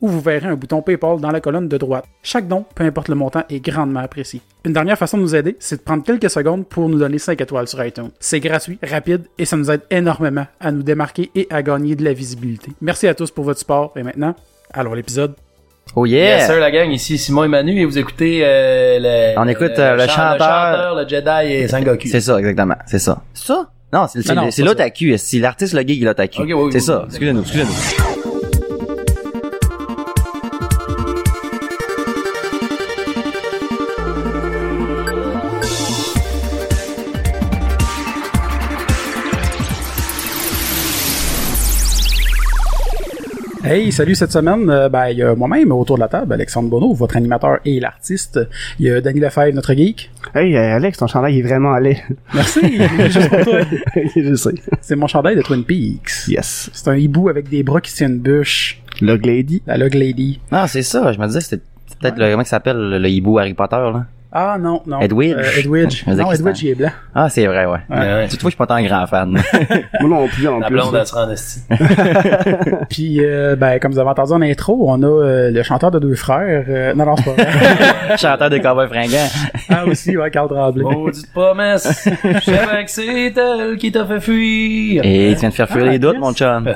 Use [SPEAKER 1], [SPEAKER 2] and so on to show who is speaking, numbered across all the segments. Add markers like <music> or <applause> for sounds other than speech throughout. [SPEAKER 1] où vous verrez un bouton PayPal dans la colonne de droite. Chaque don, peu importe le montant, est grandement apprécié. Une dernière façon de nous aider, c'est de prendre quelques secondes pour nous donner 5 étoiles sur iTunes. C'est gratuit, rapide et ça nous aide énormément à nous démarquer et à gagner de la visibilité. Merci à tous pour votre support et maintenant, allons à l'épisode.
[SPEAKER 2] Oh yeah!
[SPEAKER 3] Yes sir, la gang, ici Simon et Manu, et vous écoutez euh, le,
[SPEAKER 2] On écoute, euh, le
[SPEAKER 3] chan-
[SPEAKER 2] chanteur-
[SPEAKER 3] le Jedi et Sangoku.
[SPEAKER 2] C'est ça, exactement. C'est ça. C'est ça? Non, c'est
[SPEAKER 1] Non, non,
[SPEAKER 2] c'est-
[SPEAKER 1] c'est
[SPEAKER 2] c'est
[SPEAKER 1] pas
[SPEAKER 2] l'otaku. C'est l'artiste, le geek, il l'otaku.
[SPEAKER 3] Ok, oui, oui,
[SPEAKER 2] c'est
[SPEAKER 3] oui,
[SPEAKER 2] ça.
[SPEAKER 3] oui.
[SPEAKER 2] Excusez-nous, excusez-nous.
[SPEAKER 1] Hey, salut cette semaine. euh, ben, il y a moi-même autour de la table, Alexandre Bonneau, votre animateur et l'artiste. Il y a Danny Lefebvre, notre geek.
[SPEAKER 4] Hey euh, Alex, ton chandail est vraiment laid. <laughs>
[SPEAKER 1] <laughs> Merci, il est juste pour toi.
[SPEAKER 4] je sais.
[SPEAKER 1] C'est mon chandail de Twin Peaks.
[SPEAKER 4] Yes.
[SPEAKER 1] C'est un hibou avec des bras qui tiennent une bûche.
[SPEAKER 4] Log Lady.
[SPEAKER 1] La Log Lady.
[SPEAKER 2] Non, c'est ça. Je me disais que c'était peut-être le, comment il s'appelle, le, le hibou Harry Potter, là.
[SPEAKER 1] Ah non, non.
[SPEAKER 2] Edwidge.
[SPEAKER 1] Euh, Edwidge.
[SPEAKER 2] <laughs> Vas-y,
[SPEAKER 1] Non,
[SPEAKER 2] Christian.
[SPEAKER 1] Edwidge, il est blanc. <laughs>
[SPEAKER 2] Ah, c'est vrai, ouais.
[SPEAKER 3] Ouais, ouais.
[SPEAKER 2] Tu vois, je suis pas tant un grand fan.
[SPEAKER 4] Moi non plus, en
[SPEAKER 3] La
[SPEAKER 4] plus.
[SPEAKER 3] blonde, elle se
[SPEAKER 1] <laughs>
[SPEAKER 3] rend esti.
[SPEAKER 1] Puis, euh, ben, comme vous avez entendu en intro, on a euh, le chanteur de Deux Frères. euh, non, non, c'est pas
[SPEAKER 2] <laughs>
[SPEAKER 1] vrai.
[SPEAKER 2] Chanteur de cowboy fringant.
[SPEAKER 1] ah, aussi, ouais, Carl Tremblay.
[SPEAKER 3] Maudite
[SPEAKER 1] <laughs>
[SPEAKER 3] promesse, je savais que c'est elle qui t'a fait fuir.
[SPEAKER 2] Et tu viens de faire fuir
[SPEAKER 1] Ah,
[SPEAKER 2] les doutes,
[SPEAKER 1] yes.
[SPEAKER 2] mon chum.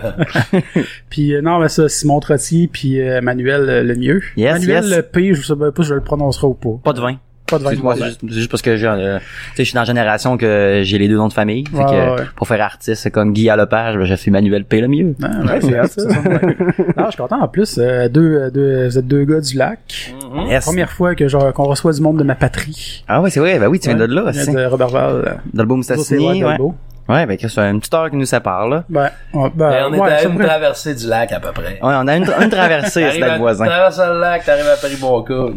[SPEAKER 1] Puis, euh, non, ben ça, Simon Trottier, puis euh, Manuel euh, Lemieux.
[SPEAKER 2] Yes,
[SPEAKER 1] Manuel
[SPEAKER 2] yes.
[SPEAKER 1] le P, je sais même pas si je le prononcerai ou pas.
[SPEAKER 2] Pas de vin.
[SPEAKER 1] Pas de vin.
[SPEAKER 2] Excuse-moi, c'est juste, c'est juste parce que j'ai, euh, tu sais, je suis dans la génération que j'ai les deux noms de famille. Fait
[SPEAKER 1] Ouais,
[SPEAKER 2] que,
[SPEAKER 1] ouais.
[SPEAKER 2] pour faire artiste, c'est comme Guy à Lepage, ben, j'ai fait Manuel P. le mieux.
[SPEAKER 1] Ah, ouais, c'est ça. ça sonne bien. Non, je suis content. En plus, euh, deux, euh, deux, vous êtes deux gars du lac.
[SPEAKER 3] Mhm.
[SPEAKER 2] Yes.
[SPEAKER 1] Première fois que genre qu'on reçoit du monde de ma patrie.
[SPEAKER 2] Ah ouais, c'est vrai. Ben oui, tu viens de là,
[SPEAKER 1] Je viens
[SPEAKER 2] c'est.
[SPEAKER 1] de Robert Val.
[SPEAKER 2] Dans le beau Moustassini, ouais.
[SPEAKER 1] Beau.
[SPEAKER 2] Ouais, ben, Chris, c'est une petite heure qui nous sépare, là.
[SPEAKER 1] Ben, on, ben,
[SPEAKER 3] Et on est
[SPEAKER 1] ouais,
[SPEAKER 3] à
[SPEAKER 1] ça
[SPEAKER 3] une
[SPEAKER 1] pourrait-
[SPEAKER 3] traversée du lac à peu près.
[SPEAKER 2] Ouais, on a une, une
[SPEAKER 3] <laughs>
[SPEAKER 2] traversée, c'est
[SPEAKER 3] T'arrives
[SPEAKER 2] notre
[SPEAKER 3] à
[SPEAKER 2] voisin.
[SPEAKER 3] traverses le lac, t'arrives à Paris-Boncourt.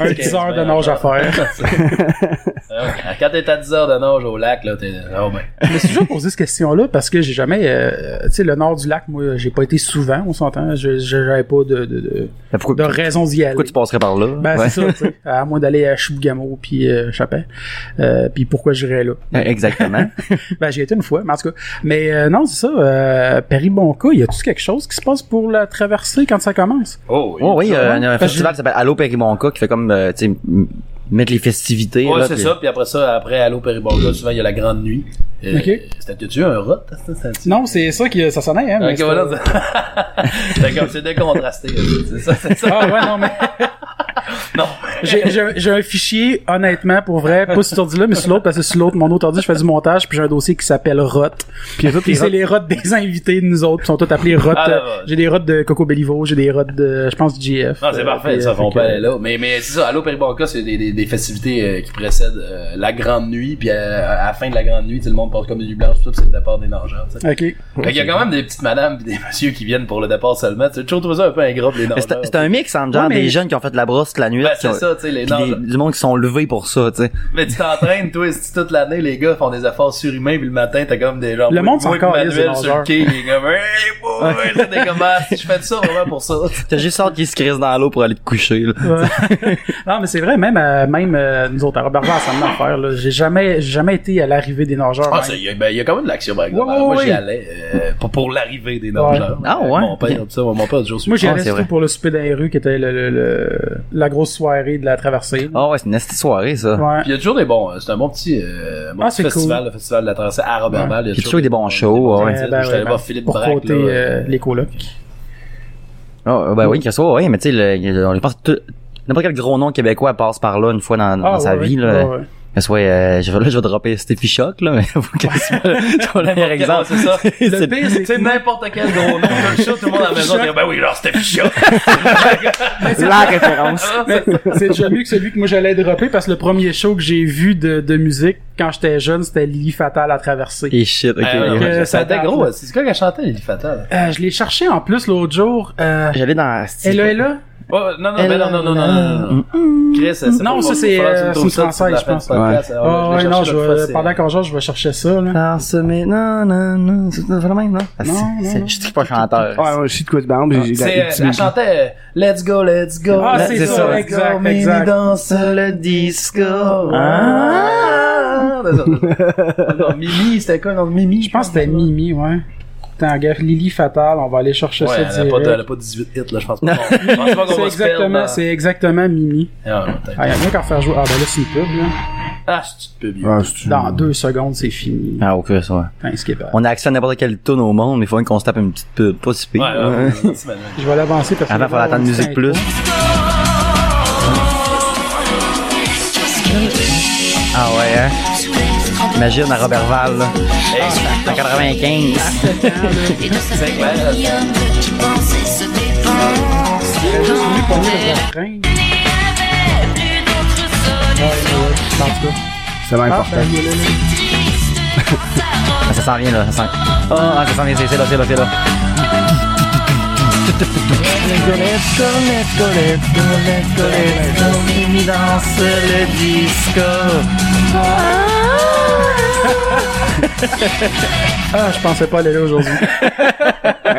[SPEAKER 2] <laughs>
[SPEAKER 1] un 10 heures de nage à
[SPEAKER 3] <laughs>
[SPEAKER 1] faire.
[SPEAKER 3] Ah Quand t'es à 10 heures de nage au lac, là, t'es... Oh ben...
[SPEAKER 1] Je me suis toujours posé cette question-là parce que j'ai jamais, euh, tu sais, le nord du lac, moi, j'ai pas été souvent, on s'entend. Je, je- j'avais pas de, de, de,
[SPEAKER 2] Ben, pourquoi,
[SPEAKER 1] de raison d'y aller.
[SPEAKER 2] pourquoi tu passerais par là?
[SPEAKER 1] Ben,
[SPEAKER 2] Ouais.
[SPEAKER 1] c'est ça, tu sais. À moins d'aller à Chibougamau puis euh, Chapin. Euh, puis pourquoi j'irais là? <laughs>
[SPEAKER 2] <laughs> Exactement.
[SPEAKER 1] Ben, j'y étais une fois, mais en tout cas. Mais euh, non, c'est ça. Euh, Paris-Bonca, y a-tu quelque chose qui se passe pour la traversée quand ça commence?
[SPEAKER 3] Oh,
[SPEAKER 2] oh, oui, euh, il y a un
[SPEAKER 1] Parce que
[SPEAKER 2] festival qui s'appelle Allo Péribonca qui fait comme, euh, tu sais, m- mettre les festivités.
[SPEAKER 3] Ouais,
[SPEAKER 2] là,
[SPEAKER 3] c'est
[SPEAKER 2] puis-
[SPEAKER 3] ça. Puis après ça, après Allo Péribonga, souvent il y a la grande nuit. Euh,
[SPEAKER 1] Ok.
[SPEAKER 3] C'était tu un rat
[SPEAKER 1] Non, c'est ça qui ça sonnait, hein. mais
[SPEAKER 3] Ok,
[SPEAKER 1] c'est-
[SPEAKER 3] voilà. <laughs> c'est comme c'est décontrasté. là, C'est ça,
[SPEAKER 1] <laughs>
[SPEAKER 3] c'est ça.
[SPEAKER 1] Ah ouais, non, mais
[SPEAKER 3] Non.
[SPEAKER 1] j'ai, j'ai, j'ai un fichier, honnêtement, pour vrai, pas sur cet ordi-là, mais sur l'autre, parce que sur l'autre, mon autre ordi, je fais du montage, puis j'ai un dossier qui s'appelle ROT.
[SPEAKER 4] Puis ça,
[SPEAKER 1] Puis c'est les rottes des invités de nous autres, ils sont tous appelés rottes.
[SPEAKER 3] Ah, là,
[SPEAKER 1] euh,
[SPEAKER 3] bah.
[SPEAKER 1] j'ai des rottes de Coco Bellivo, j'ai des rottes de, je pense, GF.
[SPEAKER 3] Non, Ah, c'est
[SPEAKER 1] Euh,
[SPEAKER 3] parfait, ça, on peut aller là. Mais, mais c'est ça, Allo Péribonca, c'est des, des, des festivités euh, qui précèdent euh, la grande nuit, puis euh, à la fin de la grande nuit, tout le monde porte comme des nuits blanches, tout ça, puis c'est le départ des nageurs. tu sais.
[SPEAKER 1] Ok.
[SPEAKER 3] Fait qu'il y a quand même des petites madames pis des <laughs> messieurs qui viennent pour le départ seulement. Tu as toujours trouvé ça un peu ingrat pis les
[SPEAKER 2] Mais
[SPEAKER 3] nageurs.
[SPEAKER 2] C'est c'est un mix entre genre
[SPEAKER 1] Ouais, mais-
[SPEAKER 2] des jeunes qui ont fait de la brosse toute la nuit.
[SPEAKER 3] Ben,
[SPEAKER 2] qui ont-
[SPEAKER 3] c'est ça, tu sais, les
[SPEAKER 2] puis des-
[SPEAKER 3] nageurs.
[SPEAKER 2] du monde qui sont levés pour ça, tu sais.
[SPEAKER 3] Mais tu t'entraînes, toi, si toute l'année, les gars font des efforts surhumains, puis le matin, t'as comme des gens.
[SPEAKER 1] Le monde s'en calisse,
[SPEAKER 3] Manuel
[SPEAKER 1] les
[SPEAKER 3] sur
[SPEAKER 1] nageurs.
[SPEAKER 3] le quai, il est comme, hey, boy, Ça, t'es comme, Ah, je fais de ça vraiment pour ça.
[SPEAKER 2] T'as juste hâte qu'ils se crissent dans l'eau pour aller te coucher, là.
[SPEAKER 1] Ouais. <laughs> non, mais c'est vrai, même, euh, même euh, nous autres, à Robert Val, ça me met à faire, là. J'ai jamais, j'ai jamais été à l'arrivée des nageurs.
[SPEAKER 3] Ah,
[SPEAKER 1] même.
[SPEAKER 3] il y, a- ben, y a quand même de l'action, par exemple.
[SPEAKER 1] Ouais, ouais,
[SPEAKER 3] Alors, Moi,
[SPEAKER 1] ouais.
[SPEAKER 3] j'y allais, euh, pour, pour l'arrivée des nageurs.
[SPEAKER 2] Ah, ouais.
[SPEAKER 3] Mon père, tout ça, mon père, toujours
[SPEAKER 1] Moi, j'y
[SPEAKER 2] Ah,
[SPEAKER 1] allais
[SPEAKER 2] c'est
[SPEAKER 1] surtout
[SPEAKER 2] vrai.
[SPEAKER 1] pour le souper dans les rues, qui était le, le- le- la grosse soirée de la traversée.
[SPEAKER 2] Ah ouais, c'est une nasty soirée, ça.
[SPEAKER 1] Ouais.
[SPEAKER 3] Puis il y a toujours des bons, euh, c'est un bon petit, euh, bon
[SPEAKER 1] Ah,
[SPEAKER 3] petit
[SPEAKER 1] c'est
[SPEAKER 3] festival,
[SPEAKER 1] cool.
[SPEAKER 3] le festival de la traversée à Robert Ball.
[SPEAKER 2] Il y a toujours des bons shows, ouais.
[SPEAKER 1] Euh, ben,
[SPEAKER 3] J'étais allé
[SPEAKER 1] ouais, ben,
[SPEAKER 3] voir Philippe
[SPEAKER 1] pour
[SPEAKER 3] Braque,
[SPEAKER 1] côté
[SPEAKER 3] là.
[SPEAKER 1] euh, les colocs.
[SPEAKER 2] Ah, ben oui, que ça, ouais, mais tu sais, le- on pense tout, n'importe quel gros nom québécois passe par là une fois dans, dans
[SPEAKER 1] Ah,
[SPEAKER 2] sa
[SPEAKER 1] ouais,
[SPEAKER 2] vie,
[SPEAKER 1] ouais,
[SPEAKER 2] là.
[SPEAKER 1] ouais, ouais.
[SPEAKER 2] Mais soit, euh, je vais, là, je vais dropper Steffi Choc, là, mais faut que tu vois le meilleur
[SPEAKER 3] Non,
[SPEAKER 2] exemple.
[SPEAKER 1] <laughs>
[SPEAKER 2] <laughs>
[SPEAKER 3] c'est ça.
[SPEAKER 1] Le pire, c'est
[SPEAKER 3] C'est n'importe quel gros nom,
[SPEAKER 1] <laughs>
[SPEAKER 3] comme ça, tout le monde à la maison dit, ben oui, genre, c'était Fichot.
[SPEAKER 4] la
[SPEAKER 3] <laughs>
[SPEAKER 4] référence.
[SPEAKER 1] Mais c'est déjà mieux que celui que moi j'allais dropper parce que le premier show que j'ai vu de, de musique quand j'étais jeune, c'était Lily Fatal à traverser.
[SPEAKER 2] Et Eh, shit, ok.
[SPEAKER 1] ouais.
[SPEAKER 3] Euh,
[SPEAKER 1] ça
[SPEAKER 3] Ça était
[SPEAKER 1] date,
[SPEAKER 3] gros,
[SPEAKER 1] là.
[SPEAKER 3] c'est quoi qu'elle chantait, Lily Fatal?
[SPEAKER 1] Euh, je l'ai cherché en plus l'autre jour. Euh,
[SPEAKER 2] J'allais dans...
[SPEAKER 1] Ella Ella?
[SPEAKER 3] Oh, non, non, ben non, non, non, non, non, non, non. Chris, c'est
[SPEAKER 1] Non,
[SPEAKER 3] pas
[SPEAKER 1] ça,
[SPEAKER 3] mon-
[SPEAKER 1] c'est,
[SPEAKER 3] faut falloir que tu
[SPEAKER 1] euh,
[SPEAKER 3] me trouves
[SPEAKER 1] c'est une
[SPEAKER 3] ça,
[SPEAKER 1] française,
[SPEAKER 3] tu
[SPEAKER 1] je pense.
[SPEAKER 3] l'as fait podcast, alors,
[SPEAKER 1] Ah ouais,
[SPEAKER 3] vais
[SPEAKER 1] non,
[SPEAKER 3] chercher
[SPEAKER 1] je
[SPEAKER 3] l'autre
[SPEAKER 1] vais,
[SPEAKER 3] fois,
[SPEAKER 1] pendant qu'on jase, je vais chercher ça,
[SPEAKER 2] Ah,
[SPEAKER 1] là.
[SPEAKER 2] Parsemé, non, non, non, c'est pas le même, non? Ah,
[SPEAKER 1] Non,
[SPEAKER 2] c'est-
[SPEAKER 1] non,
[SPEAKER 2] c'est-
[SPEAKER 1] non.
[SPEAKER 2] Je suis pas chanteur.
[SPEAKER 4] Ouais, ouais, je sais de quoi tu parles, mais j'ai
[SPEAKER 3] c'est- C'est, elle chantait euh, Let's go, let's go.
[SPEAKER 1] Ah,
[SPEAKER 3] let's
[SPEAKER 1] c'est
[SPEAKER 3] go,
[SPEAKER 2] ça,
[SPEAKER 3] let's
[SPEAKER 1] exact,
[SPEAKER 3] go, mini
[SPEAKER 1] exact.
[SPEAKER 3] danse le disco. Ah. Non, Mimi, c'était quoi, non, Mimi?
[SPEAKER 1] Je pense que c'était Mimi, ouais. T'en gaffe, Lily Fatal, on va aller chercher
[SPEAKER 3] Ouais,
[SPEAKER 1] ça
[SPEAKER 3] elle a, pas,
[SPEAKER 1] direct.
[SPEAKER 3] elle a pas 18 hits, là, je pense
[SPEAKER 1] <laughs>
[SPEAKER 3] pas. qu'on- Je pense pas qu'on
[SPEAKER 1] C'est
[SPEAKER 3] va se perdre.
[SPEAKER 1] exactement,
[SPEAKER 3] dans-
[SPEAKER 1] c'est exactement Mimi.
[SPEAKER 3] Ah, ouais, peut-être.
[SPEAKER 1] Ah, y'a rien qu'à refaire jouer. Ah, ben là, c'est une pub, là.
[SPEAKER 3] Ah, c'est une pub.
[SPEAKER 4] Ah, c'est
[SPEAKER 1] Dans deux secondes, c'est fini.
[SPEAKER 2] Ah, ok, ça, ouais.
[SPEAKER 1] Thanks, Québec.
[SPEAKER 2] On a accès à n'importe quelle tune au monde, mais il faut qu'on se tape une petite pub, pas si
[SPEAKER 3] Ouais,
[SPEAKER 2] pire.
[SPEAKER 3] ouais, ouais, c'est mal, ouais.
[SPEAKER 1] Je vais l'avancer parce que.
[SPEAKER 2] Avant, il fallait attendre Musique Plus. Ah ouais, hein? Imagine à Robert Val, là. En 95.
[SPEAKER 5] Et de sa période qui pensait se dépense.
[SPEAKER 1] Train.
[SPEAKER 5] N'avait plus d'autre solution.
[SPEAKER 4] C'est vraiment
[SPEAKER 1] Ah,
[SPEAKER 4] important.
[SPEAKER 1] ben, il est là, là.
[SPEAKER 5] Triste,
[SPEAKER 2] Ah, ça s'en vient, là. Ça s'en... Ah, ah, ça s'en vient, c'est, c'est là, c'est là, c'est là.
[SPEAKER 1] Ah, je pensais pas aller là aujourd'hui.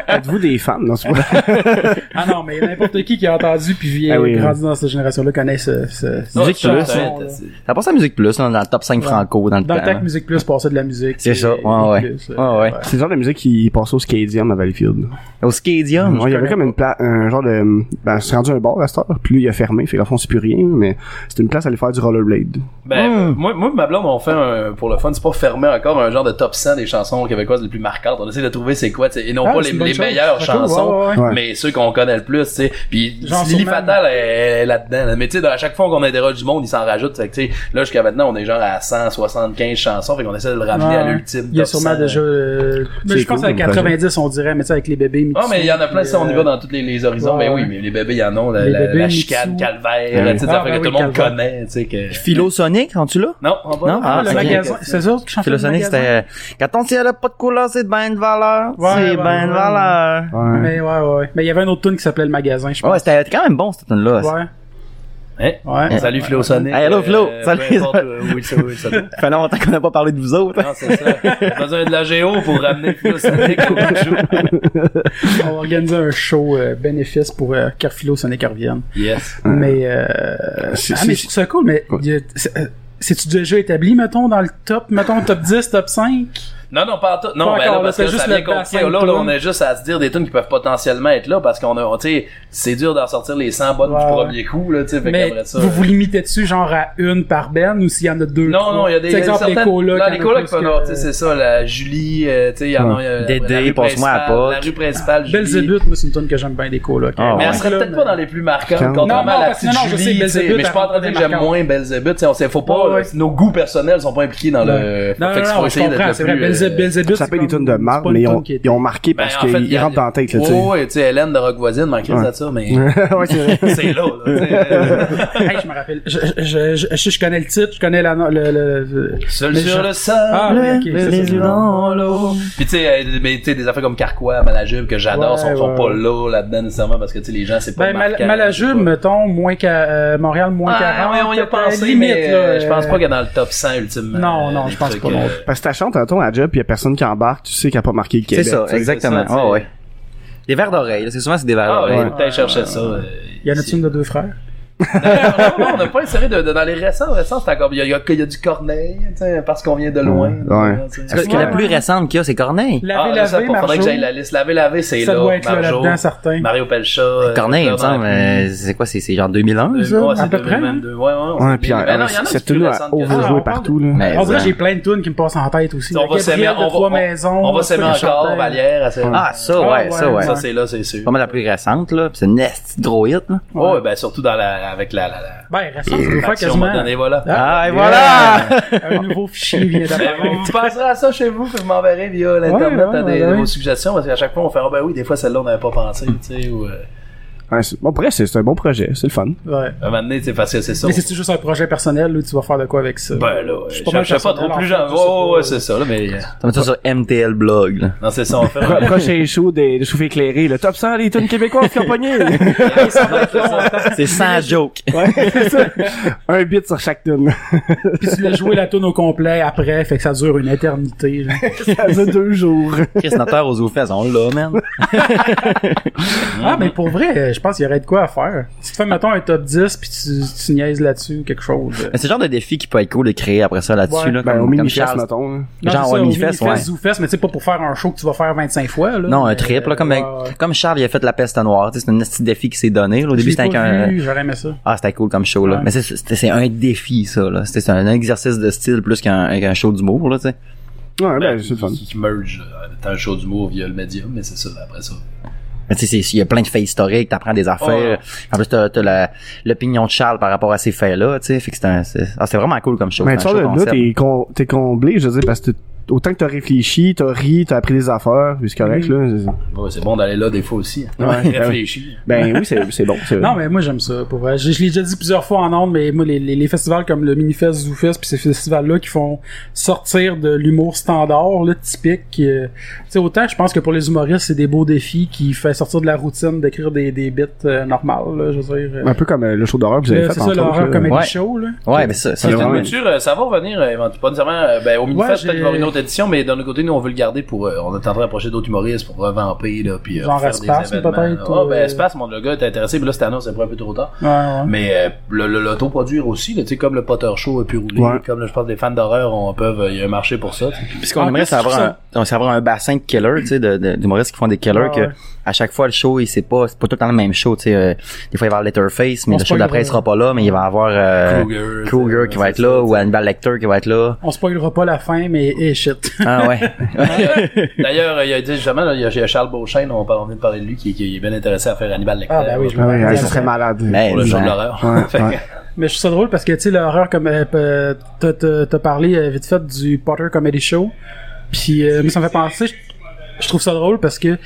[SPEAKER 4] Êtes-vous des fans, non, c'est pas...
[SPEAKER 1] <laughs> ah non, mais n'importe qui qui a entendu puis vient
[SPEAKER 4] Ah oui,
[SPEAKER 1] grandi dans cette génération-là connaît ce. ce- ce-
[SPEAKER 2] Musique
[SPEAKER 3] Non,
[SPEAKER 2] Plus,
[SPEAKER 3] c'est-
[SPEAKER 1] hein.
[SPEAKER 3] c'est-
[SPEAKER 2] Ça passe à Musique Plus, là, dans le top 5 franco, dans le
[SPEAKER 1] Dans le
[SPEAKER 2] temps,
[SPEAKER 1] temps
[SPEAKER 2] là.
[SPEAKER 1] que Musique Plus passait de la musique.
[SPEAKER 2] C'est ça,
[SPEAKER 1] et-
[SPEAKER 2] ouais, ouais.
[SPEAKER 1] Plus, euh. là.
[SPEAKER 2] Ouais, ouais.
[SPEAKER 4] <laughs> C'est le genre de musique qui passe au Skadium à Valleyfield.
[SPEAKER 2] Au Skadium.
[SPEAKER 4] Ouais, il y avait comme une pla- un genre de, ben, c'est rendu un bar à cette heure, puis lui, il a fermé, fait qu'en fond, c'est plus rien, mais c'était une place à aller faire du rollerblade.
[SPEAKER 3] Ben,
[SPEAKER 2] Hmm.
[SPEAKER 3] moi, moi et ma blonde, on fait un, pour le fun, c'est pas fermé encore un genre de top 100 des chansons québécoises les plus marquantes. On essaie de trouver c'est quoi, tu sais, et non
[SPEAKER 1] Ah,
[SPEAKER 3] pas
[SPEAKER 1] c'est
[SPEAKER 3] les,
[SPEAKER 1] une bonne
[SPEAKER 3] les
[SPEAKER 1] chose.
[SPEAKER 3] meilleures
[SPEAKER 1] C'est cool,
[SPEAKER 3] chansons,
[SPEAKER 1] ouais, ouais,
[SPEAKER 4] ouais.
[SPEAKER 3] mais ceux qu'on connaît le plus, tu sais. Puis
[SPEAKER 1] Genre
[SPEAKER 3] Lily
[SPEAKER 1] Superman.
[SPEAKER 3] Fatal est, est là-dedans. Mais tu sais, à chaque fois qu'on interroge du monde, ils s'en rajoutent. Fait que tu sais, là jusqu'à maintenant, on est genre à 175 chansons, fait qu'on essaie de le ramener à
[SPEAKER 1] Ouais.
[SPEAKER 3] l'ultime.
[SPEAKER 1] Il y a
[SPEAKER 3] top 100.
[SPEAKER 1] sûrement déjà. euh, mais
[SPEAKER 4] C'est
[SPEAKER 1] je pense
[SPEAKER 4] cool,
[SPEAKER 1] à 90, on dirait, mais tu sais, avec les bébés. Mitsu,
[SPEAKER 3] Ah, mais il y en a plein,
[SPEAKER 1] puis,
[SPEAKER 3] si on y
[SPEAKER 1] euh,
[SPEAKER 3] va dans tous les, les horizons.
[SPEAKER 1] ouais,
[SPEAKER 3] ben oui,
[SPEAKER 1] ouais.
[SPEAKER 3] mais les bébés, il y en a, la,
[SPEAKER 1] Les
[SPEAKER 3] la- la
[SPEAKER 1] bébés,
[SPEAKER 3] chicane,
[SPEAKER 1] Mitsu.
[SPEAKER 3] calvaire,
[SPEAKER 4] Ah,
[SPEAKER 3] tu sais,
[SPEAKER 1] ben
[SPEAKER 3] ça fait que
[SPEAKER 1] oui,
[SPEAKER 3] tout le monde
[SPEAKER 1] Calvaire.
[SPEAKER 3] connaît, tu sais, que...
[SPEAKER 2] Philosonic, en-tu là?
[SPEAKER 3] Non, on va.
[SPEAKER 2] Non,
[SPEAKER 1] Ah,
[SPEAKER 2] Ah,
[SPEAKER 1] le
[SPEAKER 2] c'est
[SPEAKER 1] magasin. C'est sûr que je suis en train de
[SPEAKER 2] Philosonic,
[SPEAKER 1] magasin.
[SPEAKER 2] c'était, euh, quand ton ciel a pas de couleur, c'est de ben de valeur.
[SPEAKER 1] Ouais, ouais,
[SPEAKER 2] c'est ben de
[SPEAKER 1] ouais.
[SPEAKER 2] valeur.
[SPEAKER 4] Ouais.
[SPEAKER 1] Mais ouais, ouais, ouais. Mais il y avait un autre tune qui s'appelait Le Magasin, je pense.
[SPEAKER 2] Ouais, c'était quand même bon, cette tune là
[SPEAKER 1] Ouais.
[SPEAKER 3] Hein?
[SPEAKER 1] Ouais.
[SPEAKER 3] Salut Flo Sonic.
[SPEAKER 2] Hey, hello, Flo. Salut.
[SPEAKER 3] Peu importe euh, où- où il se- où il se-
[SPEAKER 2] <laughs> Ça fait longtemps qu'on n'a pas parlé de vous autres.
[SPEAKER 3] Non, c'est ça. J'ai besoin de la géo pour ramener Flo
[SPEAKER 2] <laughs>
[SPEAKER 3] Sonic au bout du jour.
[SPEAKER 1] On va organiser un show euh, bénéfice pour euh, Carfilo Sonic revienne.
[SPEAKER 3] Yes.
[SPEAKER 1] Mais, euh,
[SPEAKER 4] C'est-
[SPEAKER 1] ah, mais je
[SPEAKER 4] c'est-
[SPEAKER 1] trouve ça cool, mais il y a- c'est- euh, c'est-tu déjà établi, mettons, dans le top, mettons, top 10, top 5?
[SPEAKER 3] Non, non, pas en tout. Non,
[SPEAKER 1] Pas
[SPEAKER 3] ben
[SPEAKER 1] encore,
[SPEAKER 3] là,
[SPEAKER 1] là,
[SPEAKER 3] parce
[SPEAKER 1] c'est
[SPEAKER 3] que
[SPEAKER 1] juste
[SPEAKER 3] ça
[SPEAKER 1] le
[SPEAKER 3] vient compliqué.
[SPEAKER 1] bassin de
[SPEAKER 3] Là, là,
[SPEAKER 1] tunes.
[SPEAKER 3] on est juste à se dire des tunes qui peuvent potentiellement être là parce qu'on a, on- tu sais, c'est dur d'en sortir les 100 bonnes
[SPEAKER 1] Ouais.
[SPEAKER 3] du premier coup, là, tu sais, fait
[SPEAKER 1] Mais
[SPEAKER 3] qu'après ça. euh,
[SPEAKER 1] vous vous limitez dessus genre à une par ben ou s'il y en a deux?
[SPEAKER 3] Non,
[SPEAKER 1] trois?
[SPEAKER 3] non, il y a des,
[SPEAKER 1] Tu sais, exemple, les
[SPEAKER 3] certaines-
[SPEAKER 1] colocs.
[SPEAKER 3] là,
[SPEAKER 1] il y
[SPEAKER 3] les
[SPEAKER 1] en a
[SPEAKER 3] colocs
[SPEAKER 1] plus
[SPEAKER 3] peuvent
[SPEAKER 1] que-
[SPEAKER 3] avoir, tu sais, c'est ça, la Julie, euh, tu sais, il y en a, euh,
[SPEAKER 2] Dédé,
[SPEAKER 3] la rue
[SPEAKER 2] passe-moi la
[SPEAKER 3] principale, La
[SPEAKER 2] pote.
[SPEAKER 3] rue principale,
[SPEAKER 1] Ah,
[SPEAKER 3] Julie.
[SPEAKER 1] Belzébuth, moi, c'est une tune que j'aime bien des colocs.
[SPEAKER 2] Ah,
[SPEAKER 3] Mais
[SPEAKER 2] ouais.
[SPEAKER 3] elle serait peut-être pas dans les plus marquantes,
[SPEAKER 4] Non,
[SPEAKER 3] contrairement
[SPEAKER 1] non,
[SPEAKER 3] à la
[SPEAKER 1] parce que-
[SPEAKER 3] petite
[SPEAKER 1] non, non, je sais,
[SPEAKER 3] Julie, tu sais,
[SPEAKER 1] Belzébuth,
[SPEAKER 3] mais je suis pas en train de dire
[SPEAKER 1] elle
[SPEAKER 3] que
[SPEAKER 1] est
[SPEAKER 3] j'aime
[SPEAKER 1] marquante.
[SPEAKER 3] moins Belzébuth, tu sais, on sait, faut pas,
[SPEAKER 1] Ouais, ouais.
[SPEAKER 3] euh, nos goûts personnels sont pas impliqués dans le, euh,
[SPEAKER 1] Non, non,
[SPEAKER 3] fait que
[SPEAKER 1] non, je comprends, c'est vrai. Belze- Belzébuth,
[SPEAKER 4] Ça
[SPEAKER 1] c'est
[SPEAKER 4] paye des
[SPEAKER 1] comme-
[SPEAKER 4] tonnes de
[SPEAKER 1] c'est
[SPEAKER 4] marbre,
[SPEAKER 1] pas une
[SPEAKER 4] mais ils
[SPEAKER 1] tune
[SPEAKER 4] ont,
[SPEAKER 1] qui est-
[SPEAKER 4] ils ont marqué
[SPEAKER 3] Ben,
[SPEAKER 4] parce qu'ils rentrent dans la tête, là, tu sais.
[SPEAKER 3] Ouais, tu sais, Hélène de Rock Voisine m'en crise
[SPEAKER 4] Ouais.
[SPEAKER 3] de ça, mais
[SPEAKER 4] ouais, c'est vrai.
[SPEAKER 3] c'est là, là, tu
[SPEAKER 1] <laughs>
[SPEAKER 3] sais.
[SPEAKER 1] Hey, je me rappelle. Je, je, je, je- je connais le titre, je connais la, le, le, le-
[SPEAKER 3] Seul
[SPEAKER 1] Mais
[SPEAKER 3] sur
[SPEAKER 1] je-
[SPEAKER 3] le sol.
[SPEAKER 1] Ah, ok, c'est ça.
[SPEAKER 2] dans l'eau.
[SPEAKER 3] Puis tu sais, euh, mais tu sais, des affaires comme Carquois, Malajube, que j'adore,
[SPEAKER 1] Ouais,
[SPEAKER 3] sont, sont
[SPEAKER 1] ouais.
[SPEAKER 3] pas là, là-dedans, nécessairement, parce que tu sais, les gens, c'est pas
[SPEAKER 1] Ben, mal,
[SPEAKER 3] marquant,
[SPEAKER 1] Malajube,
[SPEAKER 3] c'est pas-
[SPEAKER 1] mettons, moins qu'à euh, Montréal, moins
[SPEAKER 3] Ah,
[SPEAKER 1] qu'à 40.
[SPEAKER 3] ouais, on y a
[SPEAKER 1] peut-être, à la
[SPEAKER 3] pensé,
[SPEAKER 1] limite,
[SPEAKER 3] mais
[SPEAKER 1] là,
[SPEAKER 3] euh, je pense pas
[SPEAKER 1] euh,
[SPEAKER 3] qu'elle est dans le top 100, ultimement.
[SPEAKER 1] Non,
[SPEAKER 3] euh,
[SPEAKER 1] non,
[SPEAKER 3] des
[SPEAKER 1] je pense
[SPEAKER 3] trucs,
[SPEAKER 1] pas non
[SPEAKER 3] euh,
[SPEAKER 1] plus.
[SPEAKER 4] <laughs> Parce que t'achantes un ton à la job, puis il y a personne qui embarque, tu sais qu'elle a pas marqué le
[SPEAKER 2] C'est
[SPEAKER 4] Québec.
[SPEAKER 2] ça,
[SPEAKER 4] tu sais.
[SPEAKER 2] exactement.
[SPEAKER 3] c'est ça,
[SPEAKER 2] Ouais,
[SPEAKER 3] c'est-
[SPEAKER 2] ouais. Des verres d'oreille, là, c'est souvent c'est des verres
[SPEAKER 3] Ah ouais,
[SPEAKER 2] d'oreille.
[SPEAKER 3] peut-être chercher ça. euh,
[SPEAKER 1] Il y en a
[SPEAKER 3] ici.
[SPEAKER 1] une de deux frères.
[SPEAKER 3] non, non, on n'a pas inséré de, de- dans les récents, récents, c'est encore, il y a, il y a- il y a du Corneille, tu sais, parce qu'on vient de loin.
[SPEAKER 4] Ouais.
[SPEAKER 3] tu sais.
[SPEAKER 2] Parce que
[SPEAKER 1] Ouais.
[SPEAKER 2] la plus récente qu'il y a, c'est Corneille.
[SPEAKER 1] Laver,
[SPEAKER 3] Ah,
[SPEAKER 1] laver,
[SPEAKER 3] ça, faudrait
[SPEAKER 1] Marjo,
[SPEAKER 3] que j'aille la liste. Laver, laver, c'est
[SPEAKER 1] ça
[SPEAKER 3] là.
[SPEAKER 1] doit être là,
[SPEAKER 3] Marjo,
[SPEAKER 1] là-dedans, certain.
[SPEAKER 3] Mario Pelcha. euh,
[SPEAKER 2] Corneille, il me
[SPEAKER 3] Bernard
[SPEAKER 2] semble,
[SPEAKER 3] Pivot.
[SPEAKER 2] euh, c'est quoi, c'est c'est genre 2001, ça?
[SPEAKER 3] Ouais, c'est
[SPEAKER 1] à peu près, hein.
[SPEAKER 3] 2022. Ouais, ouais, ouais.
[SPEAKER 4] Ouais, puis
[SPEAKER 3] Mais
[SPEAKER 4] euh,
[SPEAKER 3] non, il y en a
[SPEAKER 4] cette
[SPEAKER 3] qui sont
[SPEAKER 4] tenue
[SPEAKER 3] plus
[SPEAKER 4] à
[SPEAKER 3] récentes que
[SPEAKER 1] Ah,
[SPEAKER 3] ça.
[SPEAKER 1] on
[SPEAKER 4] overjouer
[SPEAKER 1] parle-
[SPEAKER 4] partout, là.
[SPEAKER 2] Mais-
[SPEAKER 1] En vrai,
[SPEAKER 2] hein.
[SPEAKER 1] j'ai plein de tunes qui me passent en tête aussi.
[SPEAKER 3] On
[SPEAKER 1] Le
[SPEAKER 3] va s'aimer,
[SPEAKER 1] Ah, Gabriel
[SPEAKER 3] on
[SPEAKER 1] de
[SPEAKER 3] va-
[SPEAKER 1] Trois
[SPEAKER 3] on-
[SPEAKER 1] Maisons.
[SPEAKER 3] On va
[SPEAKER 1] ça,
[SPEAKER 3] s'aimer
[SPEAKER 1] le
[SPEAKER 3] encore,
[SPEAKER 1] chanteur.
[SPEAKER 3] Valière. à ce-
[SPEAKER 2] Ah, ça,
[SPEAKER 1] Ah,
[SPEAKER 2] ouais, ça,
[SPEAKER 1] ouais,
[SPEAKER 2] ouais.
[SPEAKER 1] ouais.
[SPEAKER 3] Ça, c'est là, c'est sûr.
[SPEAKER 2] C'est pas mal la plus récente, là. Puis c'est une esti gros hit, là.
[SPEAKER 3] Oh, ouais, ben, surtout dans la, avec la, la, la.
[SPEAKER 1] Ben, récent, ça peut faire
[SPEAKER 3] l'action
[SPEAKER 1] quasiment.
[SPEAKER 3] moderne, et voilà.
[SPEAKER 1] Ah,
[SPEAKER 2] et
[SPEAKER 1] Un nouveau fichier
[SPEAKER 3] <laughs>
[SPEAKER 1] vient
[SPEAKER 3] Ben, vous,
[SPEAKER 1] d'apparaître.
[SPEAKER 3] vous penserez à ça chez vous, puis vous m'enverrez via l'internet
[SPEAKER 1] Ouais, ouais,
[SPEAKER 3] à des,
[SPEAKER 1] ouais.
[SPEAKER 3] vos suggestions, parce qu'à chaque fois on fait, ah ben oui, des fois celle-là on n'avait pas pensé, tu sais, ou, euh,
[SPEAKER 4] Ouais, c'est- bon, bref, c'est c'est un bon projet, c'est le fun.
[SPEAKER 1] Ouais.
[SPEAKER 3] Un moment donné, tu sais, parce que c'est ça.
[SPEAKER 1] Mais c'est juste un projet personnel où tu vas faire de quoi avec ça.
[SPEAKER 3] Ben là, ouais.
[SPEAKER 1] Je
[SPEAKER 3] je
[SPEAKER 1] suis
[SPEAKER 3] sais
[SPEAKER 1] pas mal
[SPEAKER 3] pas, trop
[SPEAKER 1] personnel,
[SPEAKER 3] plus
[SPEAKER 1] en fait,
[SPEAKER 3] genre.
[SPEAKER 1] je sais
[SPEAKER 3] Ouais,
[SPEAKER 1] pas.
[SPEAKER 3] ouais, ouais, c'est ça, là, mais. euh,
[SPEAKER 2] T'as mis ça sur MTL Blog,
[SPEAKER 1] <laughs>
[SPEAKER 2] là.
[SPEAKER 3] Non, c'est ça, on fait.
[SPEAKER 4] Pro- Prochain show des, des chauffés éclairés, le top 100 des tunes québécoises qui ont pogné.
[SPEAKER 2] C'est sans joke.
[SPEAKER 4] <laughs> Ouais, c'est ça. un bit sur chaque tune.
[SPEAKER 1] Puis tu l'as joué la tune au complet après, fait que ça dure une éternité. genre.
[SPEAKER 4] <laughs> Ça dure deux jours.
[SPEAKER 2] Chris Notter aux oufesses, on l'a, man.
[SPEAKER 1] ah,
[SPEAKER 2] Mhm.
[SPEAKER 1] mais pour vrai, je pense qu'il y aurait de quoi à faire. Si tu fais, mettons, un top 10 puis tu, tu niaises là-dessus quelque chose.
[SPEAKER 2] Mais c'est le genre de défi qui peut être cool de créer après ça là-dessus,
[SPEAKER 1] Ouais.
[SPEAKER 2] là.
[SPEAKER 4] Ben,
[SPEAKER 2] comme-
[SPEAKER 4] au
[SPEAKER 2] comme
[SPEAKER 4] mini-chasse,
[SPEAKER 2] Charles.
[SPEAKER 4] mettons. hein.
[SPEAKER 1] Non,
[SPEAKER 2] Genre
[SPEAKER 1] c'est ça,
[SPEAKER 2] un
[SPEAKER 1] au
[SPEAKER 2] mini-fest,
[SPEAKER 1] mini-fest,
[SPEAKER 2] ouais.
[SPEAKER 1] zoufest, mais tu sais, pas pour faire un show que tu vas faire 25 fois, là.
[SPEAKER 2] Non, un
[SPEAKER 1] Mais,
[SPEAKER 2] trip, là, comme,
[SPEAKER 1] ouais, ouais.
[SPEAKER 2] comme Charles, il a fait la peste noire, tu sais, c'est un petit défi qui s'est donné, là. Au
[SPEAKER 1] Je
[SPEAKER 2] début,
[SPEAKER 1] l'ai
[SPEAKER 2] c'était avec
[SPEAKER 1] pas
[SPEAKER 2] un,
[SPEAKER 1] vu, J'aurais aimé ça.
[SPEAKER 2] Ah, c'était cool comme show, là.
[SPEAKER 1] Ouais.
[SPEAKER 2] Mais c'est- c'est c'est un défi, ça, là. C'était c'est un exercice de style plus qu'un qu'un show d'humour, là, tu sais.
[SPEAKER 4] Ouais, ben, c'est
[SPEAKER 3] qui,
[SPEAKER 4] le fun.
[SPEAKER 3] qui merge là, t'as un show d'humour via euh, le médium, mais c'est ça, après ça.
[SPEAKER 2] Mais tu sais, c'est- il y a plein de faits historiques, t'apprends des affaires. En plus, t'as t'as la- l'opinion de Charles par rapport à ces faits-là, tu sais. Fait que c'est un- c'est ah, c'est vraiment cool comme show. c'est
[SPEAKER 4] Mais Ben, tu
[SPEAKER 2] un
[SPEAKER 4] vois,
[SPEAKER 2] show
[SPEAKER 4] là, là,
[SPEAKER 2] concept.
[SPEAKER 4] t'es con- t'es comblé, je veux dire, parce que t'as- autant que t'as réfléchi, t'as ri, t'as appris des affaires, puis c'est correct, là.
[SPEAKER 3] Ouais, c'est bon d'aller là des fois aussi.
[SPEAKER 4] Ouais,
[SPEAKER 3] Ouais, <laughs>
[SPEAKER 4] ouais.
[SPEAKER 3] réfléchis.
[SPEAKER 4] Ben oui, c'est c'est bon. c'est-
[SPEAKER 1] Non, mais moi, j'aime ça, pour vrai. Je, je l'ai déjà dit plusieurs fois en ondes, mais moi, les, les, les festivals comme le Minifest, Zoufest, puis ces festivals-là qui font sortir de l'humour standard, là, typique. euh, tu sais, autant, je pense que pour les humoristes, c'est des beaux défis qui fait sortir de la routine d'écrire des, des bits euh, normales, là, je veux dire. euh.
[SPEAKER 4] Un peu comme euh, le show d'horreur que vous avez
[SPEAKER 1] Là,
[SPEAKER 4] fait.
[SPEAKER 1] c'est ça,
[SPEAKER 4] entre autres,
[SPEAKER 1] l'horreur
[SPEAKER 4] là.
[SPEAKER 1] comedy
[SPEAKER 2] Ouais.
[SPEAKER 1] show, là.
[SPEAKER 2] Ouais, mais ça, ça,
[SPEAKER 4] C'est
[SPEAKER 2] c'est
[SPEAKER 4] vraiment-
[SPEAKER 2] un-
[SPEAKER 3] Culture, euh, ça va revenir éventuellement. Pas nécessairement, euh, ben, au
[SPEAKER 1] Ouais,
[SPEAKER 3] mini-fest,
[SPEAKER 1] j'ai-
[SPEAKER 3] peut-être qu'il va y avoir une autre édition, mais d'un autre côté, nous, on veut le garder pour, euh, on est en train d'approcher d'autres humoristes pour revamper, là, puis, euh,
[SPEAKER 1] Genre
[SPEAKER 3] faire
[SPEAKER 1] Espace,
[SPEAKER 3] des événements.
[SPEAKER 1] peut-être,
[SPEAKER 3] Ouais,
[SPEAKER 1] ou,
[SPEAKER 3] ben,
[SPEAKER 1] euh,
[SPEAKER 3] Espace, mon le gars est intéressé, mais là, cette année, c'est pas un peu trop tard.
[SPEAKER 1] Ouais, ouais.
[SPEAKER 3] Mais, euh, le, le, l'autoproduire aussi, là, tu sais, comme le Potter Show a pu rouler,
[SPEAKER 4] Ouais.
[SPEAKER 3] comme, là, je pense, les fans d'horreur, on peuvent, euh, il y a un marché pour ça, tu sais.
[SPEAKER 2] Puis ce qu'on
[SPEAKER 1] En
[SPEAKER 2] aimerait,
[SPEAKER 1] plus,
[SPEAKER 2] c'est avoir,
[SPEAKER 1] je
[SPEAKER 2] un, on- c'est avoir un bassin de killers, tu sais, de, de, d'humoristes qui font des killers,
[SPEAKER 1] Ouais,
[SPEAKER 2] que
[SPEAKER 1] ouais.
[SPEAKER 2] à chaque fois, le show, il c'est pas, c'est pas tout le temps le même show, tu sais. euh, des fois, il va y avoir Letterface, mais
[SPEAKER 1] On
[SPEAKER 2] le
[SPEAKER 1] se
[SPEAKER 2] show
[SPEAKER 1] spoilera.
[SPEAKER 2] d'après, il sera pas là, mais il va y avoir euh,
[SPEAKER 3] Kruger,
[SPEAKER 2] Kruger
[SPEAKER 3] c'est-
[SPEAKER 2] qui va
[SPEAKER 3] c'est
[SPEAKER 2] être
[SPEAKER 3] ça,
[SPEAKER 2] là,
[SPEAKER 3] tu
[SPEAKER 2] ou Hannibal Lecter qui va être là.
[SPEAKER 1] On spoilera pas la fin, mais, eh, shit. <laughs>
[SPEAKER 2] Ah ouais.
[SPEAKER 3] D'ailleurs, euh, il y a dit justement, là, il y a- il y a Charles Beauchesne, on, parle- on vient de parler de lui, qui, qui est bien intéressé à faire Hannibal Lecter.
[SPEAKER 1] Ah, ben oui, je
[SPEAKER 4] Ah
[SPEAKER 1] me
[SPEAKER 4] ouais,
[SPEAKER 1] rappelle.
[SPEAKER 4] ouais, ça serait malade. Ben,
[SPEAKER 2] Mais-
[SPEAKER 3] pour le show de
[SPEAKER 2] Ouais.
[SPEAKER 3] l'horreur. <laughs>
[SPEAKER 4] <laughs> Ouais, ouais.
[SPEAKER 1] Mais je trouve ça drôle parce que, tu sais, l'horreur, comme, euh, euh, t'as- t'as t'as parlé euh, vite fait du Potter Comedy Show. Puis, euh, mais ça me fait penser, je, je trouve ça drôle parce que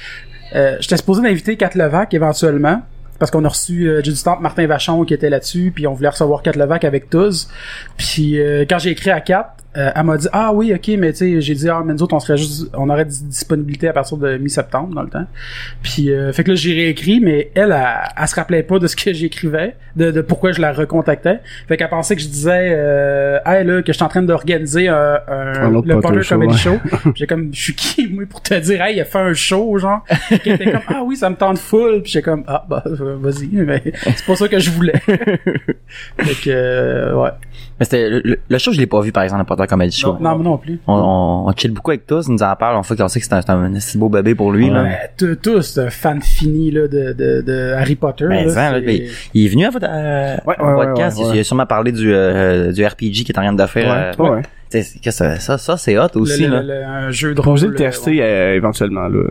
[SPEAKER 1] euh, j'étais supposé d'inviter Kat Levac éventuellement. Parce qu'on a reçu euh, j'ai du temps Martin Vachon qui était là-dessus, puis on voulait recevoir Kat Levac avec tous. Puis euh, quand j'ai écrit à Kat, euh, elle m'a dit ah oui ok mais tu sais j'ai dit ah mais nous autres on serait juste on aurait dis- disponibilité à partir de mi-septembre dans le temps. Puis euh, fait que là j'ai réécrit mais elle, elle elle se rappelait pas de ce que <laughs> j'écrivais, de, de pourquoi je la recontactais. Fait qu'elle pensait que je disais euh, hey là que je suis en train d'organiser un, un-
[SPEAKER 4] Un autre
[SPEAKER 1] le
[SPEAKER 4] Potter
[SPEAKER 1] Potter
[SPEAKER 4] Show,
[SPEAKER 1] Comedy
[SPEAKER 4] ouais. <laughs>
[SPEAKER 1] Show. Puis J'ai comme, je suis qui, moi, pour te dire, hey, il a fait un show, genre. Puis il était comme, ah oui, ça me tente full. Puis j'ai comme, ah, bah, euh, vas-y, mais c'est pas ça que je
[SPEAKER 4] <laughs>
[SPEAKER 1] voulais. fait que, euh, ouais.
[SPEAKER 2] Mais c'était le- le, le show, je l'ai pas vu par exemple, le Potter Comedy Show.
[SPEAKER 1] Non, moi non plus.
[SPEAKER 2] On, on, on chill beaucoup avec tous, il nous en parle, on fait qu'on sait que c'est un, c'est un si beau bébé pour lui. Là.
[SPEAKER 1] Ouais, t- tous, c'est un fan fini, là, de, de, de Harry Potter.
[SPEAKER 2] Ben,
[SPEAKER 1] là,
[SPEAKER 2] ça, là,
[SPEAKER 1] c'est-
[SPEAKER 2] puis il est venu à votre euh,
[SPEAKER 4] Ouais,
[SPEAKER 2] au
[SPEAKER 4] ouais, ouais,
[SPEAKER 2] podcast,
[SPEAKER 4] ouais,
[SPEAKER 2] il-
[SPEAKER 4] ouais.
[SPEAKER 2] il a sûrement parlé du, euh, du RPG qui est en train de faire. euh,
[SPEAKER 4] Ouais, ouais.
[SPEAKER 2] tu sais, c'est- qu'est-ce que ça- ça, ça c'est hot
[SPEAKER 1] le-
[SPEAKER 2] aussi.
[SPEAKER 1] le-
[SPEAKER 2] là.
[SPEAKER 1] le- le- un jeu de
[SPEAKER 4] On
[SPEAKER 1] rôle.
[SPEAKER 4] va le
[SPEAKER 1] euh, ouais.
[SPEAKER 4] tester euh, éventuellement, là.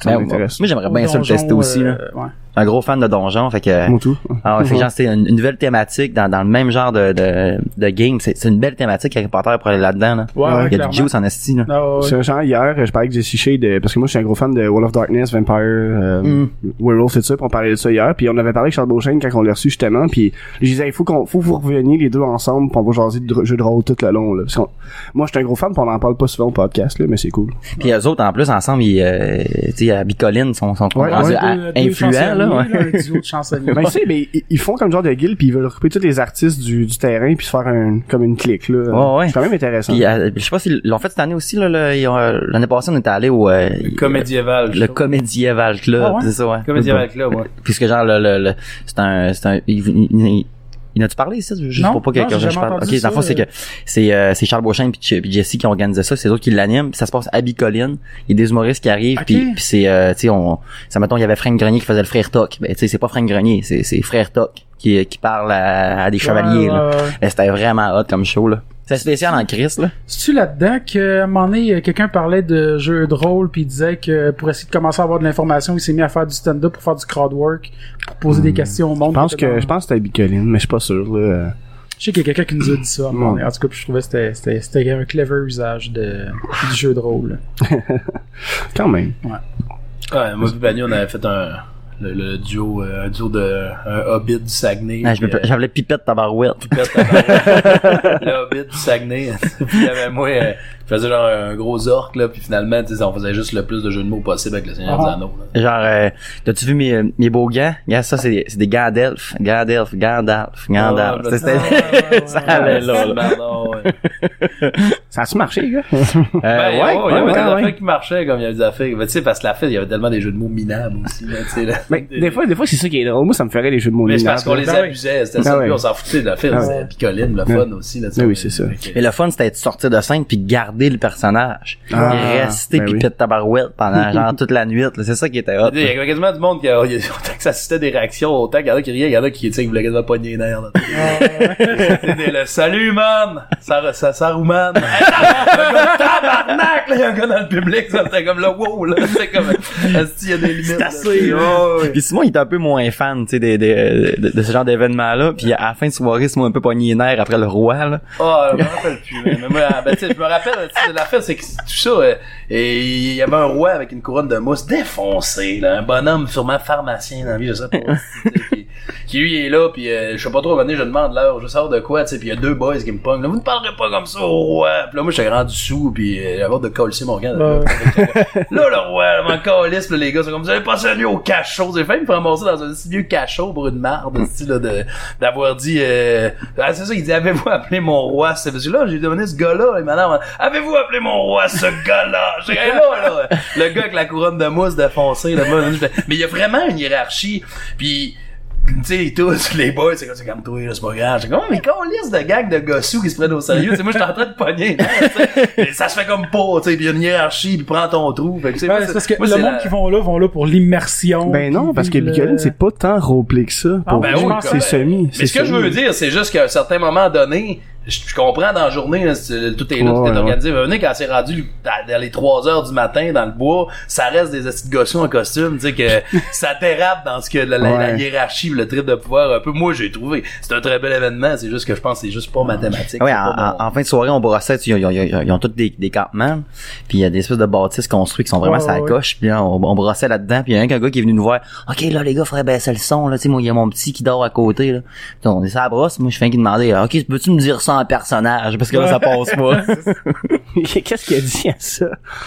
[SPEAKER 4] Ça
[SPEAKER 2] Ben,
[SPEAKER 4] m'intéresse.
[SPEAKER 2] moi, j'aimerais
[SPEAKER 1] Au
[SPEAKER 2] bien ça le
[SPEAKER 1] donjon,
[SPEAKER 2] tester aussi. Là.
[SPEAKER 1] euh, ouais.
[SPEAKER 2] Un gros fan de donjon, fait que.
[SPEAKER 4] Mon tout.
[SPEAKER 2] Ah ouais, fait que
[SPEAKER 4] Mhm.
[SPEAKER 2] genre, c'est une, une nouvelle thématique dans, dans le même genre de, de, de game. C'est c'est une belle thématique Harry Potter pour aller là-dedans. Là.
[SPEAKER 1] Ouais, ouais,
[SPEAKER 2] Il y a
[SPEAKER 1] clairement.
[SPEAKER 2] du juice en esti. Là.
[SPEAKER 1] Ah, ouais, ouais.
[SPEAKER 4] C'est genre hier, je parlais avec Jesse Shade, parce que moi je suis un gros fan de Wall of Darkness, Vampire, euh,
[SPEAKER 2] Mm.
[SPEAKER 4] Werewolf et tout ça, puis on parlait de ça hier, puis on avait parlé avec Charles Beauchesne quand on l'a reçu justement, puis je disais, il faut qu'on, faut que vous reveniez les deux ensemble, puis on va jaser de dr- jeux de rôle tout le long, là. Parce qu'on- moi je suis un gros fan, puis on en parle pas souvent au podcast, là, mais
[SPEAKER 2] <laughs>
[SPEAKER 4] c'est cool.
[SPEAKER 2] Puis eux autres, en plus, ensemble, ils, euh, tu sais, à Bicoline, sont, sont
[SPEAKER 4] Ouais,
[SPEAKER 2] rendus
[SPEAKER 4] ouais,
[SPEAKER 2] à-
[SPEAKER 1] Deux- deux
[SPEAKER 2] influents, là. ouais.
[SPEAKER 1] chansonniers, là, Un duo de chansonniers.
[SPEAKER 4] Ben, tu sais, mais ils- ils font comme genre de guild, puis ils veulent recruter tous les artistes du, du terrain, puis se faire un, comme une clique, là.
[SPEAKER 2] Ouais, ouais.
[SPEAKER 4] C'est quand même intéressant.
[SPEAKER 2] Puis, euh, je sais pas s'ils l'ont fait cette année aussi, là, le- ils ont, euh, l'année passée, on était allé au, euh,
[SPEAKER 3] Le Comédieval.
[SPEAKER 2] le Comédieval Club,
[SPEAKER 1] Ah ouais?
[SPEAKER 2] c'est ça, ouais.
[SPEAKER 3] Comédieval Club, ouais.
[SPEAKER 2] Puisque genre, le, le, le- c'est un, c'est un, il, il- il- il a-tu parlé, ça? Juste
[SPEAKER 1] Non,
[SPEAKER 2] pour pas que
[SPEAKER 1] non,
[SPEAKER 2] que
[SPEAKER 1] j'ai
[SPEAKER 2] je
[SPEAKER 1] jamais
[SPEAKER 2] parle.
[SPEAKER 1] entendu
[SPEAKER 2] Ok, dans le fond,
[SPEAKER 1] ça,
[SPEAKER 2] c'est
[SPEAKER 1] euh.
[SPEAKER 2] que, c'est, euh, c'est Charles Beauchamp pis, Ch- pis Jesse qui organisent ça, c'est eux qui l'animent, pis ça se passe à Bicoline. Il y a des humoristes qui arrivent
[SPEAKER 1] Ok.
[SPEAKER 2] puis pis, c'est, euh, tu sais, on, ça mettons, il y avait Frank Grenier qui faisait le frère Toc. Ben, tu sais, c'est pas Frank Grenier, c'est, c'est frère Toc qui, qui parle à, à des chevaliers,
[SPEAKER 1] Ouais,
[SPEAKER 2] là.
[SPEAKER 1] ouais, ouais.
[SPEAKER 2] Mais c'était vraiment hot comme show, là. C'est spécial en Chris, là.
[SPEAKER 1] C'est-tu là-dedans qu'à un moment donné, euh, quelqu'un parlait de jeux de rôle puis il disait que pour essayer de commencer à avoir de l'information, il s'est mis à faire du stand-up pour faire du crowd work, pour poser des questions au monde.
[SPEAKER 4] Hmm. Je pense
[SPEAKER 1] qui était
[SPEAKER 4] que,
[SPEAKER 1] dans-
[SPEAKER 4] je pense que c'était Bicoline, mais je suis pas sûr, là.
[SPEAKER 1] Je sais qu'il y a quelqu'un qui nous a dit ça. à un moment donné. En tout cas, puis je trouvais que c'était- c'était c'était un clever usage de, du jeu de rôle.
[SPEAKER 4] Quand même.
[SPEAKER 3] Ouais, moi et Bagné, on avait fait un le, le duo, euh, un duo de un Hobbit du Saguenay.
[SPEAKER 2] Ah, je
[SPEAKER 3] puis,
[SPEAKER 2] m'appelais-
[SPEAKER 3] euh,
[SPEAKER 2] J'appelais Pipette Tabarouette.
[SPEAKER 3] Pipette Tabarouette. <laughs> le Hobbit du Saguenay. <laughs> puis il y avait moi, euh, je faisais genre un gros orc, là, puis finalement, tu sais, on faisait juste le plus de jeux de mots possible avec le Seigneur
[SPEAKER 4] Ah.
[SPEAKER 3] des Anneaux. là.
[SPEAKER 2] Genre, euh, t'as-tu vu mes, mes beaux gants? Regarde ça, c'est des, c'est des gants d'elfes. Gants d'elfes, gants d'elfes, gants d'elfes.
[SPEAKER 3] Ah,
[SPEAKER 2] C'était-
[SPEAKER 3] ouais, ouais,
[SPEAKER 2] <laughs> ça
[SPEAKER 3] ouais,
[SPEAKER 2] allait
[SPEAKER 3] ouais,
[SPEAKER 2] Ah, ben, là, là.
[SPEAKER 3] pardon, ouais.
[SPEAKER 4] Ça a su marché, <laughs> les gars.
[SPEAKER 2] Euh,
[SPEAKER 3] Ben,
[SPEAKER 2] ouais,
[SPEAKER 3] oh, il
[SPEAKER 2] ouais,
[SPEAKER 3] y avait des
[SPEAKER 2] ouais,
[SPEAKER 3] affaires
[SPEAKER 2] ouais.
[SPEAKER 3] qui marchaient comme il y avait des affaires. Ben, tu sais, parce que la fête, il y avait tellement des jeux de mots minables aussi. Là, tu sais, là.
[SPEAKER 4] Mais des fois, des fois, c'est ça qui est drôle. Moi, ça me ferait les jeux de mots.
[SPEAKER 3] Mais c'est
[SPEAKER 4] lunaires,
[SPEAKER 3] parce qu'on les
[SPEAKER 1] Ben oui.
[SPEAKER 3] abusait, c'était
[SPEAKER 4] Ben
[SPEAKER 3] ça. Puis
[SPEAKER 4] oui.
[SPEAKER 3] on s'en foutait de la fête,
[SPEAKER 4] Ben
[SPEAKER 3] c'était picoline, le fun aussi. Là, tu sais.
[SPEAKER 4] Ben oui, c'est ça.
[SPEAKER 3] Fait que-
[SPEAKER 2] Et le fun, c'était de sortir de scène puis de garder le personnage.
[SPEAKER 4] Ah,
[SPEAKER 2] Rester
[SPEAKER 4] ben oui.
[SPEAKER 2] Pipette Tabarouette pendant genre toute la nuit. là. C'est ça qui était
[SPEAKER 3] <laughs>
[SPEAKER 2] hot.
[SPEAKER 3] Il y avait quasiment du monde qui a, autant que ça suscitait des réactions, autant qu'il y en a qui riaient, il y en a qui, tu sais, qui voulaient quasiment pogner les nerfs, là. <laughs> C'est des- le salut, man! Ça, ça, ça roule, man! Hey, tabarnak, là! Il y a un gars dans le public, ça, c'était comme là, wow, là, c'est comme, est-ce qu'il y a des limites? là,
[SPEAKER 2] assez,
[SPEAKER 3] tu sais,
[SPEAKER 2] là.
[SPEAKER 3] oh, oui.
[SPEAKER 2] Puis Simon, il était un peu moins fan, tu sais, des- des- de, de ce genre d'événement-là. Puis à la fin de soirée, Simon a un peu pogné les nerfs après le roi, là.
[SPEAKER 3] Oh, je me rappelle plus. Mais mais moi, ben, tu sais, je me rappelle, tu sais, l'affaire, c'est que tout ça, euh, et il y avait un roi avec une couronne de mousse défoncée, là, un bonhomme sûrement pharmacien dans la vie, je sais pas. tu sais, qui, qui, lui est là, puis euh, je sais pas trop, à un moment donné, je demande l'heure, je sors de quoi, tu sais, puis il y a deux boys qui me pognent. Là, vous ne parlerez pas comme ça au roi. Puis là, moi, j'étais rendu sous, puis euh, j'avais hâte de coller mon gars.
[SPEAKER 1] Ouais.
[SPEAKER 3] Là, le roi, mon calice, pis là, les gars sont comme, vous avez passé la nuit au cachot. J'ai failli me faire ramasser dans un petit vieux cachot pour une marde, style, là, de, d'avoir dit, euh, ah, c'est ça, il dit, avez-vous appelé mon roi, ce monsieur-là? J'ai demandé ce gars-là, et maintenant, avez-vous appelé mon roi, ce gars-là? J'ai dit, Hey, là, là, le gars avec la couronne de mousse défoncée, là, moi, je fais, mais il y a vraiment une hiérarchie, puis tu sais, tous <laughs> les boys, c'est comme, c'est comme toi, là, c'est pas grave. J'ai comme, oh, mais qu'on liste de gags de gossous qui se prennent au sérieux, tu sais, moi, j'étais en train de pogner, là, tu
[SPEAKER 1] <laughs>
[SPEAKER 3] sais. mais ça se fait comme pas, tu sais, pis y a une hiérarchie, pis prends ton trou, fait que, tu sais,
[SPEAKER 1] Ouais,
[SPEAKER 3] moi,
[SPEAKER 1] c'est parce que
[SPEAKER 3] moi,
[SPEAKER 1] le
[SPEAKER 3] c'est
[SPEAKER 1] monde
[SPEAKER 3] la-
[SPEAKER 1] qui vont là vont là pour l'immersion.
[SPEAKER 4] Ben non,
[SPEAKER 1] puis
[SPEAKER 4] parce que
[SPEAKER 1] le-
[SPEAKER 3] euh.
[SPEAKER 4] Bicoline, c'est pas tant roleplay que ça.
[SPEAKER 1] Ah,
[SPEAKER 4] Pour
[SPEAKER 1] ben
[SPEAKER 4] nous,
[SPEAKER 1] oui,
[SPEAKER 4] c'est
[SPEAKER 1] comme-
[SPEAKER 4] semi.
[SPEAKER 3] Mais ce que je veux dire, c'est juste qu'à un certain moment donné, je, je comprends dans la journée, là, c'est- tout est là, tout
[SPEAKER 4] Ouais,
[SPEAKER 3] est
[SPEAKER 4] ouais.
[SPEAKER 3] organisé. Mais venez quand c'est rendu à- dans les 3 heures du matin dans le bois, ça reste des astuces gossons en costume, tu sais
[SPEAKER 1] <laughs>
[SPEAKER 3] que ça dérape dans ce que la, la- la
[SPEAKER 4] Ouais.
[SPEAKER 3] hiérarchie, le trip de pouvoir un peu. Moi, j'ai trouvé. C'est un très bel événement, c'est juste que je pense que c'est juste
[SPEAKER 1] Ah.
[SPEAKER 3] pas mathématique.
[SPEAKER 2] Ah Ouais,
[SPEAKER 3] c'est
[SPEAKER 2] en,
[SPEAKER 3] pas
[SPEAKER 2] en-
[SPEAKER 3] bon.
[SPEAKER 2] en fin de soirée, on brossait, tu sais, ils, ont- ils ont- ils ont- ils ont tous des, des campements, puis il y a des espèces de bâtisses construites qui sont vraiment
[SPEAKER 1] Ouais,
[SPEAKER 2] sur la
[SPEAKER 1] ouais.
[SPEAKER 2] coche, puis là, on, on brossait là-dedans, puis il y a un qu'un gars qui est venu nous voir, « Ok, là, les gars, faudrait baisser le son, là, tu sais, moi, il y a mon petit qui dort à côté, là. » Puis On est sur la brosse, moi, je fais qui demander, « Ok, peux-tu me dire ça en personnage, parce que là, ça passe pas. »
[SPEAKER 1] <laughs>
[SPEAKER 4] <laughs> Qu'est-ce qu'il a dit à ça?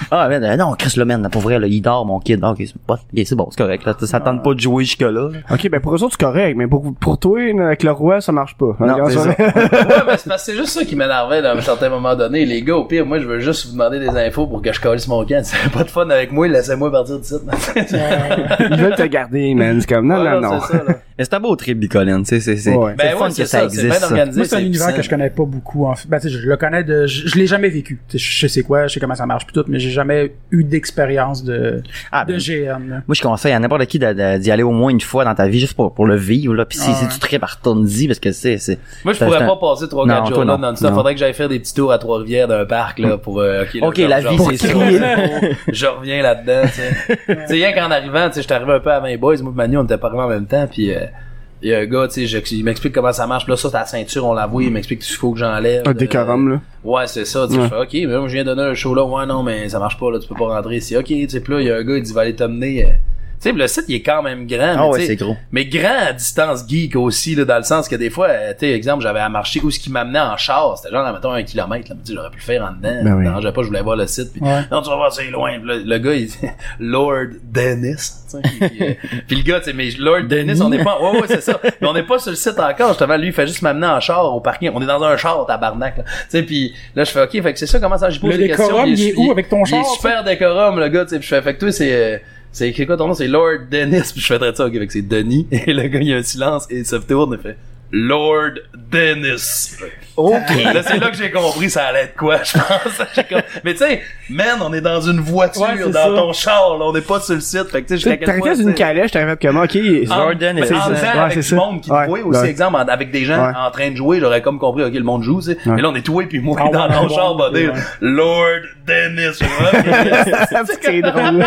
[SPEAKER 2] Ah, mais euh, non, Chris Le Man, là, pour vrai, là, il dort, mon kid. Ah, Ok, c'est pas- ok, c'est bon, c'est correct, là, ça tente pas de jouer jusque-là. là.
[SPEAKER 4] Ok, ben pour eux autres, c'est correct, mais pour, pour toi, avec le roi, ça marche pas. Hein,
[SPEAKER 2] Non,
[SPEAKER 4] Regarde,
[SPEAKER 2] c'est
[SPEAKER 4] ça-
[SPEAKER 2] ça.
[SPEAKER 3] Ouais, mais Ah, ben, c'est parce que c'est juste ça qui m'énervait à un certain moment donné. Les gars, au pire, moi, je veux juste vous demander des infos pour que je calisse mon camp. <laughs> Si vous avez pas de fun avec moi, laissez-moi partir <laughs> de site.
[SPEAKER 4] <laughs> Ils veulent te garder, man. C'est comme, non, non, non.
[SPEAKER 3] C'est ça, là.
[SPEAKER 2] Mais c'est un beau trip, Bicoline, tu sais, c'est, c'est,
[SPEAKER 4] Ouais.
[SPEAKER 2] c'est
[SPEAKER 3] Ben
[SPEAKER 2] le fun
[SPEAKER 3] ouais,
[SPEAKER 2] que
[SPEAKER 3] c'est
[SPEAKER 2] ça,
[SPEAKER 3] ça, c'est
[SPEAKER 2] existe.
[SPEAKER 3] bien
[SPEAKER 2] ça.
[SPEAKER 3] organisé.
[SPEAKER 1] Moi, c'est un
[SPEAKER 3] c'est
[SPEAKER 1] univers
[SPEAKER 3] puissant.
[SPEAKER 1] que je connais pas beaucoup. En fait. Ben, tu sais, je le connais de. Je, je l'ai jamais vécu. Tu sais, Je sais c'est quoi, je sais comment ça marche, puis tout, mais j'ai jamais eu d'expérience de,
[SPEAKER 2] Ah,
[SPEAKER 1] de
[SPEAKER 2] ben,
[SPEAKER 1] GN. là.
[SPEAKER 2] Moi, je conseille à n'importe qui de- de- d'y aller au moins une fois dans ta vie, juste pour, pour le vivre, là. Puis si,
[SPEAKER 1] Ah,
[SPEAKER 2] si
[SPEAKER 1] ouais.
[SPEAKER 2] tu tripes, retourne-y, parce que c'est, c'est...
[SPEAKER 3] Moi, je
[SPEAKER 2] c'est-
[SPEAKER 3] pourrais
[SPEAKER 2] c'est un-
[SPEAKER 3] pas passer
[SPEAKER 2] Non,
[SPEAKER 3] 3-4 jours
[SPEAKER 2] toi, non.
[SPEAKER 3] là non stop.
[SPEAKER 2] Non.
[SPEAKER 3] Faudrait que j'aille faire des petits tours à Trois-Rivières d'un parc, là, pour, euh, là,
[SPEAKER 2] Ok,
[SPEAKER 3] genre,
[SPEAKER 2] la
[SPEAKER 3] genre,
[SPEAKER 2] vie, c'est
[SPEAKER 3] genre, Je reviens là-dedans,
[SPEAKER 2] <laughs>
[SPEAKER 3] tu sais. tu sais, rien qu'en arrivant, tu sais, j'étais arrivé un peu à main boys, moi, et Manu, on était pas arrivés en même temps, puis euh, il y a un gars, tu sais, je- il m'explique comment ça marche, puis là, ça, ta ceinture, on la voit, il m'explique qu'il faut que j'enlève.
[SPEAKER 4] Un
[SPEAKER 3] euh,
[SPEAKER 4] décorum, là.
[SPEAKER 3] Ouais, c'est ça. Tu sais, je fais, ok, mais moi, je viens de donner un show là. Ouais, non, mais ça marche pas, là. Tu peux pas rentrer ici. Ok, tu sais, puis là, il y a un gars, il dit, va aller t'emmener. euh. Tu sais, le site, il est quand même grand.
[SPEAKER 2] Ah
[SPEAKER 3] mais
[SPEAKER 2] ouais,
[SPEAKER 3] tu sais,
[SPEAKER 2] c'est gros.
[SPEAKER 3] Mais grand à distance geek aussi, là, dans le sens que des fois, euh, tu sais, exemple, j'avais à marcher où ce qui m'amenait en char. C'était genre, mettons, un kilomètre, là. Mais tu sais, j'aurais pu le faire en dedans.
[SPEAKER 4] Ben oui.
[SPEAKER 3] Ça me dérangeait pas, je voulais voir le site. Puis,
[SPEAKER 1] Ouais.
[SPEAKER 3] non, tu vas voir, c'est loin. Puis là, le gars, il dit, <laughs> Lord Dennis. tu sais, Puis,
[SPEAKER 4] <laughs>
[SPEAKER 3] puis, euh, puis le gars, tu sais, mais Lord Dennis, on n'est pas, ouais, ouais, c'est ça. Mais on n'est pas sur le site encore, justement. Lui, il fait juste m'amener en char au parking. On est dans un char, tabarnak, là. Tu sais, puis là, je fais, OK, fait que c'est ça, comment ça, je pose
[SPEAKER 1] Le
[SPEAKER 3] des questions.
[SPEAKER 1] décorum, il est où avec ton
[SPEAKER 3] Il
[SPEAKER 1] char,
[SPEAKER 3] est super décorum, le gars, tu sais. Puis je fais, fait que toi, c'est, euh, c'est c'est quoi ton nom? C'est Lord Dennis. Puis je fais très ça, OK, fait que c'est Denis. <laughs> Et le gars, il y a un silence et il se tourne et fait, Lord Dennis.
[SPEAKER 2] OK.
[SPEAKER 3] <laughs> Là, c'est là que j'ai compris ça allait être quoi, <laughs> je pense. J'ai comme- Mais tu sais, man, on est dans une voiture,
[SPEAKER 1] Ouais, c'est
[SPEAKER 3] dans
[SPEAKER 1] ça.
[SPEAKER 3] ton char, là, on n'est pas sur le site. Fait que tu sais, jusqu'à
[SPEAKER 4] T'sais,
[SPEAKER 3] quel
[SPEAKER 4] T'arrêtais
[SPEAKER 3] point,
[SPEAKER 4] d'une
[SPEAKER 3] tu sais-
[SPEAKER 4] calèche, t'arrivais comme, ok.
[SPEAKER 3] en,
[SPEAKER 2] Jordan
[SPEAKER 3] Ah, mais
[SPEAKER 2] et
[SPEAKER 3] en
[SPEAKER 2] ça.
[SPEAKER 3] dedans,
[SPEAKER 4] Ouais,
[SPEAKER 3] avec
[SPEAKER 4] c'est
[SPEAKER 3] du
[SPEAKER 4] ça.
[SPEAKER 3] monde qui
[SPEAKER 4] Ouais,
[SPEAKER 3] te voit aussi, <laughs>
[SPEAKER 4] ouais.
[SPEAKER 3] exemple, en- avec des gens
[SPEAKER 4] Ouais.
[SPEAKER 3] en train de jouer, j'aurais comme compris, ok, le monde joue, tu sais. Mais là, on est toi et puis moi
[SPEAKER 1] Ah
[SPEAKER 3] dans
[SPEAKER 1] ouais,
[SPEAKER 3] ton
[SPEAKER 1] ouais,
[SPEAKER 3] char,
[SPEAKER 1] ouais.
[SPEAKER 3] body, là, Lord Dennis, je
[SPEAKER 4] <laughs>
[SPEAKER 3] vois,
[SPEAKER 4] C'est drôle.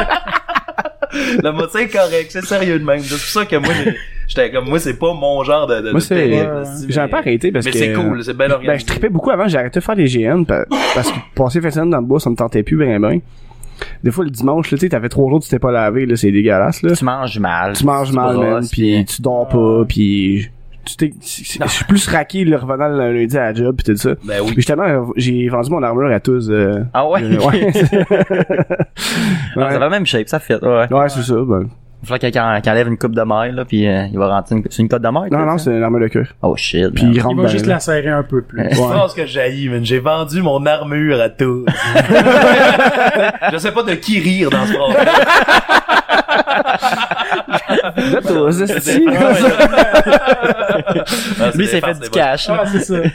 [SPEAKER 3] puis le mot, c'est correct, c'est sérieux de même. C'est pour ça que moi, j'ai- j'étais comme, moi, c'est pas mon genre de, de, de
[SPEAKER 4] Moi, c'est-
[SPEAKER 3] terrible,
[SPEAKER 1] ouais,
[SPEAKER 3] si,
[SPEAKER 4] J'ai
[SPEAKER 3] mais-
[SPEAKER 4] pas arrêté parce
[SPEAKER 3] Mais
[SPEAKER 4] que.
[SPEAKER 3] c'est cool, c'est bien organisé.
[SPEAKER 4] Ben, je tripais beaucoup avant, j'ai arrêté de faire des GN pa- parce que passer fin de semaine dans le bois, ça me tentait plus bien, ben. Des fois, le dimanche, là, tu sais, t'avais trois jours, tu t'es pas lavé, là, c'est dégueulasse, là.
[SPEAKER 2] Tu manges mal.
[SPEAKER 4] euh, Tu manges mal,
[SPEAKER 2] brosses,
[SPEAKER 4] man, pis tu dors pas, pis tu t'es, je suis plus raqué le revenant le lundi à la job pis tout ça.
[SPEAKER 3] Ben oui.
[SPEAKER 4] Puis justement, euh, j'ai vendu mon armure à tous. euh,
[SPEAKER 2] <laughs> Ah ouais?
[SPEAKER 4] euh, ouais.
[SPEAKER 2] Non, Ça
[SPEAKER 4] ouais.
[SPEAKER 2] va même shape, ça fait. Ouais.
[SPEAKER 4] Ouais, c'est ça, ben.
[SPEAKER 2] Il faut quelqu'un qui enlève une coupe de maille, là, puis euh, il va rentrer une, c'est une cote de maille.
[SPEAKER 4] Non,
[SPEAKER 2] là,
[SPEAKER 4] non,
[SPEAKER 2] ça?
[SPEAKER 4] c'est une armure de cuir.
[SPEAKER 2] Oh shit.
[SPEAKER 4] Puis
[SPEAKER 2] man.
[SPEAKER 4] il
[SPEAKER 1] Il
[SPEAKER 4] rentre
[SPEAKER 1] va
[SPEAKER 4] bien,
[SPEAKER 1] juste
[SPEAKER 4] là.
[SPEAKER 1] la serrer un peu plus.
[SPEAKER 3] Je <laughs> pense que j'ai man. J'ai vendu mon armure à
[SPEAKER 4] <laughs>
[SPEAKER 3] tous. je sais pas de qui rire dans ce programme.
[SPEAKER 4] De <laughs> tous, esti.
[SPEAKER 3] <laughs> Ah,
[SPEAKER 2] Lui,
[SPEAKER 3] des
[SPEAKER 2] s'est fait
[SPEAKER 3] farces,
[SPEAKER 2] du
[SPEAKER 3] des bonnes.
[SPEAKER 2] cash.
[SPEAKER 1] Ah, c'est ça.
[SPEAKER 3] ouais,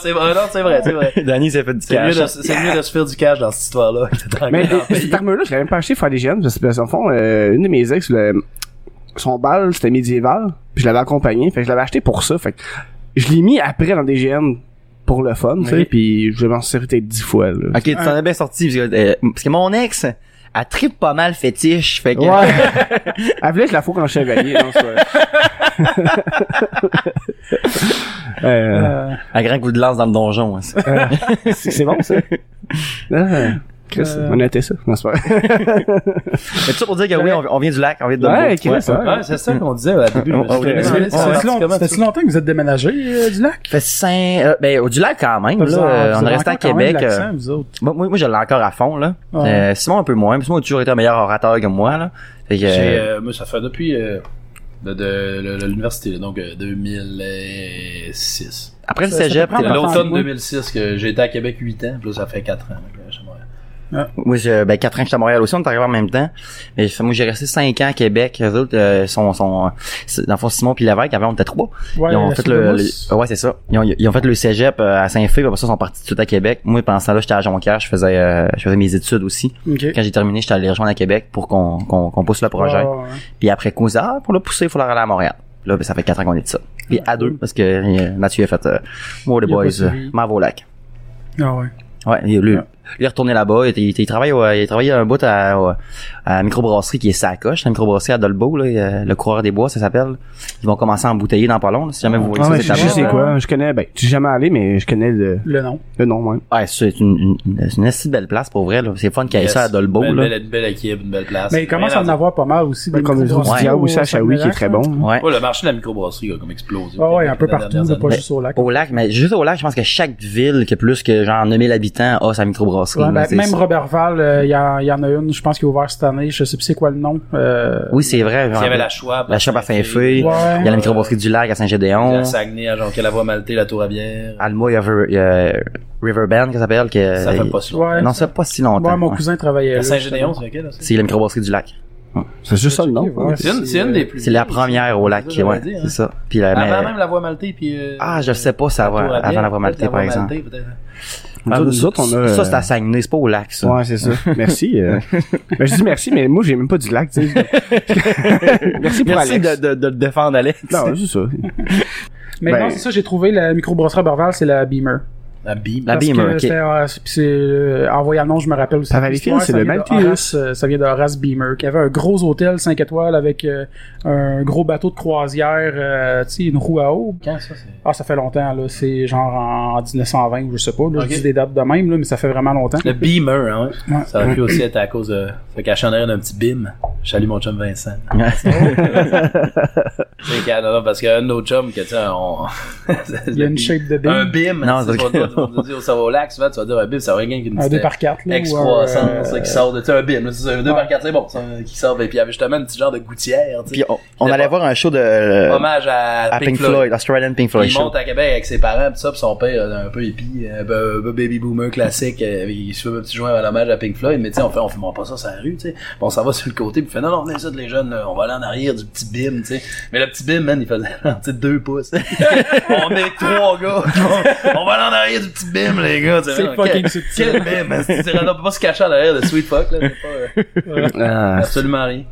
[SPEAKER 3] c'est vrai. Ah, Non, c'est vrai, c'est <laughs> vrai.
[SPEAKER 2] Danny s'est fait du
[SPEAKER 3] C'est mieux,
[SPEAKER 2] cash.
[SPEAKER 3] de, c'est mieux de se faire du cash dans cette histoire-là.
[SPEAKER 4] Mais cette armure-là, je l'avais même pas acheté pour faire des gènes, parce que, parce qu'en fond, euh, une de mes ex, le- son bal, c'était médiéval, puis je l'avais accompagné, fait que je l'avais acheté pour ça, fait que je l'ai mis après dans des gènes pour le fun, tu sais,
[SPEAKER 1] Oui.
[SPEAKER 4] puis je m'en suis servi peut-être dix fois, là.
[SPEAKER 2] Ok, tu t'en as bien sorti, parce que, euh, parce que mon ex, elle tripe pas mal fétiche, fait que...
[SPEAKER 4] <laughs> Ouais. Elle voulait que je la fous quand chevalier, non, c'est <laughs> pas- Euh,
[SPEAKER 1] Euh,
[SPEAKER 2] Un grand coup de lance dans le donjon. hein, ça.
[SPEAKER 4] c'est c'est <laughs> bon, ça? Ah, Chris,
[SPEAKER 1] Euh.
[SPEAKER 4] on a noté ça, non, c'est pas vrai.
[SPEAKER 2] Mais tout ça pour dire que oui, on, on vient du lac, on vient de
[SPEAKER 4] Ouais,
[SPEAKER 2] Dunwood.
[SPEAKER 4] Chris, ouais.
[SPEAKER 3] Ouais, c'est ça qu'on disait au début.
[SPEAKER 2] Ah, ouais, ouais.
[SPEAKER 1] ça fait-tu long- ça fait-tu longtemps que vous êtes déménagé euh, du lac?
[SPEAKER 2] Fait cinq, euh, ben, au- du lac quand même,
[SPEAKER 1] Vous
[SPEAKER 2] là,
[SPEAKER 1] avez-
[SPEAKER 2] euh,
[SPEAKER 1] vous
[SPEAKER 2] on
[SPEAKER 1] avez
[SPEAKER 2] est resté à
[SPEAKER 1] encore quand même
[SPEAKER 2] Québec. euh,
[SPEAKER 1] l'accent, vous autres.
[SPEAKER 2] moi, moi, moi, je l'ai encore à fond, là.
[SPEAKER 1] Ouais.
[SPEAKER 2] Euh, Simon, un peu moins. mais Simon a toujours été un meilleur orateur que moi, là. Fait que,
[SPEAKER 3] J'ai,
[SPEAKER 2] euh,
[SPEAKER 3] euh, moi, ça fait depuis euh, de, de- le- le- l'université, là, donc euh, 2006.
[SPEAKER 2] après le
[SPEAKER 1] ça- ça
[SPEAKER 2] cégep,
[SPEAKER 1] peut
[SPEAKER 2] t'es
[SPEAKER 1] prendre
[SPEAKER 2] là.
[SPEAKER 1] longtemps,
[SPEAKER 3] L'automne
[SPEAKER 1] Ah, ben, moi.
[SPEAKER 3] 2006, que j'ai été à Québec 8 ans, puis là, ça fait 4 ans. donc, euh, j'aimerais-
[SPEAKER 2] Moi, j'ai, ben, 4 ans que j'étais à Montréal aussi, on est arrivé en même temps. Mais fait- moi, j'ai resté 5 ans à Québec. Les autres, euh, sont, sont, c'est- dans le fond, Simon puis Lévesque, avant, on était trois.
[SPEAKER 1] Ouais,
[SPEAKER 2] ils ont
[SPEAKER 1] la
[SPEAKER 2] fait le,
[SPEAKER 1] Sud-Mousse.
[SPEAKER 2] le- ouais c'est ça ils ont, ils ont fait le cégep euh, à Saint-Fé puis après ça ils sont partis tout de suite à Québec moi pendant ce temps-là j'étais à Jonquière je faisais euh, je faisais mes études aussi
[SPEAKER 1] Ok.
[SPEAKER 2] quand j'ai terminé j'étais allé rejoindre à Québec pour qu'on qu'on qu'on pousse le projet
[SPEAKER 1] Ah, ouais.
[SPEAKER 2] puis après qu'on dit, ah pour le pousser il faut leur aller à Montréal là ben, ça fait quatre ans qu'on est de ça puis à deux parce que euh, Mathieu a fait euh, moi les
[SPEAKER 1] Il a
[SPEAKER 2] boys
[SPEAKER 1] pas suivi.
[SPEAKER 2] euh, m'en vais au lac
[SPEAKER 1] Ah ouais.
[SPEAKER 2] ouais il, lui, il est retourné là-bas il, était- il, était- il travaille au- il travaillait un bout à, au- à la microbrasserie qui est sacoche la microbrasserie à Dolbeau là, euh, le coureur des bois ça s'appelle ils vont commencer à embouteiller dans pas long là, si jamais vous voulez
[SPEAKER 4] Ah
[SPEAKER 2] ça
[SPEAKER 4] ouais,
[SPEAKER 2] c'est
[SPEAKER 4] je
[SPEAKER 2] à
[SPEAKER 4] je
[SPEAKER 2] bas,
[SPEAKER 4] sais
[SPEAKER 2] là.
[SPEAKER 4] quoi, je connais, ben, je suis jamais allé, mais je connais le,
[SPEAKER 1] Le nom.
[SPEAKER 4] le nom, ouais.
[SPEAKER 2] Ouais, c'est une, une, une, une assez belle place pour vrai, là. C'est fun qu'il y ait
[SPEAKER 3] Yes. Ben,
[SPEAKER 2] ça à Dolbeau,
[SPEAKER 3] Belle-
[SPEAKER 2] là.
[SPEAKER 3] Belle, une belle équipe, une belle place.
[SPEAKER 1] Mais il commence à en
[SPEAKER 3] Rien
[SPEAKER 1] avoir pas mal aussi. des
[SPEAKER 4] Ben, Comme les
[SPEAKER 1] micro-brasseries
[SPEAKER 4] autres
[SPEAKER 2] Ouais.
[SPEAKER 4] du Diao aussi
[SPEAKER 1] au
[SPEAKER 4] à Shawi qui est très bon. hein.
[SPEAKER 2] Ouais.
[SPEAKER 3] Ouais, le marché de la microbrasserie a comme explosé.
[SPEAKER 1] Ah ouais, un peu
[SPEAKER 3] Dans les
[SPEAKER 1] partout,
[SPEAKER 3] dernières
[SPEAKER 1] là, pas
[SPEAKER 4] Ben,
[SPEAKER 3] années.
[SPEAKER 1] juste au lac.
[SPEAKER 2] Au lac, mais juste au lac, je pense que chaque ville qui a plus que genre 9000 habitants a sa microbrasserie.
[SPEAKER 1] Ouais,
[SPEAKER 2] là,
[SPEAKER 1] ben,
[SPEAKER 2] c'est-
[SPEAKER 1] même
[SPEAKER 2] c'est-
[SPEAKER 1] Robertval, euh, il y, a- il y en a une, je pense, qui est ouverte cette année. Je sais plus c'est quoi le nom. Euh,
[SPEAKER 2] Oui, c'est vrai.
[SPEAKER 3] Il y
[SPEAKER 2] genre,
[SPEAKER 3] avait la Schwab.
[SPEAKER 2] la Chope à Saint-Fé.
[SPEAKER 1] Ouais.
[SPEAKER 2] Il y a la microbrasserie du lac à
[SPEAKER 3] Il y a
[SPEAKER 2] Saint-Gédéon.
[SPEAKER 3] la Saguenay, à Jonquière, Maltais, la Tour à Bière.
[SPEAKER 2] Alma, il y a, Ver- il y a Riverbend, qui s'appelle, que...
[SPEAKER 3] Ça fait pas si longtemps.
[SPEAKER 1] Ouais.
[SPEAKER 2] Non, ça fait pas si
[SPEAKER 1] Moi,
[SPEAKER 2] longtemps.
[SPEAKER 1] mon
[SPEAKER 2] ouais.
[SPEAKER 1] cousin travaillait
[SPEAKER 3] La
[SPEAKER 1] là.
[SPEAKER 3] Saint-Gédéon,
[SPEAKER 1] justement.
[SPEAKER 3] c'est laquelle, là, ça?
[SPEAKER 2] C'est la microbrasserie du lac.
[SPEAKER 4] C'est juste ça le nom. hein.
[SPEAKER 1] Ouais.
[SPEAKER 4] ouais.
[SPEAKER 3] C'est une, c'est une des plus.
[SPEAKER 2] Euh, C'est la première au lac,
[SPEAKER 3] C'est ça,
[SPEAKER 2] ouais.
[SPEAKER 3] j'allais dire,
[SPEAKER 2] C'est
[SPEAKER 3] hein.
[SPEAKER 2] ça. Puis la, mais-
[SPEAKER 3] Avant même la voie maltais, puis. euh,
[SPEAKER 2] Ah, je sais pas, ça
[SPEAKER 3] la
[SPEAKER 2] va,
[SPEAKER 3] Tour à
[SPEAKER 2] avant
[SPEAKER 3] Bière,
[SPEAKER 2] la voie maltais,
[SPEAKER 3] peut-être la
[SPEAKER 2] par
[SPEAKER 3] voie
[SPEAKER 2] exemple.
[SPEAKER 3] maltais, peut-être.
[SPEAKER 4] Nous autres, nous autres, on a.
[SPEAKER 2] Ça, c'est
[SPEAKER 4] euh,
[SPEAKER 2] à Saguenay, c'est pas au lac, ça.
[SPEAKER 4] Ouais,
[SPEAKER 2] <laughs>
[SPEAKER 4] c'est ça. Merci. euh. ben, je dis merci, mais moi, j'ai même pas du lac,
[SPEAKER 2] <laughs>
[SPEAKER 4] tu sais. merci pour
[SPEAKER 2] Merci de,
[SPEAKER 4] Alex.
[SPEAKER 2] de, de le défendre, Alex.
[SPEAKER 4] <laughs> Non, c'est ça.
[SPEAKER 1] Mais
[SPEAKER 4] Ben-
[SPEAKER 1] non, c'est ça, j'ai trouvé la microbrasserie Robertval, c'est la Beamer.
[SPEAKER 3] La Beam.
[SPEAKER 2] La
[SPEAKER 1] Parce
[SPEAKER 2] Beamer,
[SPEAKER 1] que
[SPEAKER 2] ok.
[SPEAKER 1] c'était, euh, c'est- puis c'est, euh, en voyant le nom, je me rappelle aussi.
[SPEAKER 4] À Valleyfield,
[SPEAKER 1] l'histoire,
[SPEAKER 4] c'est
[SPEAKER 1] ça
[SPEAKER 4] le
[SPEAKER 1] vient de
[SPEAKER 4] Maltese.
[SPEAKER 1] Horace, euh, Ça vient de Horace Beamer, qui avait un gros hôtel 5 étoiles avec euh, un gros bateau de croisière, euh, tu sais, une roue à eau.
[SPEAKER 3] Quand ça, c'est.
[SPEAKER 1] Ah, ça fait longtemps, là. C'est genre en 1920 ou je sais pas. Là,
[SPEAKER 3] Ok.
[SPEAKER 1] Je dis des dates de même, là, mais ça fait vraiment longtemps.
[SPEAKER 3] Le Beamer, hein.
[SPEAKER 1] Ouais.
[SPEAKER 3] Ça aurait pu aussi être à cause de. Fait cacher en arrière d'un petit Beam. Salut mon chum Vincent.
[SPEAKER 2] <laughs>
[SPEAKER 3] C'est qu'à- non, non, parce qu'un de nos chums, que tu sais, on.
[SPEAKER 1] Il y a une
[SPEAKER 3] <laughs>
[SPEAKER 1] shape de
[SPEAKER 3] Un
[SPEAKER 1] Beam.
[SPEAKER 3] bim,
[SPEAKER 2] Non,
[SPEAKER 3] c'est
[SPEAKER 2] c'est
[SPEAKER 3] pas
[SPEAKER 2] que-
[SPEAKER 3] toi, tu vas dire au cerveau lac, souvent, tu vas dire un bim, ça va rien qu'une
[SPEAKER 1] Un 2
[SPEAKER 3] petite
[SPEAKER 1] par 4 là. ou un, euh,
[SPEAKER 3] excroissance, là, qui sort de, tu sais, un bim, là, c'est un 2
[SPEAKER 1] Ouais.
[SPEAKER 3] par 4, c'est bon, c'est un- qui sort, et puis il y avait justement un petit genre de gouttière, tu
[SPEAKER 2] Puis
[SPEAKER 3] sais.
[SPEAKER 2] on, on
[SPEAKER 3] C'était
[SPEAKER 2] allait
[SPEAKER 3] pas-
[SPEAKER 2] voir un show de euh,
[SPEAKER 3] Hommage à,
[SPEAKER 2] à Pink, Floyd. Australian Pink Floyd
[SPEAKER 3] Puis il
[SPEAKER 2] show.
[SPEAKER 3] monte à Québec avec ses parents, pis ça, pis son père, euh, un peu hippie, euh, b- b- baby boomer classique, euh, il se fait un petit joint à l'hommage à Pink Floyd, mais tu sais, on fait, on fait pas ça sur la rue, tu sais. Puis On s'en va sur le côté, puis il fait, non, non, venez ça, les jeunes, là, on va aller en arrière du petit bim, tu sais. Mais le petit bim, man, il faisait, <laughs> tu sais,
[SPEAKER 1] <laughs>
[SPEAKER 3] deux pouces. on est trois gars, on, on va aller en arrière du petit bim, les gars, tu sais.
[SPEAKER 1] C'est
[SPEAKER 3] man,
[SPEAKER 1] fucking
[SPEAKER 3] quel-
[SPEAKER 1] subtil.
[SPEAKER 3] Quel bim, man, tu dirais, on peut pas se cacher en arrière de Sweet Fuck, là, c'est pas, euh,
[SPEAKER 2] Ah,
[SPEAKER 3] absolument rien.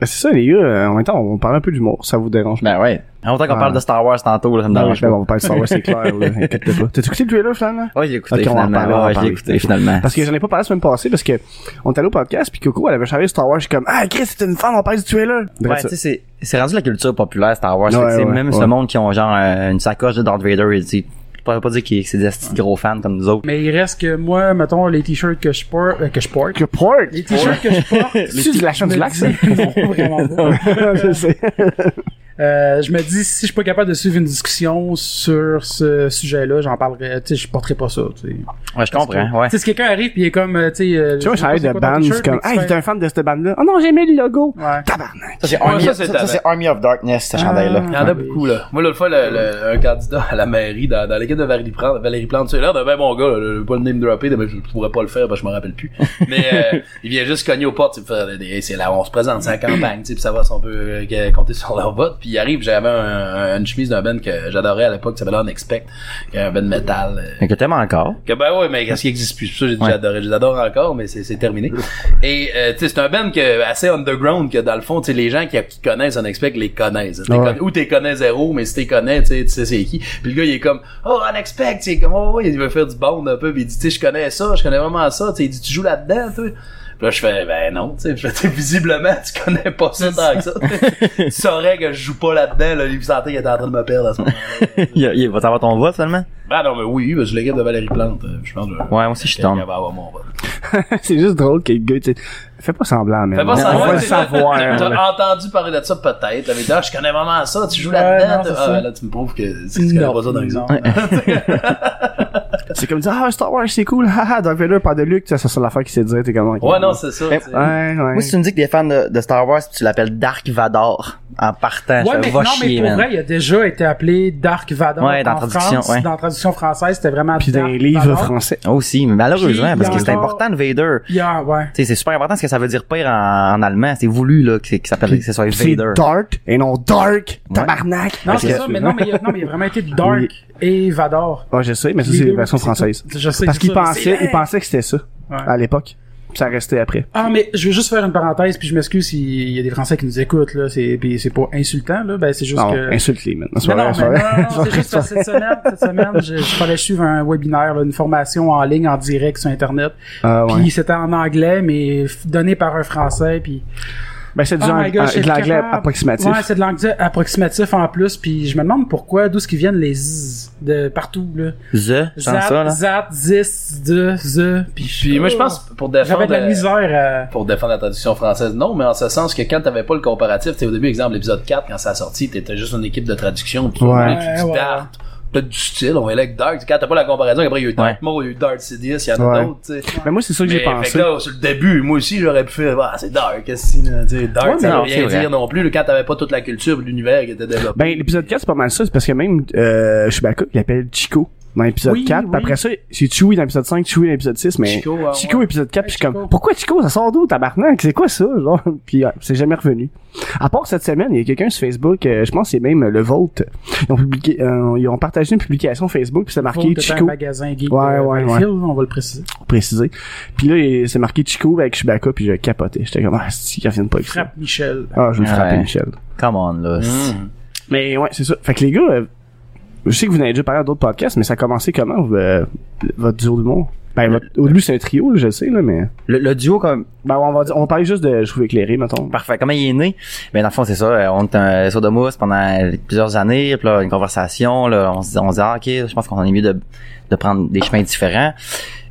[SPEAKER 4] Ben, c'est ça, les gars. euh, En même temps, on parle un peu d'humour. Ça vous dérange pas.
[SPEAKER 2] ben ouais. En même temps qu'on
[SPEAKER 4] Ah.
[SPEAKER 2] parle de Star Wars tantôt, là, ça me
[SPEAKER 4] Non,
[SPEAKER 2] dérange
[SPEAKER 4] ben,
[SPEAKER 2] pas.
[SPEAKER 4] on va parler de Star Wars, c'est clair,
[SPEAKER 2] <laughs>
[SPEAKER 4] là. Inquiète pas. T'as-tu écouté le trailer, Flan, là?
[SPEAKER 2] Ouais, j'ai écouté
[SPEAKER 4] Ok, on va en
[SPEAKER 2] finalement.
[SPEAKER 4] parler, on va en
[SPEAKER 2] ouais, j'ai
[SPEAKER 4] parler.
[SPEAKER 2] écouté finalement.
[SPEAKER 4] Parce que j'en ai pas parlé la semaine passée, parce que on est allé au podcast, puis Coco, elle avait chargé Star Wars, je suis comme, ah, Chris, c'est une fan, on parle du trailer.
[SPEAKER 2] Ouais, tu sais, c'est- c'est rendu la culture populaire Star Wars.
[SPEAKER 4] Ouais,
[SPEAKER 2] c'est
[SPEAKER 4] ouais,
[SPEAKER 2] même
[SPEAKER 4] ouais.
[SPEAKER 2] ce monde qui ont genre euh, une sacoche de Darth Vader et dit pourrais pas dire qu'il- que c'est des astis de gros fans comme nous autres.
[SPEAKER 1] Mais il reste que moi, mettons, les t-shirts que je porte, euh, que je porte.
[SPEAKER 4] Que port!
[SPEAKER 1] Les
[SPEAKER 4] <laughs>
[SPEAKER 1] t-shirts que je porte.
[SPEAKER 4] C'est de la chaîne du
[SPEAKER 1] me
[SPEAKER 4] lac,
[SPEAKER 1] dis- <laughs>
[SPEAKER 4] ça?
[SPEAKER 1] Non, vraiment pas.
[SPEAKER 4] Je sais.
[SPEAKER 2] <laughs>
[SPEAKER 1] Euh, je me dis, si je suis pas capable de suivre une discussion sur ce sujet-là, j'en parlerai, tu sais, je porterai pas ça, tu sais.
[SPEAKER 2] Ouais, je comprends,
[SPEAKER 1] Tu
[SPEAKER 2] ouais.
[SPEAKER 1] sais, si quelqu'un arrive pis il est comme, euh, tu sais, euh,
[SPEAKER 4] Tu vois,
[SPEAKER 1] je sais pas
[SPEAKER 4] j'arrive
[SPEAKER 1] c'est
[SPEAKER 4] de
[SPEAKER 1] quoi ton
[SPEAKER 4] band,
[SPEAKER 1] t-shirt,
[SPEAKER 4] c'est comme,
[SPEAKER 1] mais
[SPEAKER 4] hey,
[SPEAKER 1] tu
[SPEAKER 4] j'étais
[SPEAKER 1] fais-
[SPEAKER 4] un fan de cette bande-là. Oh non, j'aimais le
[SPEAKER 1] <laughs>
[SPEAKER 4] logo.
[SPEAKER 1] Ouais.
[SPEAKER 4] Tabarnak.
[SPEAKER 6] Ça, c'est
[SPEAKER 3] Ouais,
[SPEAKER 6] Army,
[SPEAKER 3] ça, c'est
[SPEAKER 6] ça, ça,
[SPEAKER 3] tabac.
[SPEAKER 6] c'est Army of Darkness,
[SPEAKER 2] Ah.
[SPEAKER 6] ce chandail-là.
[SPEAKER 3] Il y en a beaucoup, là. Moi, l'autre fois, le, le- un candidat à la mairie dans, dans l'équipe de Valérie Plante, Valérie Plante, tu sais, là, ben, ben, mon gars, là, je vais pas le name dropper, mais je pourrais pas le faire parce que je m'en rappelle plus. Mais euh, il vient juste cogner aux portes, il fait, Hey, c'est là, on se présente, c'est la campagne, tu sais, puis ça va si on peut euh, compter sur leur vote. Puis il arrive, j'avais un- un- une chemise d'un band que j'adorais à l'époque, qui s'appelait Unexpect, qui est un band métal. euh,
[SPEAKER 2] Mais que t'aimes <laughs> encore.
[SPEAKER 3] que ben ouais, mais qu'est-ce qui existe plus? C'est pour ça, que j'ai déjà
[SPEAKER 2] Ouais.
[SPEAKER 3] adoré. Je les adore encore, mais c'est, c'est
[SPEAKER 4] <laughs>
[SPEAKER 3] terminé. Et, euh, tu sais, c'est un band que, assez underground, que dans le fond, tu sais, les gens qui, qui connaissent Unexpect les connaissent. T'es
[SPEAKER 4] Ouais.
[SPEAKER 3] conna- ou t'es connais zéro, mais si t'es connais, tu sais, tu sais c'est qui. Puis le gars, il est comme, oh, Unexpect, tu sais, comme, oh, ouais, il veut faire du bond un peu, puis il dit, tu sais, je connais ça, je connais vraiment ça, tu sais, il dit, tu joues là-dedans, tu sais. Puis là, je fais, ben non, tu sais, je fais, Tu sais, visiblement, tu connais pas ça tant que
[SPEAKER 4] <laughs>
[SPEAKER 3] ça. tu saurais que je joue pas là-dedans, là, il sentait qu'il était en train de me perdre à ce moment-là.
[SPEAKER 2] Il, il va t'avoir ton vote seulement?
[SPEAKER 3] ben non, mais oui, parce que l'équipe de Valérie Plante, euh, je pense que...
[SPEAKER 2] Ouais, moi aussi je
[SPEAKER 3] Quelqu'un
[SPEAKER 2] tombe.
[SPEAKER 3] va avoir mon vote.
[SPEAKER 4] C'est juste drôle que le gars, tu sais, fais pas semblant, man.
[SPEAKER 3] Fais pas
[SPEAKER 4] On
[SPEAKER 3] semblant,
[SPEAKER 4] va le
[SPEAKER 3] t'es-
[SPEAKER 4] savoir.
[SPEAKER 3] t'as-
[SPEAKER 4] là.
[SPEAKER 3] T'as entendu parler de ça peut-être. là, Mais là, je connais vraiment ça. Tu joues
[SPEAKER 1] Ouais, non,
[SPEAKER 3] là-dedans.
[SPEAKER 1] c'est
[SPEAKER 3] t'as- Ah,
[SPEAKER 1] ça.
[SPEAKER 3] là, tu me prouves que c'est- tu connais pas ça dans les
[SPEAKER 1] Non,
[SPEAKER 3] autres.
[SPEAKER 4] C'est comme dire, ah, Star Wars, c'est cool, <laughs> haha, Dark Vader, pas de Luke, tu sais, ça, c'est l'affaire qui s'est dit, t'es comme, ok.
[SPEAKER 3] Ouais, non, c'est ça. tu sais.
[SPEAKER 4] Ouais, ouais.
[SPEAKER 2] Moi, si tu me dis que t'es fan de, de Star Wars pis tu l'appelles Dark Vador en partant,
[SPEAKER 1] Ouais,
[SPEAKER 2] je
[SPEAKER 1] mais
[SPEAKER 2] fais,
[SPEAKER 1] non,
[SPEAKER 2] va
[SPEAKER 1] mais
[SPEAKER 2] chier,
[SPEAKER 1] pour
[SPEAKER 2] man.
[SPEAKER 1] vrai, il a déjà été appelé Dark Vador
[SPEAKER 2] Ouais, dans
[SPEAKER 1] en
[SPEAKER 2] traduction,
[SPEAKER 1] France.
[SPEAKER 2] ouais.
[SPEAKER 1] Dans la traduction française, c'était vraiment
[SPEAKER 4] Puis
[SPEAKER 1] Dark
[SPEAKER 4] des livres
[SPEAKER 1] Vador.
[SPEAKER 4] français.
[SPEAKER 2] Ah, Aussi, mais malheureusement,
[SPEAKER 1] Puis,
[SPEAKER 2] parce
[SPEAKER 1] il y
[SPEAKER 2] que
[SPEAKER 1] a
[SPEAKER 2] c'est
[SPEAKER 1] encore-
[SPEAKER 2] important de Vader. Tu
[SPEAKER 1] Yeah, ouais.
[SPEAKER 2] sais, c'est super important ce que ça veut dire pire en, en allemand. C'est voulu, là, que, c'est- que ça s'appelle, que ça soit
[SPEAKER 4] C'est
[SPEAKER 2] Vader.
[SPEAKER 4] Dart et non Dark,
[SPEAKER 2] Ouais.
[SPEAKER 4] tabarnak.
[SPEAKER 1] Non,
[SPEAKER 2] Parce
[SPEAKER 1] c'est
[SPEAKER 2] que-
[SPEAKER 1] ça, mais non, mais il a, non, mais il a vraiment
[SPEAKER 4] <laughs>
[SPEAKER 1] été Dark
[SPEAKER 4] Oui.
[SPEAKER 1] et Vador.
[SPEAKER 4] <laughs> Ouais, je sais, mais ça,
[SPEAKER 1] Les
[SPEAKER 4] c'est
[SPEAKER 1] deux,
[SPEAKER 4] la version
[SPEAKER 1] c'est tout.
[SPEAKER 4] française.
[SPEAKER 1] Je sais
[SPEAKER 4] Parce
[SPEAKER 1] c'est
[SPEAKER 4] qu'il
[SPEAKER 1] ça.
[SPEAKER 4] pensait,
[SPEAKER 1] C'est-
[SPEAKER 4] il pensait que c'était ça,
[SPEAKER 1] Ouais.
[SPEAKER 4] à l'époque. Puis ça restait après.
[SPEAKER 1] Ah, mais je veux juste faire une parenthèse, puis je m'excuse s'il y a des Français qui nous écoutent, là, c'est, puis c'est pas insultant, là, ben c'est juste
[SPEAKER 4] Non,
[SPEAKER 1] que...
[SPEAKER 4] insulte-les, man. C'est
[SPEAKER 1] Non,
[SPEAKER 4] pas
[SPEAKER 1] non,
[SPEAKER 4] vrai, c'est
[SPEAKER 1] mais
[SPEAKER 4] pas
[SPEAKER 1] non,
[SPEAKER 4] vrai.
[SPEAKER 1] non, c'est
[SPEAKER 4] <laughs>
[SPEAKER 1] juste que cette semaine, cette semaine, je, je fallait suivre un webinaire, là, une formation en ligne, en direct sur Internet.
[SPEAKER 4] Ah, ouais.
[SPEAKER 1] Puis c'était en anglais, mais f- donné par un Français, puis...
[SPEAKER 4] Ben, c'est du
[SPEAKER 1] Oh
[SPEAKER 4] genre,
[SPEAKER 1] my God,
[SPEAKER 4] euh,
[SPEAKER 1] j'ai
[SPEAKER 4] de l'anglais
[SPEAKER 1] capable.
[SPEAKER 4] approximatif.
[SPEAKER 1] Ouais, c'est de l'anglais approximatif en plus, puis je me demande pourquoi, d'où ce qu'ils viennent les z de partout, là.
[SPEAKER 2] The, je sens ça,
[SPEAKER 1] Zat,
[SPEAKER 2] là.
[SPEAKER 1] zat, zis, de, the, puis...
[SPEAKER 3] Puis moi, je pense, pour défendre...
[SPEAKER 1] J'avais de la
[SPEAKER 3] euh,
[SPEAKER 1] misère à...
[SPEAKER 3] pour défendre la traduction française. Non, mais en ce sens que quand t'avais pas le comparatif, tu sais, au début, exemple, l'épisode 4, quand ça a sorti, t'étais juste une équipe de traduction, puis
[SPEAKER 4] Ouais.
[SPEAKER 3] tu dis
[SPEAKER 1] Ouais, ouais,
[SPEAKER 3] Dart, t'as du style, on est là avec Dart. Quand t'as pas la comparaison, après, il y a eu Dark
[SPEAKER 2] Ouais.
[SPEAKER 3] Maul, il y a eu Dart CDS, il y en a
[SPEAKER 4] Ouais.
[SPEAKER 3] d'autres, tu sais.
[SPEAKER 4] Mais Ben, moi, c'est ça que
[SPEAKER 3] Mais
[SPEAKER 4] j'ai
[SPEAKER 3] fait
[SPEAKER 4] pensé.
[SPEAKER 3] que là, sur le début, moi aussi, j'aurais pu faire, ah, c'est dark, qu'est-ce que c'est, là, tu sais, dark,
[SPEAKER 2] Ouais, mais
[SPEAKER 3] ça
[SPEAKER 2] non,
[SPEAKER 3] veut rien
[SPEAKER 2] c'est vrai.
[SPEAKER 3] dire non plus, là, quand t'avais pas toute la culture, l'univers qui était développé.
[SPEAKER 4] Ben, l'épisode 4, c'est pas mal ça. C'est parce que même, euh, Chewbacca, il l'appelle Chico dans l'épisode
[SPEAKER 1] Oui,
[SPEAKER 4] 4. puis
[SPEAKER 1] oui.
[SPEAKER 4] après ça, c'est Chewie dans l'épisode 5, Chewie dans l'épisode 6. Mais
[SPEAKER 3] Chico, ah,
[SPEAKER 4] Chico,
[SPEAKER 3] ouais.
[SPEAKER 4] épisode
[SPEAKER 1] Ouais,
[SPEAKER 4] 4, puis je suis
[SPEAKER 1] Chico.
[SPEAKER 4] comme, pourquoi Chico, ça sort d'où, tabarnak? C'est quoi ça? Genre, <laughs> puis ouais, c'est jamais revenu. À part cette semaine, il y a quelqu'un sur Facebook, euh, je pense que c'est même euh, le Volt. Ils ont publié, euh, ils ont partagé une publication Facebook, puis c'est marqué
[SPEAKER 1] Faut que t'aies un
[SPEAKER 4] Chico,
[SPEAKER 1] magasin geek
[SPEAKER 4] Ouais,
[SPEAKER 1] de
[SPEAKER 4] ouais,
[SPEAKER 1] Valleyfield, on va le préciser.
[SPEAKER 4] pour préciser. Puis là, il- c'est marqué Chico avec Chewbacca, puis je capotais. J'étais comme, ah, si, ils reviennent pas avec ça.
[SPEAKER 1] Frappe Michel.
[SPEAKER 4] Ah, je vais le frapper,
[SPEAKER 2] Ouais.
[SPEAKER 4] Michel.
[SPEAKER 2] Come on, là.
[SPEAKER 3] Mm. Hum,
[SPEAKER 4] Mais ouais, c'est ça. Fait que les gars, euh, je sais que vous en avez déjà parlé à d'autres podcasts, mais ça a commencé comment, euh, votre duo d'humour? Ben, votre- au début, c'est un trio, là, je le sais, là, mais...
[SPEAKER 2] Le, le duo, comme,
[SPEAKER 4] Ben, on va dire, on va parler juste de Je trouve éclairé, mettons.
[SPEAKER 2] Parfait. Comment il est né? Ben, dans le fond, c'est ça. euh, On était un saut de mousse pendant plusieurs années, puis là, une conversation, là, on se dit, on se dit, ah, ok, je pense qu'on est mieux de, de prendre des chemins différents.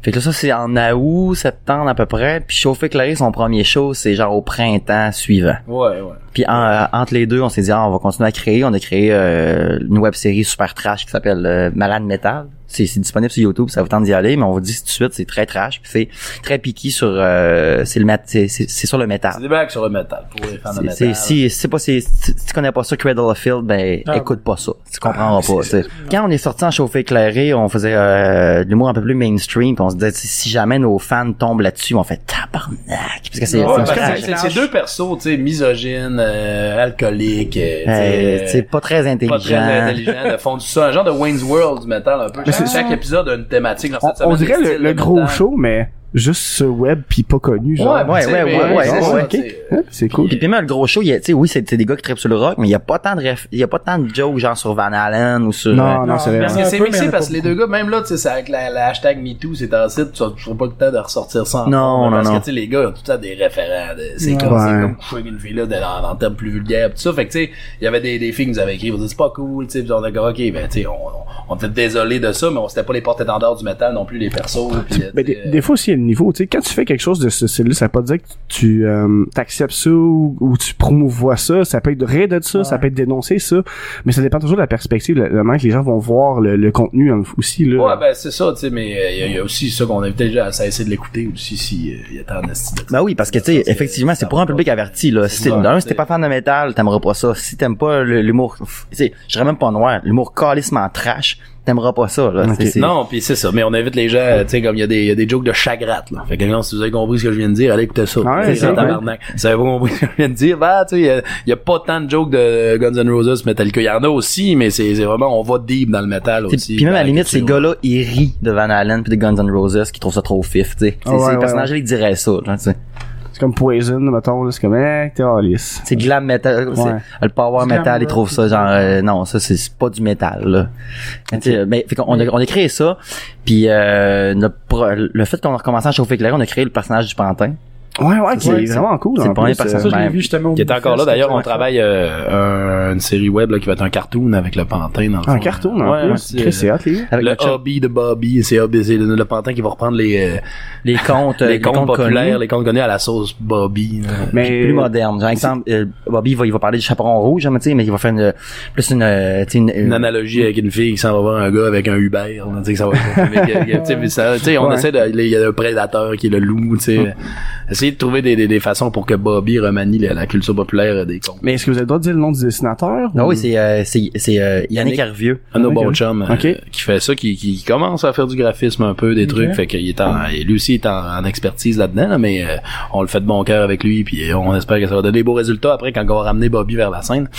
[SPEAKER 2] Fait que là, ça, c'est en août, septembre à peu près, puis Chauffer Claré, son premier show, c'est genre au printemps suivant.
[SPEAKER 3] Ouais, ouais.
[SPEAKER 2] Puis en- euh, entre les deux, on s'est dit, ah, on va continuer à créer. On a créé euh, une web-série super trash qui s'appelle euh, Malade Metal. C'est c'est disponible sur YouTube, ça vous tente d'y aller, mais on vous dit tout de suite, c'est très trash, puis c'est très piqué sur... euh, c'est le mat- c'est c'est- c'est sur le métal.
[SPEAKER 3] C'est des blagues sur le métal, pour les fans de
[SPEAKER 2] C'est-
[SPEAKER 3] métal.
[SPEAKER 2] c'est- Si, si, pas, si, si tu connais pas ça, Cradle of Field, ben,
[SPEAKER 1] Ah.
[SPEAKER 2] écoute pas ça. Tu comprendras pas. tu sais. Quand on est sorti en chauffé éclairé, on faisait euh, de l'humour un peu plus mainstream, puis on se disait, si si jamais nos fans tombent là-dessus, on fait tabarnak. Parce que c'est
[SPEAKER 1] Ouais,
[SPEAKER 3] Ouais,
[SPEAKER 2] c'est
[SPEAKER 3] parce que
[SPEAKER 2] trash.
[SPEAKER 1] trash.
[SPEAKER 3] c'est- c'est c'est deux persos, tu sais, misogynes, euh, alcooliques, euh, tu
[SPEAKER 2] Euh,
[SPEAKER 3] sais,
[SPEAKER 2] C'est pas très
[SPEAKER 3] euh,
[SPEAKER 2] intelligent.
[SPEAKER 3] pas très intelligents, de fond du ça, un genre de Wayne's World du métal, un peu. Chaque, chaque épisode a une thématique dans
[SPEAKER 4] On,
[SPEAKER 3] cette
[SPEAKER 4] on
[SPEAKER 3] semaine,
[SPEAKER 4] dirait
[SPEAKER 3] des
[SPEAKER 4] le,
[SPEAKER 3] styles
[SPEAKER 4] le
[SPEAKER 3] de
[SPEAKER 4] gros
[SPEAKER 3] métal.
[SPEAKER 4] show, mais juste sur le web puis pas connu genre.
[SPEAKER 2] ouais,
[SPEAKER 3] tu sais,
[SPEAKER 2] ouais,
[SPEAKER 3] mais
[SPEAKER 2] ouais, ouais,
[SPEAKER 3] c'est
[SPEAKER 2] ouais,
[SPEAKER 3] ça,
[SPEAKER 2] ouais,
[SPEAKER 3] tu
[SPEAKER 4] ok.
[SPEAKER 3] sais.
[SPEAKER 4] Hein, C'est cool.
[SPEAKER 2] Puis puis même le gros show, il y a- tu sais, oui, c'est c'est des gars qui trippent sur le rock, mais il y a pas tant de ref- il y a pas tant de jokes genre sur Van Allen ou sur euh,
[SPEAKER 4] Non, non, c'est
[SPEAKER 1] Non,
[SPEAKER 4] vrai.
[SPEAKER 3] Parce
[SPEAKER 1] Ouais,
[SPEAKER 3] que
[SPEAKER 1] un
[SPEAKER 3] c'est
[SPEAKER 1] peu, mais il y en
[SPEAKER 3] mixé
[SPEAKER 1] a
[SPEAKER 3] parce
[SPEAKER 1] pas
[SPEAKER 3] que les deux gars, même là, tu sais, c'est avec la, la hashtag MeToo, c'est en site, tu trouves pas le temps de ressortir ça. en
[SPEAKER 2] Non,
[SPEAKER 3] fond,
[SPEAKER 2] non,
[SPEAKER 3] Parce
[SPEAKER 2] non.
[SPEAKER 3] que, tu sais, les gars, ils ont tout le temps des référents. de- C'est
[SPEAKER 1] Ouais.
[SPEAKER 3] comme, c'est
[SPEAKER 4] Ouais.
[SPEAKER 3] comme coucher avec une fille, là, dans, en termes plus vulgaires, pis tout ça. Fait que, tu sais, il y avait des, des filles qui nous avaient écrit, vous dites, c'est pas cool, tu sais, pis on a dit, ok, ben, tu sais, on, on- on était désolé de ça, mais on c'était pas les porte-étendards du métal non plus, les persos, pis, euh,
[SPEAKER 4] Ben,
[SPEAKER 3] tu sais,
[SPEAKER 4] des, des fois aussi, il y a le niveau. Tu sais, quand tu fais quelque chose de ce style-là, ça veut pas dire que tu euh, t'acceptes ça ou, ou tu promouvois ça. Ça peut être rire de ça, ça peut être dénoncer ça. Mais ça dépend toujours de la perspective, la, la manière que les gens vont voir le, le contenu hein, aussi. Là.
[SPEAKER 3] Ouais, ben c'est ça, tu sais, mais il y, a aussi ça qu'on invitait déjà à cesser de l'écouter aussi si euh, il y a tant d'estime.
[SPEAKER 2] Ben oui, parce que tu sais, effectivement, c'est pour un public averti là. Si t'es-
[SPEAKER 3] ça,
[SPEAKER 2] d'un,
[SPEAKER 3] c'est-
[SPEAKER 2] si t'es pas fan de métal, t'aimeras pas ça. Si t'aimes pas le- l'humour, pff, tu sais, je dirais même pas noir, l'humour calissement trash, t'aimeras pas ça là. C'est- c'est-
[SPEAKER 3] Non, puis c'est ça, mais on invite les gens, tu sais, comme il y, a des- il y a des jokes de chagrate, là. Fait que, non, si vous avez compris ce que je viens de dire, allez écouter ça.
[SPEAKER 4] Ah ouais,
[SPEAKER 3] C'est
[SPEAKER 4] c'est
[SPEAKER 3] en
[SPEAKER 4] vrai.
[SPEAKER 3] tabarnak. Si vous avez pas compris ce que je viens de dire, ben, tu sais, il y a- il y, a pas tant de jokes de Guns N' Roses, Metallica. Il y en a aussi, mais c'est c'est vraiment, on va deep dans le métal
[SPEAKER 2] T'sais,
[SPEAKER 3] aussi.
[SPEAKER 2] Puis même à la limite, ces
[SPEAKER 3] culture.
[SPEAKER 2] gars-là, ils rient de Van Allen puis de Guns N' Roses qui trouvent ça trop fif, tu sais.
[SPEAKER 4] Ah ouais,
[SPEAKER 2] ces
[SPEAKER 4] ouais,
[SPEAKER 2] personnages-là, ils diraient ça, genre, tu sais.
[SPEAKER 4] C'est comme Poison, mettons. là, C'est comme, eh, t'es en lice.
[SPEAKER 2] C'est glam metal,
[SPEAKER 4] Ouais.
[SPEAKER 2] c'est- le power
[SPEAKER 1] Glam
[SPEAKER 2] metal, ils
[SPEAKER 1] rock,
[SPEAKER 2] trouvent ça
[SPEAKER 1] c'est
[SPEAKER 2] genre euh, non, ça c'est c'est pas du métal là. Mais tu sais, Mais fait qu'on- on, a, on a créé ça, puis euh, notre pro- le fait qu'on a recommencé à chauffer clair, on a créé le personnage du pantin.
[SPEAKER 4] Ouais, ouais, qui
[SPEAKER 1] Ouais,
[SPEAKER 4] est
[SPEAKER 1] c'est-
[SPEAKER 4] vraiment cool.
[SPEAKER 2] c'est
[SPEAKER 4] en
[SPEAKER 2] le premier
[SPEAKER 4] plus, euh,
[SPEAKER 1] Ça,
[SPEAKER 2] personnage.
[SPEAKER 1] je l'ai
[SPEAKER 2] Ben,
[SPEAKER 1] vu justement au
[SPEAKER 3] Qui est encore là,
[SPEAKER 1] Fest,
[SPEAKER 3] d'ailleurs,
[SPEAKER 1] ouais.
[SPEAKER 3] on travaille euh, un- une série web là, qui va être un cartoon avec le pantin dans le
[SPEAKER 4] euh, En
[SPEAKER 3] fond.
[SPEAKER 4] carton, en
[SPEAKER 3] Ouais, ouais,
[SPEAKER 4] plus.
[SPEAKER 3] c'est-
[SPEAKER 4] Chris, c'est hot, les gars.
[SPEAKER 2] Avec
[SPEAKER 3] le
[SPEAKER 2] notre chum,
[SPEAKER 3] hobby de Bobby, c'est hobby, c'est le, le pantin qui va reprendre les, euh,
[SPEAKER 2] les contes, euh,
[SPEAKER 3] les contes populaires,
[SPEAKER 2] connus,
[SPEAKER 3] les contes connus à la sauce Bobby. là.
[SPEAKER 4] Mais,
[SPEAKER 2] plus modernes. Genre exemple, euh, Bobby il va, il va parler du chaperon rouge, hein, mais tu sais, mais il va faire une plus une, euh, tu sais, une,
[SPEAKER 3] Une
[SPEAKER 2] une-
[SPEAKER 3] analogie avec une fille qui s'en va voir un gars avec un Uber, là, tu sais, que ça va,
[SPEAKER 4] <laughs>
[SPEAKER 3] avec, euh, tu sais, puis ça- tu sais, on
[SPEAKER 4] Ouais. Mm.
[SPEAKER 3] essaie de, il y a le prédateur qui est le loup, tu sais, essayer de trouver des, des, des façons pour que Bobby remanie la, la culture populaire des contes.
[SPEAKER 4] mais est-ce que vous avez le droit de dire le nom du dessinateur?
[SPEAKER 2] Ah
[SPEAKER 4] ou-
[SPEAKER 2] oui, c'est euh, c'est c'est euh, Yannick
[SPEAKER 3] Yannick.
[SPEAKER 2] Hervieux.
[SPEAKER 3] Un de nos
[SPEAKER 4] Ok.
[SPEAKER 3] bons chums, euh,
[SPEAKER 4] Ok.
[SPEAKER 3] qui fait ça, qui, qui commence à faire du graphisme un peu, des trucs, fait qu'il est en, et lui aussi est en, en expertise là-dedans, là, mais euh, on le fait de bon cœur avec lui, puis euh, on espère que ça va donner des beaux résultats après quand on va ramener Bobby vers la scène.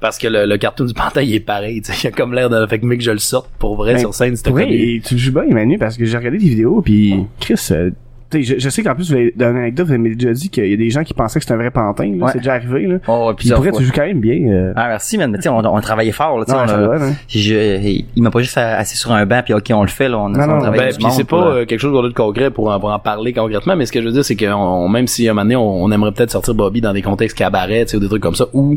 [SPEAKER 3] Parce que le, le cartoon du pantin, il est pareil, tu sais, il a comme l'air de, fait que mec, je le sorte pour vrai
[SPEAKER 4] Ben,
[SPEAKER 3] sur scène, c'était
[SPEAKER 4] Oui,
[SPEAKER 3] comme des-
[SPEAKER 4] et tu le joues bien, Emmanuel, parce que j'ai regardé des vidéos, puis Chris, euh, tu sais, je, je sais qu'en plus, vous avez- dans l'anecdote, vous avez déjà dit qu'il y a des gens qui pensaient que c'était un vrai pantin, là,
[SPEAKER 2] Ouais.
[SPEAKER 4] c'est déjà arrivé, là.
[SPEAKER 2] Oh,
[SPEAKER 4] Puis pour vrai, tu joues quand même bien. euh,
[SPEAKER 2] Ah merci man, mais tu sais on, on travaillait fort là, tu sais,
[SPEAKER 4] non,
[SPEAKER 2] on
[SPEAKER 4] ça
[SPEAKER 2] a-
[SPEAKER 4] va, hein.
[SPEAKER 2] Je- il m'a pas juste assis sur un banc puis ok on le fait là on,
[SPEAKER 4] Non,
[SPEAKER 2] on
[SPEAKER 4] non,
[SPEAKER 2] travaille
[SPEAKER 3] Ben,
[SPEAKER 2] avec du
[SPEAKER 3] puis c'est
[SPEAKER 2] monde,
[SPEAKER 3] pas
[SPEAKER 2] là.
[SPEAKER 3] euh, quelque chose qu'on a de concret pour en, pour en parler concrètement, mais ce que je veux dire, c'est que on- même si à un moment donné, on, on aimerait peut-être sortir Bobby dans des contextes cabarets, tu sais, ou des trucs comme ça, où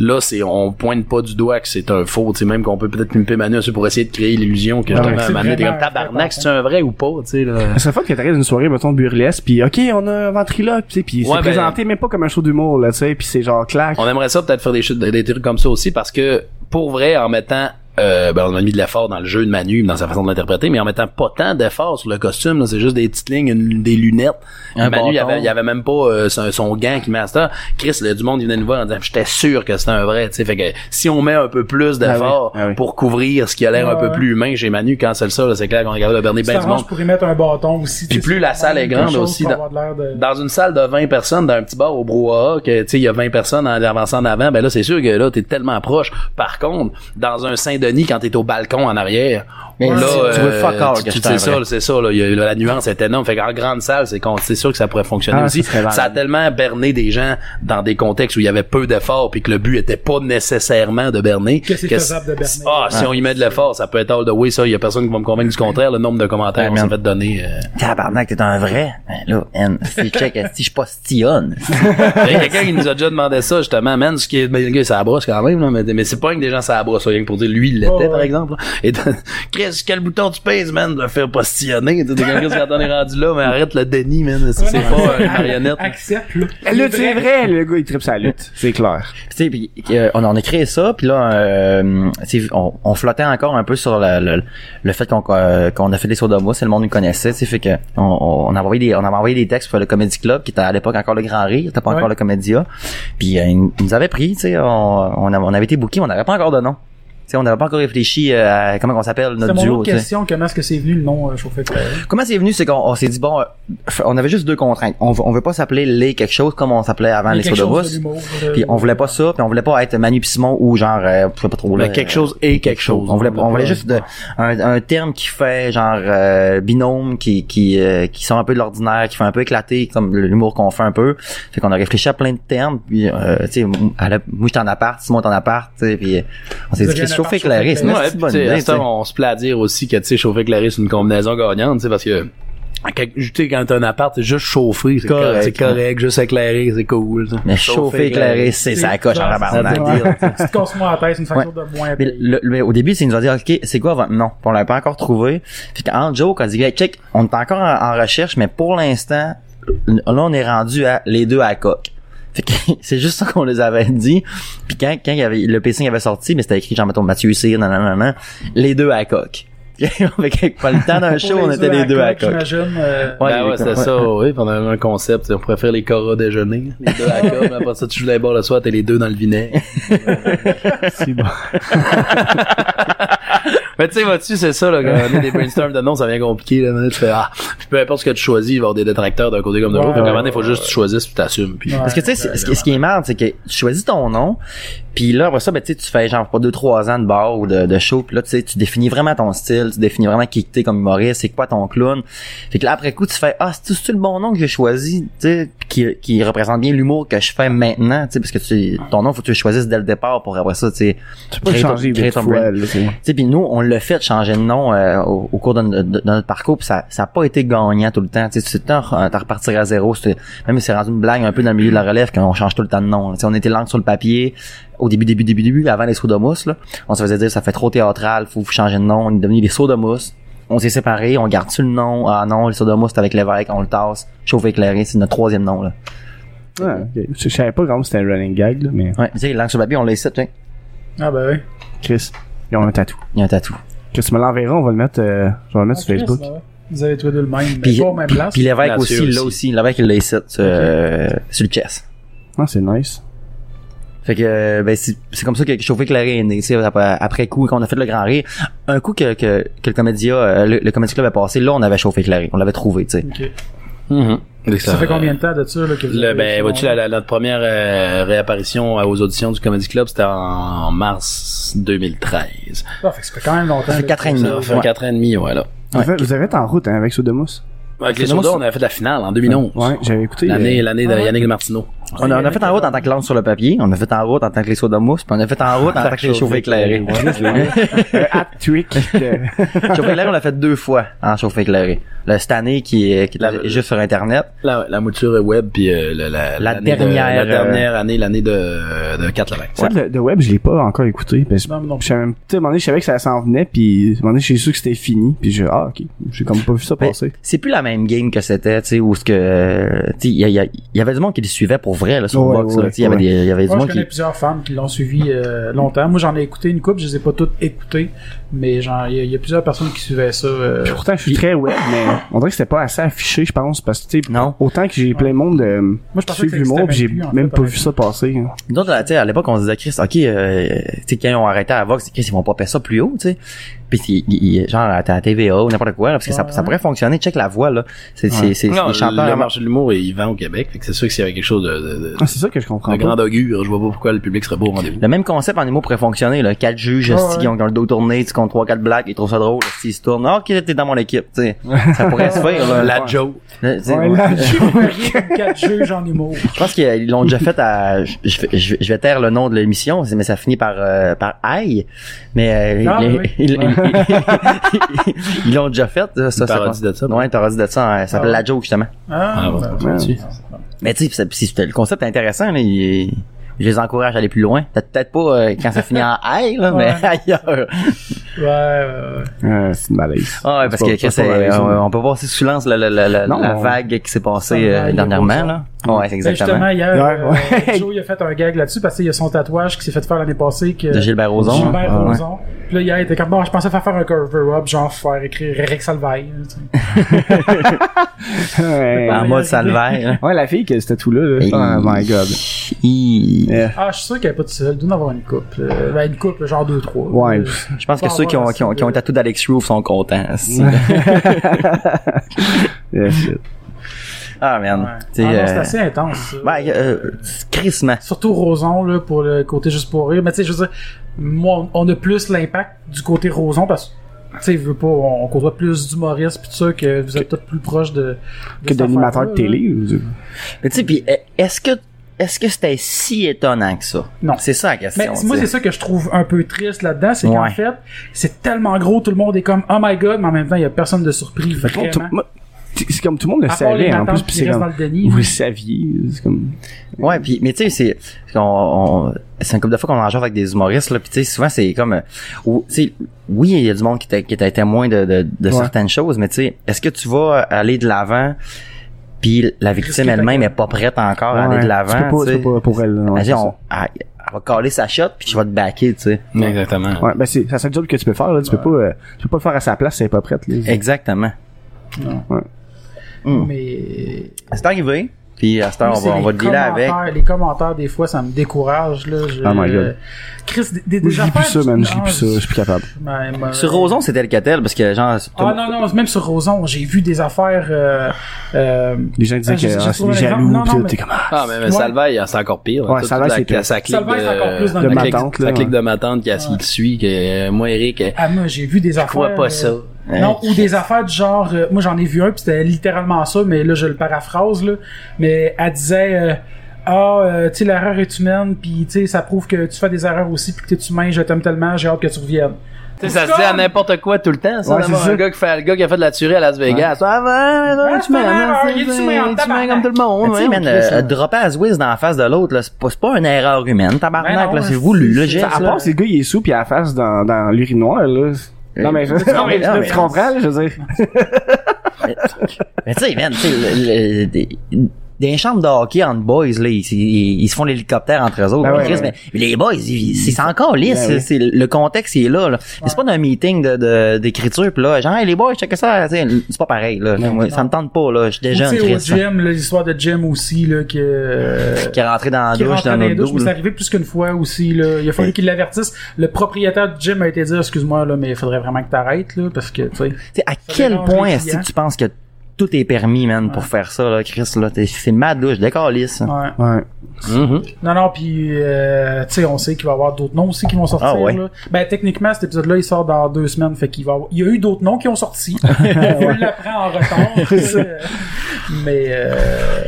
[SPEAKER 3] là, c'est on pointe pas du doigt que c'est un faux, tu sais, même qu'on peut peut-être pimper Manu un peu pour essayer de créer l'illusion que
[SPEAKER 4] Ouais,
[SPEAKER 3] justement, à un
[SPEAKER 4] ouais,
[SPEAKER 1] Ah c'est
[SPEAKER 3] moment donné, t'es
[SPEAKER 1] vraiment
[SPEAKER 3] comme
[SPEAKER 1] un vrai
[SPEAKER 3] tabarnak,
[SPEAKER 1] concept.
[SPEAKER 3] c'est un vrai ou pas, tu sais, là.
[SPEAKER 4] Ça serait fun que t'arrives une soirée, mettons, burlesque, puis OK, on a un ventriloque, tu sais, puis
[SPEAKER 3] Ouais,
[SPEAKER 4] c'est
[SPEAKER 3] ben-
[SPEAKER 4] présenté même pas comme un show d'humour, là, tu sais, puis c'est genre claque.
[SPEAKER 3] On aimerait ça peut-être faire des, chutes- des trucs comme ça aussi parce que pour vrai, en mettant euh, ben on a mis de l'effort dans le jeu de Manu, dans sa façon de l'interpréter, mais en mettant pas tant d'effort sur le costume, là, c'est juste des petites lignes, une- des lunettes.
[SPEAKER 2] Un
[SPEAKER 3] Manu, il
[SPEAKER 2] bâton.
[SPEAKER 3] avait, il avait même pas euh, son, son gant qui met à ça. Chris, le du monde, il venait nous voir en disant, j'étais sûr que c'était un vrai, tu sais. Fait que si on met un peu plus d'effort
[SPEAKER 4] Ah oui, ah oui.
[SPEAKER 3] pour couvrir ce qui a l'air un
[SPEAKER 1] Ouais,
[SPEAKER 3] peu
[SPEAKER 1] ouais.
[SPEAKER 3] plus humain chez Manu, quand c'est le ça, là, c'est clair qu'on regarde le Bernie
[SPEAKER 1] Ça
[SPEAKER 3] Ben du
[SPEAKER 1] arrange
[SPEAKER 3] monde.
[SPEAKER 1] pour y mettre un bâton aussi.
[SPEAKER 3] Puis
[SPEAKER 1] tu sais,
[SPEAKER 3] plus la
[SPEAKER 1] c'est
[SPEAKER 3] salle est
[SPEAKER 1] quelque
[SPEAKER 3] grande
[SPEAKER 1] chose
[SPEAKER 3] aussi
[SPEAKER 1] pour
[SPEAKER 3] dans-
[SPEAKER 1] avoir de l'air de-
[SPEAKER 3] euh, dans une salle de 20 personnes dans un petit bar au brouhaha que tu sais il y a 20 personnes en avançant en avant ben là c'est sûr que là t'es tellement proche par contre dans un Saint-Denis quand t'es au balcon en arrière
[SPEAKER 2] Mais
[SPEAKER 3] là
[SPEAKER 2] si tu veux
[SPEAKER 3] euh,
[SPEAKER 2] fuck all
[SPEAKER 3] tu-
[SPEAKER 2] que
[SPEAKER 3] tu-
[SPEAKER 2] je
[SPEAKER 3] c'est
[SPEAKER 2] t'enverrai.
[SPEAKER 3] ça c'est ça là, il y a- la nuance est énorme fait qu'en grande salle c'est con- c'est sûr que ça pourrait fonctionner
[SPEAKER 4] Ah,
[SPEAKER 3] aussi
[SPEAKER 4] ça serait
[SPEAKER 3] ça,
[SPEAKER 4] valable.
[SPEAKER 3] a tellement berné des gens dans des contextes où il y avait peu d'efforts puis que le but était pas nécessairement de berner
[SPEAKER 1] Que c'est faisable de berner.
[SPEAKER 3] ah si on y met de l'effort ça peut être all the way ça il y a personne qui va me convaincre du contraire le nombre de commentaires
[SPEAKER 2] Ouais,
[SPEAKER 3] qu'on s'est
[SPEAKER 2] man.
[SPEAKER 3] fait donner euh,
[SPEAKER 2] tabarnak t'es un vrai Ben là man, <laughs> si check si je suis pas stionne
[SPEAKER 3] Il y a quelqu'un qui nous a déjà demandé ça, justement, man, ce qui est, ben, le gars, ça brosse quand même, là, mais, mais c'est pas rien que des gens, ça brosse, rien que pour dire, lui, il l'était,
[SPEAKER 1] Ouais, ouais.
[SPEAKER 3] par exemple, là. Et t'as- <laughs> Chris, quel bouton tu pèses, man, de le faire postillonner, t'es comme, Chris, quand on est rendu là, mais arrête le déni, man, c'est
[SPEAKER 1] Ouais,
[SPEAKER 3] c'est
[SPEAKER 1] non,
[SPEAKER 3] pas une marionnette.
[SPEAKER 1] Accepte, là.
[SPEAKER 4] La lutte, c'est vrai, le gars, il tripe sa lutte. C'est clair.
[SPEAKER 2] Puis, tu sais, puis, euh, on en a créé ça, puis là, euh, tu sais, on, on flottait encore un peu sur le, le, le fait qu'on euh, qu'on a fait des sodomos, c'est le monde nous connaissait, tu sais, fait que on, on, on avait envoyé des, on avait envoyé des textes pour le Comedy Club, qui était à l'époque encore le Grand Rire, t'as pas
[SPEAKER 1] Ouais.
[SPEAKER 2] encore le Comédia, puis euh, ils nous avaient pris, tu sais, on, on, avait- on avait été bookés, on n'avait pas encore de nom. sais, on n'avait pas encore réfléchi euh, à comment on s'appelle
[SPEAKER 1] C'est
[SPEAKER 2] notre
[SPEAKER 1] mon
[SPEAKER 2] duo.
[SPEAKER 1] autre
[SPEAKER 2] tu sais.
[SPEAKER 1] question, comment est-ce que c'est venu le nom euh, Chauffeur Expert?
[SPEAKER 2] Comment c'est venu, c'est qu'on on s'est dit bon, euh, f- on avait juste deux contraintes. On, v- on veut pas s'appeler les quelque chose comme on s'appelait avant les
[SPEAKER 1] quelque
[SPEAKER 2] Soda
[SPEAKER 1] chose de l'humour,
[SPEAKER 2] Rousse.
[SPEAKER 1] euh,
[SPEAKER 2] Puis on voulait pas ça, puis on voulait pas être Manu pis Simon ou genre euh, je sais pas trop là,
[SPEAKER 3] Mais quelque chose et quelque chose.
[SPEAKER 2] On voulait, on voulait
[SPEAKER 3] pas-
[SPEAKER 2] juste de- un, un terme qui fait genre euh, binôme, qui qui euh, qui sort un peu de l'ordinaire, qui fait un peu éclater comme l'humour qu'on fait un peu. Fait qu'on a réfléchi à plein de termes. Puis euh, tu sais, m- à la- moi j'étais en appart, Simon était en appart, tu sais, puis euh, on s'est
[SPEAKER 1] Vous aviez
[SPEAKER 2] dit qu'est-ce
[SPEAKER 1] un
[SPEAKER 2] qu'il faut
[SPEAKER 1] appart
[SPEAKER 2] faire éclairer,
[SPEAKER 1] chauffé
[SPEAKER 2] c'est une
[SPEAKER 3] Ouais,
[SPEAKER 2] petite
[SPEAKER 3] puis,
[SPEAKER 2] bonne
[SPEAKER 3] tu sais,
[SPEAKER 2] idée,
[SPEAKER 3] à
[SPEAKER 2] tu
[SPEAKER 3] cette
[SPEAKER 2] sais.
[SPEAKER 3] heure, on se plaît à dire aussi que, tu sais, chauffer éclairé, c'est une combinaison gagnante, tu sais, parce que, à quel- tu sais, quand t'as un appart, c'est juste chauffer, c'est
[SPEAKER 2] Correct.
[SPEAKER 3] correct, c'est correct, juste éclairé, c'est cool, ça.
[SPEAKER 2] Mais chauffer éclairé, c'est ça coche en
[SPEAKER 1] ça,
[SPEAKER 2] rabarnage.
[SPEAKER 1] c'est-
[SPEAKER 3] tabarnak.
[SPEAKER 1] ouais. <laughs> Tu te casses moi la tête, c'est une facture de moins. à
[SPEAKER 2] Mais,
[SPEAKER 1] payer.
[SPEAKER 2] le, mais au début, c'est ils nous ont dit, OK, c'est quoi votre nom? Puis on l'avait pas encore trouvé. Puis en joke, on dit, Hey, check, on est encore en, en recherche, mais pour l'instant, là, on est rendu à les deux à la coque. Fait que <laughs> c'est juste ça qu'on les avait dit. Puis quand, quand il y avait, le pacing avait sorti, mais c'était écrit, genre, mettons, Mathieu Cyr, nan, nan, nan, nan, les deux à la coque. <laughs> Fait que pas le temps d'un
[SPEAKER 1] Pour
[SPEAKER 2] show, on
[SPEAKER 1] les
[SPEAKER 2] était les deux à la coque.
[SPEAKER 1] J'imagine. euh,
[SPEAKER 2] Ouais,
[SPEAKER 3] Ben ouais, c'était ça, oui, pendant un concept, tu sais, on préfère les coras déjeuner, les deux <laughs> à la com, après ça, tu joues les bords le soir, t'es les deux dans le vinaigre.
[SPEAKER 4] C'est bon.
[SPEAKER 3] Mais tu sais, vas-tu, c'est ça, là, quand on a des brainstorms de noms, ça devient compliqué, là, tu fais, ah, puis peu importe ce que tu choisis, il va y avoir des détracteurs d'un côté comme de l'autre,
[SPEAKER 1] Ouais,
[SPEAKER 3] Fait qu'à un
[SPEAKER 1] ouais,
[SPEAKER 3] moment donné, faut juste que tu choisisses puis t'assumes, puis...
[SPEAKER 1] Ouais.
[SPEAKER 2] Parce que tu sais, c'est- ce, qui- ce qui est marrant, c'est que tu choisis ton nom, puis là, après ça, ben, tu sais, tu fais genre pas deux, trois ans de bar ou de, de show, puis là, tu sais, tu définis vraiment ton style, tu définis vraiment qui que t'es comme humoriste, c'est quoi ton clown. Fait que là, après coup, tu fais, ah, c'est c'est le bon nom que j'ai choisi, tu sais, puis qui, qui représente bien l'humour que je fais maintenant, tu sais, parce que tu, ton nom, faut que tu le choisisses dès le départ pour après ça, tu sais.
[SPEAKER 4] Tu peux
[SPEAKER 2] Créer ton-
[SPEAKER 4] changer
[SPEAKER 2] créer
[SPEAKER 4] vite
[SPEAKER 2] ton
[SPEAKER 4] fois,
[SPEAKER 2] brand.
[SPEAKER 4] là, c'est-
[SPEAKER 2] Tu sais, puis nous, on l'a fait changer de nom euh, au, au cours de, no- de- de notre parcours, puis ça n'a pas été gagnant tout le temps. Tu sais, tout le temps, re- t'as repartir à zéro. C'était- Même si c'est rendu une blague un peu dans le milieu de la relève qu'on change tout le temps de nom. Tu sais, on était langue sur le papier au début, début, début, début, avant les sauts de mousse. Là, on se faisait dire ça fait trop théâtral, faut changer de nom. On est devenu les sauts de mousse. On s'est séparés, on garde-tu le nom? Ah non, les sauts de mousse, c'est avec l'évêque, on le tasse. Chauffe éclairé, c'est notre troisième nom. Là.
[SPEAKER 4] Ouais, ok. Je je savais pas vraiment si c'était un running gag, là, mais
[SPEAKER 2] Ouais, tu sais, langue sur le papier, on l'a ici, tu sais.
[SPEAKER 1] Ah, ben oui.
[SPEAKER 4] Chris, ils ont un tatou.
[SPEAKER 2] Il y a un tatou.
[SPEAKER 4] Que tu me l'enverras, on va le mettre, euh, je vais le mettre sur
[SPEAKER 1] Ah, Chris,
[SPEAKER 4] Facebook.
[SPEAKER 1] ben ouais. Vous avez tous les deux le même.
[SPEAKER 2] Puis,
[SPEAKER 1] mais pas au même
[SPEAKER 2] puis-
[SPEAKER 1] place.
[SPEAKER 2] puis l'évêque
[SPEAKER 3] Mathieu
[SPEAKER 2] aussi, Ah, là
[SPEAKER 3] aussi.
[SPEAKER 2] aussi. L'évêque, il l'a ici, euh, sur le chest.
[SPEAKER 4] Ah, c'est nice.
[SPEAKER 2] Fait que euh, ben c'est c'est comme ça que Chauffé Claré est né, tu sais, après, après coup quand on a fait le grand rire, un coup que que, que le comédia euh, le, le comédie club a passé, là on avait Chauffé Claré, on l'avait trouvé, tu sais.
[SPEAKER 1] Ok.
[SPEAKER 3] Mhm.
[SPEAKER 1] Ça fait combien de temps de ça là, que vous
[SPEAKER 3] Le,
[SPEAKER 1] avez-
[SPEAKER 3] ben, vois-tu, la, la- notre première euh, réapparition euh, aux auditions du Comedy Club, c'était en, en mars 2013.
[SPEAKER 1] Ah, fait que ça fait quand même longtemps.
[SPEAKER 2] Ça fait
[SPEAKER 1] là,
[SPEAKER 2] quatre ans et
[SPEAKER 1] que
[SPEAKER 2] demi.
[SPEAKER 3] Ça fait
[SPEAKER 2] Ouais.
[SPEAKER 3] quatre ans et demi, Mhm. ouais, là.
[SPEAKER 2] Ouais.
[SPEAKER 4] Vous avez- Vous avez été en route, hein, avec Sodomousse.
[SPEAKER 3] Avec les
[SPEAKER 2] C'est moi,
[SPEAKER 3] sodas,
[SPEAKER 2] c'est-
[SPEAKER 3] on avait fait la finale en 2011.
[SPEAKER 4] Ouais, j'avais écouté.
[SPEAKER 3] L'année,
[SPEAKER 4] euh,
[SPEAKER 3] l'année de
[SPEAKER 1] Ah ouais.
[SPEAKER 3] Yannick Martineau.
[SPEAKER 2] On a, on a fait en route en tant que lance sur le papier, on a fait en route en tant que les sauts de mousse, puis on a fait en route en tant que les chauffés éclairés.
[SPEAKER 4] le hat
[SPEAKER 2] <laughs>
[SPEAKER 4] trick. de-
[SPEAKER 2] chauffé éclairé, on l'a fait deux fois en chauffé éclairé. Le cette année qui est, qui est
[SPEAKER 3] La-
[SPEAKER 2] juste sur internet.
[SPEAKER 3] <laughs> La, la mouture web, puis euh, la, la,
[SPEAKER 2] La
[SPEAKER 3] l'année de-
[SPEAKER 2] dernière,
[SPEAKER 3] la dernière année, l'année de, de 80.
[SPEAKER 4] Celle de, de web, je l'ai pas encore écouté. parce que
[SPEAKER 1] Non, non.
[SPEAKER 4] je savais même- tu sais, à un moment donné, je savais que ça s'en venait, puis à un moment donné, je suis sûr que c'était fini, puis je, ah, ok, j'ai comme pas vu ça
[SPEAKER 2] Mais euh,
[SPEAKER 4] passer.
[SPEAKER 2] C'est plus la même game que c'était, tu sais, où ce que, euh, tu sais, il y, a- il y a- il y avait du monde qui les suivait pour vrai, là, sur
[SPEAKER 4] Ouais,
[SPEAKER 2] le box,
[SPEAKER 4] ouais,
[SPEAKER 2] là, tu sais, il y avait
[SPEAKER 4] ouais.
[SPEAKER 2] des, il y avait du
[SPEAKER 1] Moi, je
[SPEAKER 2] monde qui...
[SPEAKER 1] connais plusieurs femmes qui l'ont suivi euh, longtemps. Moi, j'en ai écouté une coupe, je les ai pas toutes écoutées, mais genre, il y, a- il y a plusieurs personnes qui suivaient ça.
[SPEAKER 2] <laughs>
[SPEAKER 1] euh, <laughs>
[SPEAKER 4] Puis pourtant, je suis
[SPEAKER 2] il-
[SPEAKER 4] très web, mais on dirait que c'était pas assez affiché, je pense, parce que, tu sais,
[SPEAKER 2] Non.
[SPEAKER 4] autant que j'ai plein de monde euh,
[SPEAKER 1] Moi, je
[SPEAKER 4] qui
[SPEAKER 1] pensais que
[SPEAKER 4] suivent l'humour,
[SPEAKER 1] ça
[SPEAKER 4] puis j'ai
[SPEAKER 1] existait même plus, en
[SPEAKER 4] même
[SPEAKER 1] fait,
[SPEAKER 4] pas vu ça passer. hein.
[SPEAKER 2] Nous autres, là, tu sais, à l'époque, on se disait, Chris, OK, euh, tu sais, quand ils ont arrêté à Vox, Chris, ils vont pas passer ça plus haut, tu sais. Puis, ils- ils- genre, à la TVA ou n'importe quoi, là, parce que ça,
[SPEAKER 1] Ouais.
[SPEAKER 2] ça pourrait fonctionner. Check la voix, là. C'est, c'est, c'est, c'est
[SPEAKER 3] Non,
[SPEAKER 2] des chanteurs.
[SPEAKER 3] le marché de l'humour est vivant au Québec, fait que c'est sûr que s'il y avait quelque chose de, de, de-
[SPEAKER 4] Ah, c'est ça que je comprends
[SPEAKER 3] de
[SPEAKER 4] pas.
[SPEAKER 3] grand augure, je vois pas pourquoi le public serait beau au rendez-vous.
[SPEAKER 2] Le même concept en humour pourrait fonctionner, là. Quatre juges,
[SPEAKER 1] Ouais,
[SPEAKER 2] esti,
[SPEAKER 1] ouais.
[SPEAKER 2] qui ont, qui ont le dos tourné, tu comptes trois, quatre blagues, ils trouvent ça drôle, esti, ils se tournent. Ah, OK, t'es dans mon équipe, tu sais. Ça
[SPEAKER 1] <laughs>
[SPEAKER 2] pourrait se faire, là.
[SPEAKER 3] La Joe.
[SPEAKER 2] Là, tu sais,
[SPEAKER 4] Ouais,
[SPEAKER 2] ouais.
[SPEAKER 4] là,
[SPEAKER 1] J'ai voyé comme quatre juges en humour.
[SPEAKER 2] Je pense qu'ils l'ont déjà fait à. Je, je vais- je vais- je vais taire le nom de l'émission, mais ça finit par euh, par aïe. Mais euh,
[SPEAKER 1] Ah,
[SPEAKER 2] ils-
[SPEAKER 1] oui.
[SPEAKER 2] ils- ils- ils l'ont déjà fait. Ça, ça,
[SPEAKER 3] parodie de ça,
[SPEAKER 2] Ouais, une parodie de ça. hein, Ça s'appelle
[SPEAKER 1] Ah,
[SPEAKER 2] la joke justement.
[SPEAKER 1] Ah,
[SPEAKER 3] Ah, ouais.
[SPEAKER 1] ben,
[SPEAKER 4] Ouais.
[SPEAKER 2] Mais tu sais, ça- si c'était- le concept est intéressant. Là, il-
[SPEAKER 1] <laughs>
[SPEAKER 2] je les encourage à aller plus loin. Peut-être peut-être pas euh, quand ça finit en aïe, là, mais
[SPEAKER 1] Ouais.
[SPEAKER 2] ailleurs.
[SPEAKER 1] Ouais, ouais, ouais.
[SPEAKER 4] Euh, c'est
[SPEAKER 2] <laughs>
[SPEAKER 4] une malaise.
[SPEAKER 2] Ah ouais, parce
[SPEAKER 4] C'est
[SPEAKER 2] que
[SPEAKER 4] pas-
[SPEAKER 2] Chris,
[SPEAKER 4] c'est pas
[SPEAKER 2] euh,
[SPEAKER 4] malaise,
[SPEAKER 2] on,
[SPEAKER 4] hein.
[SPEAKER 2] on peut voir si sous lance la, la, la, la,
[SPEAKER 4] Non,
[SPEAKER 2] la
[SPEAKER 4] on-
[SPEAKER 2] vague qui s'est
[SPEAKER 1] Ça,
[SPEAKER 2] passée euh,
[SPEAKER 1] il y a
[SPEAKER 2] dernièrement,
[SPEAKER 1] pas
[SPEAKER 2] là. Ouais, c'est exactement.
[SPEAKER 1] Justement, hier,
[SPEAKER 4] Hier,
[SPEAKER 1] euh,
[SPEAKER 4] ouais.
[SPEAKER 1] Joe, il a fait un gag là-dessus parce qu'il y a son tatouage qui s'est fait faire l'année passée. Que
[SPEAKER 2] De Gilbert Rozon, hein.
[SPEAKER 1] Gilbert
[SPEAKER 2] Ah, ouais.
[SPEAKER 1] Rozon. Puis là, hier, il était comme, bon, je pensais faire faire un cover-up, genre faire écrire Eric Salvaille. tu sais.
[SPEAKER 4] Ouais.
[SPEAKER 2] En
[SPEAKER 1] Ouais,
[SPEAKER 2] mode
[SPEAKER 1] ouais,
[SPEAKER 2] salvaire, là.
[SPEAKER 4] Ouais, la fille qui c'était tout là.
[SPEAKER 2] Et-
[SPEAKER 4] là. Oh my god.
[SPEAKER 2] Hi.
[SPEAKER 4] Yeah.
[SPEAKER 1] Ah, je suis sûr qu'elle n'est pas toute seule. D'où avoir une coupe. Ben, une coupe, genre 2-3.
[SPEAKER 4] Ouais.
[SPEAKER 2] Je pense que
[SPEAKER 1] Pas
[SPEAKER 2] ceux qui ont,
[SPEAKER 1] avoir
[SPEAKER 2] qui ont,
[SPEAKER 1] assez
[SPEAKER 2] qui ont
[SPEAKER 1] de-
[SPEAKER 2] le tatou d'Alex Roof sont contents. <laughs>
[SPEAKER 4] <laughs>
[SPEAKER 2] si.
[SPEAKER 4] Yeah, shit.
[SPEAKER 2] ah, man.
[SPEAKER 1] Ouais.
[SPEAKER 2] Tu sais,
[SPEAKER 1] Ah non, c'est
[SPEAKER 2] euh,
[SPEAKER 1] assez intense. ça.
[SPEAKER 2] ouais, euh, crissement.
[SPEAKER 1] Surtout Roson, là, pour le côté juste pour rire. Mais tu sais, je veux dire, moi, on on a plus l'impact du côté Roson parce que. Tu sais, je veux pas, on on côtoie plus d'humoristes pis tout ça, que vous êtes peut-être plus proche de.
[SPEAKER 4] que d'animateur de télé. ou du-
[SPEAKER 2] Mais tu sais, puis euh, est-ce que est-ce que c'était si étonnant que ça?
[SPEAKER 1] Non.
[SPEAKER 2] C'est ça la question.
[SPEAKER 1] Mais moi,
[SPEAKER 2] tu
[SPEAKER 1] c'est
[SPEAKER 2] sais.
[SPEAKER 1] ça que je trouve un peu triste là-dedans, c'est qu'en
[SPEAKER 2] Ouais.
[SPEAKER 1] fait, c'est tellement gros, tout le monde est comme « Oh my God », mais en même temps, il y a personne de surpris, vraiment.
[SPEAKER 4] Tout- moi, t- C'est comme tout le monde le
[SPEAKER 1] À part les
[SPEAKER 4] savait en plus,
[SPEAKER 1] matantes
[SPEAKER 4] puis
[SPEAKER 1] qui
[SPEAKER 4] c'est
[SPEAKER 1] restent dans
[SPEAKER 4] comme
[SPEAKER 1] le déni.
[SPEAKER 4] vous le saviez, c'est comme
[SPEAKER 2] Ouais, puis mais tu sais c'est on, on- c'est un couple de fois qu'on en joue avec des humoristes là, puis tu sais souvent c'est comme euh, ou- tu sais oui, il y a du monde qui était qui était témoin de de, de
[SPEAKER 4] Ouais.
[SPEAKER 2] certaines choses, mais tu sais est-ce que tu vas aller de l'avant puis la victime
[SPEAKER 1] Risquer ta
[SPEAKER 2] elle-même
[SPEAKER 1] gueule.
[SPEAKER 2] est pas prête encore à aller
[SPEAKER 4] Ouais,
[SPEAKER 2] de
[SPEAKER 4] Tu peux
[SPEAKER 2] l'avant,
[SPEAKER 4] pas,
[SPEAKER 2] tu
[SPEAKER 4] tu
[SPEAKER 2] sais.
[SPEAKER 4] peux pas pour elle. ouais,
[SPEAKER 2] Imagine,
[SPEAKER 4] c'est
[SPEAKER 2] on- elle, elle va caler sa shot puis tu vas te backer, tu sais.
[SPEAKER 3] Exactement.
[SPEAKER 4] ça. Ouais, ben c'est c'est la seule job que tu peux faire là, tu peux pas euh, tu peux pas le faire à sa place, c'est pas prête là.
[SPEAKER 2] Exactement.
[SPEAKER 1] Mais...
[SPEAKER 2] C'est arrivé. Puis à cette heure,
[SPEAKER 1] Moi,
[SPEAKER 2] on va,
[SPEAKER 1] c'est
[SPEAKER 2] on va
[SPEAKER 1] les
[SPEAKER 2] dealer avec.
[SPEAKER 1] commentaires- Les commentaires, des fois, ça me décourage. Là, je-
[SPEAKER 4] Oh my God.
[SPEAKER 1] Chris, des, des,
[SPEAKER 4] Moi,
[SPEAKER 1] des
[SPEAKER 4] je lis plus
[SPEAKER 1] affaires-
[SPEAKER 4] ça, man, je lis
[SPEAKER 1] Non,
[SPEAKER 4] plus ça, je suis plus capable.
[SPEAKER 1] ben, ben,
[SPEAKER 2] Sur Roson, c'était le catel parce que genre tout-
[SPEAKER 1] Ah non, non, même sur Roson, j'ai vu des affaires... Euh, euh,
[SPEAKER 4] Les gens disaient
[SPEAKER 1] Ah,
[SPEAKER 4] que
[SPEAKER 1] j'ai- j'ai
[SPEAKER 4] ah, c'est
[SPEAKER 1] trouvé
[SPEAKER 4] des
[SPEAKER 1] l'exemple.
[SPEAKER 4] jaloux,
[SPEAKER 1] Non,
[SPEAKER 4] pis
[SPEAKER 1] non,
[SPEAKER 4] là,
[SPEAKER 1] mais-
[SPEAKER 4] t'es comme ah,
[SPEAKER 3] Ah, mais, mais
[SPEAKER 1] Ouais.
[SPEAKER 3] Salvaille, c'est encore pire.
[SPEAKER 4] Ouais,
[SPEAKER 3] Toute
[SPEAKER 4] Salvaille,
[SPEAKER 3] la-
[SPEAKER 4] c'est pire.
[SPEAKER 3] sa clique
[SPEAKER 1] Salvaille,
[SPEAKER 3] de-
[SPEAKER 1] c'est encore plus dans
[SPEAKER 3] de
[SPEAKER 1] le
[SPEAKER 3] ma
[SPEAKER 4] clique.
[SPEAKER 3] tante,
[SPEAKER 4] Ouais.
[SPEAKER 3] Sa clique de ma tante qui, a- qui te suit, que euh, moi, Eric, euh,
[SPEAKER 1] Ah, moi, j'ai vu des affaires.
[SPEAKER 3] crois
[SPEAKER 1] euh,
[SPEAKER 3] pas ça.
[SPEAKER 1] Non, ou des affaires du genre, euh, moi j'en ai vu un, puis c'était littéralement ça, mais là je le paraphrase, là, mais elle disait, euh, ah, euh, tu sais, l'erreur est humaine, puis tu sais, ça prouve que tu fais des erreurs aussi, puis que t'es humain, je t'aime tellement, j'ai hâte que tu reviennes.
[SPEAKER 3] Tu sais, ça se dit à n'importe quoi tout le temps, ça.
[SPEAKER 4] Ouais,
[SPEAKER 3] d'avoir
[SPEAKER 4] c'est
[SPEAKER 3] un
[SPEAKER 4] ça.
[SPEAKER 3] gars qui fait, le gars qui a fait de la tuerie à Las Vegas. Ah, ouais, ouais,
[SPEAKER 1] Ah,
[SPEAKER 3] tu mens,
[SPEAKER 1] c'est
[SPEAKER 3] hein,
[SPEAKER 1] vrai,
[SPEAKER 3] c'est-
[SPEAKER 1] il est
[SPEAKER 3] c'est-
[SPEAKER 1] humain en
[SPEAKER 3] tu mens
[SPEAKER 1] tabarnak.
[SPEAKER 3] comme tout le monde, hein,
[SPEAKER 2] Mais tu sais,
[SPEAKER 3] ouais,
[SPEAKER 2] man,
[SPEAKER 3] on crie
[SPEAKER 2] euh,
[SPEAKER 3] ça.
[SPEAKER 2] euh, dropper Aswiz dans la face de l'autre, là, c'est pas, c'est pas une erreur humaine,
[SPEAKER 1] Ben
[SPEAKER 2] tabarnak,
[SPEAKER 1] non,
[SPEAKER 2] là, c'est
[SPEAKER 1] c'est-
[SPEAKER 2] voulu, le
[SPEAKER 1] c'est-
[SPEAKER 2] geste,
[SPEAKER 1] ça
[SPEAKER 4] à
[SPEAKER 2] là.
[SPEAKER 4] part si le gars il est sous puis à la face dans dans l'urinoir là. Non <laughs> mais, non, mais,
[SPEAKER 2] non, mais-
[SPEAKER 4] tu comprends, là, je veux dire.
[SPEAKER 2] Mais tu sais, man, tu sais, le- le- des- dans les chambres de hockey entre boys, là, ils, ils- ils se font l'hélicoptère entre eux autres.
[SPEAKER 4] Ben
[SPEAKER 2] Mais
[SPEAKER 4] ouais,
[SPEAKER 2] Chris,
[SPEAKER 4] ouais.
[SPEAKER 2] mais- mais les boys, ils- c'est c'est encore lisse.
[SPEAKER 4] Ben oui.
[SPEAKER 2] c'est- le contexte il est là. là. Mais C'est pas d'un meeting de- de- d'écriture, de, pis là, genre, hey, les boys, check ça. tu sais, C'est pas pareil, là. Moi, ça me tente pas, là. Je suis
[SPEAKER 1] Ou,
[SPEAKER 2] déjà un
[SPEAKER 1] tu sais, au
[SPEAKER 2] Chris. hein,
[SPEAKER 1] gym, là, l'histoire de Jim aussi, là, que... euh,
[SPEAKER 2] Qui est rentré dans la
[SPEAKER 1] qui
[SPEAKER 2] douche,
[SPEAKER 1] rentre dans
[SPEAKER 2] dans
[SPEAKER 1] les
[SPEAKER 2] notre
[SPEAKER 1] douches, mais
[SPEAKER 2] douche.
[SPEAKER 1] c'est arrivé plus qu'une fois aussi, là. Il a fallu
[SPEAKER 2] Et-
[SPEAKER 1] qu'il l'avertisse. Le propriétaire du gym a été dire, excuse-moi, là, mais il faudrait vraiment que t'arrêtes, là, parce que, tu sais.
[SPEAKER 2] Tu sais, à quel
[SPEAKER 1] mélange
[SPEAKER 2] point
[SPEAKER 1] les
[SPEAKER 2] est-ce
[SPEAKER 1] clients.
[SPEAKER 2] que tu penses que tout est permis, man, pour faire ça, là, Chris, là? T'es- C'est ma douche, d'accord, lisse. hein.
[SPEAKER 1] Ouais.
[SPEAKER 4] Ouais.
[SPEAKER 3] Mhm.
[SPEAKER 1] Non, non, puis, euh, tu sais, on sait qu'il va y avoir d'autres noms aussi qui vont sortir.
[SPEAKER 2] Ah ouais.
[SPEAKER 1] là. Ben, techniquement, cet épisode-là, il sort dans deux semaines, fait qu'il va avoir- Il y a eu d'autres noms qui ont
[SPEAKER 3] <laughs>
[SPEAKER 1] sorti. on l'apprend en retard. tu sais. Mais, euh,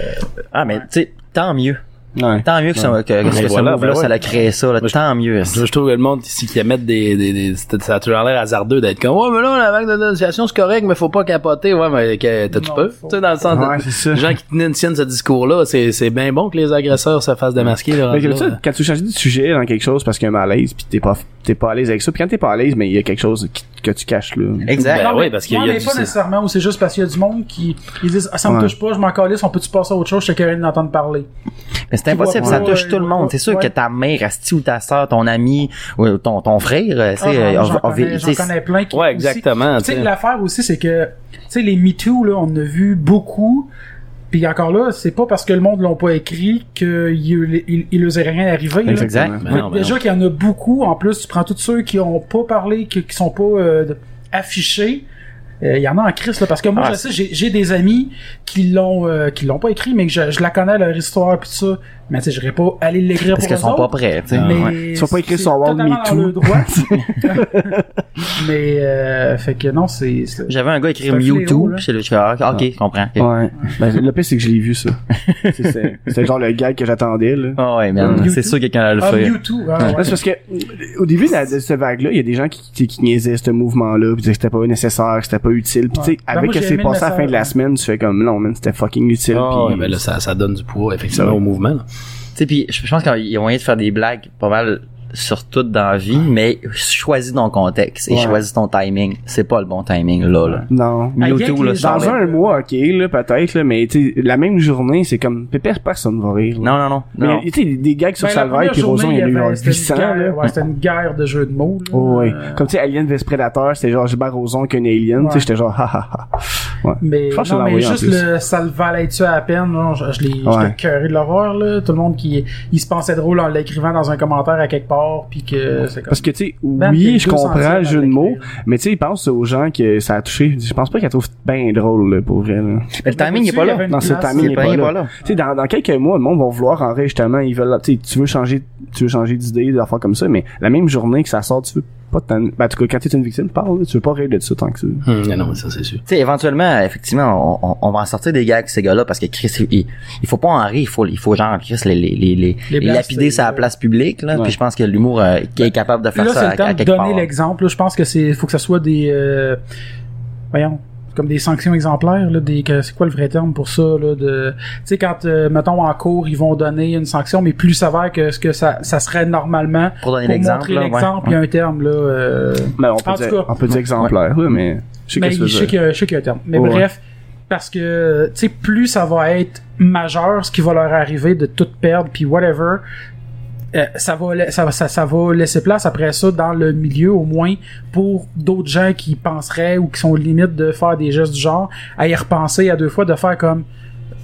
[SPEAKER 2] Ah, mais, tu sais, tant mieux.
[SPEAKER 4] Ouais.
[SPEAKER 2] Tant mieux que, ça, que, que ce
[SPEAKER 3] voilà,
[SPEAKER 2] move-là,
[SPEAKER 3] ben ouais.
[SPEAKER 2] ça l'a créé ça, là,
[SPEAKER 3] Moi, je-
[SPEAKER 2] tant mieux.
[SPEAKER 3] Je, je trouve que le monde ici qui mettre des, des, des- c'était- ça a toujours l'air hasardeux d'être comme, ouais, mais là, la vague de dénonciation, c'est correct, mais faut pas capoter, ouais, mais que, t'as tu
[SPEAKER 1] Non,
[SPEAKER 3] peux?
[SPEAKER 1] faut-
[SPEAKER 3] Tu sais, dans le sens,
[SPEAKER 4] Ouais,
[SPEAKER 3] de-
[SPEAKER 4] c'est ça.
[SPEAKER 3] les gens qui tenaient tiennent ce discours-là, c'est, c'est bien bon que les agresseurs se fassent démasquer,
[SPEAKER 1] Ah,
[SPEAKER 3] là.
[SPEAKER 4] Mais
[SPEAKER 3] rendu
[SPEAKER 4] comme
[SPEAKER 3] là.
[SPEAKER 1] hein.
[SPEAKER 4] ça, quand tu changes de sujet dans quelque chose parce qu'il y a un malaise puis t'es pas, t'es pas à l'aise avec ça, puis quand t'es pas à l'aise, mais il y a quelque chose qui- que tu caches, là.
[SPEAKER 2] Exact.
[SPEAKER 3] Ben
[SPEAKER 1] non,
[SPEAKER 3] oui,
[SPEAKER 1] mais-
[SPEAKER 3] parce qu'il
[SPEAKER 1] non,
[SPEAKER 3] y a
[SPEAKER 1] mais
[SPEAKER 3] du-
[SPEAKER 1] pas nécessairement, ou c'est juste parce qu'il y a du monde qui, ils disent, ah, ça me
[SPEAKER 4] Ouais.
[SPEAKER 1] touche pas, je m'en calisse, on peut-tu passer à autre chose, je suis curieux d'entendre parler.
[SPEAKER 2] Mais c'est impossible,
[SPEAKER 1] Ouais,
[SPEAKER 2] ça touche
[SPEAKER 1] ouais,
[SPEAKER 2] tout le monde.
[SPEAKER 1] ouais,
[SPEAKER 2] C'est sûr
[SPEAKER 1] ouais.
[SPEAKER 2] que ta mère, Asti ou ta soeur, ton ami, ou ton, ton frère, euh, tu
[SPEAKER 1] Ah,
[SPEAKER 2] sais,
[SPEAKER 1] j'en-
[SPEAKER 2] euh,
[SPEAKER 1] j'en
[SPEAKER 2] a- a-
[SPEAKER 1] connais-
[SPEAKER 2] tu sais,
[SPEAKER 1] J'en connais plein qui.
[SPEAKER 3] Ouais,
[SPEAKER 1] aussi-
[SPEAKER 3] exactement,
[SPEAKER 1] Tu sais,
[SPEAKER 3] tu sais.
[SPEAKER 1] l'affaire aussi, c'est que, tu sais, les Me Too, là, on en a vu beaucoup. Puis encore là, c'est pas parce que le monde l'ont pas écrit qu'il il, il, il leur est rien arrivé. là.
[SPEAKER 2] Exact.
[SPEAKER 3] Ben non, ben
[SPEAKER 1] Déjà qu'il y en a beaucoup. En plus, tu prends tous ceux qui ont pas parlé, qui, qui sont pas euh, de- affichés. Euh, Il y en a en crise là, parce que moi
[SPEAKER 2] Ah,
[SPEAKER 1] je sais j'ai j'ai des amis qui l'ont euh, qui l'ont pas écrit mais que je, je la connais leur histoire puis tout ça mais tu sais j'irais pas aller l'écrire
[SPEAKER 2] Parce
[SPEAKER 1] pour
[SPEAKER 2] qu'ils
[SPEAKER 1] eux
[SPEAKER 2] sont pas
[SPEAKER 1] autres.
[SPEAKER 2] prêts, tu
[SPEAKER 4] Euh,
[SPEAKER 2] sais.
[SPEAKER 1] Mais
[SPEAKER 2] Ouais.
[SPEAKER 4] Ils sont pas écrits
[SPEAKER 1] c'est
[SPEAKER 4] sur Wall
[SPEAKER 1] totalement
[SPEAKER 4] Me
[SPEAKER 1] dans
[SPEAKER 4] Too.
[SPEAKER 1] le
[SPEAKER 4] <laughs>
[SPEAKER 1] droit. <laughs> mais euh, fait que non, c'est c'est-
[SPEAKER 2] J'avais un gars écrire
[SPEAKER 1] C'est un fléau,
[SPEAKER 2] Mewtwo,
[SPEAKER 1] là.
[SPEAKER 2] pis c'est le, je suis ah, ok, je comprends. ok.
[SPEAKER 4] Ouais. Ben, le pire, c'est que je l'ai vu, ça. C'est- c'est c'est genre le gag que j'attendais, là.
[SPEAKER 2] Ah ouais, man,
[SPEAKER 1] Mewtwo.
[SPEAKER 2] c'est sûr que quelqu'un va le
[SPEAKER 1] ah,
[SPEAKER 2] faire.
[SPEAKER 1] Mewtwo. Ah, ouais.
[SPEAKER 4] Ouais, c'est parce que, euh, au début de, la- de cette vague-là, il y a des gens qui, qui, qui niaisaient ce mouvement-là, pis disaient que c'était pas nécessaire, que c'était pas utile. Pis tu
[SPEAKER 1] Ouais.
[SPEAKER 4] sais,
[SPEAKER 1] Ben,
[SPEAKER 4] avec
[SPEAKER 1] moi,
[SPEAKER 4] ce
[SPEAKER 1] j'ai
[SPEAKER 4] qui s'est
[SPEAKER 1] aimé le
[SPEAKER 4] passé à la fin de la
[SPEAKER 1] message. hein.
[SPEAKER 4] semaine, tu fais comme, non, man, c'était fucking utile.
[SPEAKER 3] Ah,
[SPEAKER 4] pis-
[SPEAKER 3] ouais, ben là, ça, ça donne du poids, effectivement,
[SPEAKER 4] Ouais.
[SPEAKER 3] au mouvement, là.
[SPEAKER 2] Tu sais, puis je je pense qu'il y a moyen de faire des blagues pas mal sur tout dans la vie, mais choisis ton contexte et
[SPEAKER 4] Ouais.
[SPEAKER 2] choisis ton timing. C'est pas le bon timing là. là.
[SPEAKER 4] Non.
[SPEAKER 1] Ah,
[SPEAKER 2] Mewtwo,
[SPEAKER 1] avec
[SPEAKER 2] là,
[SPEAKER 1] les
[SPEAKER 2] tu
[SPEAKER 4] Dans
[SPEAKER 2] parles-
[SPEAKER 4] un mois, ok, là, peut-être, là, mais tu sais, la même journée, c'est comme, pépère, personne va rire. là.
[SPEAKER 2] Non, non, non. non.
[SPEAKER 4] Mais, tu sais, des gags sur
[SPEAKER 1] Ben, la
[SPEAKER 4] Salvaire
[SPEAKER 1] première
[SPEAKER 4] puis Roson,
[SPEAKER 1] journée,
[SPEAKER 4] il y en a eu genre
[SPEAKER 1] avait- c'était une
[SPEAKER 4] 800,
[SPEAKER 1] guerre,
[SPEAKER 4] là.
[SPEAKER 1] ouais, C'était une guerre de jeux de mots. là.
[SPEAKER 4] Oh, ouais. Comme, tu sais, Alien vs Predator, c'était genre Gilbert Rozon qu'un alien, tu sais, j'étais genre, <laughs> ha, ha, ha. Ouais.
[SPEAKER 1] Mais,
[SPEAKER 4] Je pense que je
[SPEAKER 1] non,
[SPEAKER 4] l'ai
[SPEAKER 1] mais
[SPEAKER 4] envoyé en
[SPEAKER 1] juste
[SPEAKER 4] plus.
[SPEAKER 1] le ça le valait tu à peine, non, je, je l'ai j'étais
[SPEAKER 4] Ouais.
[SPEAKER 1] écoeuré de l'horreur là, tout le monde qui il se pensait drôle en l'écrivant dans un commentaire à quelque part puis que Euh, c'est comme
[SPEAKER 4] Parce que, tu sais,
[SPEAKER 1] Man, t'es
[SPEAKER 4] oui, je
[SPEAKER 1] deux
[SPEAKER 4] comprends le
[SPEAKER 1] centièmes
[SPEAKER 4] jeu de
[SPEAKER 1] avec
[SPEAKER 4] mots,
[SPEAKER 1] les-
[SPEAKER 4] mais tu sais, ils pensent aux gens que ça a touché. Je pense pas qu'ils la trouvent bien drôle, là, pour vrai, là.
[SPEAKER 1] Ben,
[SPEAKER 2] Mais le timing il est pas là.
[SPEAKER 4] Non, c'est le timing, il est pas là. Tu sais, dans, dans quelques mois, le monde va vouloir en rire, justement. Ils veulent, tu sais, tu veux changer, tu veux changer d'idée, d'affaires comme ça, mais la même journée que ça sort, tu veux pas t'en, ben, en tout cas, quand t'es une victime, parle, là, tu veux pas rire de ça tant que ça.
[SPEAKER 3] Hum, non, mais ça, c'est sûr.
[SPEAKER 2] Tu sais, éventuellement, effectivement, on, on- on va en sortir des gags, ces gars-là, parce que Chris, il, il faut pas en rire, il faut, il faut genre, Chris, les, les, les, les,
[SPEAKER 1] Les
[SPEAKER 2] les lapider
[SPEAKER 1] blaster,
[SPEAKER 2] sur la
[SPEAKER 1] ouais. Ben,
[SPEAKER 2] place publique, là.
[SPEAKER 4] Ouais.
[SPEAKER 2] Puis je pense que l'humour, euh, qui est capable de faire
[SPEAKER 1] Là,
[SPEAKER 2] ça
[SPEAKER 1] c'est
[SPEAKER 2] à,
[SPEAKER 1] le temps
[SPEAKER 2] à
[SPEAKER 1] de
[SPEAKER 2] quelque
[SPEAKER 1] donner
[SPEAKER 2] part.
[SPEAKER 1] l'exemple. là. Je pense que c'est faut que ça soit des euh, voyons comme des sanctions exemplaires là, des que- c'est quoi le vrai terme pour ça là de tu sais quand euh, mettons en cours ils vont donner une sanction mais plus sévère que ce que ça, ça serait normalement
[SPEAKER 2] Pour donner
[SPEAKER 1] pour
[SPEAKER 2] l'exemple,
[SPEAKER 1] montrer
[SPEAKER 2] là,
[SPEAKER 1] l'exemple il y a un terme là euh,
[SPEAKER 4] Mais Ben, on
[SPEAKER 1] En
[SPEAKER 4] peut
[SPEAKER 1] tout cas.
[SPEAKER 4] dire, on peut dire exemplaire, là, mais je sais
[SPEAKER 1] mais
[SPEAKER 4] qu'est-ce que
[SPEAKER 1] Ben, je
[SPEAKER 4] tu
[SPEAKER 1] sais
[SPEAKER 4] veux dire.
[SPEAKER 1] qu'il y a- je sais qu'il y a un terme mais
[SPEAKER 4] Ouais.
[SPEAKER 1] bref parce que tu sais plus ça va être majeur ce qui va leur arriver de tout perdre puis whatever euh, ça va la- ça, va- ça, ça va laisser place après ça dans le milieu au moins pour d'autres gens qui penseraient ou qui sont limite de faire des gestes du genre à y repenser à deux fois de faire comme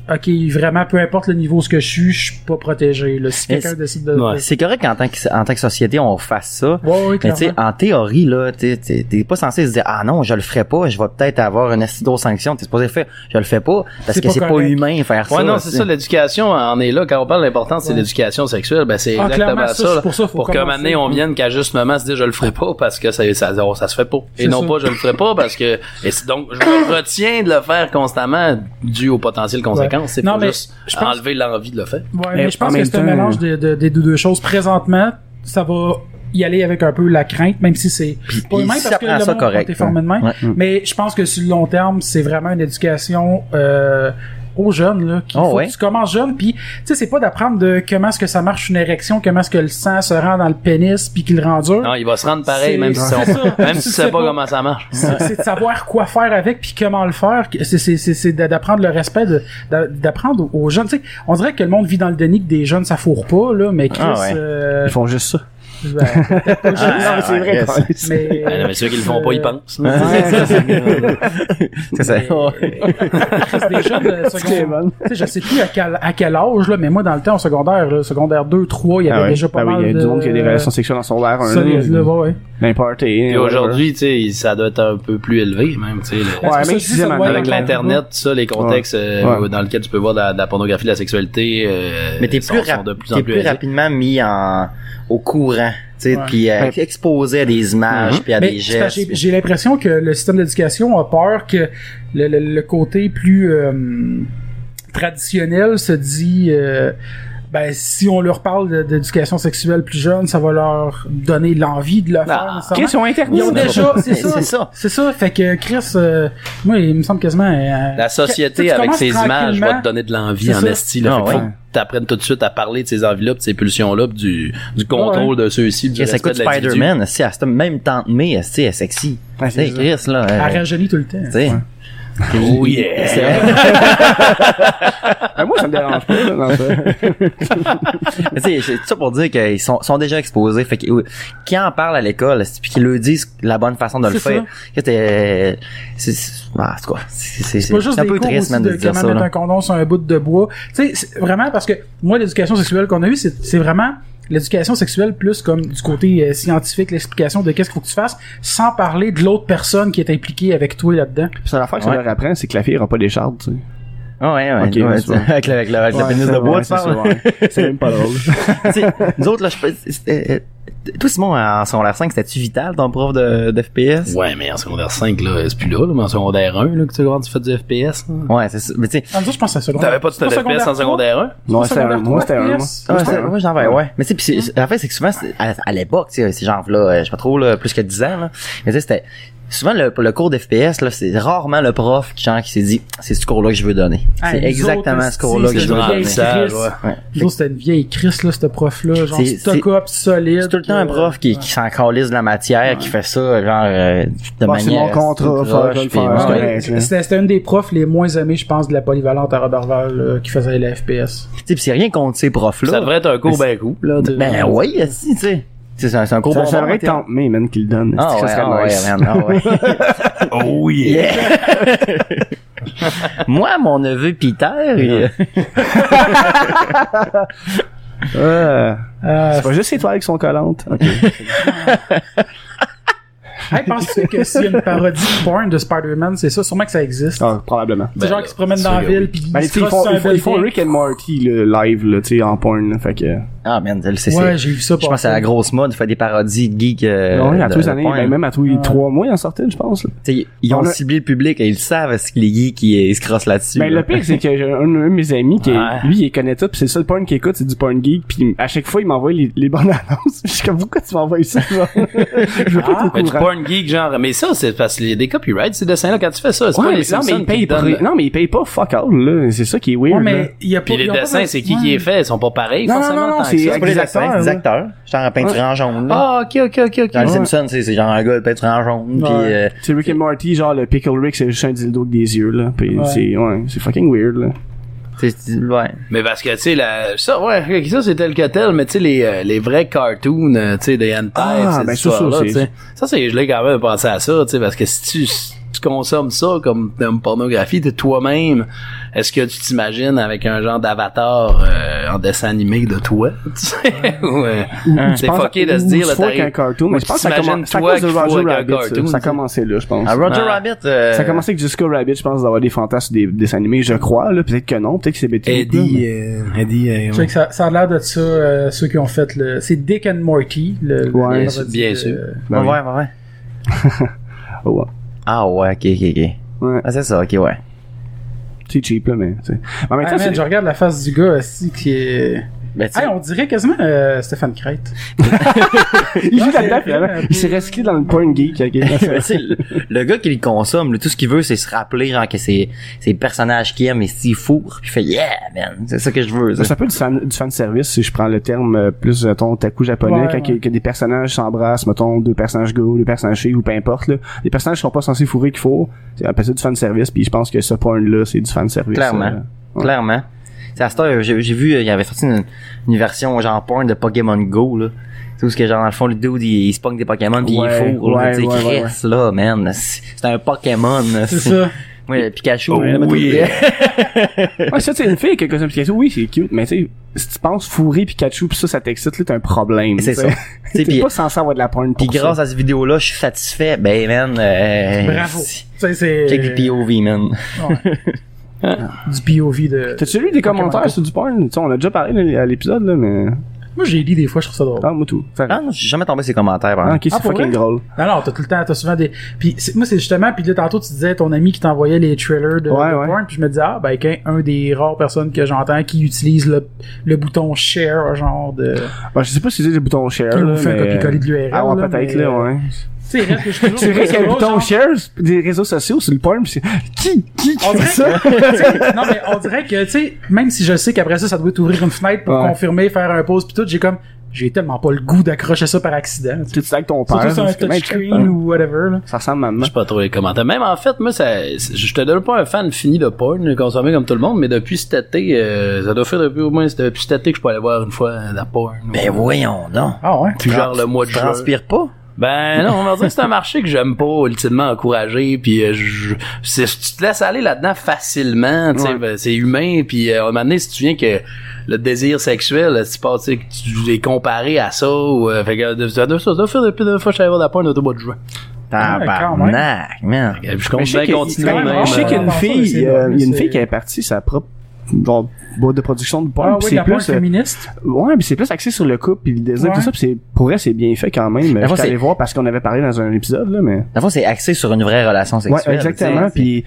[SPEAKER 1] ok vraiment peu importe le niveau ce que je suis je suis pas protégé là. si
[SPEAKER 2] Mais
[SPEAKER 1] quelqu'un
[SPEAKER 2] c'est-
[SPEAKER 1] décide de
[SPEAKER 2] Ouais. C'est correct qu'en tant que, en tant que société, on fasse ça.
[SPEAKER 1] Ouais,
[SPEAKER 3] ah,
[SPEAKER 1] ouais,
[SPEAKER 2] Mais tu sais,
[SPEAKER 1] clairement. Ah,
[SPEAKER 2] en théorie, là, tu sais, t'es t'es pas censé se dire, ah non, je le ferai pas, je vais peut-être avoir une assez grosse sanction, t'es supposé le faire, je le fais pas, parce
[SPEAKER 1] C'est
[SPEAKER 2] que
[SPEAKER 1] pas
[SPEAKER 2] c'est pas
[SPEAKER 1] correct.
[SPEAKER 2] humain faire ça.
[SPEAKER 3] Ouais, non,
[SPEAKER 2] là,
[SPEAKER 3] c'est
[SPEAKER 2] tu
[SPEAKER 3] ça,
[SPEAKER 2] sais.
[SPEAKER 3] l'éducation en est là. Quand on parle de l'importance, c'est
[SPEAKER 1] Ouais.
[SPEAKER 3] l'éducation sexuelle, ben c'est
[SPEAKER 1] Ah,
[SPEAKER 3] exactement
[SPEAKER 1] clairement, ça,
[SPEAKER 3] ça.
[SPEAKER 1] c'est
[SPEAKER 3] là.
[SPEAKER 1] pour ça, faut
[SPEAKER 3] pour que
[SPEAKER 1] commencer.
[SPEAKER 3] maintenant on vienne qu'à juste moment se dire je le ferai pas parce que ça, ça, ça, se fait pas.
[SPEAKER 1] C'est
[SPEAKER 3] Et non
[SPEAKER 1] ça.
[SPEAKER 3] pas je le ferai pas parce que. Et c'est- donc, je me retiens de le faire constamment dû aux potentielles conséquences. C'est
[SPEAKER 1] Non,
[SPEAKER 3] pour
[SPEAKER 1] mais
[SPEAKER 3] juste
[SPEAKER 1] je pense-
[SPEAKER 3] enlever l'envie de le faire.
[SPEAKER 1] Ouais, mais,
[SPEAKER 4] Mais
[SPEAKER 1] je pense
[SPEAKER 4] en
[SPEAKER 1] que
[SPEAKER 4] même
[SPEAKER 1] c'est un
[SPEAKER 4] temps-
[SPEAKER 1] mélange des de, des deux, deux choses. Présentement, ça va y aller avec un peu la crainte, même si c'est pas
[SPEAKER 2] puis
[SPEAKER 1] humain parce
[SPEAKER 2] si ça
[SPEAKER 1] que
[SPEAKER 2] prend
[SPEAKER 1] le
[SPEAKER 2] Ah, ça
[SPEAKER 1] monde
[SPEAKER 2] correct,
[SPEAKER 1] est formé de même.
[SPEAKER 2] ouais.
[SPEAKER 4] Mm.
[SPEAKER 1] Mais je pense que sur le long terme, c'est vraiment une éducation euh, aux jeunes là. Qu'il
[SPEAKER 2] Oh,
[SPEAKER 1] faut
[SPEAKER 2] ouais.
[SPEAKER 1] que tu commences jeune, puis tu sais, c'est pas d'apprendre de comment est-ce que ça marche une érection, comment est-ce que le sang se rend dans le pénis puis qu'il le rend dur.
[SPEAKER 3] Non, il va se rendre pareil,
[SPEAKER 1] C'est-
[SPEAKER 3] même si,
[SPEAKER 1] c'est
[SPEAKER 3] on-
[SPEAKER 1] ça.
[SPEAKER 3] <laughs> même
[SPEAKER 1] Tu
[SPEAKER 3] si tu
[SPEAKER 1] sais
[SPEAKER 3] sais pas
[SPEAKER 1] pas.
[SPEAKER 3] comment ça marche.
[SPEAKER 1] C'est c'est de savoir quoi faire avec puis comment le faire. Que- C'est c'est- c'est- c'est d'a- d'apprendre le respect, de- d'a- d'apprendre aux jeunes. Tu sais, on dirait que le monde vit dans le déni que des jeunes ça fourre pas là, mais Chris,
[SPEAKER 2] Ah ouais.
[SPEAKER 1] euh,
[SPEAKER 4] Ils font juste ça.
[SPEAKER 1] ben, peut-être
[SPEAKER 3] <laughs>
[SPEAKER 1] pas le jeu,
[SPEAKER 4] non, mais c'est vrai,
[SPEAKER 1] <laughs>
[SPEAKER 2] yes.
[SPEAKER 4] <laughs> quand même.
[SPEAKER 1] mais,
[SPEAKER 3] Ah, non, mais ceux qui le font pas, ils pensent. hein.
[SPEAKER 4] <laughs>
[SPEAKER 2] C'est ça.
[SPEAKER 1] C'est des jeunes euh, secondaires.
[SPEAKER 4] bon.
[SPEAKER 1] Tu sais, je sais plus à quel, à quel âge, là, mais moi, dans le temps, au secondaire, là, secondaire 2, 3, il y avait
[SPEAKER 4] Ah ouais.
[SPEAKER 1] déjà pas
[SPEAKER 4] Ah oui,
[SPEAKER 1] mal
[SPEAKER 4] il y a
[SPEAKER 1] de...
[SPEAKER 4] du monde qui a des relations sexuelles en son verre, un,
[SPEAKER 1] solides, là, ouais.
[SPEAKER 4] n'importe.
[SPEAKER 3] Et aujourd'hui, tu sais, ça doit être un peu plus élevé, même, tu sais. le-
[SPEAKER 4] Ouais,
[SPEAKER 1] Parce que
[SPEAKER 4] même
[SPEAKER 1] ça,
[SPEAKER 4] si c'est
[SPEAKER 1] ça doit
[SPEAKER 4] ma-
[SPEAKER 1] être
[SPEAKER 3] Avec
[SPEAKER 1] encore-
[SPEAKER 3] l'internet, ça, les contextes euh,
[SPEAKER 4] Ouais.
[SPEAKER 3] dans lesquels tu peux voir de la, de la pornographie, de la sexualité, euh,
[SPEAKER 2] Mais t'es
[SPEAKER 3] sont-
[SPEAKER 2] plus,
[SPEAKER 3] sont
[SPEAKER 2] rap-
[SPEAKER 3] de plus
[SPEAKER 2] t'es
[SPEAKER 3] en plus.
[SPEAKER 2] plus
[SPEAKER 3] élevés.
[SPEAKER 2] rapidement mis en, au courant, tu sais,
[SPEAKER 1] Ouais.
[SPEAKER 2] puis euh,
[SPEAKER 4] Ouais.
[SPEAKER 2] exposé à des images, puis à
[SPEAKER 1] Mais
[SPEAKER 2] des
[SPEAKER 1] c'est parce que
[SPEAKER 2] gestes.
[SPEAKER 1] j'ai- J'ai l'impression que le système d'éducation a peur que le, le- le côté plus euh, traditionnel se dit. euh, ben, si on leur parle de- d'éducation sexuelle plus jeune, ça va leur donner l'envie de le faire.
[SPEAKER 3] Bah,
[SPEAKER 1] nécessairement.
[SPEAKER 4] Qu'est-ce qu'on
[SPEAKER 1] Ils ont
[SPEAKER 4] interdit?
[SPEAKER 1] déjà, c'est
[SPEAKER 2] Mais
[SPEAKER 1] ça.
[SPEAKER 2] c'est ça.
[SPEAKER 1] C'est ça. Fait que Chris, euh, moi, il me semble quasiment. euh,
[SPEAKER 3] La
[SPEAKER 1] tu
[SPEAKER 3] société
[SPEAKER 1] sais, tu
[SPEAKER 3] avec
[SPEAKER 1] commences
[SPEAKER 3] ses images
[SPEAKER 1] tranquillement.
[SPEAKER 3] va te donner de l'envie
[SPEAKER 1] C'est
[SPEAKER 3] en
[SPEAKER 1] ça.
[SPEAKER 3] esti. Là,
[SPEAKER 2] Ah,
[SPEAKER 3] Fait que faut
[SPEAKER 2] ouais.
[SPEAKER 3] que t'apprennes tout de suite à parler de ces envies-là, pis de ces pulsions-là, pis du,
[SPEAKER 1] Ah
[SPEAKER 3] du contrôle de ceux-ci, du
[SPEAKER 2] Chris,
[SPEAKER 3] respect
[SPEAKER 2] écoute
[SPEAKER 3] de l'individu.
[SPEAKER 2] Spider-Man, si à ce même temps de mai, si elle est sexy.
[SPEAKER 4] Ouais,
[SPEAKER 2] Tu
[SPEAKER 4] c'est
[SPEAKER 2] sais, Chris, là.
[SPEAKER 1] Elle
[SPEAKER 2] euh,
[SPEAKER 1] rajeunit tout le temps.
[SPEAKER 2] tu sais.
[SPEAKER 4] <laughs>
[SPEAKER 3] Oh yeah!
[SPEAKER 2] C'est vrai.
[SPEAKER 4] Ah, moi, ça me dérange pas, là, dans <laughs> ça.
[SPEAKER 2] Mais tu sais, c'est tout ça pour dire qu'ils sont, sont déjà exposés. Fait que, euh, qu'ils en parlent à l'école, c'est- puis qu'ils leur disent la bonne façon de le
[SPEAKER 1] C'est
[SPEAKER 2] faire. Que t'es- c'est, c'est, ah, en tout cas, c'est, c'est,
[SPEAKER 1] C'est pas juste
[SPEAKER 2] un
[SPEAKER 1] des
[SPEAKER 2] peu
[SPEAKER 1] cours
[SPEAKER 2] triste,
[SPEAKER 1] aussi
[SPEAKER 2] man, de
[SPEAKER 1] de
[SPEAKER 2] dire
[SPEAKER 1] comment
[SPEAKER 2] ça,
[SPEAKER 1] mettre
[SPEAKER 2] là.
[SPEAKER 1] un condom sur un bout de bois. Tu sais, c'est vraiment parce que moi, l'éducation sexuelle qu'on a eue, c'est c'est vraiment l'éducation sexuelle plus comme du côté euh, scientifique, l'explication de qu'est-ce qu'il faut que tu fasses, sans parler de l'autre personne qui est impliquée avec toi là-dedans.
[SPEAKER 4] Puis c'est l'affaire que ça
[SPEAKER 2] Ouais.
[SPEAKER 4] leur apprend, c'est que la fille aura pas d'écharpe, tu sais.
[SPEAKER 2] Ah ouais, ouais.
[SPEAKER 4] Ok,
[SPEAKER 2] ouais,
[SPEAKER 4] ouais,
[SPEAKER 2] tu-
[SPEAKER 4] c'est bon.
[SPEAKER 2] avec le, avec le, avec le
[SPEAKER 4] Ouais,
[SPEAKER 2] pénis de
[SPEAKER 4] c'est-
[SPEAKER 2] bois,
[SPEAKER 4] ouais,
[SPEAKER 2] tu
[SPEAKER 4] c'est
[SPEAKER 2] parles.
[SPEAKER 4] ça, ouais. C'est même pas drôle.
[SPEAKER 2] Tu sais, nous autres, là, je peux- c'était- euh, Toi, Simon, en secondaire 5, c'était-tu vital, ton prof de, de FPS?
[SPEAKER 3] Ouais, mais en secondaire 5, là, c'est plus là, là, mais en secondaire 1, là, que tu vois, tu fais du FPS. là.
[SPEAKER 2] Ouais, c'est ça. Mais tu sais,
[SPEAKER 1] En tout cas, je pense à ça.
[SPEAKER 3] T'avais pas de FPS en secondaire 1?
[SPEAKER 4] Non, c'était un, moi, c'était un, moi.
[SPEAKER 2] Ah, ouais,
[SPEAKER 4] c'était
[SPEAKER 2] c'est-
[SPEAKER 4] un.
[SPEAKER 2] ouais, j'en vais, ouais. Mais tu sais, pis c'est- c'est- la fin, c'est que souvent, c'est- à, à l'époque, tu sais, ces gens-là, euh, je sais pas trop, là, plus que 10 ans, là, mais tu sais, c'était, souvent le, le cours d'FPS là, c'est rarement le prof qui genre qui s'est dit c'est ce cours là que je veux donner.
[SPEAKER 1] Hey,
[SPEAKER 2] c'est
[SPEAKER 1] Ah, nous
[SPEAKER 2] exactement
[SPEAKER 1] autres,
[SPEAKER 2] ce cours là que
[SPEAKER 1] c'est
[SPEAKER 2] je veux
[SPEAKER 1] une
[SPEAKER 2] donner.
[SPEAKER 1] vieille
[SPEAKER 3] apprentissage,
[SPEAKER 1] crise.
[SPEAKER 3] ouais.
[SPEAKER 2] Ouais.
[SPEAKER 1] Nous autres, c'était une vieille crise, là, ce prof-là. Genre,
[SPEAKER 2] C'est-
[SPEAKER 1] stock-up, solide.
[SPEAKER 2] C'est tout le temps un
[SPEAKER 1] euh,
[SPEAKER 2] prof qui,
[SPEAKER 1] ouais.
[SPEAKER 2] qui s'en calisse de la matière, qui fait ça, genre, euh, de
[SPEAKER 4] Ah, c'est
[SPEAKER 2] manière.
[SPEAKER 4] mon contrat,
[SPEAKER 2] tout
[SPEAKER 4] faut que je
[SPEAKER 2] rush,
[SPEAKER 4] le
[SPEAKER 2] puis-
[SPEAKER 4] fasse.
[SPEAKER 2] ouais,
[SPEAKER 4] C'est
[SPEAKER 2] ouais.
[SPEAKER 4] correct.
[SPEAKER 1] Ah, C'était c'était une des profs les moins aimés, je pense, de la polyvalente à Robertval euh, qui faisait la FPS.
[SPEAKER 2] Tu sais, puis c'est rien contre ces profs-là.
[SPEAKER 3] Ça devrait être un cours
[SPEAKER 2] Mais
[SPEAKER 3] ben cool, là. tu-
[SPEAKER 2] Ben oui, si, tu sais. C'est c'est un, c'est un cours
[SPEAKER 4] Ça,
[SPEAKER 2] bon
[SPEAKER 4] ça
[SPEAKER 2] bon,
[SPEAKER 4] devrait être
[SPEAKER 2] hein,
[SPEAKER 4] tant mais man, qu'il donne.
[SPEAKER 2] Ah ouais,
[SPEAKER 4] C'est-tu que ça
[SPEAKER 2] ah
[SPEAKER 4] serait nice.
[SPEAKER 2] ouais, man, ah ouais.
[SPEAKER 4] <laughs>
[SPEAKER 3] Oh yeah!
[SPEAKER 2] <laughs> Moi, mon neveu Peter, il-
[SPEAKER 4] Euh,
[SPEAKER 1] Euh,
[SPEAKER 4] C'est pas juste les toiles qui sont collantes. <laughs> Ok.
[SPEAKER 1] hey, penses-tu que s'il y a une parodie porn de Spider-Man, c'est ça? Sûrement que ça existe.
[SPEAKER 4] Ah, probablement.
[SPEAKER 1] C'est
[SPEAKER 2] ben,
[SPEAKER 3] Ben,
[SPEAKER 1] genre qui se promène dans la
[SPEAKER 3] sûr que
[SPEAKER 1] ville
[SPEAKER 3] oui.
[SPEAKER 1] puis
[SPEAKER 4] Ben,
[SPEAKER 1] ils
[SPEAKER 4] ils,
[SPEAKER 1] se
[SPEAKER 4] font,
[SPEAKER 1] crossent sur un
[SPEAKER 4] ils, font, ils font
[SPEAKER 1] building.
[SPEAKER 4] Rick and Morty le live là, tu sais, en porn. Là, fait que. euh,
[SPEAKER 2] Ah, man, c'est- c'est.
[SPEAKER 1] Ouais,
[SPEAKER 2] c'est-
[SPEAKER 1] j'ai vu ça.
[SPEAKER 2] Je pense que c'est la grosse mode, faire des parodies de geeks. Euh,
[SPEAKER 4] Non, oui, à
[SPEAKER 2] de-
[SPEAKER 4] tous les
[SPEAKER 2] de
[SPEAKER 4] années,
[SPEAKER 2] porn.
[SPEAKER 4] ben, même à tous les
[SPEAKER 1] Ouais.
[SPEAKER 4] trois mois, ils en sortaient, je pense. là.
[SPEAKER 2] Tu sais, ils ont
[SPEAKER 4] On a-
[SPEAKER 2] ciblé le public et ils le savent, est-ce que les geeks, ils, ils se crossent là-dessus.
[SPEAKER 4] Mais
[SPEAKER 2] là.
[SPEAKER 4] Ben, le pire, c'est que j'ai un, un de mes amis, qui est-
[SPEAKER 2] Ouais.
[SPEAKER 4] lui, il connaît tout, pis c'est le seul porn qu'il écoute, c'est du porn geek, pis à chaque fois, il m'envoie les, les bonnes annonces. <laughs> Je suis comme, pourquoi tu m'envoies ça, <laughs> genre? Je veux pas être au
[SPEAKER 3] Mais du
[SPEAKER 4] courant.
[SPEAKER 3] porn geek, genre. Mais ça, c'est parce qu'il y a des copyrights, ces dessins-là, quand tu fais ça. C'est
[SPEAKER 4] Ouais,
[SPEAKER 3] pas
[SPEAKER 4] mais
[SPEAKER 3] les
[SPEAKER 4] non, mais
[SPEAKER 3] Simpsons
[SPEAKER 4] il
[SPEAKER 3] qui
[SPEAKER 4] paye
[SPEAKER 3] te donnent-
[SPEAKER 4] pas, non, mais il paye pas fuck all, là. C'est ça qui est weird,
[SPEAKER 1] Ouais,
[SPEAKER 4] là.
[SPEAKER 1] mais il y a pas
[SPEAKER 3] Puis les
[SPEAKER 1] ils ont pas
[SPEAKER 3] dessins,
[SPEAKER 1] fait-
[SPEAKER 3] c'est qui
[SPEAKER 1] ouais.
[SPEAKER 3] qui est fait? Ils sont pas pareils,
[SPEAKER 4] Non, non,
[SPEAKER 3] forcément.
[SPEAKER 4] non,
[SPEAKER 3] tant que
[SPEAKER 4] c'est
[SPEAKER 3] ça.
[SPEAKER 2] C'est pas des
[SPEAKER 4] des
[SPEAKER 2] acteurs,
[SPEAKER 4] acteurs,
[SPEAKER 2] c'est des
[SPEAKER 4] là.
[SPEAKER 2] acteurs. Genre un peinture en jaune, là.
[SPEAKER 3] Ah, ok, ok, ok, ok.
[SPEAKER 2] Dans les
[SPEAKER 4] ouais.
[SPEAKER 2] Simpsons, c'est c'est genre un gars de peinture en jaune,
[SPEAKER 1] Ouais.
[SPEAKER 2] puis euh,
[SPEAKER 4] C'est Rick and Morty, genre, le Pickle Rick, c'est juste un dildo avec des yeux, là. Pis
[SPEAKER 1] Ouais.
[SPEAKER 4] c'est, ouais, c'est fucking weird, là.
[SPEAKER 2] c'est- c'est- ouais.
[SPEAKER 3] Mais parce que, tu sais, la... ça, ouais, ça, c'est tel que tel, mais tu sais, les, euh, les vrais cartoons, euh, tu sais, des hentai,
[SPEAKER 4] Ah,
[SPEAKER 3] ces
[SPEAKER 4] ben ça, ça,
[SPEAKER 3] histoires-là,
[SPEAKER 4] c'est-
[SPEAKER 3] tu sais. Ça, c'est, je l'ai quand même pensé à ça, tu sais, parce que si tu, si tu consommes ça comme comme pornographie, t'es toi-même, est-ce que tu t'imagines avec un genre d'avatar euh, en dessin animé de toi, tu sais, <laughs> ou, euh,
[SPEAKER 4] Je
[SPEAKER 3] c'est
[SPEAKER 4] pense-
[SPEAKER 3] fucké de se
[SPEAKER 4] ou
[SPEAKER 3] dire,
[SPEAKER 4] tu
[SPEAKER 3] là,
[SPEAKER 4] vois
[SPEAKER 3] t'arrives-
[SPEAKER 4] qu'un cartoon, mais
[SPEAKER 3] Moi,
[SPEAKER 4] je
[SPEAKER 3] tu
[SPEAKER 4] pense que ça
[SPEAKER 3] t'imagines,
[SPEAKER 4] commence, c'est à
[SPEAKER 3] toi,
[SPEAKER 4] cause de
[SPEAKER 3] qu'il faut
[SPEAKER 4] Roger
[SPEAKER 3] avec un
[SPEAKER 4] Rabbit, ça.
[SPEAKER 3] cartoon,
[SPEAKER 4] ça.
[SPEAKER 3] tu sais.
[SPEAKER 4] commençait là, je pense.
[SPEAKER 2] Ah, Roger
[SPEAKER 3] Ouais.
[SPEAKER 2] Rabbit, euh,
[SPEAKER 4] Ça a commencé avec Jessica Rabbit, je pense, d'avoir des fantasmes des, des animés, je crois, là. Peut-être que non, peut-être que c'est bêté.
[SPEAKER 3] Eddie, euh, Eddie, euh,
[SPEAKER 1] Je sais que ça, ça a l'air de ça, euh, ceux qui ont fait le. C'est Dick and Morty, le.
[SPEAKER 4] Ouais,
[SPEAKER 1] le-
[SPEAKER 3] c'est- bien sûr.
[SPEAKER 2] Ouais,
[SPEAKER 4] Ben oui.
[SPEAKER 2] ouais, ouais.
[SPEAKER 4] Oh, ouais.
[SPEAKER 2] Ah ouais, ok, ok, ok.
[SPEAKER 4] Ouais.
[SPEAKER 2] Ah, c'est ça, ok, ouais.
[SPEAKER 4] C'est cheap, là, mais, tu sais. En même
[SPEAKER 1] Ah,
[SPEAKER 4] temps,
[SPEAKER 1] man,
[SPEAKER 4] c'est-
[SPEAKER 1] je regarde la face du gars aussi qui est.
[SPEAKER 2] Ben, tu
[SPEAKER 1] Hey, on dirait quasiment euh, Stéphane Crête.
[SPEAKER 4] <laughs> il joue là-dedans,
[SPEAKER 1] c'est-
[SPEAKER 4] finalement. Il s'est resclé dans le porn geek, ok.
[SPEAKER 1] <laughs>
[SPEAKER 2] Ben, tu sais, le, le gars qui le consomme, là, tout ce qu'il veut, c'est se rappeler genre, que c'est c'est le personnage qu'il aime et s'il fourre, puis il fait Yeah, man, c'est ça que je veux. ça.
[SPEAKER 4] C'est un peu du fan, du fan service, si je prends le terme euh, plus, euh, ton taku
[SPEAKER 1] Ouais,
[SPEAKER 4] japonais, quand
[SPEAKER 1] ouais.
[SPEAKER 4] que- que des personnages s'embrassent, mettons, deux personnages go, deux personnages filles, ou peu importe, là. Les personnages sont pas censés fourrer qu'il faut. C'est appelé ça du fan service, puis je pense que ce porn-là, c'est du fan service.
[SPEAKER 2] Clairement.
[SPEAKER 4] euh, ouais.
[SPEAKER 2] Clairement. C'est à cette heure, j'ai j'ai vu, euh, il y avait sorti une, une version genre porn de Pokémon Go, là. C'est où ce que genre, dans le fond, le dude, il, il se pogne des Pokémon pis
[SPEAKER 4] Ouais,
[SPEAKER 2] il fourre, là,
[SPEAKER 4] ouais,
[SPEAKER 2] tu sais,
[SPEAKER 4] ouais, ouais,
[SPEAKER 2] Chris, là, man. C'est c'est un Pokémon, là.
[SPEAKER 1] C'est ça.
[SPEAKER 2] Ouais, le Pikachu,
[SPEAKER 3] Oh,
[SPEAKER 2] là, mettons-
[SPEAKER 3] oui.
[SPEAKER 4] Ouais, ça, c'est une fille qui a consommé Pikachu. Oui, c'est cute, mais tu sais, si tu penses fourrer Pikachu pis ça, ça t'excite, là, t'as un problème.
[SPEAKER 2] C'est
[SPEAKER 4] tu
[SPEAKER 2] ça.
[SPEAKER 4] sais.
[SPEAKER 2] Tu sais,
[SPEAKER 4] <laughs> T'es
[SPEAKER 2] pis-
[SPEAKER 4] pas censé avoir de la porn
[SPEAKER 2] Pis
[SPEAKER 4] pour
[SPEAKER 2] grâce
[SPEAKER 4] ça.
[SPEAKER 2] à cette vidéo-là, je suis satisfait. Ben, man, euh,
[SPEAKER 1] Bravo.
[SPEAKER 2] si-
[SPEAKER 1] Tu sais, c'est. euh,
[SPEAKER 2] Check les POV, man.
[SPEAKER 4] <laughs>
[SPEAKER 1] Du POV de.
[SPEAKER 4] T'as-tu lu
[SPEAKER 1] Pokémon
[SPEAKER 4] des
[SPEAKER 1] Go.
[SPEAKER 4] commentaires sur du porn? Tu sais, on a déjà parlé là, à l'épisode, là, mais...
[SPEAKER 1] Moi, j'ai lu des fois, je trouve ça drôle.
[SPEAKER 4] Ah, moi tout. Ça-
[SPEAKER 2] Ah, non, j'ai jamais tombé ces commentaires, par
[SPEAKER 4] Ah,
[SPEAKER 2] exemple.
[SPEAKER 4] ok, c'est
[SPEAKER 1] Ah, pour
[SPEAKER 4] fucking
[SPEAKER 1] vrai?
[SPEAKER 4] drôle.
[SPEAKER 1] Non, non, t'as tout le temps, t'as souvent des. Puis c'est- moi, c'est justement, puis là, tantôt, tu disais ton ami qui t'envoyait les trailers de,
[SPEAKER 4] Ouais,
[SPEAKER 1] de
[SPEAKER 4] ouais.
[SPEAKER 1] porn, puis je me disais, ah, ben, qu'un un des rares personnes que j'entends qui utilise le, le bouton share, genre de.
[SPEAKER 4] <laughs> Bah, je sais pas si c'est le bouton share.
[SPEAKER 1] Qui
[SPEAKER 4] là,
[SPEAKER 1] vous fait un
[SPEAKER 4] mais-
[SPEAKER 1] copier-coller de l'URL.
[SPEAKER 4] Ah ouais, peut-être, là,
[SPEAKER 1] euh,
[SPEAKER 4] ouais.
[SPEAKER 1] Tu sais, il reste que je suis toujours-
[SPEAKER 4] C'est vrai qu'il y a le
[SPEAKER 1] toujours,
[SPEAKER 4] bouton
[SPEAKER 1] genre,
[SPEAKER 4] share des réseaux sociaux sur le porn, pis c'est qui, qui,
[SPEAKER 1] On
[SPEAKER 4] qui fait
[SPEAKER 1] dirait
[SPEAKER 4] ça? <laughs>
[SPEAKER 1] que, tu sais, non, mais on dirait que, tu sais, même si je sais qu'après ça, ça doit t'ouvrir une fenêtre pour
[SPEAKER 4] Ouais.
[SPEAKER 1] confirmer, faire un pause pis tout, j'ai comme, j'ai tellement pas le goût d'accrocher ça par accident. tu sais.
[SPEAKER 4] Tu te avec ton père.
[SPEAKER 1] Surtout sur un
[SPEAKER 4] c'est comme, hey,
[SPEAKER 1] touchscreen ou whatever, là.
[SPEAKER 4] Ça ressemble à
[SPEAKER 3] Je
[SPEAKER 4] maman.
[SPEAKER 3] sais pas trop les commentaires. Même en fait, moi, ça, je te donne pas un fan fini de porn, consommé comme tout le monde, mais depuis cet été, euh, ça doit faire depuis au moins depuis cet été que je peux aller voir une fois de la porn.
[SPEAKER 2] Ben, voyons donc.
[SPEAKER 1] Ah ouais?
[SPEAKER 3] Puis genre le mois de
[SPEAKER 2] Tu
[SPEAKER 3] juin.
[SPEAKER 2] transpires pas?
[SPEAKER 3] Ben non, on va dire que c'est un marché que j'aime pas ultimement encourager puis euh, je, c'est- tu te laisses aller là-dedans facilement, tu sais,
[SPEAKER 4] Ouais.
[SPEAKER 3] ben, c'est humain puis euh, à un moment donné si tu viens que le désir sexuel, si tu passes, tu sais, que tu es comparé à ça ou euh, fait que euh, ça doit ça doit faire depuis la dernière fois que je suis allé voir de la porn au mois de juin.
[SPEAKER 4] Ah,
[SPEAKER 2] Tabarnak, man.
[SPEAKER 3] Je
[SPEAKER 4] Mais
[SPEAKER 3] compte
[SPEAKER 4] je sais
[SPEAKER 3] bien
[SPEAKER 4] qu'il-
[SPEAKER 3] continuer
[SPEAKER 1] quand même
[SPEAKER 3] même.
[SPEAKER 4] je sais
[SPEAKER 1] euh,
[SPEAKER 4] qu'il y a
[SPEAKER 1] dans
[SPEAKER 4] une
[SPEAKER 1] ça,
[SPEAKER 4] fille,
[SPEAKER 1] c'est
[SPEAKER 4] euh, il y a une
[SPEAKER 1] c'est-
[SPEAKER 4] fille qui est partie sa propre genre, boîte de production de porn
[SPEAKER 1] Ah
[SPEAKER 4] pis
[SPEAKER 1] oui,
[SPEAKER 4] c'est
[SPEAKER 1] la porn
[SPEAKER 4] plus euh,
[SPEAKER 1] féministe.
[SPEAKER 4] ouais mais c'est plus axé sur le couple puis le désir
[SPEAKER 1] Ouais.
[SPEAKER 4] tout ça pis c'est pour vrai c'est bien fait quand même
[SPEAKER 2] moi,
[SPEAKER 4] j'étais allé
[SPEAKER 2] c'est-
[SPEAKER 4] voir parce qu'on avait parlé dans un épisode là mais
[SPEAKER 2] Dans le fond, c'est axé sur une vraie relation
[SPEAKER 4] ouais
[SPEAKER 2] sexuelle.
[SPEAKER 4] exactement
[SPEAKER 2] tu sais.
[SPEAKER 4] puis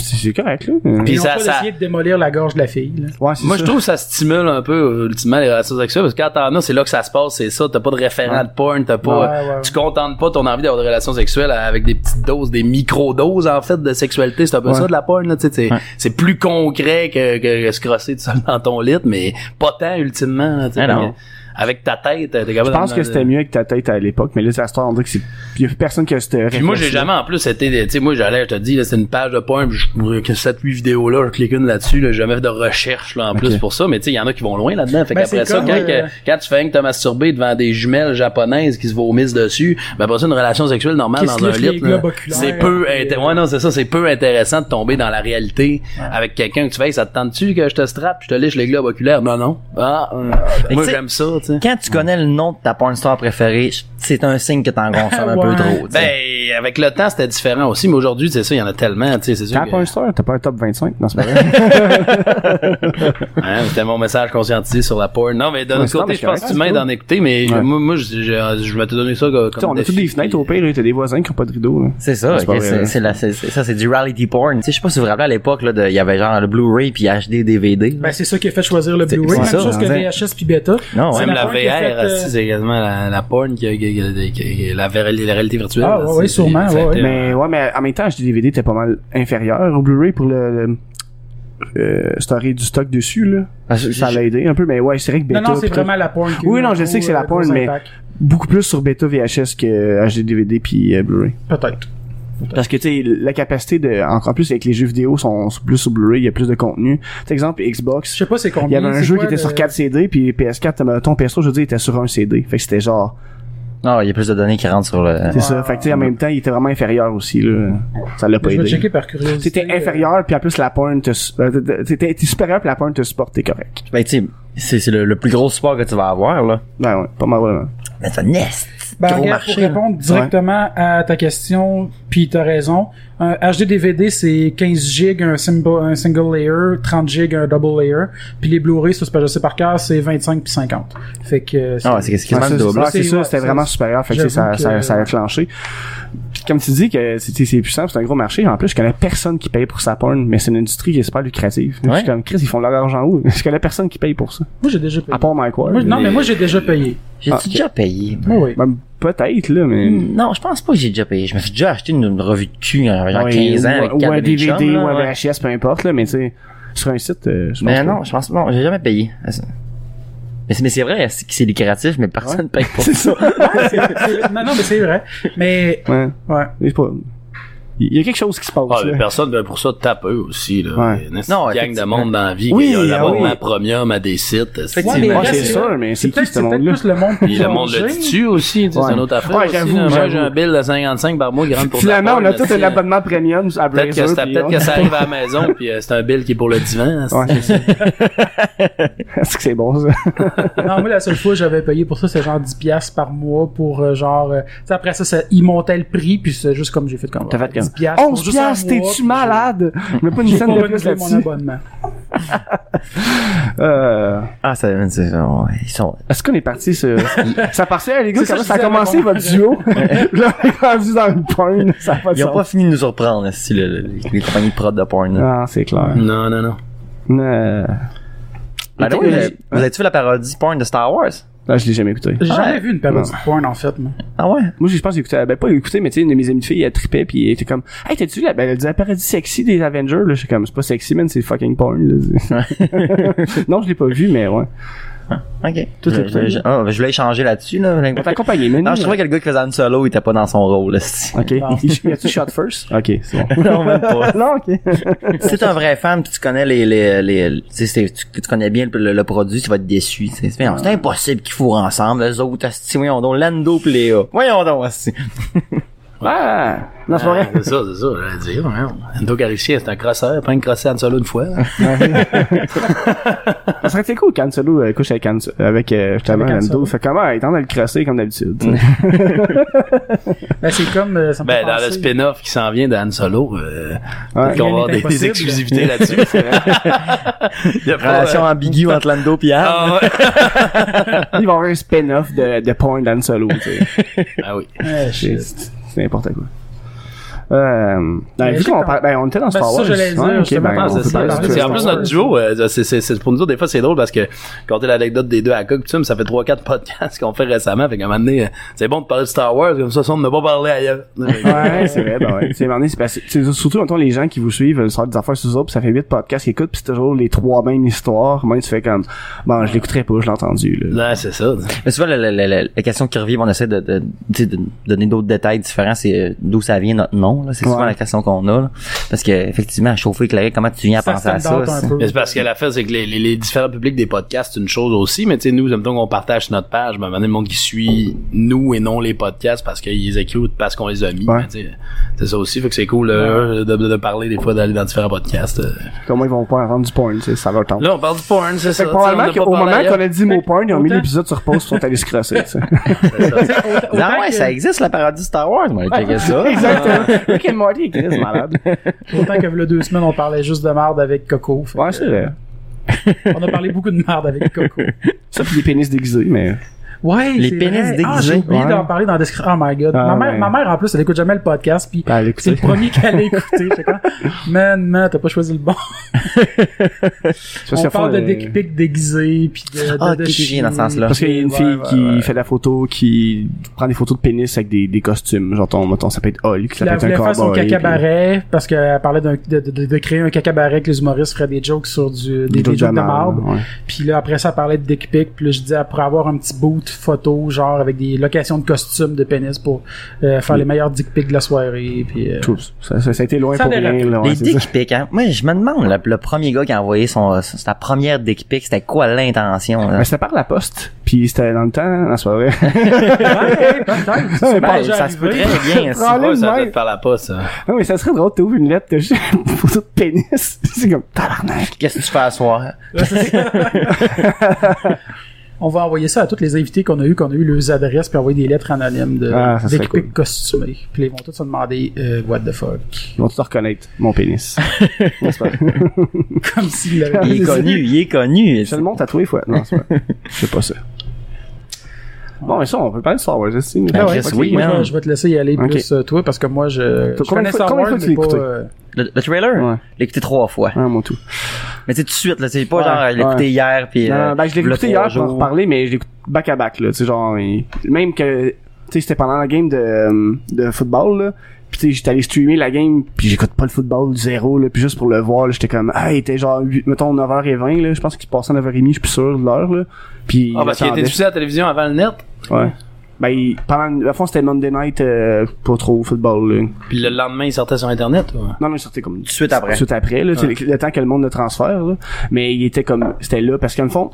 [SPEAKER 4] c'est c'est correct, là. Euh,
[SPEAKER 3] Puis
[SPEAKER 1] Ils ont
[SPEAKER 3] ça-
[SPEAKER 1] pas
[SPEAKER 3] ça-
[SPEAKER 1] essayé de démolir la gorge de la fille. là.
[SPEAKER 4] ouais, c'est
[SPEAKER 3] Moi,
[SPEAKER 4] ça.
[SPEAKER 3] je trouve que ça stimule un peu, euh, ultimement, les relations sexuelles, parce que quand t'en as, c'est là que ça se passe, c'est ça. T'as pas de référent de porn, t'as pas,
[SPEAKER 1] Ah Ouais, ouais, ouais.
[SPEAKER 3] tu contentes pas ton envie d'avoir des relations sexuelles avec des petites doses, des micro-doses, en fait, de sexualité. C'est un peu
[SPEAKER 4] Ouais.
[SPEAKER 3] ça, de la porn, là, tu sais. c'est- C'est plus concret que, que, que se crosser tout seul dans ton lit, mais pas tant, ultimement, là, tu sais.
[SPEAKER 2] Ah non.
[SPEAKER 3] Avec ta tête, t'es capable
[SPEAKER 4] Je pense
[SPEAKER 3] de-
[SPEAKER 4] que c'était mieux avec ta tête à l'époque, mais là, ça se trouve, on dirait que c'est. Il y a personne qui a cette
[SPEAKER 3] Puis moi, j'ai jamais en plus été, tu sais, moi, j'allais, je te dis, là, c'est une page de points, puis je que 7 8 vidéos là, je clique une là-dessus, là, j'ai jamais fait de recherche là en plus pour ça, mais tu sais, il y en a qui vont loin là-dedans. Fait
[SPEAKER 1] Ben,
[SPEAKER 3] qu'après
[SPEAKER 1] c'est
[SPEAKER 3] ça,
[SPEAKER 1] comme,
[SPEAKER 3] quand,
[SPEAKER 1] euh,
[SPEAKER 3] que- quand tu fais que t'as masturbé devant des jumelles japonaises qui se vomissent dessus, ben après ça, une relation sexuelle normale
[SPEAKER 1] Qui se
[SPEAKER 3] dans un
[SPEAKER 1] lèchent les
[SPEAKER 3] lit, là,
[SPEAKER 1] globes oculaires,
[SPEAKER 3] c'est peu,
[SPEAKER 1] puis,
[SPEAKER 3] inté-
[SPEAKER 1] euh,
[SPEAKER 3] ouais, non, c'est ça, c'est peu intéressant de tomber dans la réalité avec quelqu'un que tu fais, Hey, ça te tente-tu que je te strappe, je te lèche les globes oculaires? Non, non. Ah, euh,
[SPEAKER 2] Mais
[SPEAKER 3] moi,
[SPEAKER 2] tu sais-
[SPEAKER 3] j'aime ça, tu sais.
[SPEAKER 2] Quand tu connais le nom de ta porn star préférée, c'est un signe que
[SPEAKER 4] <laughs>
[SPEAKER 2] t'en consommes un
[SPEAKER 1] Ouais.
[SPEAKER 2] peu trop. tu sais.
[SPEAKER 3] Ben, avec le temps, c'était différent aussi, mais aujourd'hui, c'est ça, il y en a tellement, tu sais, c'est sûr
[SPEAKER 4] T'as
[SPEAKER 3] que-
[SPEAKER 4] pas un star, t'as pas un top 25, non, c'est pas vrai.
[SPEAKER 3] Hein, c'était mon message conscientisé sur la porn. Non, mais d'un
[SPEAKER 4] Ouais,
[SPEAKER 3] autre
[SPEAKER 4] c'est
[SPEAKER 3] côté,
[SPEAKER 4] pas
[SPEAKER 3] je pense que
[SPEAKER 4] correct,
[SPEAKER 3] tu m'aides
[SPEAKER 4] c'est
[SPEAKER 3] d'en écouter, mais
[SPEAKER 4] Ouais.
[SPEAKER 3] moi, moi je, je, je vais te donner ça comme
[SPEAKER 4] T'sais, on a
[SPEAKER 3] défi.
[SPEAKER 4] toutes des fenêtres au pire, là. T'as des voisins qui ont pas de rideau, là.
[SPEAKER 2] C'est ça,
[SPEAKER 4] C'est pas
[SPEAKER 2] ok,
[SPEAKER 4] vrai,
[SPEAKER 2] c'est
[SPEAKER 4] hein.
[SPEAKER 2] c'est la- c'est- c'est- ça, c'est du reality porn. Tu sais, je sais pas si vous vous rappelez à l'époque, là, de- il y avait genre le Blu-ray puis HD, DVD. là.
[SPEAKER 1] Ben, c'est ça qui a fait choisir le
[SPEAKER 2] C'est-
[SPEAKER 1] Blu-ray.
[SPEAKER 2] c'est
[SPEAKER 1] Même
[SPEAKER 2] ça,
[SPEAKER 1] chose que
[SPEAKER 2] on dirait.
[SPEAKER 1] VHS puis Beta.
[SPEAKER 2] non, ouais,
[SPEAKER 1] c'est
[SPEAKER 3] Même la
[SPEAKER 1] la
[SPEAKER 3] VR,
[SPEAKER 1] porn qui a fait, euh,
[SPEAKER 3] si, c'est également la, la porn qui a, qui a- qui a- qui a- la, ver- la réalité virtuelle.
[SPEAKER 1] Ah, ouais,
[SPEAKER 3] là,
[SPEAKER 1] ouais,
[SPEAKER 3] c'est-
[SPEAKER 1] sûrement,
[SPEAKER 3] c'est-
[SPEAKER 1] ouais, ouais.
[SPEAKER 3] c'est-
[SPEAKER 4] Mais ouais, mais en même temps, HD DVD était pas mal inférieur au Blu-ray pour le, le euh, stocker du stock dessus, là.
[SPEAKER 2] Ah, je-
[SPEAKER 4] Ça
[SPEAKER 2] je-
[SPEAKER 4] l'a aidé un peu, mais ouais, c'est vrai que Beta.
[SPEAKER 1] non, non, c'est
[SPEAKER 4] plutôt-
[SPEAKER 1] vraiment la porn. qui a
[SPEAKER 4] Oui,
[SPEAKER 1] eu
[SPEAKER 4] non,
[SPEAKER 1] un
[SPEAKER 4] je sais que c'est la
[SPEAKER 1] gros, euh,
[SPEAKER 4] porn,
[SPEAKER 1] gros
[SPEAKER 4] mais-
[SPEAKER 1] impact.
[SPEAKER 4] Beaucoup plus sur Beta VHS que HD DVD puis euh, Blu-ray.
[SPEAKER 1] Peut-être.
[SPEAKER 4] Parce que, tu sais, la capacité de... En plus, avec les jeux vidéo, sont sont plus sur Blu-ray, il y a plus de contenu. Par exemple, Xbox,
[SPEAKER 1] Je sais pas c'est combien.
[SPEAKER 4] Il y avait un
[SPEAKER 1] c'est
[SPEAKER 4] jeu
[SPEAKER 1] quoi
[SPEAKER 4] qui était
[SPEAKER 1] le-
[SPEAKER 4] sur 4 CD, puis PS4, euh, ton PS3, je veux dire, était sur un CD. Fait que c'était genre.
[SPEAKER 2] Non, Ah, il y a plus de données qui rentrent sur le...
[SPEAKER 4] C'est ça. Fait que, tu sais, en même temps, il était vraiment inférieur aussi, là. Ça l'a pas
[SPEAKER 1] Je vais
[SPEAKER 4] aidé.
[SPEAKER 1] checker par curiosité.
[SPEAKER 4] C'était
[SPEAKER 1] euh,
[SPEAKER 4] inférieur, puis en plus, la pointe te. su- euh, t'es- t'es- T'es t'es supérieur, puis la pointe te supporte, t'es correct.
[SPEAKER 2] Ben, tu sais, c'est c'est le, le plus gros support que tu vas avoir, là.
[SPEAKER 4] Ouais, Ben ouais, pas mal, vraiment.
[SPEAKER 2] Mais ça nest!
[SPEAKER 1] Ben,
[SPEAKER 2] gros
[SPEAKER 1] regarde,
[SPEAKER 2] marché,
[SPEAKER 1] pour répondre directement à ta question, puis t'as raison. Un HD DVD, c'est 15 gigs, un, simple- un single layer, 30 gigs, un double layer. Puis les Blu-ray, ça, c'est pas- je sais par cœur, c'est 25 puis 50. Fait que... euh,
[SPEAKER 2] Ah ouais, c'est
[SPEAKER 4] Ouais,
[SPEAKER 2] quasiment
[SPEAKER 4] ça,
[SPEAKER 2] le double.
[SPEAKER 4] ouais, c'est
[SPEAKER 1] C'est- ouais,
[SPEAKER 4] ça, c'était
[SPEAKER 1] c'est-
[SPEAKER 4] vraiment supérieur. Fait que, tu sais, ça,
[SPEAKER 1] j'avoue
[SPEAKER 4] ça,
[SPEAKER 1] que-
[SPEAKER 4] ça a clenché. Puis Comme tu dis que c'est- c'est c'est puissant, c'est un gros marché. En plus, je connais personne qui paye pour sa porn, mais c'est une industrie qui est super lucrative. Je
[SPEAKER 2] Ouais.
[SPEAKER 4] suis comme, Chris, ils font leur argent où? <laughs> Je connais personne qui paye pour ça.
[SPEAKER 1] Moi, j'ai déjà payé.
[SPEAKER 4] À part Mike Ward.
[SPEAKER 1] Moi, non, mais moi, j'ai déjà payé.
[SPEAKER 2] J'ai
[SPEAKER 4] Ah, ok.
[SPEAKER 2] déjà payé. moi?
[SPEAKER 1] Oui, oui.
[SPEAKER 4] Ben, Peut-être, là, mais.
[SPEAKER 2] Mm.
[SPEAKER 1] Hmm.
[SPEAKER 2] Non, je pense pas que j'ai déjà payé. Je me suis déjà acheté une, une revue de cul quand j'avais genre
[SPEAKER 4] Ouais,
[SPEAKER 2] 15 ans
[SPEAKER 4] ou-
[SPEAKER 2] avec
[SPEAKER 4] ou,
[SPEAKER 2] quatre
[SPEAKER 4] un
[SPEAKER 2] de mes
[SPEAKER 4] DVD
[SPEAKER 2] chums, là,
[SPEAKER 4] ou un
[SPEAKER 2] ouais.
[SPEAKER 4] VHS peu importe là mais tu sais sur un site euh, je pense
[SPEAKER 2] Mais
[SPEAKER 4] que-
[SPEAKER 2] non, je pense non, j'ai jamais payé. Mais c'est- mais c'est vrai c'est que c'est lucratif, mais personne paye pour ça.
[SPEAKER 4] <laughs> c'est ça
[SPEAKER 1] Ouais, c'est- c'est- non, non, mais c'est vrai. Mais,
[SPEAKER 4] ouais
[SPEAKER 1] ouais.
[SPEAKER 4] mais c'est pas il y a quelque chose qui se passe
[SPEAKER 3] Ah, mais
[SPEAKER 4] là.
[SPEAKER 3] personne ben, pour ça tape eux aussi là.
[SPEAKER 4] Ouais.
[SPEAKER 3] Il y a une
[SPEAKER 2] Non,
[SPEAKER 3] gang de
[SPEAKER 2] effectivement.
[SPEAKER 3] monde dans la vie,
[SPEAKER 4] Oui,
[SPEAKER 3] il y a l'abonnement
[SPEAKER 4] ah oui.
[SPEAKER 3] premium à des sites. c'est-
[SPEAKER 2] Effectivement.
[SPEAKER 1] mais
[SPEAKER 4] Ouais,
[SPEAKER 1] là,
[SPEAKER 4] Ah, c'est sûr, mais c'est qui,
[SPEAKER 1] peut-être-
[SPEAKER 4] ce
[SPEAKER 1] peut-être
[SPEAKER 4] monde-là?
[SPEAKER 1] plus le monde
[SPEAKER 3] Puis le monde le
[SPEAKER 1] plongé.
[SPEAKER 3] dit-tu aussi, tu sais, c'est
[SPEAKER 4] Ouais.
[SPEAKER 3] une autre affaire.
[SPEAKER 4] Ouais,
[SPEAKER 3] aussi,
[SPEAKER 4] j'avoue,
[SPEAKER 3] là. Moi,
[SPEAKER 4] j'avoue.
[SPEAKER 3] j'ai un bill de 55 par mois qui rentre pour
[SPEAKER 4] finalement
[SPEAKER 3] ta
[SPEAKER 4] on a
[SPEAKER 3] porn,
[SPEAKER 4] tout un
[SPEAKER 1] euh,
[SPEAKER 3] là.
[SPEAKER 4] abonnement premium à
[SPEAKER 3] Peut-être que,
[SPEAKER 4] Brazzer,
[SPEAKER 3] ça-
[SPEAKER 4] puis
[SPEAKER 3] peut-être
[SPEAKER 4] on-
[SPEAKER 3] que ça arrive à la maison, puis euh, c'est un bill qui est pour le divan. hein,
[SPEAKER 4] ouais c'est
[SPEAKER 1] <laughs>
[SPEAKER 4] ça <laughs> est-ce que c'est bon ça
[SPEAKER 1] Non, moi, la seule fois que j'avais payé pour ça, c'est genre 10$ piastres par mois pour euh, genre. euh, tu sais, après ça, ça, ils montaient le prix, puis c'est juste comme j'ai fait comme.
[SPEAKER 2] T'as fait comme-
[SPEAKER 1] 10 piastres pour
[SPEAKER 4] 11
[SPEAKER 1] juste un
[SPEAKER 4] piastres
[SPEAKER 1] mois,
[SPEAKER 4] t'es-tu
[SPEAKER 1] puis
[SPEAKER 4] malade mais pas
[SPEAKER 1] <laughs>
[SPEAKER 4] une
[SPEAKER 1] je-
[SPEAKER 4] scène
[SPEAKER 1] pour
[SPEAKER 4] de plus
[SPEAKER 1] renouveler mon
[SPEAKER 4] là-dessus
[SPEAKER 1] abonnement.
[SPEAKER 4] Euh,
[SPEAKER 2] <laughs> Ah, ça c'est ouais, ils sont
[SPEAKER 4] est-ce qu'on est
[SPEAKER 1] <laughs>
[SPEAKER 4] parti sur ça passait à les gars
[SPEAKER 1] C'est ça
[SPEAKER 4] comment
[SPEAKER 1] que
[SPEAKER 4] ça a
[SPEAKER 1] je disais à
[SPEAKER 4] commencé
[SPEAKER 1] mon-
[SPEAKER 4] votre duo
[SPEAKER 1] <laughs>
[SPEAKER 4] <laughs> là on est rendu dans une porn ça a pas de
[SPEAKER 2] ils ont pas
[SPEAKER 4] sens
[SPEAKER 2] fini de nous surprendre si le- le- les compagnies de prod de porn. là.
[SPEAKER 4] ah c'est clair
[SPEAKER 3] Non, non, non.
[SPEAKER 4] Euh,
[SPEAKER 2] By the way,
[SPEAKER 4] technologie-
[SPEAKER 2] euh, vous avez-tu vu la parodie porn de Star Wars
[SPEAKER 4] ah, je l'ai jamais écouté
[SPEAKER 1] J'ai jamais
[SPEAKER 2] Ouais.
[SPEAKER 1] vu une parodie de porn, en fait, moi.
[SPEAKER 2] Ah ouais.
[SPEAKER 4] Moi, je pense que j'écoutais, ben, pas écouter, mais tu sais, une de mes amies de filles, elle tripait, puis elle était comme, hey, t'as-tu vu la, ben, elle disait, paradis sexy des Avengers, là. Je suis comme, c'est pas sexy, man, c'est fucking porn, là. <laughs> non, je l'ai pas vu, mais ouais.
[SPEAKER 2] OK.
[SPEAKER 4] Tout
[SPEAKER 2] je,
[SPEAKER 4] est prévu.
[SPEAKER 2] je- ah, je voulais échanger là-dessus là.
[SPEAKER 4] On t'a accompagné, man.
[SPEAKER 2] Non, je trouvais que le gars qui faisait un solo, il était pas dans son rôle. là, c'est-
[SPEAKER 4] euh, Ok. <laughs> Y a-tu shot first? Ok, c'est
[SPEAKER 2] <laughs>
[SPEAKER 4] bon.
[SPEAKER 2] non, même pas.
[SPEAKER 4] <laughs> non, ok.
[SPEAKER 2] Si t'es un vrai fan, puis tu connais les, les, les- tu sais, c'est- tu, tu connais bien le, le- le produit, tu vas être déçu. tu sais. C'est c'est impossible qu'ils fourrent ensemble, les autres, asti, voyons donc, Lando pis Léa. Voyons donc, asti.
[SPEAKER 4] Ah! Non, c'est pas
[SPEAKER 3] Ah,
[SPEAKER 4] vrai.
[SPEAKER 3] C'est ça, c'est ça, j'allais dire. hein. Ando Garicien, c'est un crosseur, pas un crosseur Han Solo une fois. hein.
[SPEAKER 4] Ça serait très cool quand Solo euh, couche avec, Han- avec euh, justement
[SPEAKER 1] Avec Han
[SPEAKER 4] Lando.
[SPEAKER 1] Solo.
[SPEAKER 4] Fait comment? Il est en train de le crosser comme d'habitude. <laughs>
[SPEAKER 1] Ben, c'est comme. euh, ça me fait
[SPEAKER 3] <laughs> Ben, dans le
[SPEAKER 1] penser-
[SPEAKER 3] spin-off qui s'en vient de Han Solo, euh,
[SPEAKER 4] Ouais.
[SPEAKER 3] qu'on va
[SPEAKER 1] Rien n'est
[SPEAKER 3] avoir des, des
[SPEAKER 1] impossible.
[SPEAKER 3] exclusivités là-dessus. Il y a pas- euh,
[SPEAKER 2] Relation ambiguë entre Lando pis Anne.
[SPEAKER 3] Ah, ouais.
[SPEAKER 4] Il va y avoir un spin-off de, de porn d'Han Solo, tu sais.
[SPEAKER 3] Ah oui.
[SPEAKER 1] Ouais, je-
[SPEAKER 4] C'est c'est n'importe quoi. Euh, ben,
[SPEAKER 1] Mais
[SPEAKER 4] vu
[SPEAKER 1] j'ai
[SPEAKER 4] qu'on
[SPEAKER 1] comme-
[SPEAKER 4] parle, ben, on était dans Star
[SPEAKER 1] ça,
[SPEAKER 4] Wars.
[SPEAKER 1] j'allais dire,
[SPEAKER 4] Ouais, ok,
[SPEAKER 1] justement,
[SPEAKER 4] ben,
[SPEAKER 1] Ah,
[SPEAKER 3] Ah,
[SPEAKER 4] on
[SPEAKER 3] c'est
[SPEAKER 4] peut parler
[SPEAKER 3] ça.
[SPEAKER 4] de
[SPEAKER 3] Puis
[SPEAKER 4] Star
[SPEAKER 3] en plus,
[SPEAKER 4] Wars.
[SPEAKER 3] notre duo, euh, c'est- c'est- c'est- pour nous autres, des fois, c'est drôle parce que quand t'es l'anecdote des deux à coq, pis ça, mais ça fait 3-4 podcasts qu'on fait récemment. Fait qu'à un moment donné, euh, c'est bon de parler de Star Wars, comme ça, ça, on n'a pas parlé ailleurs.
[SPEAKER 4] ouais, c'est vrai, ben ouais. C'est, à un moment donné, c'est parce que- c'est surtout, mettons, les gens qui vous suivent, euh, sortent des affaires sous autres, pis ça fait 8 podcasts qu'ils écoutent, pis c'est toujours les trois mêmes histoires. Moi, tu fais comme, bon, je l'écouterai pas, je l'ai entendu, là.
[SPEAKER 3] Ouais, c'est ça.
[SPEAKER 2] Mais souvent, la, la- la- la- la question qui revient, on essaie de, de, tu sais, de donner d'autres détails différents, c'est euh, d'où ça vient notre nom. là. C'est souvent
[SPEAKER 4] Ouais.
[SPEAKER 2] la question qu'on a. là. Parce que effectivement, chauffer, éclairer, comment tu viens à
[SPEAKER 1] Ça
[SPEAKER 2] penser à
[SPEAKER 1] stand
[SPEAKER 2] ça?
[SPEAKER 1] out un
[SPEAKER 2] c'est-
[SPEAKER 1] peu.
[SPEAKER 3] Mais c'est parce que l'affaire, c'est que les, les- les différents publics des podcasts, c'est une chose aussi, mais tu sais, nous, mettons qu'on partage sur notre page, mais maintenant, le monde qui suit nous et non les podcasts parce qu'ils les écoutent, parce qu'on les a mis.
[SPEAKER 4] Ouais.
[SPEAKER 3] mais tu sais, C'est ça aussi, fait que c'est cool euh, de, de- de parler des fois d'aller dans différents podcasts. euh.
[SPEAKER 4] Comment ils vont pas entendre du porn, tu sais, ça leur tente.
[SPEAKER 3] Là, on parle du porn, c'est ça.
[SPEAKER 4] Fait que probablement
[SPEAKER 3] tu sais,
[SPEAKER 4] qu'au
[SPEAKER 3] on en a pas
[SPEAKER 4] moment
[SPEAKER 3] parlé
[SPEAKER 4] qu'on a dit mot porn, ils ont mis
[SPEAKER 1] autant-
[SPEAKER 4] l'épisode sur pause, ils sont allés se crosser, tu sais.
[SPEAKER 3] ailleurs.
[SPEAKER 2] Ah
[SPEAKER 1] Autant
[SPEAKER 2] ouais,
[SPEAKER 1] que-
[SPEAKER 2] ça existe la parodie Star Wars, moi, j'ai
[SPEAKER 1] <laughs>
[SPEAKER 2] checké ça.
[SPEAKER 4] Exactement. Rick and Morty, ils crissent, malade.
[SPEAKER 1] Autant que le deux semaines, on parlait juste de merde avec Coco. Fait
[SPEAKER 4] Ouais,
[SPEAKER 1] que,
[SPEAKER 4] c'est vrai.
[SPEAKER 1] On a parlé beaucoup de merde avec Coco.
[SPEAKER 4] Ça, pis des pénis déguisés, mais.
[SPEAKER 1] Ouais,
[SPEAKER 2] Les
[SPEAKER 1] c'est
[SPEAKER 2] pénis
[SPEAKER 1] vrai. Ah,
[SPEAKER 2] déguisés.
[SPEAKER 1] j'ai oublié
[SPEAKER 4] Ouais.
[SPEAKER 1] d'en parler dans la description. Oh my god.
[SPEAKER 4] Ah,
[SPEAKER 1] ma, mère,
[SPEAKER 4] ouais.
[SPEAKER 1] ma mère, en plus, elle écoute jamais le podcast, puis
[SPEAKER 4] Ben, elle écoute.
[SPEAKER 1] c'est le
[SPEAKER 4] <laughs>
[SPEAKER 1] premier qu'elle a écouté. J'étais comme, man, man, t'as pas choisi le bon.
[SPEAKER 4] C'est parce
[SPEAKER 1] On
[SPEAKER 4] qu'à fond,
[SPEAKER 1] parle de
[SPEAKER 4] euh,
[SPEAKER 1] dick pic déguisé, puis de, de,
[SPEAKER 2] Ah,
[SPEAKER 1] de
[SPEAKER 2] ok,
[SPEAKER 1] chier.
[SPEAKER 2] dans ce sens-là.
[SPEAKER 4] Parce qu'il y a une
[SPEAKER 1] Ouais,
[SPEAKER 4] fille
[SPEAKER 1] ouais,
[SPEAKER 4] qui
[SPEAKER 1] ouais.
[SPEAKER 4] fait de la photo, qui prend des photos de pénis avec des, des costumes. Genre, ton, mettons, ça peut être Hulk, ça
[SPEAKER 1] Puis
[SPEAKER 4] peut
[SPEAKER 1] elle voulait
[SPEAKER 4] être un
[SPEAKER 1] faire son
[SPEAKER 4] cowboy. puis-
[SPEAKER 1] cacabaret parce qu'elle parlait d'un- de, de, de créer un cacabaret que les humoristes feraient des jokes sur du, des, des
[SPEAKER 4] Joe
[SPEAKER 1] jokes de
[SPEAKER 4] Jamal,
[SPEAKER 1] marbre.
[SPEAKER 4] ouais.
[SPEAKER 1] Puis là, après ça, elle parlait de dick pic. Puis là, je disais, elle pourrait avoir un petit boot photo, genre avec des locations de costumes de pénis pour euh, faire les meilleurs dick pics de la soirée. Puis, euh,
[SPEAKER 4] Tout, ça, ça, ça a été loin
[SPEAKER 1] Ça
[SPEAKER 4] pour
[SPEAKER 1] dérape.
[SPEAKER 4] rien. Là, ouais,
[SPEAKER 2] Des
[SPEAKER 4] c'est ça.
[SPEAKER 2] dick pics, hein. Moi, je me demande, le, le premier gars qui a envoyé son, son- sa première dick pic, c'était quoi l'intention? là?
[SPEAKER 4] Ben, c'était par la poste, puis c'était dans le temps, non, c'est pas vrai.
[SPEAKER 1] ouais, peut-être. <laughs> C'est
[SPEAKER 2] Ben,
[SPEAKER 4] <laughs>
[SPEAKER 1] pas déjà
[SPEAKER 2] ça se peut
[SPEAKER 1] arrivé.
[SPEAKER 2] très bien. si.
[SPEAKER 4] Prends-le
[SPEAKER 3] Ouais, ça
[SPEAKER 4] de
[SPEAKER 3] peut
[SPEAKER 4] même.
[SPEAKER 3] être par la poste. hein.
[SPEAKER 4] Non, mais ça serait drôle, t'ouvres une lettre, t'as juste une <laughs> photo de pénis. C'est comme, tabarnak.
[SPEAKER 2] Qu'est-ce que tu fais à
[SPEAKER 4] <laughs>
[SPEAKER 2] soir?
[SPEAKER 1] On va envoyer ça à tous les invités qu'on a eu, qu'on a eu leurs adresses, puis envoyer des lettres anonymes de
[SPEAKER 4] Ah, ça serait
[SPEAKER 1] dick pics costumés. Puis ils vont tous se demander euh, what the fuck. <laughs>
[SPEAKER 4] Ils vont te reconnaître, mon pénis. Non, c'est pas vrai.
[SPEAKER 1] Comme s'ils l'avaient
[SPEAKER 2] Il est connu, il est connu.
[SPEAKER 4] Je te le montre à tous les fois. Non, c'est pas vrai. Je sais pas ça. Bon, mais ça, on peut parler de Star Wars, c'est
[SPEAKER 1] Ah
[SPEAKER 2] Ben,
[SPEAKER 1] ouais,
[SPEAKER 2] Chris,
[SPEAKER 1] ok,
[SPEAKER 2] oui,
[SPEAKER 1] moi, je,
[SPEAKER 2] man.
[SPEAKER 1] vais, je vais te laisser y aller
[SPEAKER 4] Ok.
[SPEAKER 1] plus euh, toi parce que moi je, je
[SPEAKER 4] combien de
[SPEAKER 1] connais
[SPEAKER 4] fois-
[SPEAKER 1] Star
[SPEAKER 4] combien de
[SPEAKER 1] Wars
[SPEAKER 4] fois tu
[SPEAKER 1] mais
[SPEAKER 4] l'as
[SPEAKER 1] pas
[SPEAKER 4] écouté?
[SPEAKER 1] euh,
[SPEAKER 2] Le, le trailer?
[SPEAKER 4] Ouais.
[SPEAKER 2] Je l'ai écouté trois fois.
[SPEAKER 4] Ah, mon tout.
[SPEAKER 2] Mais tu sais, tout de suite, là, c'est pas
[SPEAKER 4] Ouais,
[SPEAKER 2] genre, je l'ai écouté
[SPEAKER 4] ouais.
[SPEAKER 2] hier, puis...
[SPEAKER 4] Non,
[SPEAKER 2] euh,
[SPEAKER 4] ben, je l'ai
[SPEAKER 2] le
[SPEAKER 4] écouté
[SPEAKER 2] trois
[SPEAKER 4] hier pour en
[SPEAKER 2] jours.
[SPEAKER 4] reparler, mais je l'écoute back à back, là. Tu sais, genre, il- même que, tu sais, c'était pendant la game de, euh, de football, là. Puis, tu sais, j'étais allé streamer la game, puis j'écoute pas le football zéro, là. Puis juste pour le voir, là, j'étais comme, ah, il était genre, huit- mettons, 9h20, là. Je pense qu'il se passait à 9h30, je suis plus sûr de l'heure, là. Puis,
[SPEAKER 3] Ah, parce qu'il était
[SPEAKER 4] j'attendais.
[SPEAKER 3] diffusé à la télévision avant le net.
[SPEAKER 4] Ouais. Ben, il- pendant, à fond, c'était Monday Night, euh, pas trop au football, là.
[SPEAKER 3] Puis le lendemain, il sortait sur Internet. ouais.
[SPEAKER 4] Non, non, il sortait comme
[SPEAKER 2] Tout de suite après.
[SPEAKER 4] tout de suite après, là, tu sais, le, le temps que le monde le transfère, là. Mais il était comme, c'était là, parce qu'en fond,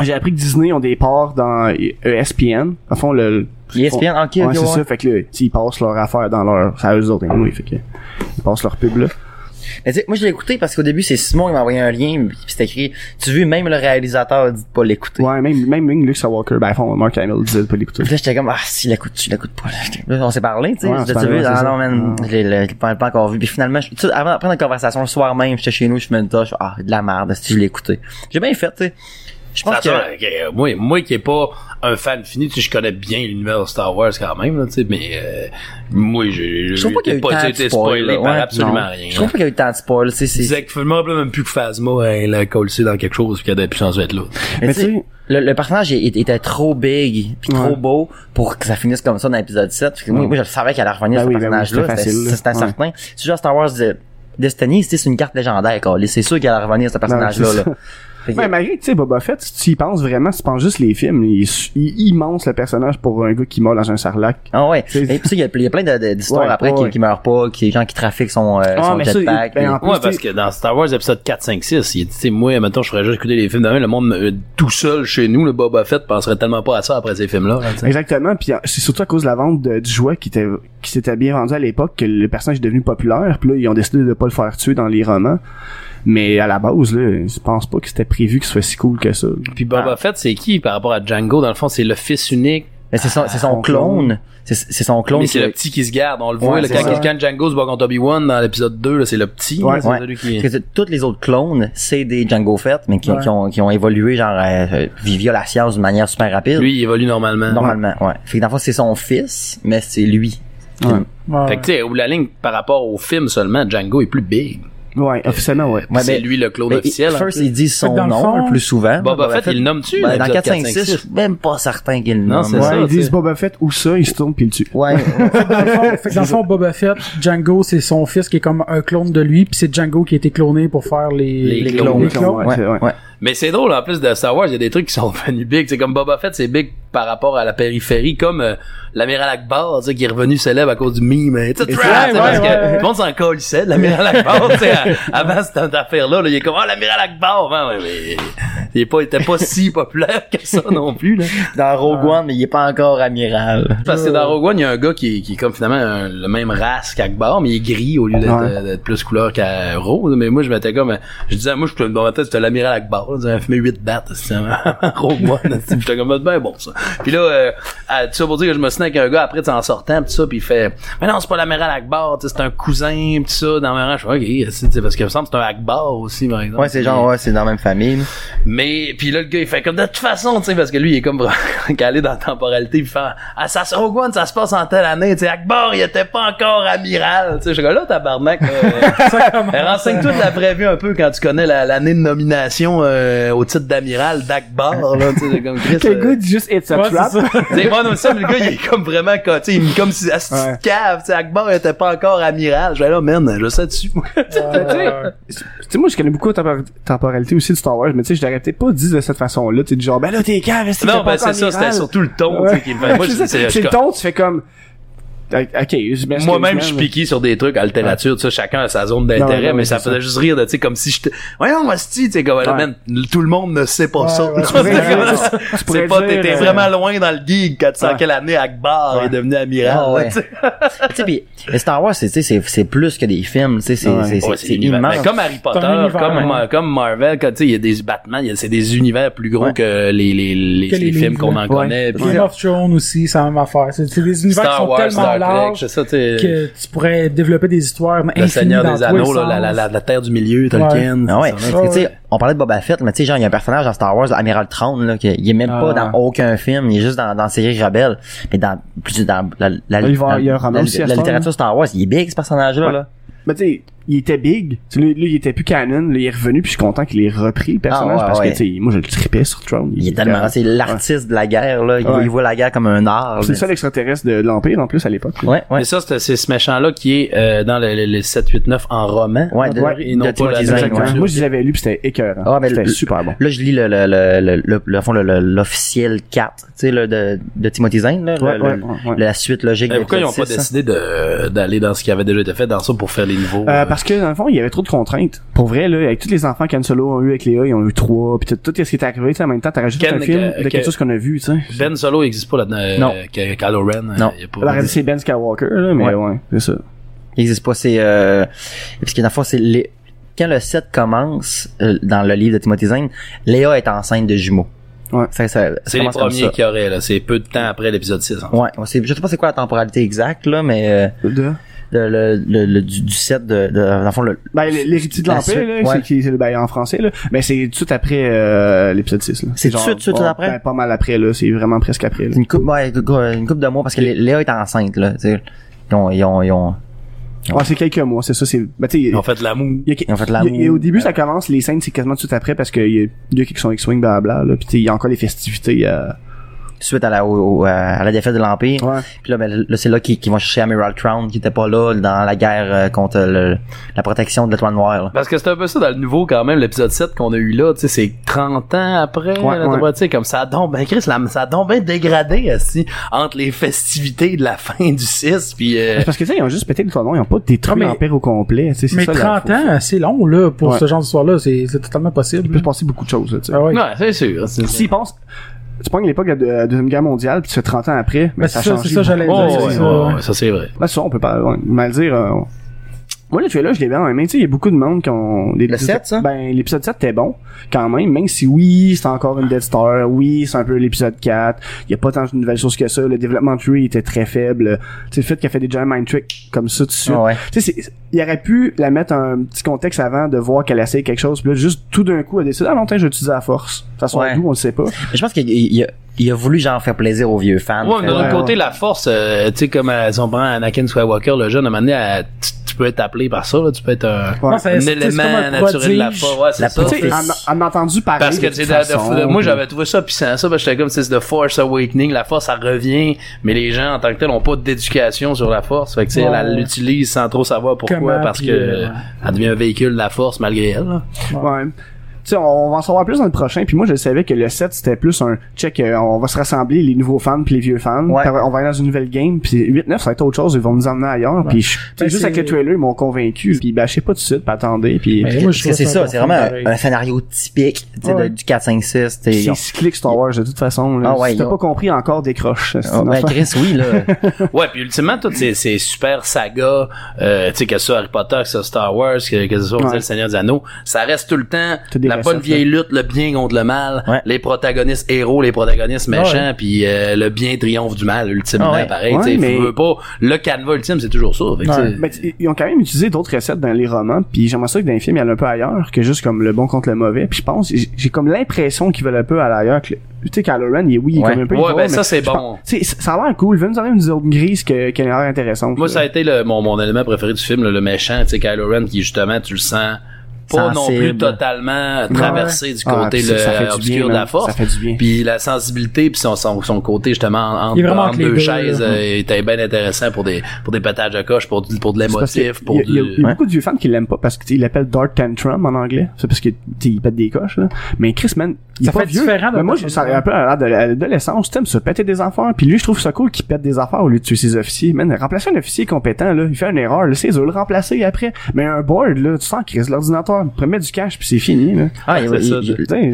[SPEAKER 4] j'ai appris que Disney ont des parts dans E ESPN. En fond, le, le
[SPEAKER 2] ESPN, ok,
[SPEAKER 4] ouais,
[SPEAKER 2] ok,
[SPEAKER 4] c'est
[SPEAKER 2] ouais.
[SPEAKER 4] ça. Fait que là, tu sais, ils passent leur affaire dans leur, c'est à eux autres, hein, oui, fait que, ils passent leur pub, là.
[SPEAKER 2] Mais tu sais, moi je l'ai écouté parce qu'au début c'est Simon qui m'a envoyé un lien puis c'était écrit tu veux même le réalisateur dit de pas l'écouter.
[SPEAKER 4] Ouais, même, même, même Luke Skywalker, ben, à fond, Mark Hamill disait de
[SPEAKER 2] <laughs>
[SPEAKER 4] pas l'écouter.
[SPEAKER 2] Puis Là j'étais comme ah si l'écoute tu l'écoutes pas. Là on s'est parlé tu sais
[SPEAKER 4] Ouais,
[SPEAKER 2] je
[SPEAKER 4] on s'est
[SPEAKER 2] dis, tu
[SPEAKER 4] parlé,
[SPEAKER 2] veux
[SPEAKER 4] ouais, c'est
[SPEAKER 2] ah
[SPEAKER 4] ça.
[SPEAKER 2] non man
[SPEAKER 4] Ouais.
[SPEAKER 2] je l'ai- l'ai pas, pas encore vu puis finalement je- tu sais, avant après la conversation le soir même j'étais chez nous je me dis ah de la merde si je l'ai écouté. J'ai bien fait tu sais. Je pense que
[SPEAKER 3] Attention, euh, moi, moi qui est pas un fan fini, tu sais, je connais bien l'univers de Star Wars quand même, là, tu sais, mais euh, moi, je,
[SPEAKER 2] je trouve pas qu'il y a eu tant de spoil.
[SPEAKER 3] été spoilé
[SPEAKER 2] là,
[SPEAKER 3] par
[SPEAKER 2] ouais.
[SPEAKER 3] absolument
[SPEAKER 2] Non.
[SPEAKER 3] rien.
[SPEAKER 2] Je trouve pas qu'il y a eu tant de spoil c'est
[SPEAKER 3] Je
[SPEAKER 2] c'est
[SPEAKER 3] disais que finalement, là, même plus que Phasma, hein, elle a collé dans quelque chose, puis qu'elle avait plus chance d'être là.
[SPEAKER 2] Mais
[SPEAKER 4] Mais
[SPEAKER 2] tu sais,
[SPEAKER 4] tu sais-
[SPEAKER 2] le, le personnage est- était trop big puis trop
[SPEAKER 4] Ouais.
[SPEAKER 2] beau pour que ça finisse comme ça dans l'épisode 7. Fait que moi, moi, je le savais qu'elle allait revenir
[SPEAKER 4] Ben
[SPEAKER 2] ce
[SPEAKER 4] oui, ben oui,
[SPEAKER 2] personnage-là.
[SPEAKER 4] c'était
[SPEAKER 2] C'était-
[SPEAKER 4] facile, là.
[SPEAKER 2] C'était
[SPEAKER 4] Ouais.
[SPEAKER 2] certain. C'est genre Star Wars euh, Destiny, tu sais, c'est une carte légendaire, quoi. C'est sûr qu'elle allait revenir ce personnage-là.
[SPEAKER 4] c'est
[SPEAKER 2] Là.
[SPEAKER 4] ça.
[SPEAKER 2] Fait que-
[SPEAKER 4] Ouais, malgré, que, tu sais, Boba Fett, si tu y penses vraiment, si tu penses juste les films, il est su- il est immense, le personnage, pour un gars qui meurt dans un sarlac.
[SPEAKER 2] Ah ouais.
[SPEAKER 4] C'est-
[SPEAKER 2] Et puis ça, il y a- il y a plein de- de- d'histoires
[SPEAKER 4] Ouais,
[SPEAKER 2] après qui,
[SPEAKER 4] ouais.
[SPEAKER 2] qui meurent pas, qui, gens qui trafiquent son, euh,
[SPEAKER 1] Ah,
[SPEAKER 2] son
[SPEAKER 4] mais ça,
[SPEAKER 2] jetpack.
[SPEAKER 4] ben,
[SPEAKER 2] puis-
[SPEAKER 4] en plus,
[SPEAKER 3] Ouais,
[SPEAKER 4] tu
[SPEAKER 3] parce
[SPEAKER 4] sais-
[SPEAKER 3] que dans Star Wars épisode 4, 5, 6, il dit, tu sais, moi, maintenant, je ferais juste écouter les films demain, le monde, euh, tout seul chez nous, le Boba Fett penserait tellement pas à ça après ces films-là. là, tu sais.
[SPEAKER 4] Exactement, puis euh, c'est surtout à cause de la vente de- du jouet qui était qui s'était bien vendu à l'époque que le personnage est devenu populaire, puis là ils ont décidé de pas le faire tuer dans les romans. Mais à la base là, je pense pas que c'était prévu que ce soit si cool que ça.
[SPEAKER 3] Puis
[SPEAKER 2] Ah.
[SPEAKER 3] Boba Fett, c'est qui par rapport à Django? Dans le fond, c'est le fils unique.
[SPEAKER 2] mais c'est son, c'est son
[SPEAKER 4] son
[SPEAKER 2] clone. C'est c'est son clone.
[SPEAKER 3] mais
[SPEAKER 2] qui-
[SPEAKER 3] c'est le petit qui se garde. On le voit,
[SPEAKER 2] Ouais,
[SPEAKER 3] là,
[SPEAKER 2] c'est
[SPEAKER 3] quand,
[SPEAKER 2] ça.
[SPEAKER 3] quand Django se bat contre Obi-Wan dans l'épisode 2, là, c'est le petit.
[SPEAKER 4] Ouais,
[SPEAKER 3] là, c'est
[SPEAKER 2] ouais.
[SPEAKER 3] celui qui...
[SPEAKER 2] Parce que t- tous les autres clones, c'est des Django Fett, mais qui,
[SPEAKER 1] Ouais.
[SPEAKER 2] qui ont, qui ont évolué genre euh, euh, via la science d'une manière super rapide.
[SPEAKER 3] hein. Lui, il évolue normalement.
[SPEAKER 2] Normalement, ouais. Fait que dans le fond, c'est son fils, mais c'est lui.
[SPEAKER 1] Ouais,
[SPEAKER 3] Fait que, tu sais, au bout de la ligne, par rapport au film seulement, Django est plus big.
[SPEAKER 4] Ouais, officiellement, ouais.
[SPEAKER 2] Ouais,
[SPEAKER 3] c'est
[SPEAKER 2] mais-
[SPEAKER 3] lui le clone
[SPEAKER 2] Ben,
[SPEAKER 3] officiel. en
[SPEAKER 2] First,
[SPEAKER 3] plus.
[SPEAKER 2] ils disent
[SPEAKER 1] Fait que
[SPEAKER 2] son
[SPEAKER 1] dans le
[SPEAKER 2] nom
[SPEAKER 1] fond,
[SPEAKER 2] le plus souvent.
[SPEAKER 3] Boba Fett, il le nomme-tu
[SPEAKER 2] Ben,
[SPEAKER 3] dans
[SPEAKER 2] dans 4, 5, 6,
[SPEAKER 3] 4-5-6?
[SPEAKER 2] je suis même pas certain qu'il le
[SPEAKER 3] Non,
[SPEAKER 2] nomme.
[SPEAKER 3] c'est
[SPEAKER 2] là.
[SPEAKER 3] ça,
[SPEAKER 4] Ouais, ils
[SPEAKER 3] tu
[SPEAKER 4] disent
[SPEAKER 3] sais.
[SPEAKER 4] Boba Fett ou ça, ils se trompent pis ils le tuent.
[SPEAKER 2] Ouais.
[SPEAKER 1] dans le fond, fait que dans le fond, Boba Fett, Django, c'est son fils qui est comme un clone de lui, puis c'est Django qui a été cloné pour faire les,
[SPEAKER 3] Les clones.
[SPEAKER 1] les clones.
[SPEAKER 4] <laughs> Ouais,
[SPEAKER 2] ouais,
[SPEAKER 4] c'est vrai.
[SPEAKER 2] ouais.
[SPEAKER 3] Mais c'est drôle, en plus de Star Wars, il y a des trucs qui sont <laughs> venus big. C'est comme Boba Fett, c'est big par rapport à la périphérie, comme euh, l'amiral Akbar, tu sais, qui est revenu célèbre à cause du meme. hein. Tu sais,
[SPEAKER 1] ouais,
[SPEAKER 3] tu sais, <laughs>
[SPEAKER 1] ouais,
[SPEAKER 3] parce que
[SPEAKER 1] ouais.
[SPEAKER 3] le monde s'en colissait de l'amiral Akbar, tu sais, à- avant cette affaire-là, là, il est comme, ah, l'amiral Akbar, hein, ouais, mais il est pas, il était pas si populaire
[SPEAKER 4] <laughs>
[SPEAKER 3] que ça non plus, là.
[SPEAKER 2] Dans Rogue
[SPEAKER 4] Ah.
[SPEAKER 2] One, mais il est pas encore amiral.
[SPEAKER 3] <laughs> Parce que dans Rogue One, il y a un gars qui, qui est comme finalement un- le même race qu'Akbar, mais il est gris au lieu d'être
[SPEAKER 4] Ouais.
[SPEAKER 3] euh, d'être plus couleur qu'à rose. Mais moi, je m'étais comme, je disais, moi, je dans ma tête, c'était l'amiral Akbar. J'avais fumé 8 battes, c'est <laughs> Rogue One. c'est- J'étais comme, ben bon, ça. Puis là, euh, à- tout ça pour dire que je me suis avec un gars après, tu sais, en sortant, pis ça, pis il fait, mais non, c'est pas l'amiral Akbar, tu sais, c'est un cousin, pis ça, dans ma rang, je suis, ok, c'est- c'est parce que me semble que c'est un Akbar aussi, par exemple.
[SPEAKER 2] Ouais, c'est genre, ouais, c'est dans la même famille. là.
[SPEAKER 3] Mais puis là le gars il fait comme de toute façon tu sais parce que lui il est comme <laughs> calé dans la temporalité puis fait ah ça se Rogue One, ça se passe en telle année tu sais Akbar il était pas encore amiral tu sais je suis comme là tabarnak
[SPEAKER 4] <laughs>
[SPEAKER 3] euh,
[SPEAKER 1] Ça commence.
[SPEAKER 3] euh, renseigne-toi de la prévue un peu quand tu connais la- l'année de nomination euh, au titre d'amiral d'Akbar là tu sais c'est comme Chris
[SPEAKER 4] Le
[SPEAKER 3] euh,
[SPEAKER 4] gars dit juste It's a
[SPEAKER 1] Ouais,
[SPEAKER 4] trap.
[SPEAKER 1] c'est
[SPEAKER 4] <laughs>
[SPEAKER 1] ça.
[SPEAKER 3] c'est bon, non, mais ça, mais le gars, il est comme vraiment, co- tu sais, il est comme si, à cette petite
[SPEAKER 4] Ouais.
[SPEAKER 3] cave, tu sais, Akbar, il était pas encore amiral. Je vais là, man, je sais dessus.
[SPEAKER 1] Euh,
[SPEAKER 4] Tu sais, moi, je connais beaucoup la tempor- temporalité aussi de Star Wars, mais tu sais, je l'aurais peut-être pas dit de cette façon-là. Tu sais, du genre, ben là, t'es cave, est-ce que t'es
[SPEAKER 3] non,
[SPEAKER 4] pas
[SPEAKER 3] ben, c'est
[SPEAKER 4] encore
[SPEAKER 3] ça, c'était
[SPEAKER 4] amiral?
[SPEAKER 3] surtout le ton, tu sais,
[SPEAKER 4] Ouais.
[SPEAKER 3] qui me fait- moi, je-
[SPEAKER 4] C'est ça,
[SPEAKER 3] c'est-
[SPEAKER 4] c'est
[SPEAKER 3] je-
[SPEAKER 4] le ton, tu fais comme. Ah, Ok, je m'excuse,
[SPEAKER 3] Moi-même, je suis
[SPEAKER 4] mais-
[SPEAKER 3] piqué sur des trucs à la littérature, tu sais, chacun a sa zone
[SPEAKER 4] Non,
[SPEAKER 3] d'intérêt,
[SPEAKER 4] non,
[SPEAKER 3] mais
[SPEAKER 4] oui,
[SPEAKER 3] ça
[SPEAKER 4] c'est
[SPEAKER 3] faisait
[SPEAKER 4] ça.
[SPEAKER 3] juste rire de, tu sais, comme si j'étais, voyons, Wasti, tu sais, comme, là,
[SPEAKER 4] Ouais.
[SPEAKER 3] man, tout le monde ne sait pas ça.
[SPEAKER 1] ouais,
[SPEAKER 3] <laughs> Tu
[SPEAKER 4] pourrais
[SPEAKER 3] sais,
[SPEAKER 4] dire-
[SPEAKER 3] comme,
[SPEAKER 4] <laughs> tu pourrais
[SPEAKER 3] C'est pas,
[SPEAKER 4] dire,
[SPEAKER 3] t'étais
[SPEAKER 4] euh,
[SPEAKER 3] vraiment loin dans le geek quand tu sens
[SPEAKER 4] Ouais.
[SPEAKER 3] quelle année Akbar est devenu amiral,
[SPEAKER 2] Ah, ouais.
[SPEAKER 3] tu sais.
[SPEAKER 2] tu sais, pis mais Star Wars, c'est, tu sais, c'est, c'est plus que des films, tu sais, c'est,
[SPEAKER 4] Ouais. Ben,
[SPEAKER 2] c'est, c'est,
[SPEAKER 3] Ouais,
[SPEAKER 2] c'est immense.
[SPEAKER 3] Mais comme Harry Potter,
[SPEAKER 1] C'est un univers,
[SPEAKER 3] comme,
[SPEAKER 1] ouais.
[SPEAKER 3] comme Marvel, quand, tu sais, il y a des Batman, il y a- c'est des univers plus gros
[SPEAKER 2] Ouais.
[SPEAKER 3] que les, les, les,
[SPEAKER 1] Que
[SPEAKER 3] les
[SPEAKER 1] les
[SPEAKER 3] films
[SPEAKER 1] livres,
[SPEAKER 3] qu'on en
[SPEAKER 1] ouais.
[SPEAKER 3] connaît. puis
[SPEAKER 1] Game of Thrones aussi, c'est la même affaire. C'est c'est des univers qui
[SPEAKER 3] Star
[SPEAKER 1] sont
[SPEAKER 3] Wars,
[SPEAKER 1] tellement
[SPEAKER 3] Star Trek,
[SPEAKER 1] larges
[SPEAKER 3] c'est ça, tu sais.
[SPEAKER 1] que tu pourrais développer des histoires infinies
[SPEAKER 3] Euh, Le Seigneur
[SPEAKER 1] dans
[SPEAKER 3] des
[SPEAKER 1] tous
[SPEAKER 3] Anneaux,
[SPEAKER 1] les
[SPEAKER 3] là, la, la,
[SPEAKER 1] sens.
[SPEAKER 3] la, la Terre du Milieu, Tolkien.
[SPEAKER 2] Ah ouais,
[SPEAKER 3] c'est ça,
[SPEAKER 2] parce
[SPEAKER 3] là.
[SPEAKER 2] que, tu sais, on parlait de Boba Fett, mais tu sais, genre, il y a un personnage dans Star Wars, Amiral Throne, là, qui, il est même pas
[SPEAKER 4] Ah.
[SPEAKER 2] dans aucun film, il est juste dans, dans la série Rebelle, mais dans, plus dans la, la,
[SPEAKER 4] Il va-
[SPEAKER 2] dans-
[SPEAKER 4] il y a un roman
[SPEAKER 2] la-
[SPEAKER 4] aussi à
[SPEAKER 2] la
[SPEAKER 4] Star Wars.
[SPEAKER 2] littérature Star Wars, il est big, ce personnage-là,
[SPEAKER 4] Ouais.
[SPEAKER 2] là.
[SPEAKER 4] Mais tu sais, il était big. Tu sais, là, là, il était plus canon. Là, il est revenu, puis je suis content qu'il ait repris le personnage
[SPEAKER 2] Ah, ouais,
[SPEAKER 4] parce
[SPEAKER 2] ouais.
[SPEAKER 4] que, tu sais, moi, je le tripais sur Tron.
[SPEAKER 2] Il est tellement, c'est l'artiste de la guerre, là, il,
[SPEAKER 4] Ouais.
[SPEAKER 2] il voit la guerre comme un art,
[SPEAKER 4] euh, C'est
[SPEAKER 2] là.
[SPEAKER 4] ça l'extraterrestre de l'Empire, en plus, à l'époque.
[SPEAKER 2] Ouais, ouais.
[SPEAKER 3] Mais ça, c'est c'est ce méchant-là qui est euh, dans le, le, le 789 en roman.
[SPEAKER 2] Ouais, de-
[SPEAKER 3] et non
[SPEAKER 2] de
[SPEAKER 3] pas la
[SPEAKER 2] Timothy Zahn,
[SPEAKER 3] nomenclature.
[SPEAKER 2] ouais.
[SPEAKER 4] Moi, je les avais lus, puis c'était écœurant.
[SPEAKER 2] Ah, mais
[SPEAKER 4] c'était
[SPEAKER 2] le-
[SPEAKER 4] super bon.
[SPEAKER 2] Là, je lis le, le, le, le, le, le- au fond, le- le- l'officiel 4, tu sais, le, de, de Timothy Zane, là, le-
[SPEAKER 4] Ouais,
[SPEAKER 2] le-
[SPEAKER 4] ouais, ouais, ouais.
[SPEAKER 2] la suite logique
[SPEAKER 3] Euh,
[SPEAKER 2] de
[SPEAKER 3] pourquoi ils n'ont pas
[SPEAKER 2] l'épisode six, hein.
[SPEAKER 3] décidé de- d'aller dans ce qui avait déjà été fait dans ça pour faire les nouveaux
[SPEAKER 4] Euh,
[SPEAKER 3] euh,
[SPEAKER 4] parce que dans le fond, il y avait trop de contraintes. Pour vrai, là, avec tous les enfants qu'Anne Solo ont eu avec Léa, ils ont eu trois, puis tout, tout ce qui est arrivé, tu sais, en même temps, t'as rajouté
[SPEAKER 3] Ken-
[SPEAKER 4] un film
[SPEAKER 3] euh,
[SPEAKER 4] de
[SPEAKER 3] Ken-
[SPEAKER 4] quelque chose qu'on a vu, tu sais.
[SPEAKER 3] Ben Solo n'existe pas là-dedans. euh,
[SPEAKER 2] Non.
[SPEAKER 3] que Kylo Ren. euh,
[SPEAKER 2] Non.
[SPEAKER 3] il y a pas-
[SPEAKER 4] La réalité, c'est Ben Skywalker, là, mais
[SPEAKER 2] Ouais.
[SPEAKER 4] ouais, c'est ça.
[SPEAKER 2] Il existe hein. pas, c'est, euh, parce que dans le fond, c'est les, quand le 7 commence, euh, dans le livre de Timothy Zane, Léa est enceinte de jumeaux.
[SPEAKER 4] Ouais.
[SPEAKER 2] Ça, ça, ça
[SPEAKER 3] c'est les
[SPEAKER 2] commence comme
[SPEAKER 3] premiers
[SPEAKER 2] ça.
[SPEAKER 3] qu'il y aurait, là. C'est peu de temps après l'épisode 6. hein.
[SPEAKER 2] Ouais, ouais, c'est- je sais pas c'est quoi la temporalité exacte, là, mais, euh,
[SPEAKER 4] De...
[SPEAKER 2] le, le, le- le- du, du 7 de, de, dans le fond, le,
[SPEAKER 4] Ben, l- l'héritier de
[SPEAKER 2] La
[SPEAKER 4] l'Empire,
[SPEAKER 2] suite,
[SPEAKER 4] là,
[SPEAKER 2] ouais.
[SPEAKER 4] c'est qui, c'est le ben, en français, là. Ben, c'est tout de suite après, euh, l'épisode 6, là.
[SPEAKER 2] C'est tout de
[SPEAKER 4] genre,
[SPEAKER 2] suite, tout de suite
[SPEAKER 4] bon,
[SPEAKER 2] après?
[SPEAKER 4] ben, pas mal après, là. C'est vraiment presque après, là.
[SPEAKER 2] une coupe, ouais, une coupe de mois, parce que Lé- Léa est enceinte, là, tu sais. Ils ont, ils ont, ils ont,
[SPEAKER 4] Ouais, c'est quelques mois, c'est ça, c'est, ben, tu sais,
[SPEAKER 3] Ils ont fait de l'amour.
[SPEAKER 4] il y a que-
[SPEAKER 2] ils ont fait
[SPEAKER 4] il y a-
[SPEAKER 2] l'amour. euh.
[SPEAKER 4] il y a- au début, ça commence, les scènes, c'est quasiment tout de suite après parce qu'il y a, il y a qui sont X-Wing, blabla, là, pis tu sais, il y a encore les festivités, euh,
[SPEAKER 2] suite à la, au- au- à la défaite de l'Empire.
[SPEAKER 4] ouais.
[SPEAKER 2] Puis là, ben, là c'est là qu'ils qu'ils vont chercher Amiral Crown qui était pas là dans la guerre euh, contre le- la protection de l'étoile noire. là.
[SPEAKER 3] Parce que c'est un peu ça dans le nouveau quand même, l'épisode 7 qu'on a eu là, tu sais, c'est 30 ans après,
[SPEAKER 4] Ouais,
[SPEAKER 3] là, tu
[SPEAKER 4] ouais.
[SPEAKER 3] vois, tu sais, comme ça a donc ben Chris, la- ça a donc ben dégradé aussi entre les festivités de la <laughs> fin du 6 puis euh,
[SPEAKER 4] C'est parce que tu sais, ils ont juste pété le tournoi, ils ont pas détruit
[SPEAKER 1] Ah, mais-
[SPEAKER 4] l'Empire au complet. tu sais, c'est
[SPEAKER 1] Mais
[SPEAKER 4] ça,
[SPEAKER 1] 30
[SPEAKER 4] là, faut-
[SPEAKER 1] ans, c'est long, là, pour
[SPEAKER 4] Ouais.
[SPEAKER 1] ce genre d'histoire-là. C'est c'est totalement
[SPEAKER 4] Il
[SPEAKER 1] possible.
[SPEAKER 4] peut se passer beaucoup de choses. Là, tu sais.
[SPEAKER 1] Ah ouais.
[SPEAKER 3] ouais, c'est sûr, c'est sûr.
[SPEAKER 4] S'ils pensent, tu prends l'époque de la Deuxième Guerre mondiale, puis tu fais 30 ans après, mais
[SPEAKER 1] Ben,
[SPEAKER 4] ça
[SPEAKER 1] c'est ça,
[SPEAKER 4] change.
[SPEAKER 1] c'est ça, j'allais
[SPEAKER 3] Oh,
[SPEAKER 1] dire,
[SPEAKER 3] ouais,
[SPEAKER 1] c'est
[SPEAKER 4] Bah,
[SPEAKER 3] ouais,
[SPEAKER 1] ça.
[SPEAKER 3] ouais, ça c'est vrai.
[SPEAKER 4] ça, on peut pas on- mal dire. euh, on- Moi, le trailer, je l'ai bien aimé. Tu sais, il y a beaucoup de monde qui ont... les-
[SPEAKER 6] Le
[SPEAKER 4] les-
[SPEAKER 6] 7, ça?
[SPEAKER 4] Ben, l'épisode 7 était bon, quand même. Même si, oui, c'est encore une Death Star. Oui, c'est un peu l'épisode 4. Il y a pas tant de nouvelles choses que ça. Le développement de Tree était très faible. Tu sais, le fait qu'il a fait des giant mind tricks comme ça tout de suite.
[SPEAKER 6] Ah Ouais.
[SPEAKER 4] Tu sais, c'est- il aurait pu la mettre un petit contexte avant de voir qu'elle essaye quelque chose. Puis là, juste tout d'un coup, elle décide, ah non, tiens, je vais utiliser la force. De toute façon,
[SPEAKER 2] Ouais.
[SPEAKER 4] d'où, on le sait pas.
[SPEAKER 2] Je pense qu'il il a, il a voulu genre faire plaisir aux vieux fans.
[SPEAKER 3] Ouais,
[SPEAKER 2] Fait-
[SPEAKER 3] mais d'un autre
[SPEAKER 4] ouais.
[SPEAKER 3] côté, la force, euh, tu sais, comme euh, si on prend Anakin Skywalker, le jeune, à un moment donné, elle- tu, tu peux être appelé par ça, là, tu peux être un,
[SPEAKER 4] Ouais.
[SPEAKER 1] Non, c'est- c'est-
[SPEAKER 3] un
[SPEAKER 1] c'est
[SPEAKER 3] élément
[SPEAKER 1] comme un
[SPEAKER 3] naturel de la
[SPEAKER 1] prodige.
[SPEAKER 3] force. Ouais, c'est
[SPEAKER 2] La
[SPEAKER 3] ça.
[SPEAKER 4] Tu sais, on on a entendu parler.
[SPEAKER 3] Parce que
[SPEAKER 4] de
[SPEAKER 3] tu sais,
[SPEAKER 4] toute
[SPEAKER 3] de- de-
[SPEAKER 4] façon,
[SPEAKER 3] de- moi
[SPEAKER 4] puis-
[SPEAKER 3] j'avais trouvé ça puissant ça parce que j'étais comme c'est The Force Awakening, la force ça revient, mais les gens en tant que tels ont pas d'éducation sur la force, fait que tu sais
[SPEAKER 1] Ouais.
[SPEAKER 3] elle l'utilise sans trop savoir pourquoi
[SPEAKER 1] Comment,
[SPEAKER 3] parce
[SPEAKER 1] puis,
[SPEAKER 3] que
[SPEAKER 1] euh, ouais.
[SPEAKER 3] elle devient un véhicule de la force malgré elle. là.
[SPEAKER 4] Ouais. Tu sais, on va en savoir plus dans le prochain. Puis moi, je savais que le 7, c'était plus un check. euh, on va se rassembler, les nouveaux fans puis les vieux fans.
[SPEAKER 6] Ouais.
[SPEAKER 4] Puis On va aller dans une nouvelle game. Puis 8-9, ça va être autre chose. Ils vont nous emmener ailleurs. Puis je- tu sais,
[SPEAKER 1] Ben,
[SPEAKER 4] juste
[SPEAKER 1] c'est-
[SPEAKER 4] avec le trailer, ils m'ont convaincu. Puis bâchez pas tout de suite. Puis attendez.
[SPEAKER 1] Mais-
[SPEAKER 4] Puis
[SPEAKER 2] Parce
[SPEAKER 1] moi,
[SPEAKER 2] que
[SPEAKER 1] je trouve
[SPEAKER 2] c'est
[SPEAKER 1] ça
[SPEAKER 2] ça,
[SPEAKER 1] important,
[SPEAKER 2] c'est vraiment un,
[SPEAKER 1] pareil.
[SPEAKER 2] un scénario typique tu sais, de-
[SPEAKER 1] Ouais.
[SPEAKER 2] du 4, 5, 6. t'es-
[SPEAKER 4] c'est cyclique Star Wars de toute façon. Là.
[SPEAKER 2] Ah ouais,
[SPEAKER 4] si t'as
[SPEAKER 2] ils
[SPEAKER 4] pas
[SPEAKER 2] ont-
[SPEAKER 4] compris encore, décroche. C'est
[SPEAKER 2] Ah,
[SPEAKER 4] une
[SPEAKER 2] ben
[SPEAKER 4] affaire.
[SPEAKER 2] Chris, oui, là.
[SPEAKER 3] Ouais, puis ultimement toutes ces, ces super sagas, euh, tu sais que ce soit Harry Potter, que ce soit Star Wars, que, que ce soit on
[SPEAKER 4] Ouais.
[SPEAKER 3] disait, le Seigneur des Anneaux, ça reste tout le temps
[SPEAKER 4] Toutes des
[SPEAKER 3] la bonne
[SPEAKER 4] recettes,
[SPEAKER 3] vieille lutte, le bien contre le mal,
[SPEAKER 2] Ouais.
[SPEAKER 3] les protagonistes héros, les protagonistes méchants,
[SPEAKER 1] Ouais.
[SPEAKER 3] puis euh, le bien triomphe du mal ultimement
[SPEAKER 2] Ah ouais.
[SPEAKER 3] pareil,
[SPEAKER 4] Ah Ouais,
[SPEAKER 3] tu sais,
[SPEAKER 4] mais-
[SPEAKER 3] faut- veux pas le canevas ultime, c'est toujours ça, fait que,
[SPEAKER 1] Ouais.
[SPEAKER 3] tu sais,
[SPEAKER 4] Ben, tu- ils ont quand même utilisé d'autres recettes dans les romans, puis j'aimerais ça que dans les films, il y en a un peu ailleurs, que juste comme le bon contre le mauvais. Puis je pense, j'ai j'ai comme l'impression qu'ils veulent un peu à l'ailleurs. que le- Tu sais, Kylo Ren, il est, oui, il est
[SPEAKER 2] Ouais.
[SPEAKER 4] comme un peu...
[SPEAKER 3] Ouais,
[SPEAKER 4] drôle,
[SPEAKER 3] ben, ça,
[SPEAKER 4] mais
[SPEAKER 3] c'est
[SPEAKER 4] je
[SPEAKER 3] bon.
[SPEAKER 4] pense- tu sais, ça- ça a l'air cool. Venez nous enlever une zone grise que- qui a l'air intéressante.
[SPEAKER 3] Moi,
[SPEAKER 4] là.
[SPEAKER 3] ça a été le, mon, mon élément préféré du film, là, le méchant, tu sais, Kylo Ren, qui justement, tu le sens pas
[SPEAKER 2] Sensible.
[SPEAKER 3] non plus totalement traversé du
[SPEAKER 4] Ah,
[SPEAKER 3] côté
[SPEAKER 4] puis ça- ça fait
[SPEAKER 3] le,
[SPEAKER 4] du
[SPEAKER 3] obscur
[SPEAKER 4] bien,
[SPEAKER 3] de la
[SPEAKER 4] man. Ça
[SPEAKER 3] force.
[SPEAKER 4] fait du bien.
[SPEAKER 3] Puis la sensibilité, puis son, son, son côté justement en-
[SPEAKER 1] Il est vraiment
[SPEAKER 3] entre, entre
[SPEAKER 1] entre les
[SPEAKER 3] deux,
[SPEAKER 1] deux,
[SPEAKER 3] chaises
[SPEAKER 1] là.
[SPEAKER 3] euh, était bien intéressant pour des pour des pétages de coche, pour, du- pour de
[SPEAKER 4] C'est parce
[SPEAKER 3] l'émotif,
[SPEAKER 4] que
[SPEAKER 3] pour
[SPEAKER 4] il y a- il y a, il y
[SPEAKER 3] du...
[SPEAKER 4] a beaucoup de vieux fans qui l'aiment pas parce qu'il l'appelle Dark Tantrum en anglais. C'est parce que tu sais, il pète des coches là. Mais Chris man, il
[SPEAKER 1] Ça
[SPEAKER 4] est pas
[SPEAKER 1] fait
[SPEAKER 4] vieux.
[SPEAKER 1] différent de
[SPEAKER 4] Mais moi,
[SPEAKER 1] Dark
[SPEAKER 4] ça a
[SPEAKER 1] Tantrum.
[SPEAKER 4] un peu l'air de l'adolescence. T'aimes se péter des affaires. Puis lui, je trouve ça cool qu'il pète des affaires au lieu de tuer ses officiers. Man, remplacer un officier compétent là, il fait une erreur. Là, c'est eux le remplacer après. Mais un board là, tu sens Chris l'ordinateur, promets du cash puis c'est
[SPEAKER 2] <laughs>
[SPEAKER 4] fini là.
[SPEAKER 2] Ah, il-
[SPEAKER 3] C'est ça,
[SPEAKER 2] il-
[SPEAKER 4] Putain,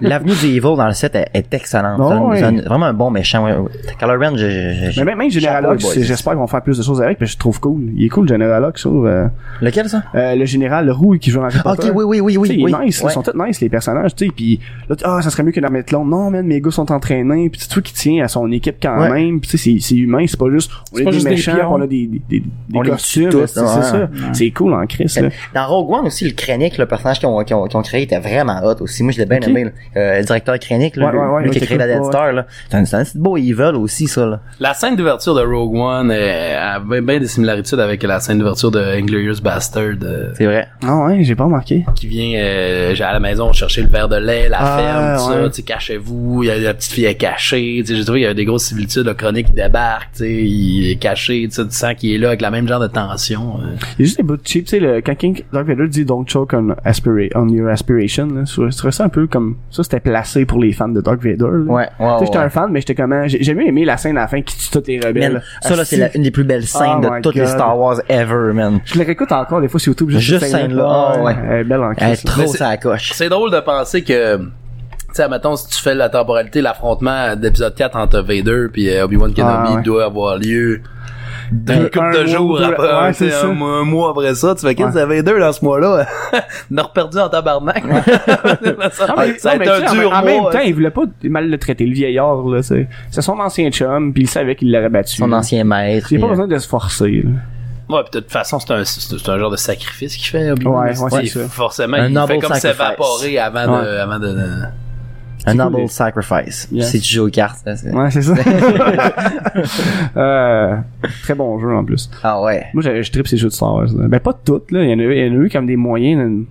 [SPEAKER 2] L'avenue du Evil dans le set est, est excellente.
[SPEAKER 4] Ah
[SPEAKER 2] C'est un-
[SPEAKER 4] ouais.
[SPEAKER 2] c'est un- vraiment un bon méchant. Ouais. ouais. Kylo Ren, je, je- je-
[SPEAKER 4] mais même, même General
[SPEAKER 2] Chapeau,
[SPEAKER 4] Hux,
[SPEAKER 2] les boys.
[SPEAKER 4] j'espère qu'ils vont faire plus de choses avec, mais je le trouve cool. Il est cool, General Hux, je trouve. Euh,
[SPEAKER 2] Lequel ça?
[SPEAKER 4] euh, le général, le rouille qui joue dans Harry
[SPEAKER 2] Ah, Ok,
[SPEAKER 4] Potter.
[SPEAKER 2] oui, oui, oui, oui.
[SPEAKER 4] Tu sais, il est
[SPEAKER 2] oui.
[SPEAKER 4] nice, là,
[SPEAKER 2] Ouais.
[SPEAKER 4] ils sont tous nice les personnages, tu sais, puis là tu- ah ça serait mieux qu'une armée de clones. Non, man, mes gars sont entraînés, puis c'est toi qui tiens à son équipe quand
[SPEAKER 2] Ouais.
[SPEAKER 4] même, puis tu sais c'est c'est humain, c'est pas juste on
[SPEAKER 1] C'est
[SPEAKER 4] est,
[SPEAKER 1] pas
[SPEAKER 4] des
[SPEAKER 1] juste des
[SPEAKER 4] méchants,
[SPEAKER 1] pions.
[SPEAKER 4] puis on a des des, des, des
[SPEAKER 2] On les
[SPEAKER 4] costumes,
[SPEAKER 2] tue tous,
[SPEAKER 4] tu sais, c'est
[SPEAKER 2] ouais.
[SPEAKER 4] ça. C'est cool en Chris là.
[SPEAKER 2] Dans Rogue One aussi, le Krennic, le personnage qu'ils ont, qu'ils ont, qu'ils ont créé était vraiment hot aussi. Moi, je l'ai bien aimé. là. Euh, le directeur Krennic, là,
[SPEAKER 4] Ouais, ouais, ouais,
[SPEAKER 2] lui qui a
[SPEAKER 4] ouais,
[SPEAKER 2] créé la
[SPEAKER 4] ouais.
[SPEAKER 2] Dead Star, là. C'est un, c'est un petit beau Evil aussi, ça, là.
[SPEAKER 3] La scène d'ouverture de Rogue One euh, a bien des similarités avec la scène d'ouverture de Inglourious Bastard. euh,
[SPEAKER 2] C'est vrai.
[SPEAKER 4] Ah ouais, j'ai pas remarqué.
[SPEAKER 3] qui vient euh, à la maison chercher le verre de lait, la
[SPEAKER 4] Ah,
[SPEAKER 3] ferme, tout ça,
[SPEAKER 4] ouais.
[SPEAKER 3] tu sais, cachez-vous, il y a la petite fille est cachée, tu sais, j'ai trouvé il y a des grosses similitudes, le chronique qui débarque, tu sais, il est caché, tu sais, tu sens qu'il est là avec la même genre de tension. euh.
[SPEAKER 4] Il y a juste des bouts de cheap, tu sais le quand King Dark Vader dit don't choke on aspira on your aspiration là, je trouvais ça un peu comme ça c'était placé pour les fans de Dark Vader. là.
[SPEAKER 2] Ouais, ouais,
[SPEAKER 4] Tu sais, J'étais
[SPEAKER 2] ouais.
[SPEAKER 4] un fan, mais j'étais comment j'ai j'ai mieux aimé la scène à la fin qui tue tous les rebelles.
[SPEAKER 2] Man, ça, là, c'est
[SPEAKER 4] Asti,
[SPEAKER 2] la- une des plus belles scènes
[SPEAKER 4] Oh
[SPEAKER 2] de
[SPEAKER 4] my
[SPEAKER 2] toutes les
[SPEAKER 4] God.
[SPEAKER 2] Star Wars ever, man.
[SPEAKER 4] Je le réécoute encore des fois sur YouTube.
[SPEAKER 2] Juste
[SPEAKER 4] cette
[SPEAKER 2] scène-là, ah ouais.
[SPEAKER 4] Elle est belle en
[SPEAKER 2] Elle
[SPEAKER 4] Chris,
[SPEAKER 2] est
[SPEAKER 4] là.
[SPEAKER 3] Mais
[SPEAKER 2] trop
[SPEAKER 3] c'est-
[SPEAKER 2] ça la coche.
[SPEAKER 3] C'est drôle de penser que, tu sais, mettons, si tu fais la temporalité, l'affrontement d'épisode 4 entre Vader puis euh, Obi-Wan Kenobi
[SPEAKER 4] Ah, ouais.
[SPEAKER 3] doit avoir lieu
[SPEAKER 4] Un-
[SPEAKER 3] d'un couple
[SPEAKER 4] un
[SPEAKER 3] de
[SPEAKER 4] mois,
[SPEAKER 3] jours
[SPEAKER 4] deux-
[SPEAKER 3] après,
[SPEAKER 4] ouais,
[SPEAKER 3] tu sais,
[SPEAKER 4] c'est
[SPEAKER 3] un,
[SPEAKER 4] ça.
[SPEAKER 3] mois- un mois après ça, tu fais qu'est-ce que Vader dans ce mois-là? <laughs> On a reperdu en tabarnak. <laughs> ça ça
[SPEAKER 4] Ah, mais-
[SPEAKER 3] a
[SPEAKER 4] non,
[SPEAKER 3] été
[SPEAKER 4] mais tu
[SPEAKER 3] un
[SPEAKER 4] sais,
[SPEAKER 3] dur
[SPEAKER 4] en, en
[SPEAKER 3] mois,
[SPEAKER 4] même
[SPEAKER 3] hein.
[SPEAKER 4] temps, il voulait pas mal le traiter, le vieillard, là, c'est. C'est son ancien chum, puis il savait qu'il l'aurait battu.
[SPEAKER 2] Son ancien maître.
[SPEAKER 4] Il a
[SPEAKER 2] puis,
[SPEAKER 4] pas
[SPEAKER 2] euh,
[SPEAKER 4] besoin de se forcer, là.
[SPEAKER 3] Ouais, pis de toute façon, c'est un, c'est c'est un genre de sacrifice qu'il fait.
[SPEAKER 4] Ouais, ouais,
[SPEAKER 3] Obi-Wan.
[SPEAKER 4] c'est ça.
[SPEAKER 3] Forcément,
[SPEAKER 2] Un
[SPEAKER 3] il fait
[SPEAKER 2] noble
[SPEAKER 3] comme
[SPEAKER 2] sacrifice.
[SPEAKER 3] s'évaporer avant de,
[SPEAKER 4] Ouais.
[SPEAKER 3] avant de,
[SPEAKER 2] Un
[SPEAKER 4] cool,
[SPEAKER 2] noble
[SPEAKER 4] les-
[SPEAKER 2] sacrifice.
[SPEAKER 4] Yes.
[SPEAKER 2] Si tu joues aux cartes, là, c'est-
[SPEAKER 4] Ouais, c'est
[SPEAKER 2] <laughs>
[SPEAKER 4] ça. <laughs> euh, très bon jeu, en plus.
[SPEAKER 2] Ah ouais.
[SPEAKER 4] Moi, j'ai- je tripe ces jeux de Star Wars, là. Ben, pas toutes, là. Il y en a, il y en a eu comme des moyens, là,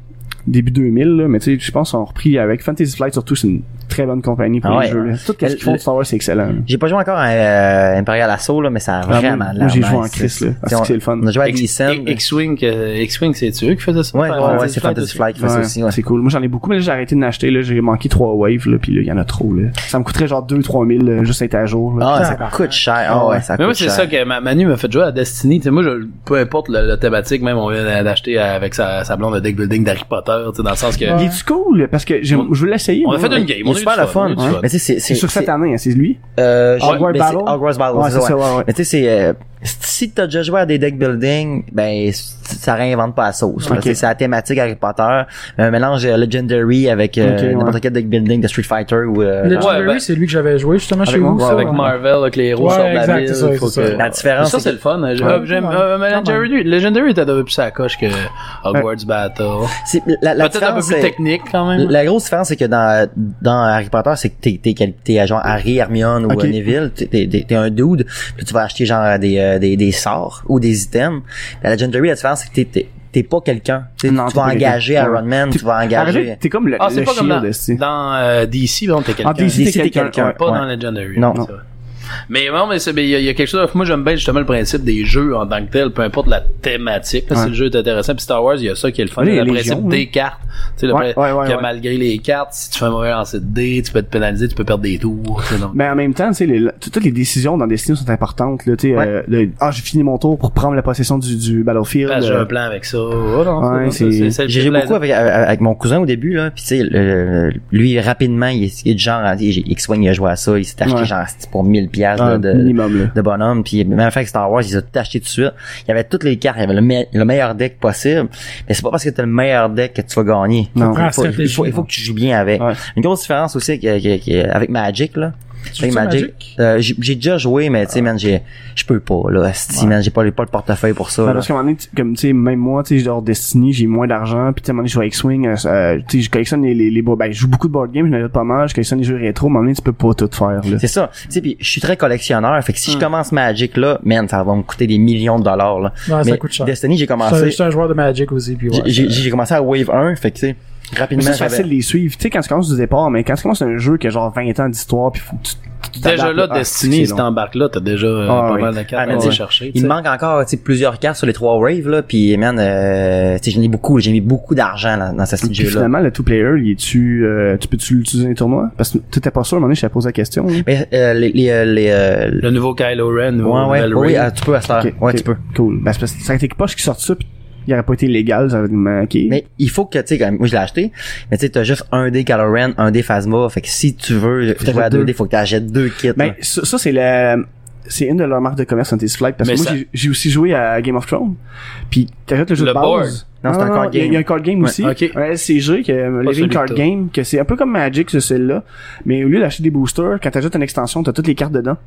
[SPEAKER 4] début 2000, là. Mais tu sais, je pense qu'on a repris avec Fantasy Flight, surtout, c'est une très bonne compagnie pour
[SPEAKER 2] Ah
[SPEAKER 4] les
[SPEAKER 2] ouais.
[SPEAKER 4] jeux, là. Tout ce qu'ils font de Star Wars, c'est excellent. là.
[SPEAKER 2] J'ai pas joué encore à euh, Imperial Assault, là, mais ça a
[SPEAKER 4] Ah, moi-
[SPEAKER 2] vraiment de
[SPEAKER 4] moi, j'ai
[SPEAKER 2] l'air
[SPEAKER 4] joué en
[SPEAKER 2] nice.
[SPEAKER 4] Chris, là. Parce
[SPEAKER 2] T'sais,
[SPEAKER 4] que
[SPEAKER 2] on-
[SPEAKER 4] c'est le fun.
[SPEAKER 2] On a joué à
[SPEAKER 3] X-
[SPEAKER 2] Gleason.
[SPEAKER 3] X-Wing, que- X-Wing, c'est-tu eux qui faisaient ça?
[SPEAKER 2] Ouais,
[SPEAKER 3] Par
[SPEAKER 2] ouais, ouais,
[SPEAKER 3] Fantasy
[SPEAKER 2] c'est
[SPEAKER 3] Flight
[SPEAKER 2] Fantasy
[SPEAKER 3] aussi?
[SPEAKER 2] Flight qui fait ça
[SPEAKER 4] Ouais,
[SPEAKER 2] aussi, ouais.
[SPEAKER 4] C'est cool. Moi, j'en ai beaucoup, mais là, j'ai arrêté de l'acheter. Là, j'ai manqué trois waves, là, puis là, il y en a trop. Là. Ça me coûterait genre 2-3 000 là, euh, juste être à jour. Là.
[SPEAKER 2] Ah,
[SPEAKER 1] Putain,
[SPEAKER 2] ça
[SPEAKER 1] par
[SPEAKER 2] coûte cher. Ah ouais, ça
[SPEAKER 3] Mais
[SPEAKER 2] coûte
[SPEAKER 3] moi, c'est
[SPEAKER 2] cher.
[SPEAKER 3] ça que ma- Manu m'a fait jouer à Destiny. Tu sais moi, je, peu importe le- la thématique, même on vient d'acheter avec sa, sa blonde de deck building d'Harry Potter, tu sais, dans le sens
[SPEAKER 2] Ah.
[SPEAKER 3] que...
[SPEAKER 4] Il est-tu cool? Parce que j'ai- je veux l'essayer.
[SPEAKER 3] On a
[SPEAKER 4] moi.
[SPEAKER 3] fait une game, on
[SPEAKER 2] Il est
[SPEAKER 3] a eu
[SPEAKER 2] super
[SPEAKER 3] du
[SPEAKER 2] le
[SPEAKER 3] on a
[SPEAKER 2] fun.
[SPEAKER 3] eu du
[SPEAKER 4] hein.
[SPEAKER 2] Mais tu sais, c'est-
[SPEAKER 4] C'est
[SPEAKER 2] c'est...
[SPEAKER 4] sur cette
[SPEAKER 2] c'est-
[SPEAKER 4] année, hein, c'est lui.
[SPEAKER 2] Euh, je-
[SPEAKER 4] Hogwarts
[SPEAKER 2] mais c'est-
[SPEAKER 4] Battle?
[SPEAKER 2] Hogwarts Battle,
[SPEAKER 4] Ouais,
[SPEAKER 2] c'est ça, Ah, ouais.
[SPEAKER 4] ouais.
[SPEAKER 2] Mais tu sais, c'est... euh, si t'as déjà joué à des deck building, ben, ça réinvente pas la sauce. là.
[SPEAKER 4] Ok.
[SPEAKER 2] C'est- C'est la thématique Harry Potter, un mélange euh, Legendary avec euh,
[SPEAKER 4] Ok, ouais.
[SPEAKER 2] n'importe quel deck building de Street Fighter ou... euh,
[SPEAKER 1] Le
[SPEAKER 2] genre-
[SPEAKER 1] Legendary,
[SPEAKER 3] ben-
[SPEAKER 1] c'est lui que j'avais joué justement
[SPEAKER 4] Avec
[SPEAKER 1] chez vous.
[SPEAKER 4] moi,
[SPEAKER 1] ça,
[SPEAKER 3] avec
[SPEAKER 1] ouais.
[SPEAKER 3] Marvel, avec les héros
[SPEAKER 1] Ouais,
[SPEAKER 3] sortent de la
[SPEAKER 1] exact,
[SPEAKER 3] ville.
[SPEAKER 1] c'est ça,
[SPEAKER 3] faut
[SPEAKER 1] c'est
[SPEAKER 3] que-
[SPEAKER 1] ça.
[SPEAKER 2] La différence,
[SPEAKER 3] Ça, c'est le fun. hein. J'ai-
[SPEAKER 1] Ouais.
[SPEAKER 3] J'aime,
[SPEAKER 1] Ouais.
[SPEAKER 3] euh, mais
[SPEAKER 1] Quand
[SPEAKER 3] Legendary, Legendary était un peu plus à la coche que Hogwarts Battle.
[SPEAKER 2] c'est- la, la
[SPEAKER 3] Peut-être un peu
[SPEAKER 2] différence,
[SPEAKER 3] plus
[SPEAKER 2] c'est-
[SPEAKER 3] technique, quand même.
[SPEAKER 2] La grosse différence, c'est que dans, dans Harry Potter, c'est que t'es, t'es, quel- t'es à genre Harry, Hermione ou
[SPEAKER 4] Ok.
[SPEAKER 2] euh, Neville, t'es, t'es, t'es- t'es un dude, puis tu vas acheter genre des, euh, des, des sorts ou des items. La Legendary, la différence, c'est que t'es, t'es, t'es pas quelqu'un. Tu sais,
[SPEAKER 4] Non,
[SPEAKER 2] tu
[SPEAKER 4] t'es
[SPEAKER 2] vas
[SPEAKER 4] pas
[SPEAKER 2] engager
[SPEAKER 4] quelqu'un.
[SPEAKER 2] Iron Man,
[SPEAKER 4] T'es-
[SPEAKER 2] tu vas
[SPEAKER 4] Arrête,
[SPEAKER 2] engager...
[SPEAKER 4] T'es comme le,
[SPEAKER 3] Ah, c'est
[SPEAKER 4] le
[SPEAKER 3] pas comme
[SPEAKER 4] shield,
[SPEAKER 3] dans,
[SPEAKER 4] esti.
[SPEAKER 3] dans euh, DC, bon, t'es quelqu'un.
[SPEAKER 4] En DC,
[SPEAKER 2] DC,
[SPEAKER 4] t'es
[SPEAKER 2] t'es
[SPEAKER 4] quelqu'un.
[SPEAKER 2] quelqu'un.
[SPEAKER 4] ouais.
[SPEAKER 3] Pas
[SPEAKER 2] Ouais.
[SPEAKER 3] dans Legendary.
[SPEAKER 2] Non.
[SPEAKER 3] c'est vrai. Mais non, mais c'est- mais il y, a- il y a quelque chose. Moi, j'aime bien justement le principe des jeux en tant que tel, peu importe la thématique. là,
[SPEAKER 4] Ouais.
[SPEAKER 3] Si le jeu est intéressant, puis Star Wars, il y a ça qui est le fun.
[SPEAKER 4] Oui,
[SPEAKER 3] le
[SPEAKER 4] les
[SPEAKER 3] principe
[SPEAKER 4] légions,
[SPEAKER 3] des
[SPEAKER 4] oui.
[SPEAKER 3] cartes. Tu sais, le
[SPEAKER 4] Ouais,
[SPEAKER 3] fait
[SPEAKER 4] ouais, ouais,
[SPEAKER 3] que
[SPEAKER 4] ouais.
[SPEAKER 3] malgré les cartes, si tu fais un mauvais lancer de dés, tu peux te pénaliser, tu peux perdre des tours. tu sais,
[SPEAKER 4] <laughs>
[SPEAKER 3] donc.
[SPEAKER 4] Mais en même temps, tu sais, les- toutes les décisions dans Destiny sont importantes. Là, tu sais,
[SPEAKER 2] Ouais.
[SPEAKER 4] euh, le- ah, j'ai fini mon tour pour prendre la possession du, du battlefield.
[SPEAKER 3] Ah, J'ai
[SPEAKER 4] euh,
[SPEAKER 3] un plan avec ça. Oh, non,
[SPEAKER 4] Ouais,
[SPEAKER 3] c'est-
[SPEAKER 4] c'est-
[SPEAKER 3] c'est-
[SPEAKER 2] J'ai
[SPEAKER 3] c'est
[SPEAKER 2] joué
[SPEAKER 3] plaisant.
[SPEAKER 2] beaucoup avec, avec mon cousin au début, là, puis tu sais, le- lui, rapidement, il est, il est du genre, il, il soigne, il a joué à ça, il s'est acheté
[SPEAKER 4] Ouais.
[SPEAKER 2] genre c'est pour 1000 piastres,
[SPEAKER 4] ah,
[SPEAKER 2] là, de,
[SPEAKER 4] minimum, là.
[SPEAKER 2] de bonhomme. Puis même fait que Star Wars, ils ont tout acheté tout de suite. Il y avait toutes les cartes, il y avait le, me- le meilleur deck possible. Mais c'est pas parce que t'as le meilleur deck que tu vas gagner.
[SPEAKER 4] Non.
[SPEAKER 1] Ah,
[SPEAKER 2] Il faut, il faut- il faut- il faut que tu joues bien avec.
[SPEAKER 4] Ouais.
[SPEAKER 2] Une grosse différence aussi avec, avec- avec Magic, là.
[SPEAKER 1] Tu joues-tu à Magic?
[SPEAKER 2] euh, j'ai j'ai déjà joué, mais tu
[SPEAKER 4] Ah.
[SPEAKER 2] sais, man, j'ai, je peux pas, là. Si, man, j'ai pas, le- pas le portefeuille pour ça,
[SPEAKER 4] Ouais,
[SPEAKER 2] là.
[SPEAKER 4] parce qu'à un moment donné, tu- comme tu sais, même moi, tu sais, je dors Destiny, j'ai moins d'argent, puis tu sais, à un moment donné, je joue à X-Wing, euh, euh, tu sais, je collectionne les, les, les bo- ben, je joue beaucoup de board games, je n'ai pas mal, je collectionne les jeux rétro, mais à un moment donné, tu peux pas tout faire, là.
[SPEAKER 2] C'est ça. Tu sais, puis je suis très collectionneur. Fait que
[SPEAKER 1] Hmm.
[SPEAKER 2] si je commence Magic, là, man, ça va me coûter des millions de dollars, là.
[SPEAKER 1] Ouais, Ah, ça
[SPEAKER 2] mais
[SPEAKER 1] coûte cher.
[SPEAKER 2] Destiny,
[SPEAKER 1] Je
[SPEAKER 2] j'ai
[SPEAKER 1] suis un- je
[SPEAKER 2] commencé,
[SPEAKER 1] suis un joueur de Magic aussi. Puis ouais,
[SPEAKER 2] j'ai- j'ai j'ai commencé à Wave 1, fait que, tu sais,
[SPEAKER 4] Mais
[SPEAKER 2] rapidement,
[SPEAKER 4] ça, c'est
[SPEAKER 2] j'avais-
[SPEAKER 4] facile de les suivre, tu sais, quand tu commences du départ, mais quand tu commences un jeu qui a genre 20 ans d'histoire, puis faut que tu- tu tu
[SPEAKER 3] Déjà
[SPEAKER 4] t'adaptes,
[SPEAKER 3] là,
[SPEAKER 4] ah,
[SPEAKER 3] Destiny,
[SPEAKER 4] c'est
[SPEAKER 3] si
[SPEAKER 4] long.
[SPEAKER 3] t'embarques là, t'as déjà euh,
[SPEAKER 4] Ah,
[SPEAKER 3] pas
[SPEAKER 4] oui.
[SPEAKER 3] mal de cartes
[SPEAKER 2] Ah, mais
[SPEAKER 3] à
[SPEAKER 2] tu sais,
[SPEAKER 3] aller chercher. tu
[SPEAKER 2] Il
[SPEAKER 3] sais.
[SPEAKER 2] me manque encore tu sais, plusieurs cartes sur les trois waves là, puis man, euh, tu sais, j'en ai beaucoup, j'ai mis beaucoup d'argent là, dans ce style de
[SPEAKER 4] Puis
[SPEAKER 2] jeu là.
[SPEAKER 4] finalement, le two-player, il est-tu, euh, tu peux-tu l'utiliser dans les tournois? Parce que t'étais pas sûr, à un moment donné, je t'ai posé la question. là.
[SPEAKER 2] Mais euh, les, les, euh, les euh,
[SPEAKER 3] Le nouveau Kylo Ren, nouveau
[SPEAKER 2] ouais, ouais,
[SPEAKER 3] Valkyrie.
[SPEAKER 2] oui, ah, tu peux à cette heure.
[SPEAKER 4] Ok,
[SPEAKER 2] ouais,
[SPEAKER 4] ok,
[SPEAKER 2] tu peux.
[SPEAKER 4] Cool. Ben, c'est parce que ça a été poche qui sortent ça, pis il aurait pas été légal, ça aurait été manqué.
[SPEAKER 2] Mais il faut que tu sais, quand même, moi je l'ai acheté, mais tu sais, t'as juste un dé Caloran, un dé Phasma, fait que si tu veux jouer à
[SPEAKER 4] t'achètes
[SPEAKER 2] deux
[SPEAKER 4] deux.
[SPEAKER 2] dés, faut que t'achètes deux kits.
[SPEAKER 4] Ben,
[SPEAKER 2] là.
[SPEAKER 4] ça, ça, c'est la, c'est une de leurs marques de commerce Fantasy Flight, parce que
[SPEAKER 3] Mais
[SPEAKER 4] moi,
[SPEAKER 3] ça-
[SPEAKER 4] j'ai- j'ai aussi joué à Game of Thrones. Puis, t'achètes le jeu
[SPEAKER 3] Le
[SPEAKER 4] de base.
[SPEAKER 3] board.
[SPEAKER 2] Non, c'est un card
[SPEAKER 4] il y a- Il y a
[SPEAKER 2] game.
[SPEAKER 4] un card game
[SPEAKER 2] Ouais,
[SPEAKER 4] aussi.
[SPEAKER 3] ok.
[SPEAKER 4] Un LCG, que, euh,
[SPEAKER 3] celui
[SPEAKER 4] Living
[SPEAKER 3] que
[SPEAKER 4] Card
[SPEAKER 3] t'as.
[SPEAKER 4] Game, que c'est un peu comme Magic, ce celle-là. Mais au lieu d'acheter des boosters, quand t'achètes une extension, t'as toutes les cartes dedans.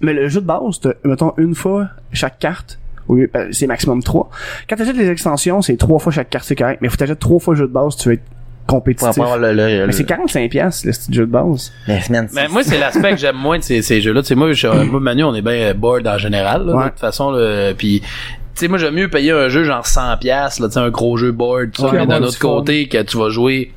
[SPEAKER 4] Mais le jeu de base, t'as, mettons, une fois chaque carte. Au lieu- ben, C'est maximum trois. Quand t'achètes les extensions, c'est trois fois chaque carte, c'est correct. Mais faut t'achètes trois fois le jeu de base, tu veux être
[SPEAKER 2] Pour
[SPEAKER 4] compétitif.
[SPEAKER 2] avoir le, le,
[SPEAKER 4] Mais
[SPEAKER 2] le-
[SPEAKER 4] c'est 45 piastres, le petit jeu de base.
[SPEAKER 2] mais, man,
[SPEAKER 3] Mais
[SPEAKER 2] c'est-
[SPEAKER 3] moi, c'est l'aspect que j'aime moins de ces, ces jeux-là. Tu sais, moi, je, suis un- moi, Manu, on est bien bored en général, là,
[SPEAKER 4] Ouais.
[SPEAKER 3] de toute façon, là, puis... Tu sais, moi, j'aime mieux payer un jeu genre 100$, piastres, là, tu sais, un gros jeu board, tout ça,
[SPEAKER 1] Ouais,
[SPEAKER 3] mais d'un
[SPEAKER 1] avoir
[SPEAKER 3] autre
[SPEAKER 1] du fun.
[SPEAKER 3] côté, que tu vas jouer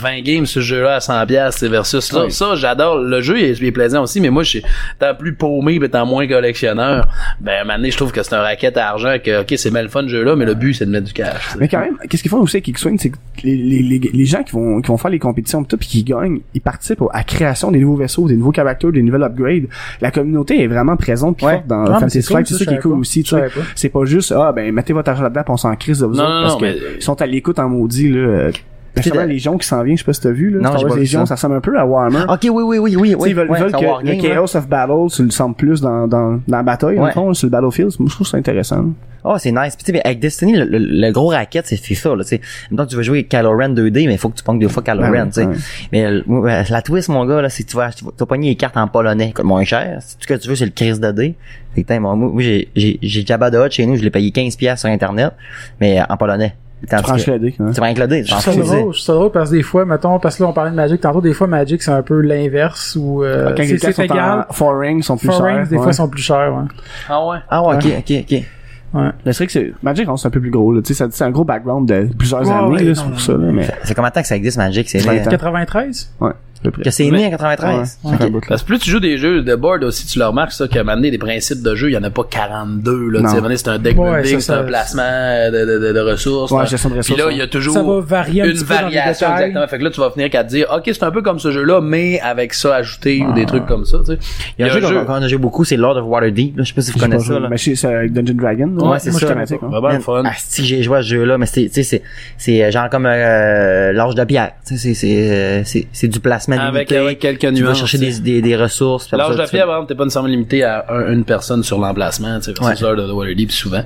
[SPEAKER 3] 20 games ce jeu-là à 100$, piastres, c'est versus là.
[SPEAKER 4] Ouais.
[SPEAKER 3] Ça, j'adore. Le jeu, il est, il est plaisant aussi, mais moi, je suis tant plus paumé, mais tant moins collectionneur. Ben, maintenant, je trouve que c'est un racket à argent, que, OK, c'est bien le fun, le jeu-là, mais le but, c'est de mettre du cash. tu sais.
[SPEAKER 4] Mais quand même, qu'est-ce qu'ils font aussi avec X-Wing, c'est que les, les, les, les gens qui vont, qui vont faire les compétitions pis tout, pis qui gagnent, ils participent au- à la création des nouveaux vaisseaux, des nouveaux characters, des nouvelles upgrades. La communauté est vraiment présente pis
[SPEAKER 2] Ouais.
[SPEAKER 4] forte dans
[SPEAKER 1] Ouais, mais
[SPEAKER 4] Fantasy
[SPEAKER 1] c'est cool,
[SPEAKER 4] Flight, c'est
[SPEAKER 1] ça,
[SPEAKER 4] ça qui est
[SPEAKER 1] je
[SPEAKER 4] cool
[SPEAKER 1] savais pas.
[SPEAKER 4] aussi, tu
[SPEAKER 1] Je
[SPEAKER 4] sais.
[SPEAKER 1] savais pas.
[SPEAKER 4] C'est pas juste, ah, ben, mettez votre argent là-dedans pis on s'en crise de vous
[SPEAKER 3] Non,
[SPEAKER 4] autres,
[SPEAKER 3] non,
[SPEAKER 4] parce
[SPEAKER 3] non,
[SPEAKER 4] que
[SPEAKER 3] mais-
[SPEAKER 4] ils sont à l'écoute en maudit, là. Ben, Justement,
[SPEAKER 2] de-
[SPEAKER 4] les gens qui s'en viennent, je sais pas si t'as vu, là.
[SPEAKER 2] Non,
[SPEAKER 4] Star
[SPEAKER 2] j'ai
[SPEAKER 4] Wars
[SPEAKER 2] pas vu
[SPEAKER 4] Légion,
[SPEAKER 2] ça.
[SPEAKER 4] ça ressemble un peu à Warhammer.
[SPEAKER 2] Ok, oui, oui, oui, oui,
[SPEAKER 4] Tu sais,
[SPEAKER 2] oui.
[SPEAKER 4] ils veulent,
[SPEAKER 2] ouais,
[SPEAKER 4] veulent
[SPEAKER 2] c'est un
[SPEAKER 4] que
[SPEAKER 2] wargame,
[SPEAKER 4] le
[SPEAKER 2] hein.
[SPEAKER 4] Chaos of Battle, tu le sens plus dans, dans, dans la bataille, en
[SPEAKER 2] Ouais.
[SPEAKER 4] fond, sur le battlefield. Moi, je trouve ça intéressant.
[SPEAKER 2] Oh, c'est nice. Puis, tu sais, mais avec Destiny, le, le- le gros racket, c'est c'est ça, là, tu sais. Donc, tu veux jouer Kylo Ren 2D, mais il faut que tu ponges deux fois Kylo
[SPEAKER 4] Ouais,
[SPEAKER 2] Ren, tu sais.
[SPEAKER 4] ouais.
[SPEAKER 2] Mais, euh, ouais, la twist, mon gars, là, c'est que tu vas, tu vas- t'as pogné les cartes en polonais, qui coûtent moins cher. Si tout ce que tu veux, c'est le crise de dés. Fait que, tain, mon- moi, j'ai, j'ai, j'ai Jabba the Hutt chez nous, je l'ai payé 15 pièces sur Internet, mais euh, en polonais. Tandis
[SPEAKER 4] Tu prends
[SPEAKER 2] que-
[SPEAKER 4] le dé, hein.
[SPEAKER 2] Tu prends que le dé, tu
[SPEAKER 1] Je
[SPEAKER 2] prends
[SPEAKER 1] trouve ça
[SPEAKER 2] que le dé.
[SPEAKER 1] drôle, je trouve ça drôle parce que des fois, mettons, parce que là on parlait de Magic, tantôt des fois Magic c'est un peu l'inverse où euh,
[SPEAKER 4] Quand les
[SPEAKER 1] c'est
[SPEAKER 4] cartes
[SPEAKER 1] c'est
[SPEAKER 4] sont
[SPEAKER 1] égal.
[SPEAKER 4] en foreign, sont plus
[SPEAKER 1] Foreign,
[SPEAKER 4] chers.
[SPEAKER 1] des fois
[SPEAKER 4] ouais.
[SPEAKER 1] sont plus chers, ouais.
[SPEAKER 3] Ah ouais?
[SPEAKER 2] Ah, ouais, ok, ok, ok.
[SPEAKER 4] Mais c'est vrai que c'est Magic, on c'est un peu plus gros là, tu sais, ça c'est un gros background de plusieurs
[SPEAKER 1] Ouais,
[SPEAKER 4] années
[SPEAKER 1] ouais,
[SPEAKER 4] là,
[SPEAKER 1] non,
[SPEAKER 4] c'est
[SPEAKER 1] non.
[SPEAKER 4] pour ça là, mais
[SPEAKER 2] C'est combien de temps que ça existe, Magic? C'est né,
[SPEAKER 4] 20 ans.
[SPEAKER 1] 93?
[SPEAKER 4] ouais, à peu près.
[SPEAKER 2] que c'est né en
[SPEAKER 4] Ouais,
[SPEAKER 2] 93.
[SPEAKER 4] ça fait un bout, là.
[SPEAKER 3] Parce que plus tu joues des jeux de board aussi, tu le remarques ça, qu'à un moment donné, les principes de jeu, il n'y en a pas 42, là. Tu sais,
[SPEAKER 4] Non.
[SPEAKER 3] à un moment donné, c'est un deck
[SPEAKER 1] Ouais, ça,
[SPEAKER 3] building, c'est un
[SPEAKER 1] ça-
[SPEAKER 3] placement euh, de, de, de, de ressources.
[SPEAKER 4] Ouais,
[SPEAKER 3] T'as-
[SPEAKER 4] gestion de
[SPEAKER 3] Puis
[SPEAKER 4] ressources.
[SPEAKER 3] là, il y a toujours
[SPEAKER 1] Ça va varier un
[SPEAKER 3] une
[SPEAKER 1] petit peu dans les
[SPEAKER 3] variation,
[SPEAKER 1] détails.
[SPEAKER 3] exactement. Fait que là, tu vas finir qu'à te dire, OK, c'est un peu comme ce jeu-là, mais avec ça ajouté, ou des trucs comme ça, tu sais.
[SPEAKER 2] Il y a un jeu qu'on qu'on a joué beaucoup, c'est Lord of Waterdeep, là. Je sais pas si vous
[SPEAKER 4] J'ai pas
[SPEAKER 2] connaissez
[SPEAKER 4] joué,
[SPEAKER 2] ça, là.
[SPEAKER 4] Mais c'est c'est avec Dungeon Dragon. là.
[SPEAKER 2] Ouais, c'est
[SPEAKER 4] Moi,
[SPEAKER 2] ça.
[SPEAKER 4] je suis thématique, hein.
[SPEAKER 3] Vraiment le
[SPEAKER 2] Man, ah,
[SPEAKER 3] fun.
[SPEAKER 2] asti, j'ai joué à ce jeu-là, mais c'est, tu sais, c'est, c'est genre comme euh, l'âge de pierre. Tu sais, c'est, c'est, euh, c'est, c'est du personnalité.
[SPEAKER 3] Avec, avec quelques
[SPEAKER 2] tu vas
[SPEAKER 3] nuances,
[SPEAKER 2] chercher
[SPEAKER 3] tu
[SPEAKER 2] des,
[SPEAKER 3] sais.
[SPEAKER 2] des, des ressources. puis après
[SPEAKER 3] L'âge de
[SPEAKER 2] ça,
[SPEAKER 3] la
[SPEAKER 2] tu fais-
[SPEAKER 3] pierre, par exemple, t'es pas nécessairement limité à un- une personne sur l'emplacement, tu sais, versus
[SPEAKER 2] Ouais.
[SPEAKER 3] l'heure de Waterdeep souvent.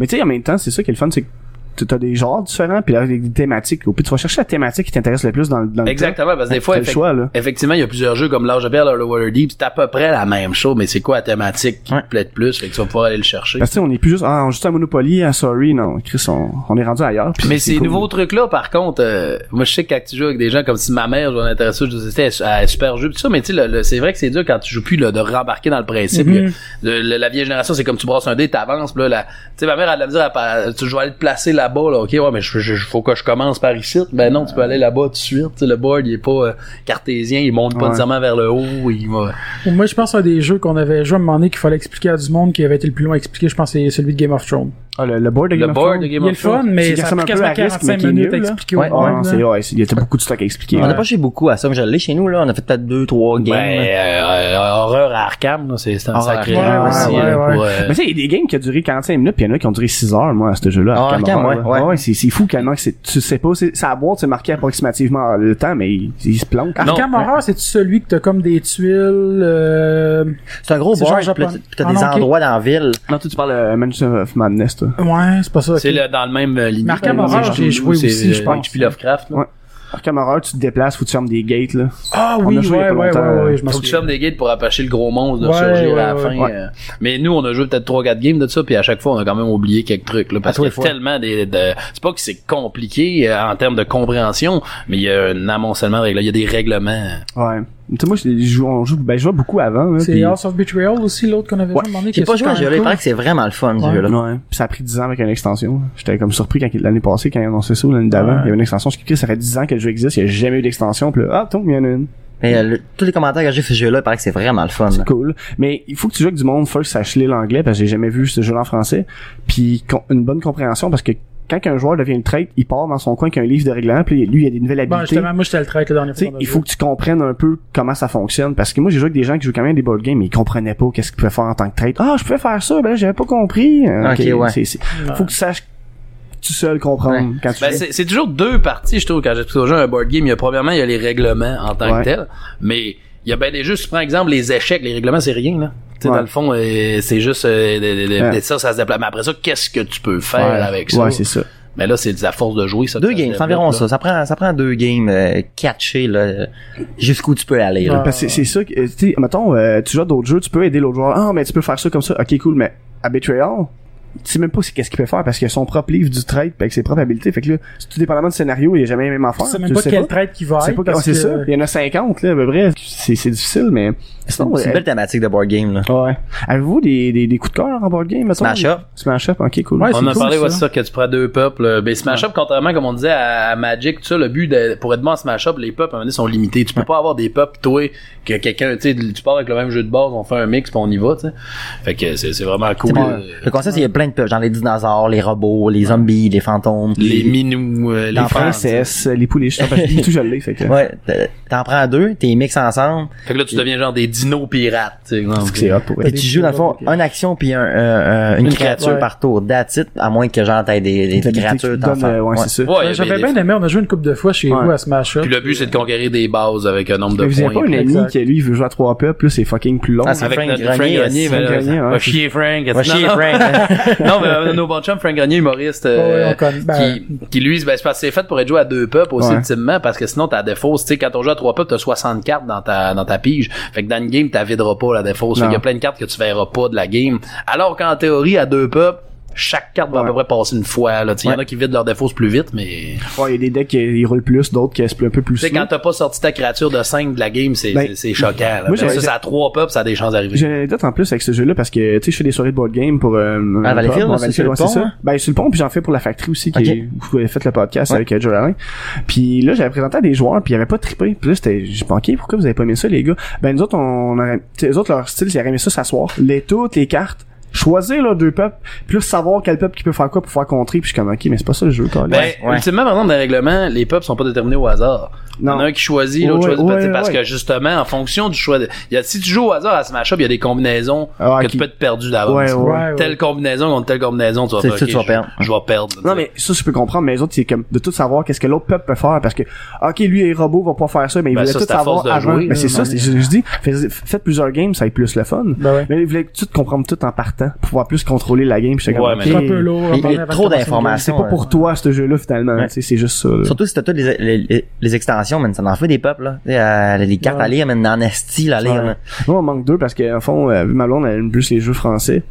[SPEAKER 4] Mais tu sais, en même temps, c'est ça qui est le fun, c'est que tu- t'as des genres différents, puis avec des thématiques. Au pire, tu vas chercher la thématique qui t'intéresse le plus dans, le- dans le
[SPEAKER 3] Exactement, parce que
[SPEAKER 4] temps.
[SPEAKER 3] des fois,
[SPEAKER 4] T'as le
[SPEAKER 3] effect-
[SPEAKER 4] choix, là.
[SPEAKER 3] effectivement, il y a plusieurs jeux comme l'âge de pierre, l'heure de Waterdeep, c'est à peu près la même chose, mais c'est quoi la thématique qui
[SPEAKER 2] Ouais.
[SPEAKER 3] te plaît de plus, fait que tu vas pouvoir aller le chercher.
[SPEAKER 4] Parce que tu sais, on est plus juste, ah, on est juste à Monopoly, ah, sorry, non, Chris, on, on est rendu ailleurs. puis
[SPEAKER 3] Mais
[SPEAKER 4] c'est
[SPEAKER 3] ces
[SPEAKER 4] cool.
[SPEAKER 3] nouveaux trucs-là, par contre, euh, moi, je sais que quand tu joues avec des gens comme si ma mère, je m'en intéressais, je disais, elle, elle est super jeu, pis tout ça, mais tu sais, le- le- c'est vrai que c'est dur quand tu joues plus, là, de rembarquer dans le principe.
[SPEAKER 1] Mhm.
[SPEAKER 4] Mm-hmm.
[SPEAKER 3] que le- le- la vieille génération, c'est comme tu brasses un dé, t'avances, pis là, la- tu sais, ma mère, elle a dit, tu je vais aller te placer là-bas, là, ok, ouais, mais je, je- faut que je commence par ici. Ben non, tu peux aller là-bas tout de suite, tu sais, le board, il est pas euh, cartésien, il monte pas
[SPEAKER 4] Ouais.
[SPEAKER 3] nécessairement vers le haut, il va...
[SPEAKER 1] Moi, je pense à des jeux qu'on avait joué à un moment donné qu'il fallait expliquer à du monde qui avait été le plus long à expliquer. Je pense que c'est celui de Game of Thrones.
[SPEAKER 4] Ah, le, le board de
[SPEAKER 3] Le
[SPEAKER 4] Game of
[SPEAKER 3] board
[SPEAKER 4] Thrones.
[SPEAKER 3] de Game
[SPEAKER 1] Il est le
[SPEAKER 3] of Thrones.
[SPEAKER 1] fun, mais
[SPEAKER 4] qui
[SPEAKER 1] ça
[SPEAKER 4] ressemble
[SPEAKER 1] prend
[SPEAKER 4] un peu
[SPEAKER 1] quasiment
[SPEAKER 4] à risque,
[SPEAKER 1] 45
[SPEAKER 4] mais qui est
[SPEAKER 1] minutes
[SPEAKER 4] mieux,
[SPEAKER 1] à
[SPEAKER 4] là.
[SPEAKER 1] expliquer
[SPEAKER 2] Ouais,
[SPEAKER 1] au monde.
[SPEAKER 4] Ah,
[SPEAKER 1] là.
[SPEAKER 3] hein.
[SPEAKER 4] c'est, ouais, c'est- il y a beaucoup de stock à expliquer.
[SPEAKER 2] On
[SPEAKER 4] là.
[SPEAKER 2] n'a pas joué beaucoup à ça, mais je l'ai chez nous, là. On a fait peut-être deux, trois games.
[SPEAKER 3] Ben, euh, euh, horreur à Arkham, là, c'est c'est un
[SPEAKER 2] Horreur à
[SPEAKER 3] sacré
[SPEAKER 1] Arkham,
[SPEAKER 3] jeu
[SPEAKER 1] ouais,
[SPEAKER 3] aussi,
[SPEAKER 1] ouais,
[SPEAKER 3] là,
[SPEAKER 1] ouais.
[SPEAKER 3] pour, euh,
[SPEAKER 4] Mais tu sais, il y a des games qui ont duré 45 minutes, puis il y en a qui ont duré 6 heures, moi, à ce jeu-là.
[SPEAKER 2] Ah,
[SPEAKER 4] Arkham
[SPEAKER 2] Arkham,
[SPEAKER 4] Horror,
[SPEAKER 2] ouais,
[SPEAKER 4] là.
[SPEAKER 2] ouais.
[SPEAKER 4] Ah c'est, c'est fou tellement que c'est, tu sais pas, c'est, ça à boire, c'est marqué approximativement le temps, mais il, il se plante.
[SPEAKER 3] Non.
[SPEAKER 1] Arkham Horror, c'est celui que t'as comme des tuiles. euh,
[SPEAKER 2] C'est un gros
[SPEAKER 1] C'est
[SPEAKER 2] bar,
[SPEAKER 1] genre
[SPEAKER 2] puis là,
[SPEAKER 1] Japon.
[SPEAKER 2] t'as
[SPEAKER 1] Ah
[SPEAKER 2] des
[SPEAKER 1] non, ok.
[SPEAKER 2] endroits dans la ville.
[SPEAKER 4] Non, toi, tu parles de Mansion of Madness, toi.
[SPEAKER 1] Ouais, c'est pas ça. ok.
[SPEAKER 3] C'est le- dans le même euh, lignée.
[SPEAKER 1] Markham
[SPEAKER 3] Ben,
[SPEAKER 1] Horror,
[SPEAKER 3] c'est-
[SPEAKER 1] j'ai joué
[SPEAKER 3] c'est,
[SPEAKER 1] aussi, je
[SPEAKER 3] euh,
[SPEAKER 1] pense.
[SPEAKER 3] HP Lovecraft, là.
[SPEAKER 4] Ouais. Arkham Horror, tu te déplaces, faut que tu fermes des gates, là.
[SPEAKER 1] Ah
[SPEAKER 4] On
[SPEAKER 1] oui,
[SPEAKER 4] a
[SPEAKER 1] ouais,
[SPEAKER 4] joué il y
[SPEAKER 1] ouais,
[SPEAKER 4] a pas
[SPEAKER 1] ouais,
[SPEAKER 4] longtemps.
[SPEAKER 1] ouais, je m'en
[SPEAKER 3] Faut que tu
[SPEAKER 1] souviens.
[SPEAKER 3] fermes des gates pour attacher le gros monstre de
[SPEAKER 1] Ouais,
[SPEAKER 3] surgir à la
[SPEAKER 1] ouais,
[SPEAKER 3] fin.
[SPEAKER 1] ouais.
[SPEAKER 3] euh. Mais nous, on a joué peut-être trois, quatre games de ça, puis à chaque fois, on a quand même oublié quelques trucs, là, parce
[SPEAKER 2] tous les
[SPEAKER 3] qu'il y a
[SPEAKER 2] fois.
[SPEAKER 3] tellement des, de- c'est pas que c'est compliqué euh, en termes de compréhension, mais il y a un amoncellement de règles, il y a des règlements.
[SPEAKER 4] Ouais. Tu sais, moi, je je joue, on joue, ben, je jouais beaucoup avant, là.
[SPEAKER 1] C'est
[SPEAKER 4] puis-
[SPEAKER 1] House of Betrayal aussi, l'autre qu'on avait joué
[SPEAKER 4] Ouais.
[SPEAKER 1] à un moment donné.
[SPEAKER 2] J'ai
[SPEAKER 1] que
[SPEAKER 2] pas
[SPEAKER 1] c'est
[SPEAKER 2] joué à
[SPEAKER 1] quand
[SPEAKER 2] ce
[SPEAKER 1] même
[SPEAKER 2] jeu-là. Il
[SPEAKER 1] cool.
[SPEAKER 2] paraît que c'est vraiment le fun, ce
[SPEAKER 1] Ouais.
[SPEAKER 2] jeu-là.
[SPEAKER 4] Ouais. Puis ça a pris 10 ans avec une extension. J'étais comme surpris quand l'année passée, quand ils ont annoncé ça, ou l'année d'avant,
[SPEAKER 1] Ouais.
[SPEAKER 4] il y avait une extension. Je suis Chris, ça fait 10 ans que le jeu existe, il n'y a jamais eu d'extension. Puis là, ah, tombe, il y en a une.
[SPEAKER 2] Mais euh, le- tous les commentaires que j'ai fait ce jeu-là, il paraît que c'est vraiment le fun. là.
[SPEAKER 4] C'est cool. Mais il faut que tu joues avec du monde, first, sache lire l'anglais, parce que j'ai jamais vu ce jeu-là en français. Puis con- une bonne compréhension, parce que quand un joueur devient le trait, il part dans son coin avec un livre de règlement, puis lui, il y a des nouvelles
[SPEAKER 1] Bon,
[SPEAKER 4] habilités.
[SPEAKER 1] justement, moi, j'étais le track la dernière fois.
[SPEAKER 4] Tu sais,
[SPEAKER 1] qu'on a
[SPEAKER 4] il
[SPEAKER 1] joué.
[SPEAKER 4] faut que tu comprennes un peu comment ça fonctionne. Parce que moi, j'ai joué avec des gens qui jouent quand même à des board games, mais ils comprenaient pas qu'est-ce qu'ils pouvaient faire en tant que trade. Ah, je pouvais faire ça, ben là, j'avais pas compris. Euh,
[SPEAKER 2] Ok, ouais.
[SPEAKER 4] c'est- c'est- Faut que tu saches tout seul comprendre quand tu
[SPEAKER 3] Ben,
[SPEAKER 4] joues.
[SPEAKER 3] c'est, c'est toujours deux parties, je trouve, quand j'ai toujours un board game. Il y a, premièrement, il y a les règlements en tant
[SPEAKER 4] Ouais.
[SPEAKER 3] que tels, mais il y a ben des jeux, si tu prends exemple les échecs, les règlements, c'est rien, là. Tu sais,
[SPEAKER 4] Ouais.
[SPEAKER 3] Dans le fond, euh, c'est juste euh, de- de- de-
[SPEAKER 4] Ouais.
[SPEAKER 3] de- ça, ça se déplace. Mais après ça, qu'est-ce que tu peux faire
[SPEAKER 4] Ouais.
[SPEAKER 3] avec ça?
[SPEAKER 4] Ouais, c'est ça.
[SPEAKER 3] Mais là, c'est à force de jouer, ça.
[SPEAKER 2] Deux
[SPEAKER 3] que ça
[SPEAKER 2] games,
[SPEAKER 3] se
[SPEAKER 2] c'est environ
[SPEAKER 3] développe,
[SPEAKER 2] ça. Ça prend, ça prend deux games euh, catchées, là, euh, jusqu'où tu peux aller. Là.
[SPEAKER 1] Ouais.
[SPEAKER 4] Parce que c'est ça que, euh, tu sais, mettons, euh, tu joues à d'autres jeux, tu peux aider l'autre joueur. Ah, mais tu peux faire ça comme ça. Ok, cool, mais à Betrayal, tu sais même pas c'est qu'est-ce qu'il peut faire parce qu'il a son propre livre du trade pis avec ses propres habilités. Fait que là, c'est tout dépendamment du scénario, il y a jamais la même affaire.
[SPEAKER 1] Tu sais
[SPEAKER 4] Tu
[SPEAKER 1] même
[SPEAKER 4] le
[SPEAKER 1] pas
[SPEAKER 4] sais
[SPEAKER 1] quel
[SPEAKER 4] pas.
[SPEAKER 1] trade qui va
[SPEAKER 4] C'est
[SPEAKER 1] être.
[SPEAKER 4] pas quand-
[SPEAKER 1] parce
[SPEAKER 4] c'est
[SPEAKER 1] que-
[SPEAKER 4] ça. Il y en a 50, là, à peu près. C'est, c'est difficile, mais.
[SPEAKER 2] C'est
[SPEAKER 4] Sinon,
[SPEAKER 2] une, c'est une
[SPEAKER 4] euh,
[SPEAKER 2] belle thématique de board game. Là.
[SPEAKER 4] Ouais. Avez-vous des, des, des coups de cœur en board game, mettons?
[SPEAKER 2] Smash Up.
[SPEAKER 4] Smash Up, ok, cool.
[SPEAKER 1] Ouais,
[SPEAKER 3] On
[SPEAKER 1] c'est
[SPEAKER 3] a
[SPEAKER 1] cool,
[SPEAKER 3] parlé
[SPEAKER 1] ça.
[SPEAKER 3] aussi ça que tu prends deux peuples. Ben, Smash Up, contrairement, comme on disait, à à Magic, tout ça, le but de, pour être bon à Smash Up, les peuples, à un moment donné, sont limités. Tu peux pas avoir des peuples, toi, que quelqu'un, tu sais, tu pars avec le même jeu de base, on fait un mix, puis on y va, tu sais. Fait que c'est c'est vraiment cool.
[SPEAKER 2] C'est bon.
[SPEAKER 3] euh,
[SPEAKER 2] Le concept, il y a plein de peuples, genre les dinosaures, les robots, les zombies, les fantômes.
[SPEAKER 3] Les minous, euh, les
[SPEAKER 2] T'en
[SPEAKER 4] les
[SPEAKER 2] prends,
[SPEAKER 3] français.
[SPEAKER 4] princesses, les poulets, je sais pas, tout je l'ai, fait que.
[SPEAKER 2] Ouais, t'en- t'en prends deux, t'es mixes ensemble,
[SPEAKER 3] Fait que là, tu deviens genre des dinos pirates, tu sais.
[SPEAKER 4] Parce
[SPEAKER 3] exemple.
[SPEAKER 4] que c'est hot pour
[SPEAKER 2] et tu joues dans le fond une action puis un, euh, euh, une,
[SPEAKER 3] Une
[SPEAKER 2] créature
[SPEAKER 1] créature.
[SPEAKER 2] par tour. That's it, à moins que genre t'aies des, des créatures t'en
[SPEAKER 4] ouais,
[SPEAKER 2] fasses.
[SPEAKER 4] euh, ouais,
[SPEAKER 2] Ouais.
[SPEAKER 4] c'est ça.
[SPEAKER 3] Ouais, il y a
[SPEAKER 1] J'avais
[SPEAKER 3] des-
[SPEAKER 1] bien
[SPEAKER 3] des-
[SPEAKER 1] aimé, on a joué une couple de fois chez
[SPEAKER 4] Ouais.
[SPEAKER 1] vous à Smash Up.
[SPEAKER 3] Puis le but, c'est de conquérir des bases avec un nombre de
[SPEAKER 4] Mais vous
[SPEAKER 3] points.
[SPEAKER 4] avez pas un ami
[SPEAKER 1] Exact.
[SPEAKER 4] qui, lui, veut jouer à trois peuples, là, c'est fucking plus long.
[SPEAKER 2] Ah, c'est
[SPEAKER 3] avec
[SPEAKER 2] Frank
[SPEAKER 3] notre
[SPEAKER 2] Grenier,
[SPEAKER 3] Frank Grenier,
[SPEAKER 2] aussi.
[SPEAKER 3] mais là,
[SPEAKER 4] Frank Grenier, ouais.
[SPEAKER 3] va chier Frank.
[SPEAKER 2] Va
[SPEAKER 3] Non,
[SPEAKER 2] chier,
[SPEAKER 3] non. <laughs>
[SPEAKER 2] Frank.
[SPEAKER 3] non, mais euh, nos bons chums, Frank Grenier, humoriste, euh,
[SPEAKER 1] Ouais, on connaît. Ben-
[SPEAKER 3] qui, qui lui, ben, c'est parce que c'est fait pour être joué à deux peuples aussi,
[SPEAKER 4] Ouais.
[SPEAKER 3] ultimement, parce que sinon, t'as la défausse, tu sais, quand on joue à trois peuples, t'as 60 cartes dans ta, dans ta pige. Fait que dans une game, t'as videras pas la défausse. Fait
[SPEAKER 4] Non.
[SPEAKER 3] qu'il y a plein de cartes que tu verras pas de la game. Alors qu'en théorie, à deux peuples, chaque carte va à peu près passer une fois, là. Il y en a qui vident leur défausse plus vite, mais,
[SPEAKER 4] Ouais, il y a des decks qui ils roulent plus, d'autres qui se un peu plus
[SPEAKER 3] tu sais,
[SPEAKER 4] slow.
[SPEAKER 3] quand t'as pas sorti ta créature de 5 de la game, c'est,
[SPEAKER 4] Ben,
[SPEAKER 3] c'est- c'est choquant, là.
[SPEAKER 4] moi,
[SPEAKER 3] Mais
[SPEAKER 4] j'avais-
[SPEAKER 3] ça, c'est à trois peuples, ça a des chances d'arriver.
[SPEAKER 4] J'ai une anecdote en plus avec ce jeu-là parce que tu sais je fais des soirées de board game pour euh, un
[SPEAKER 2] Ah, Valleyfield,
[SPEAKER 4] pub,
[SPEAKER 2] là,
[SPEAKER 4] ouais,
[SPEAKER 2] c'est sur le
[SPEAKER 4] ouais,
[SPEAKER 2] pont,
[SPEAKER 4] ça.
[SPEAKER 2] hein?
[SPEAKER 4] Ben sur le pont puis j'en fais pour la factory aussi qui
[SPEAKER 2] Ok.
[SPEAKER 4] est- où vous avez fait le podcast
[SPEAKER 2] Ouais.
[SPEAKER 4] avec euh, Joe Alain. Puis là j'avais présenté à des joueurs puis ils avaient pas trippé. Puis là c'était j'ai pas OK, Ben, pourqueux vous avez pas aimé ça les gars Ben nous autres on aurait tu sais, eux autres leur style ils auraient aimé ça s'asseoir, les toutes les cartes choisir là, deux peuples, plus savoir quel peuple qui peut faire quoi pour faire contrer, puis je suis comme, ok, mais c'est pas ça le jeu, quand
[SPEAKER 3] Ben,
[SPEAKER 2] Ouais.
[SPEAKER 3] ultimement, par exemple, dans les règlements, les peuples sont pas déterminés au hasard. Il y en
[SPEAKER 4] Non.
[SPEAKER 3] a un qui choisit, l'autre
[SPEAKER 4] Ouais,
[SPEAKER 3] choisit pas.
[SPEAKER 4] ouais,
[SPEAKER 3] tu sais, parce
[SPEAKER 4] ouais.
[SPEAKER 3] que justement, en fonction du choix, de, il y a, si tu joues au hasard à Smash Up, il y a des combinaisons
[SPEAKER 4] Ah,
[SPEAKER 3] que
[SPEAKER 4] qui-
[SPEAKER 3] tu peux être perdu d'avance.
[SPEAKER 4] Ouais, ouais.
[SPEAKER 1] Ouais, ouais.
[SPEAKER 3] Telle combinaison contre telle combinaison, tu vas
[SPEAKER 2] C'est
[SPEAKER 3] faire,
[SPEAKER 2] ça,
[SPEAKER 3] ok,
[SPEAKER 2] tu vas
[SPEAKER 3] je-
[SPEAKER 2] perdre.
[SPEAKER 3] Je vais perdre.
[SPEAKER 4] Non, mais ça, je peux comprendre, mais les autres, c'est comme de tout savoir qu'est-ce que l'autre peuple peut faire parce que, ok, lui et robot vont pas faire ça, mais ils
[SPEAKER 3] Ben,
[SPEAKER 4] voulaient
[SPEAKER 3] ça,
[SPEAKER 4] tout
[SPEAKER 3] c'est à force
[SPEAKER 4] savoir
[SPEAKER 3] de
[SPEAKER 4] avant.
[SPEAKER 3] jouer,
[SPEAKER 4] Mais
[SPEAKER 3] là,
[SPEAKER 4] c'est ça,
[SPEAKER 3] man.
[SPEAKER 4] c'est- je, je dis, fais- faites plusieurs games, ça va être plus le fun.
[SPEAKER 1] Ben ouais.
[SPEAKER 4] Mais ils voulaient tout comprendre tout en partant, pour pouvoir plus contrôler la game. J'étais comme,
[SPEAKER 3] Ouais,
[SPEAKER 4] ok,
[SPEAKER 3] mais
[SPEAKER 1] C'est un peu lourd.
[SPEAKER 2] Il y a
[SPEAKER 1] Attendez avant
[SPEAKER 2] trop
[SPEAKER 1] de commencer
[SPEAKER 2] d'informations.
[SPEAKER 4] c'est pas pour toi, ce jeu-là, finalement.
[SPEAKER 2] Ouais.
[SPEAKER 4] Tu sais, c'est juste ça. là.
[SPEAKER 2] Surtout si t'as toutes les, les, les- les extensions, man, ça en fait des peuples, là. Tu sais, euh, les cartes à lire, man, en esti, là, à lire,
[SPEAKER 4] Ouais.
[SPEAKER 1] hein.
[SPEAKER 2] là.
[SPEAKER 4] Moi, on manque deux parce qu'en fond, euh, vu ma blonde, elle aime plus les jeux français.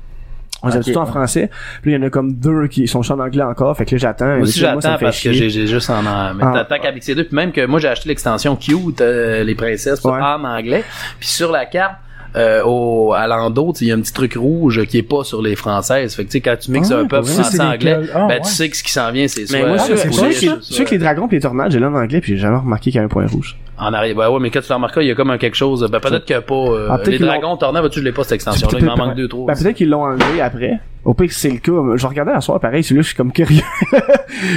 [SPEAKER 4] On les a
[SPEAKER 2] Ok.
[SPEAKER 4] tout en français. Puis là, il y en a comme deux qui sont chants en anglais encore. Fait que là, j'attends.
[SPEAKER 3] Moi
[SPEAKER 4] Et
[SPEAKER 3] aussi,
[SPEAKER 4] ça, moi, ça me
[SPEAKER 3] j'attends
[SPEAKER 4] fait
[SPEAKER 3] parce que j'ai
[SPEAKER 4] chier.
[SPEAKER 3] j'ai juste en anglais. Mais
[SPEAKER 4] Ah.
[SPEAKER 3] t'attends qu'avec ces deux. Puis même que moi, j'ai acheté l'extension Cute, euh, les princesses, tout ça,
[SPEAKER 4] Ouais.
[SPEAKER 3] en anglais. Puis sur la carte, euh, au, à l'ando, tu sais, il y a un petit truc rouge qui est pas sur les françaises. Fait que, tu sais, quand tu mixes
[SPEAKER 4] Ah,
[SPEAKER 3] un peuple
[SPEAKER 4] pour
[SPEAKER 1] vrai, c'est
[SPEAKER 3] français-anglais,
[SPEAKER 1] lesquels? Ah,
[SPEAKER 3] ben,
[SPEAKER 1] ouais.
[SPEAKER 3] tu sais que ce qui s'en vient, c'est soit...
[SPEAKER 4] Mais moi,
[SPEAKER 3] euh,
[SPEAKER 4] je
[SPEAKER 3] pouliche,
[SPEAKER 4] sais
[SPEAKER 3] soit-
[SPEAKER 4] que les dragons puis les tornades, j'ai là en anglais, puis j'ai jamais remarqué qu'il y a un point rouge.
[SPEAKER 3] En arrière. Ben ouais, mais quand tu le remarques, il y a comme un quelque chose. Ben peut-être que pas. euh,
[SPEAKER 4] Ah, peut-être
[SPEAKER 3] les
[SPEAKER 4] qu'ils l'ont-
[SPEAKER 3] dragons tornades, tu je l'ai pas cette extension-là. Il m'en manque deux, trois.
[SPEAKER 4] Ben, peut-être qu'ils l'ont enlevé après. Au pire, si c'est le cas, je regardais la soirée, pareil, celui-là, je suis comme curieux. <laughs>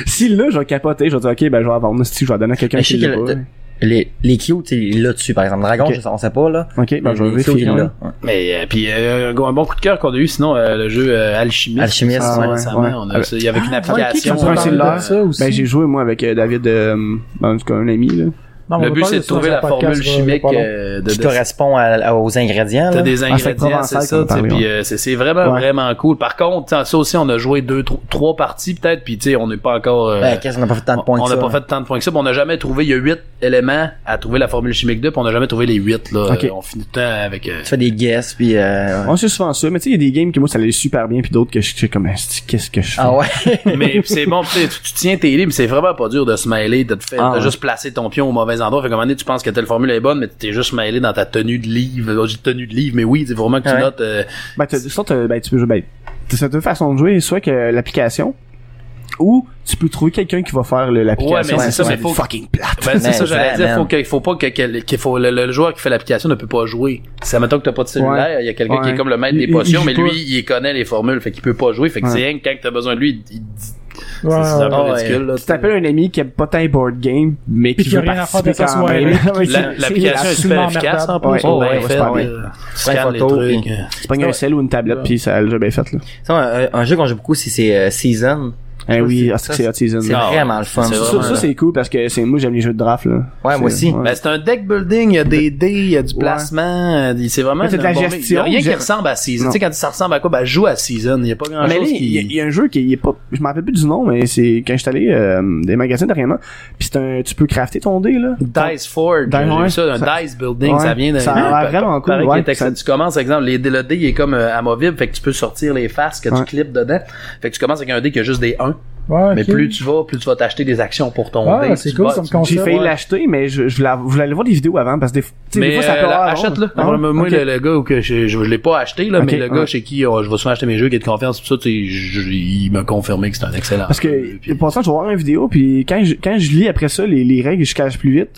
[SPEAKER 4] S'il l'a, je vais capoter, je vais dire, ok, ben, je vais avoir un style, je vais donner à quelqu'un
[SPEAKER 2] Mais Ben, je
[SPEAKER 4] qui
[SPEAKER 2] sais
[SPEAKER 4] l'a
[SPEAKER 2] que
[SPEAKER 4] pas.
[SPEAKER 2] le- Les, les Q, tu sais, il l'a dessus, par exemple. Dragon,
[SPEAKER 4] Ok.
[SPEAKER 2] je sais- on sait pas, là.
[SPEAKER 4] Ok, ben, je vais
[SPEAKER 2] Les Q, il
[SPEAKER 4] vérifier.
[SPEAKER 2] l'a.
[SPEAKER 4] ouais.
[SPEAKER 2] Ouais.
[SPEAKER 3] Mais euh, puis euh, un, go- un bon coup de cœur qu'on a eu, sinon euh, le jeu euh, Alchimiste.
[SPEAKER 2] Alchimiste,
[SPEAKER 3] ça,
[SPEAKER 4] ouais,
[SPEAKER 3] récemment,
[SPEAKER 4] ouais.
[SPEAKER 3] on a- Il y avait une
[SPEAKER 1] Ah, ok,
[SPEAKER 3] application.
[SPEAKER 1] qu'on
[SPEAKER 4] Sur un
[SPEAKER 1] parle de
[SPEAKER 4] cellulaire.
[SPEAKER 1] ça aussi.
[SPEAKER 4] Ben, j'ai joué, moi, avec euh, David, euh, ben, en tout cas, un ami, là.
[SPEAKER 1] Non, mais Ah, on va
[SPEAKER 3] le but,
[SPEAKER 1] parler
[SPEAKER 3] c'est de
[SPEAKER 1] ça dans
[SPEAKER 3] trouver
[SPEAKER 1] un
[SPEAKER 3] la
[SPEAKER 1] podcast,
[SPEAKER 3] formule
[SPEAKER 1] ça va-
[SPEAKER 3] chimique
[SPEAKER 1] pardon.
[SPEAKER 3] euh, de
[SPEAKER 2] Qui
[SPEAKER 3] de-
[SPEAKER 2] correspond à- aux ingrédients,
[SPEAKER 3] T'as
[SPEAKER 2] là.
[SPEAKER 3] des
[SPEAKER 4] Ah, c'est
[SPEAKER 3] ingrédients,
[SPEAKER 4] provençal
[SPEAKER 3] c'est ça.
[SPEAKER 4] qu'on
[SPEAKER 3] tu sais,
[SPEAKER 4] parle,
[SPEAKER 3] Puis
[SPEAKER 4] ouais.
[SPEAKER 3] euh, c'est c'est vraiment
[SPEAKER 4] Ouais.
[SPEAKER 3] vraiment cool. Par contre, t'sais, ça aussi, on a joué deux, tro- trois parties peut-être. Puis tu sais, on n'est pas encore. euh,
[SPEAKER 2] Ben, qu'est-ce qu'on a pas fait tant de points
[SPEAKER 3] on
[SPEAKER 2] que
[SPEAKER 3] n'a
[SPEAKER 2] ça,
[SPEAKER 3] pas
[SPEAKER 2] hein.
[SPEAKER 3] fait tant de points que ça, puis on n'a jamais trouvé, il y a huit éléments à trouver la formule chimique de, puis on n'a jamais trouvé les huit, là.
[SPEAKER 4] Ok.
[SPEAKER 3] Euh, On finit tout le temps avec, euh, <laughs>
[SPEAKER 2] Tu fais des guesses, puis euh, ouais.
[SPEAKER 4] On sait souvent ça, mais tu sais, il y a des games que moi, ça allait super bien, puis d'autres que je suis comme, Asti, qu'est-ce que je fais?
[SPEAKER 2] Ah ouais?
[SPEAKER 3] mais c'est bon, tu, sais, tu- tu tiens tes livres, c'est vraiment pas dur de se mêler, de te faire,
[SPEAKER 4] Ah,
[SPEAKER 3] de
[SPEAKER 4] ouais.
[SPEAKER 3] juste placer ton pion au mauvais endroit. Fait qu'à un moment donné, tu penses que telle formule est bonne, mais tu t'es juste mêlé dans ta tenue de livre. Euh, j'ai tenue de livre, mais oui, c'est vraiment que tu
[SPEAKER 2] Ouais.
[SPEAKER 3] notes, euh,
[SPEAKER 4] Ben, t'as- soit t'as- ben, tu peux jouer, ben, t'as cette deux façons de jouer, soit que l'application, ou tu peux trouver quelqu'un qui va faire le- l'application.
[SPEAKER 3] Ouais, mais c'est ça, mais
[SPEAKER 4] c'est
[SPEAKER 3] faut-
[SPEAKER 4] fucking plate.
[SPEAKER 3] ben, c'est
[SPEAKER 2] Mais
[SPEAKER 3] ça, j'allais
[SPEAKER 2] ça,
[SPEAKER 3] dire,
[SPEAKER 2] man.
[SPEAKER 3] faut que, faut pas que, que- qu'il faut, le, le joueur qui fait l'application ne peut pas jouer. Ça, mettons que t'as pas de cellulaire, il
[SPEAKER 4] Ouais.
[SPEAKER 3] y a quelqu'un qui est
[SPEAKER 4] Ouais.
[SPEAKER 3] comme le maître
[SPEAKER 4] Il-
[SPEAKER 3] des
[SPEAKER 4] il-
[SPEAKER 3] potions,
[SPEAKER 4] il
[SPEAKER 3] mais
[SPEAKER 4] joue
[SPEAKER 3] lui,
[SPEAKER 4] pas.
[SPEAKER 3] il connaît les formules, fait qu'il peut pas jouer. Fait que
[SPEAKER 4] Ouais.
[SPEAKER 3] c'est rien que quand t'as besoin de lui, il, il dit,
[SPEAKER 1] Ouais,
[SPEAKER 3] c'est c'est un
[SPEAKER 1] ouais.
[SPEAKER 3] peu
[SPEAKER 2] ouais.
[SPEAKER 3] ridicule, là.
[SPEAKER 4] Tu t'appelles un ami qui aime pas tant les board games, mais
[SPEAKER 1] Puis
[SPEAKER 4] qui
[SPEAKER 1] qui a
[SPEAKER 4] veut
[SPEAKER 1] rien à faire
[SPEAKER 4] participer
[SPEAKER 1] de sa
[SPEAKER 4] quand
[SPEAKER 1] soirée.
[SPEAKER 4] même.
[SPEAKER 1] <laughs> Ouais,
[SPEAKER 4] Tu
[SPEAKER 3] La-
[SPEAKER 1] c'est-
[SPEAKER 3] L'application est, super
[SPEAKER 1] absolument
[SPEAKER 3] efficace, en
[SPEAKER 1] merdable.
[SPEAKER 3] plus.
[SPEAKER 4] Ouais,
[SPEAKER 3] Oh,
[SPEAKER 4] ouais,
[SPEAKER 3] ouais,
[SPEAKER 4] ouais,
[SPEAKER 3] fait,
[SPEAKER 4] super
[SPEAKER 3] euh,
[SPEAKER 4] bien.
[SPEAKER 3] tu
[SPEAKER 2] Ouais,
[SPEAKER 3] scannes les
[SPEAKER 2] photo,
[SPEAKER 3] trucs.
[SPEAKER 2] puis-
[SPEAKER 4] prends un sel ou une tablette, puis ça l'a bien fait, là.
[SPEAKER 2] Ça, un, un jeu qu'on joue beaucoup, c'est- c'est euh, Season.
[SPEAKER 4] Eh oui, ah,
[SPEAKER 2] ça,
[SPEAKER 4] c'est que c'est Hot Season.
[SPEAKER 2] C'est
[SPEAKER 4] là.
[SPEAKER 3] Ah,
[SPEAKER 2] vraiment le fun.
[SPEAKER 3] c'est
[SPEAKER 2] ça.
[SPEAKER 4] Ça, ça,
[SPEAKER 3] vraiment-
[SPEAKER 4] c'est cool parce que c'est moi, j'aime les jeux de draft, là.
[SPEAKER 2] Ouais, moi
[SPEAKER 4] C'est-
[SPEAKER 2] aussi.
[SPEAKER 4] ouais.
[SPEAKER 3] Ben, c'est un deck building, il y a des dés, il y a du
[SPEAKER 4] Ouais.
[SPEAKER 3] placement, euh, c'est vraiment...
[SPEAKER 4] Mais c'est de
[SPEAKER 3] un
[SPEAKER 4] la
[SPEAKER 3] bon-
[SPEAKER 4] gestion,
[SPEAKER 3] Il y a rien qui
[SPEAKER 4] j'ai-
[SPEAKER 3] ressemble à Season.
[SPEAKER 4] Non.
[SPEAKER 3] Tu sais, quand ça ressemble à quoi? Ben, joue à Season. Il n'y a pas
[SPEAKER 4] mais
[SPEAKER 3] grand-chose
[SPEAKER 4] là, il y, a- il
[SPEAKER 3] qui...
[SPEAKER 4] y a un jeu qui il est pas, je m'en rappelle plus du nom, mais c'est quand je suis allé euh, des magasins dernièrement, puis c'est un, tu peux crafter ton dé là.
[SPEAKER 3] Dice Forge,
[SPEAKER 4] Dice-
[SPEAKER 3] j'ai
[SPEAKER 4] ouais.
[SPEAKER 3] vu ça, un
[SPEAKER 4] Ça-
[SPEAKER 3] dice building, ça
[SPEAKER 4] Ouais.
[SPEAKER 3] vient d'un...
[SPEAKER 4] Ça a l'air
[SPEAKER 3] Par-
[SPEAKER 4] vraiment cool,
[SPEAKER 3] paraît qu'il
[SPEAKER 4] ouais.
[SPEAKER 3] était-
[SPEAKER 4] Ça-
[SPEAKER 3] Tu commences, exemple, les, dés- le dé, il est comme euh, amovible, fait que tu peux sortir les faces que tu
[SPEAKER 4] Ouais.
[SPEAKER 3] clips dedans. Fait que tu commences avec un dé qui a juste des 1.
[SPEAKER 1] Ouais,
[SPEAKER 3] Mais
[SPEAKER 1] ok.
[SPEAKER 3] plus tu vas, plus tu vas t'acheter des actions pour ton
[SPEAKER 1] Ah,
[SPEAKER 3] dé.
[SPEAKER 1] c'est
[SPEAKER 3] Tu
[SPEAKER 1] cool,
[SPEAKER 3] vas-
[SPEAKER 1] ça me
[SPEAKER 3] tu-
[SPEAKER 1] convient.
[SPEAKER 4] J'ai
[SPEAKER 1] Ouais,
[SPEAKER 4] failli
[SPEAKER 1] ouais.
[SPEAKER 4] l'acheter, mais je, je voulais, je voulais aller voir des vidéos avant parce que des, fois- tu sais,
[SPEAKER 3] Mais
[SPEAKER 4] des fois ça
[SPEAKER 3] euh,
[SPEAKER 4] peut
[SPEAKER 3] la-
[SPEAKER 4] avoir-
[SPEAKER 3] achète-le.
[SPEAKER 4] Ah,
[SPEAKER 3] Moi, moi,
[SPEAKER 4] ok.
[SPEAKER 3] le, le gars que je, je, je l'ai pas acheté là,
[SPEAKER 4] Ok,
[SPEAKER 3] mais le gars
[SPEAKER 4] ouais.
[SPEAKER 3] chez qui euh, je vais souvent acheter mes jeux, qui est de confiance, tout ça, tu sais, je- je- il m'a confirmé que c'est un excellent.
[SPEAKER 4] Parce
[SPEAKER 3] jeu,
[SPEAKER 4] que,
[SPEAKER 3] puis-
[SPEAKER 4] pour ça, je vais voir une vidéo, puis quand je, quand je lis après ça les, les règles, je cache plus vite.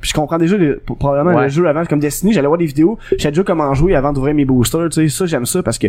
[SPEAKER 4] Puis je comprends déjà le- p- probablement
[SPEAKER 2] Ouais.
[SPEAKER 4] le jeu avant, comme Destiny, j'allais voir des vidéos, je savais déjà comment jouer avant d'ouvrir mes boosters, tu sais, ça j'aime ça parce que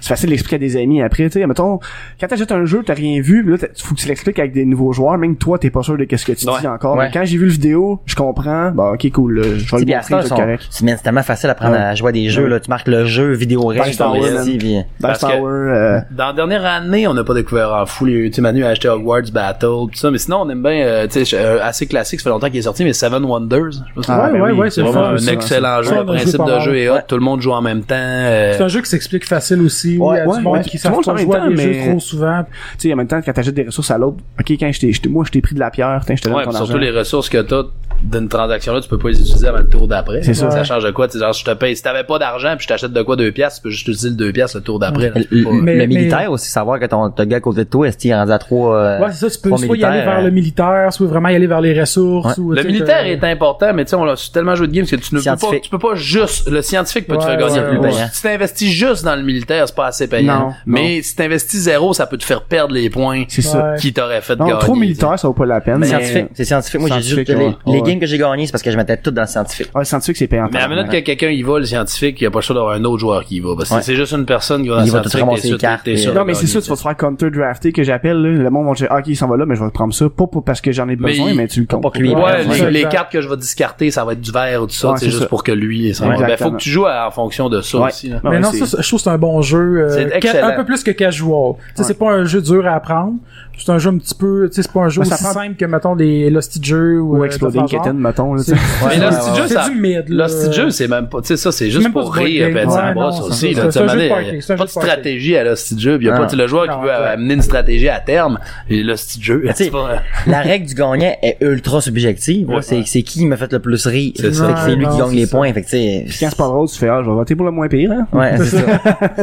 [SPEAKER 4] c'est facile d'expliquer à des amis après, tu sais, mettons, quand t'achètes un jeu, t'as rien vu, puis là, t'as- faut que tu l'expliques avec des nouveaux joueurs, même toi t'es pas sûr de qu'est-ce que tu
[SPEAKER 3] Ouais.
[SPEAKER 4] dis encore,
[SPEAKER 2] Ouais.
[SPEAKER 4] mais quand j'ai vu le vidéo, je comprends, bah ok cool, là, je vais
[SPEAKER 2] T'sais,
[SPEAKER 4] le
[SPEAKER 2] puis à
[SPEAKER 4] montrer,
[SPEAKER 2] ce temps,
[SPEAKER 4] c'est
[SPEAKER 2] sont-
[SPEAKER 4] correct.
[SPEAKER 2] c'est mais c'est tellement facile à prendre
[SPEAKER 4] Ouais.
[SPEAKER 2] à jouer à des jeux,
[SPEAKER 4] Ouais.
[SPEAKER 2] là. Tu marques le jeu, vidéo règle,
[SPEAKER 4] Star Wars, man.
[SPEAKER 2] puis...
[SPEAKER 4] Dash
[SPEAKER 3] parce que-
[SPEAKER 4] Tower, euh,
[SPEAKER 3] Dans la dernière année, on n'a pas découvert en fou les tu sais, Manu a acheté Hogwarts Battle, tout ça, mais sinon on aime bien, euh, tu sais, euh, assez classique, ça fait longtemps qu'il est sorti, mais Seven Wonders. je pense que
[SPEAKER 4] Ah,
[SPEAKER 1] Ouais,
[SPEAKER 4] ben
[SPEAKER 1] ouais,
[SPEAKER 4] oui,
[SPEAKER 1] ouais,
[SPEAKER 3] C'est
[SPEAKER 1] c'est
[SPEAKER 3] vraiment
[SPEAKER 1] fun,
[SPEAKER 3] un
[SPEAKER 1] ça.
[SPEAKER 3] excellent jeu,
[SPEAKER 1] Ouais,
[SPEAKER 3] le
[SPEAKER 1] on a joué
[SPEAKER 3] principe
[SPEAKER 1] pas
[SPEAKER 3] de
[SPEAKER 1] mal.
[SPEAKER 3] jeu est hot, tout le monde joue en même temps. euh,
[SPEAKER 1] C'est un jeu qui s'explique facile aussi. où
[SPEAKER 4] Ouais,
[SPEAKER 1] il y a du
[SPEAKER 4] ouais,
[SPEAKER 1] monde
[SPEAKER 4] ouais.
[SPEAKER 1] qui
[SPEAKER 4] Tout le monde
[SPEAKER 1] savent pas
[SPEAKER 4] joue en
[SPEAKER 1] jouer à
[SPEAKER 4] même
[SPEAKER 1] des
[SPEAKER 4] temps,
[SPEAKER 1] jeux
[SPEAKER 4] mais-
[SPEAKER 1] trop souvent.
[SPEAKER 4] tu sais, en même temps, quand t'achètes des ressources à l'autre, ok, quand je t'ai, je t'ai- moi je t'ai pris de la pierre, tiens, je te donne
[SPEAKER 3] Ouais,
[SPEAKER 4] ton
[SPEAKER 3] puis
[SPEAKER 4] argent.
[SPEAKER 3] surtout les ressources que t'as d'une transaction là, tu peux pas les utiliser avant le tour d'après.
[SPEAKER 4] C'est
[SPEAKER 3] ça.
[SPEAKER 1] ça.
[SPEAKER 3] change de quoi? Tu sais, genre, je te paye. Si t'avais pas d'argent puis je t'achète de quoi deux piastres, tu peux juste utiliser le deux piastres le tour d'après. là.
[SPEAKER 2] Le,
[SPEAKER 3] C'est pas-
[SPEAKER 2] le-
[SPEAKER 1] Mais-
[SPEAKER 2] le
[SPEAKER 1] mais-
[SPEAKER 2] militaire aussi, savoir que ton, ton gars à côté de toi, est-ce qu'il est rendu à trois... euh,
[SPEAKER 1] Ouais, c'est ça, tu peux
[SPEAKER 2] trois
[SPEAKER 1] soit y aller
[SPEAKER 2] militaires,
[SPEAKER 1] vers
[SPEAKER 2] euh,
[SPEAKER 1] le militaire, soit vraiment y aller vers les ressources.
[SPEAKER 2] Ouais.
[SPEAKER 1] ou,
[SPEAKER 3] Le
[SPEAKER 1] tu sais,
[SPEAKER 3] militaire
[SPEAKER 1] t'as-
[SPEAKER 3] est important, mais tu sais, on a tellement joué de games que tu ne peux pas,
[SPEAKER 2] Scientifique.
[SPEAKER 3] tu peux pas juste, le scientifique peut te
[SPEAKER 4] Ouais,
[SPEAKER 3] faire gagner
[SPEAKER 4] ouais,
[SPEAKER 3] plus.
[SPEAKER 2] ouais.
[SPEAKER 3] Si t'investis juste dans le militaire, c'est pas assez payant.
[SPEAKER 4] Non,
[SPEAKER 3] mais si t'investis zéro, ça peut te faire perdre les points
[SPEAKER 4] C'est ça.
[SPEAKER 3] qui t'auraient fait
[SPEAKER 4] Non,
[SPEAKER 3] gagner.
[SPEAKER 4] trop militaire, ça vaut pas la peine. mais-
[SPEAKER 2] Scientifique, c'est scientifique. Moi, j'ai juste
[SPEAKER 4] Scientifique,
[SPEAKER 2] les,
[SPEAKER 4] ouais.
[SPEAKER 2] les
[SPEAKER 4] Ouais.
[SPEAKER 2] games que j'ai gagnées, c'est parce que je mettais tout dans le scientifique.
[SPEAKER 4] Ouais, Ah, scientifique, c'est payant.
[SPEAKER 3] Mais à la minute que quelqu'un y va, le scientifique, il n'y a pas le choix d'avoir un autre joueur qui y va. Parce que
[SPEAKER 2] Ouais.
[SPEAKER 3] c'est juste une personne qui va dans
[SPEAKER 2] Il
[SPEAKER 3] le
[SPEAKER 2] va tout
[SPEAKER 3] scientifique.
[SPEAKER 2] ramasser
[SPEAKER 3] t'es
[SPEAKER 2] les
[SPEAKER 3] sûr-
[SPEAKER 2] cartes,
[SPEAKER 3] t'es
[SPEAKER 2] mais-
[SPEAKER 3] sûr de
[SPEAKER 4] Non, mais c'est
[SPEAKER 3] gagner,
[SPEAKER 4] ça, tu vas te faire counter-drafter que j'appelle, là. Le monde va dire, ah, ok, il s'en va là, mais je vais le prendre ça. Pas, pour- parce que j'en ai
[SPEAKER 3] Mais
[SPEAKER 4] besoin,
[SPEAKER 3] il-
[SPEAKER 4] mais tu le comptes.
[SPEAKER 2] pas que lui,
[SPEAKER 4] pour-
[SPEAKER 3] Ouais,
[SPEAKER 2] Ouais,
[SPEAKER 3] les, les
[SPEAKER 1] exact.
[SPEAKER 3] cartes que je vais discarter, ça va être du vert ou du ça,
[SPEAKER 4] Ouais,
[SPEAKER 3] c'est
[SPEAKER 4] c'est
[SPEAKER 3] juste
[SPEAKER 4] ça.
[SPEAKER 3] pour que lui, ça.
[SPEAKER 4] Ouais.
[SPEAKER 3] Ben, faut
[SPEAKER 4] Exactement.
[SPEAKER 3] que tu joues à- en fonction de ça
[SPEAKER 4] Ouais.
[SPEAKER 3] aussi, là.
[SPEAKER 4] Non,
[SPEAKER 1] mais non,
[SPEAKER 4] c'est-
[SPEAKER 1] ça, ça, je trouve que c'est un bon jeu. euh,
[SPEAKER 3] C'est
[SPEAKER 1] ca-
[SPEAKER 3] excellent.
[SPEAKER 1] un peu plus que casual. Tu sais,
[SPEAKER 4] Ouais.
[SPEAKER 1] C'est pas un jeu dur à apprendre. C'est un jeu un petit peu. tu sais, C'est pas un jeu
[SPEAKER 4] Ben, ça
[SPEAKER 1] aussi
[SPEAKER 4] prend-
[SPEAKER 1] simple que, mettons, les Lost Jeux ou,
[SPEAKER 4] Ou
[SPEAKER 1] euh,
[SPEAKER 4] Exploding
[SPEAKER 1] d'autres
[SPEAKER 4] Kitten,
[SPEAKER 1] genres.
[SPEAKER 4] mettons, là, tu
[SPEAKER 1] C'est
[SPEAKER 4] sais.
[SPEAKER 3] Mais là,
[SPEAKER 1] c'est-
[SPEAKER 3] c'est du jeu,
[SPEAKER 1] c'est
[SPEAKER 3] ça-
[SPEAKER 1] du mid. là.
[SPEAKER 3] Là, c'est jeu, c'est même pas, tu sais, ça, c'est juste
[SPEAKER 1] Euh, Même pas
[SPEAKER 3] pour
[SPEAKER 1] du
[SPEAKER 3] rire,
[SPEAKER 1] board
[SPEAKER 3] pis
[SPEAKER 1] game.
[SPEAKER 3] être
[SPEAKER 1] Ouais,
[SPEAKER 3] sans
[SPEAKER 1] non,
[SPEAKER 3] bras, ça
[SPEAKER 1] c'est
[SPEAKER 3] aussi,
[SPEAKER 1] ça,
[SPEAKER 3] là.
[SPEAKER 1] c'est un
[SPEAKER 3] Ça
[SPEAKER 1] jeu de
[SPEAKER 3] m'allait,
[SPEAKER 1] party, c'est un
[SPEAKER 3] Pas
[SPEAKER 1] jeu
[SPEAKER 3] de
[SPEAKER 1] de party.
[SPEAKER 3] stratégie à l'hostie jeu, pis y a
[SPEAKER 2] Non,
[SPEAKER 3] pas, tu sais, le joueur
[SPEAKER 1] non,
[SPEAKER 3] qui veut
[SPEAKER 1] ouais.
[SPEAKER 3] amener une stratégie à terme, et l'hostie jeu,
[SPEAKER 2] Mais tu sais,
[SPEAKER 3] c'est pas-
[SPEAKER 4] <laughs>
[SPEAKER 2] La règle du gagnant est ultra subjective. là.
[SPEAKER 3] Ouais.
[SPEAKER 2] C'est c'est qui m'a fait le plus rire.
[SPEAKER 3] C'est
[SPEAKER 2] Fait
[SPEAKER 3] ça.
[SPEAKER 2] que C'est lui
[SPEAKER 1] Non,
[SPEAKER 2] qui gagne
[SPEAKER 1] c'est
[SPEAKER 2] les
[SPEAKER 1] ça.
[SPEAKER 2] points. Fait que tu
[SPEAKER 4] Puis
[SPEAKER 2] sais,
[SPEAKER 4] quand c'est pas drôle, tu fais, ah, je vais voter pour le moins pire, hein. <laughs>
[SPEAKER 2] Ouais, c'est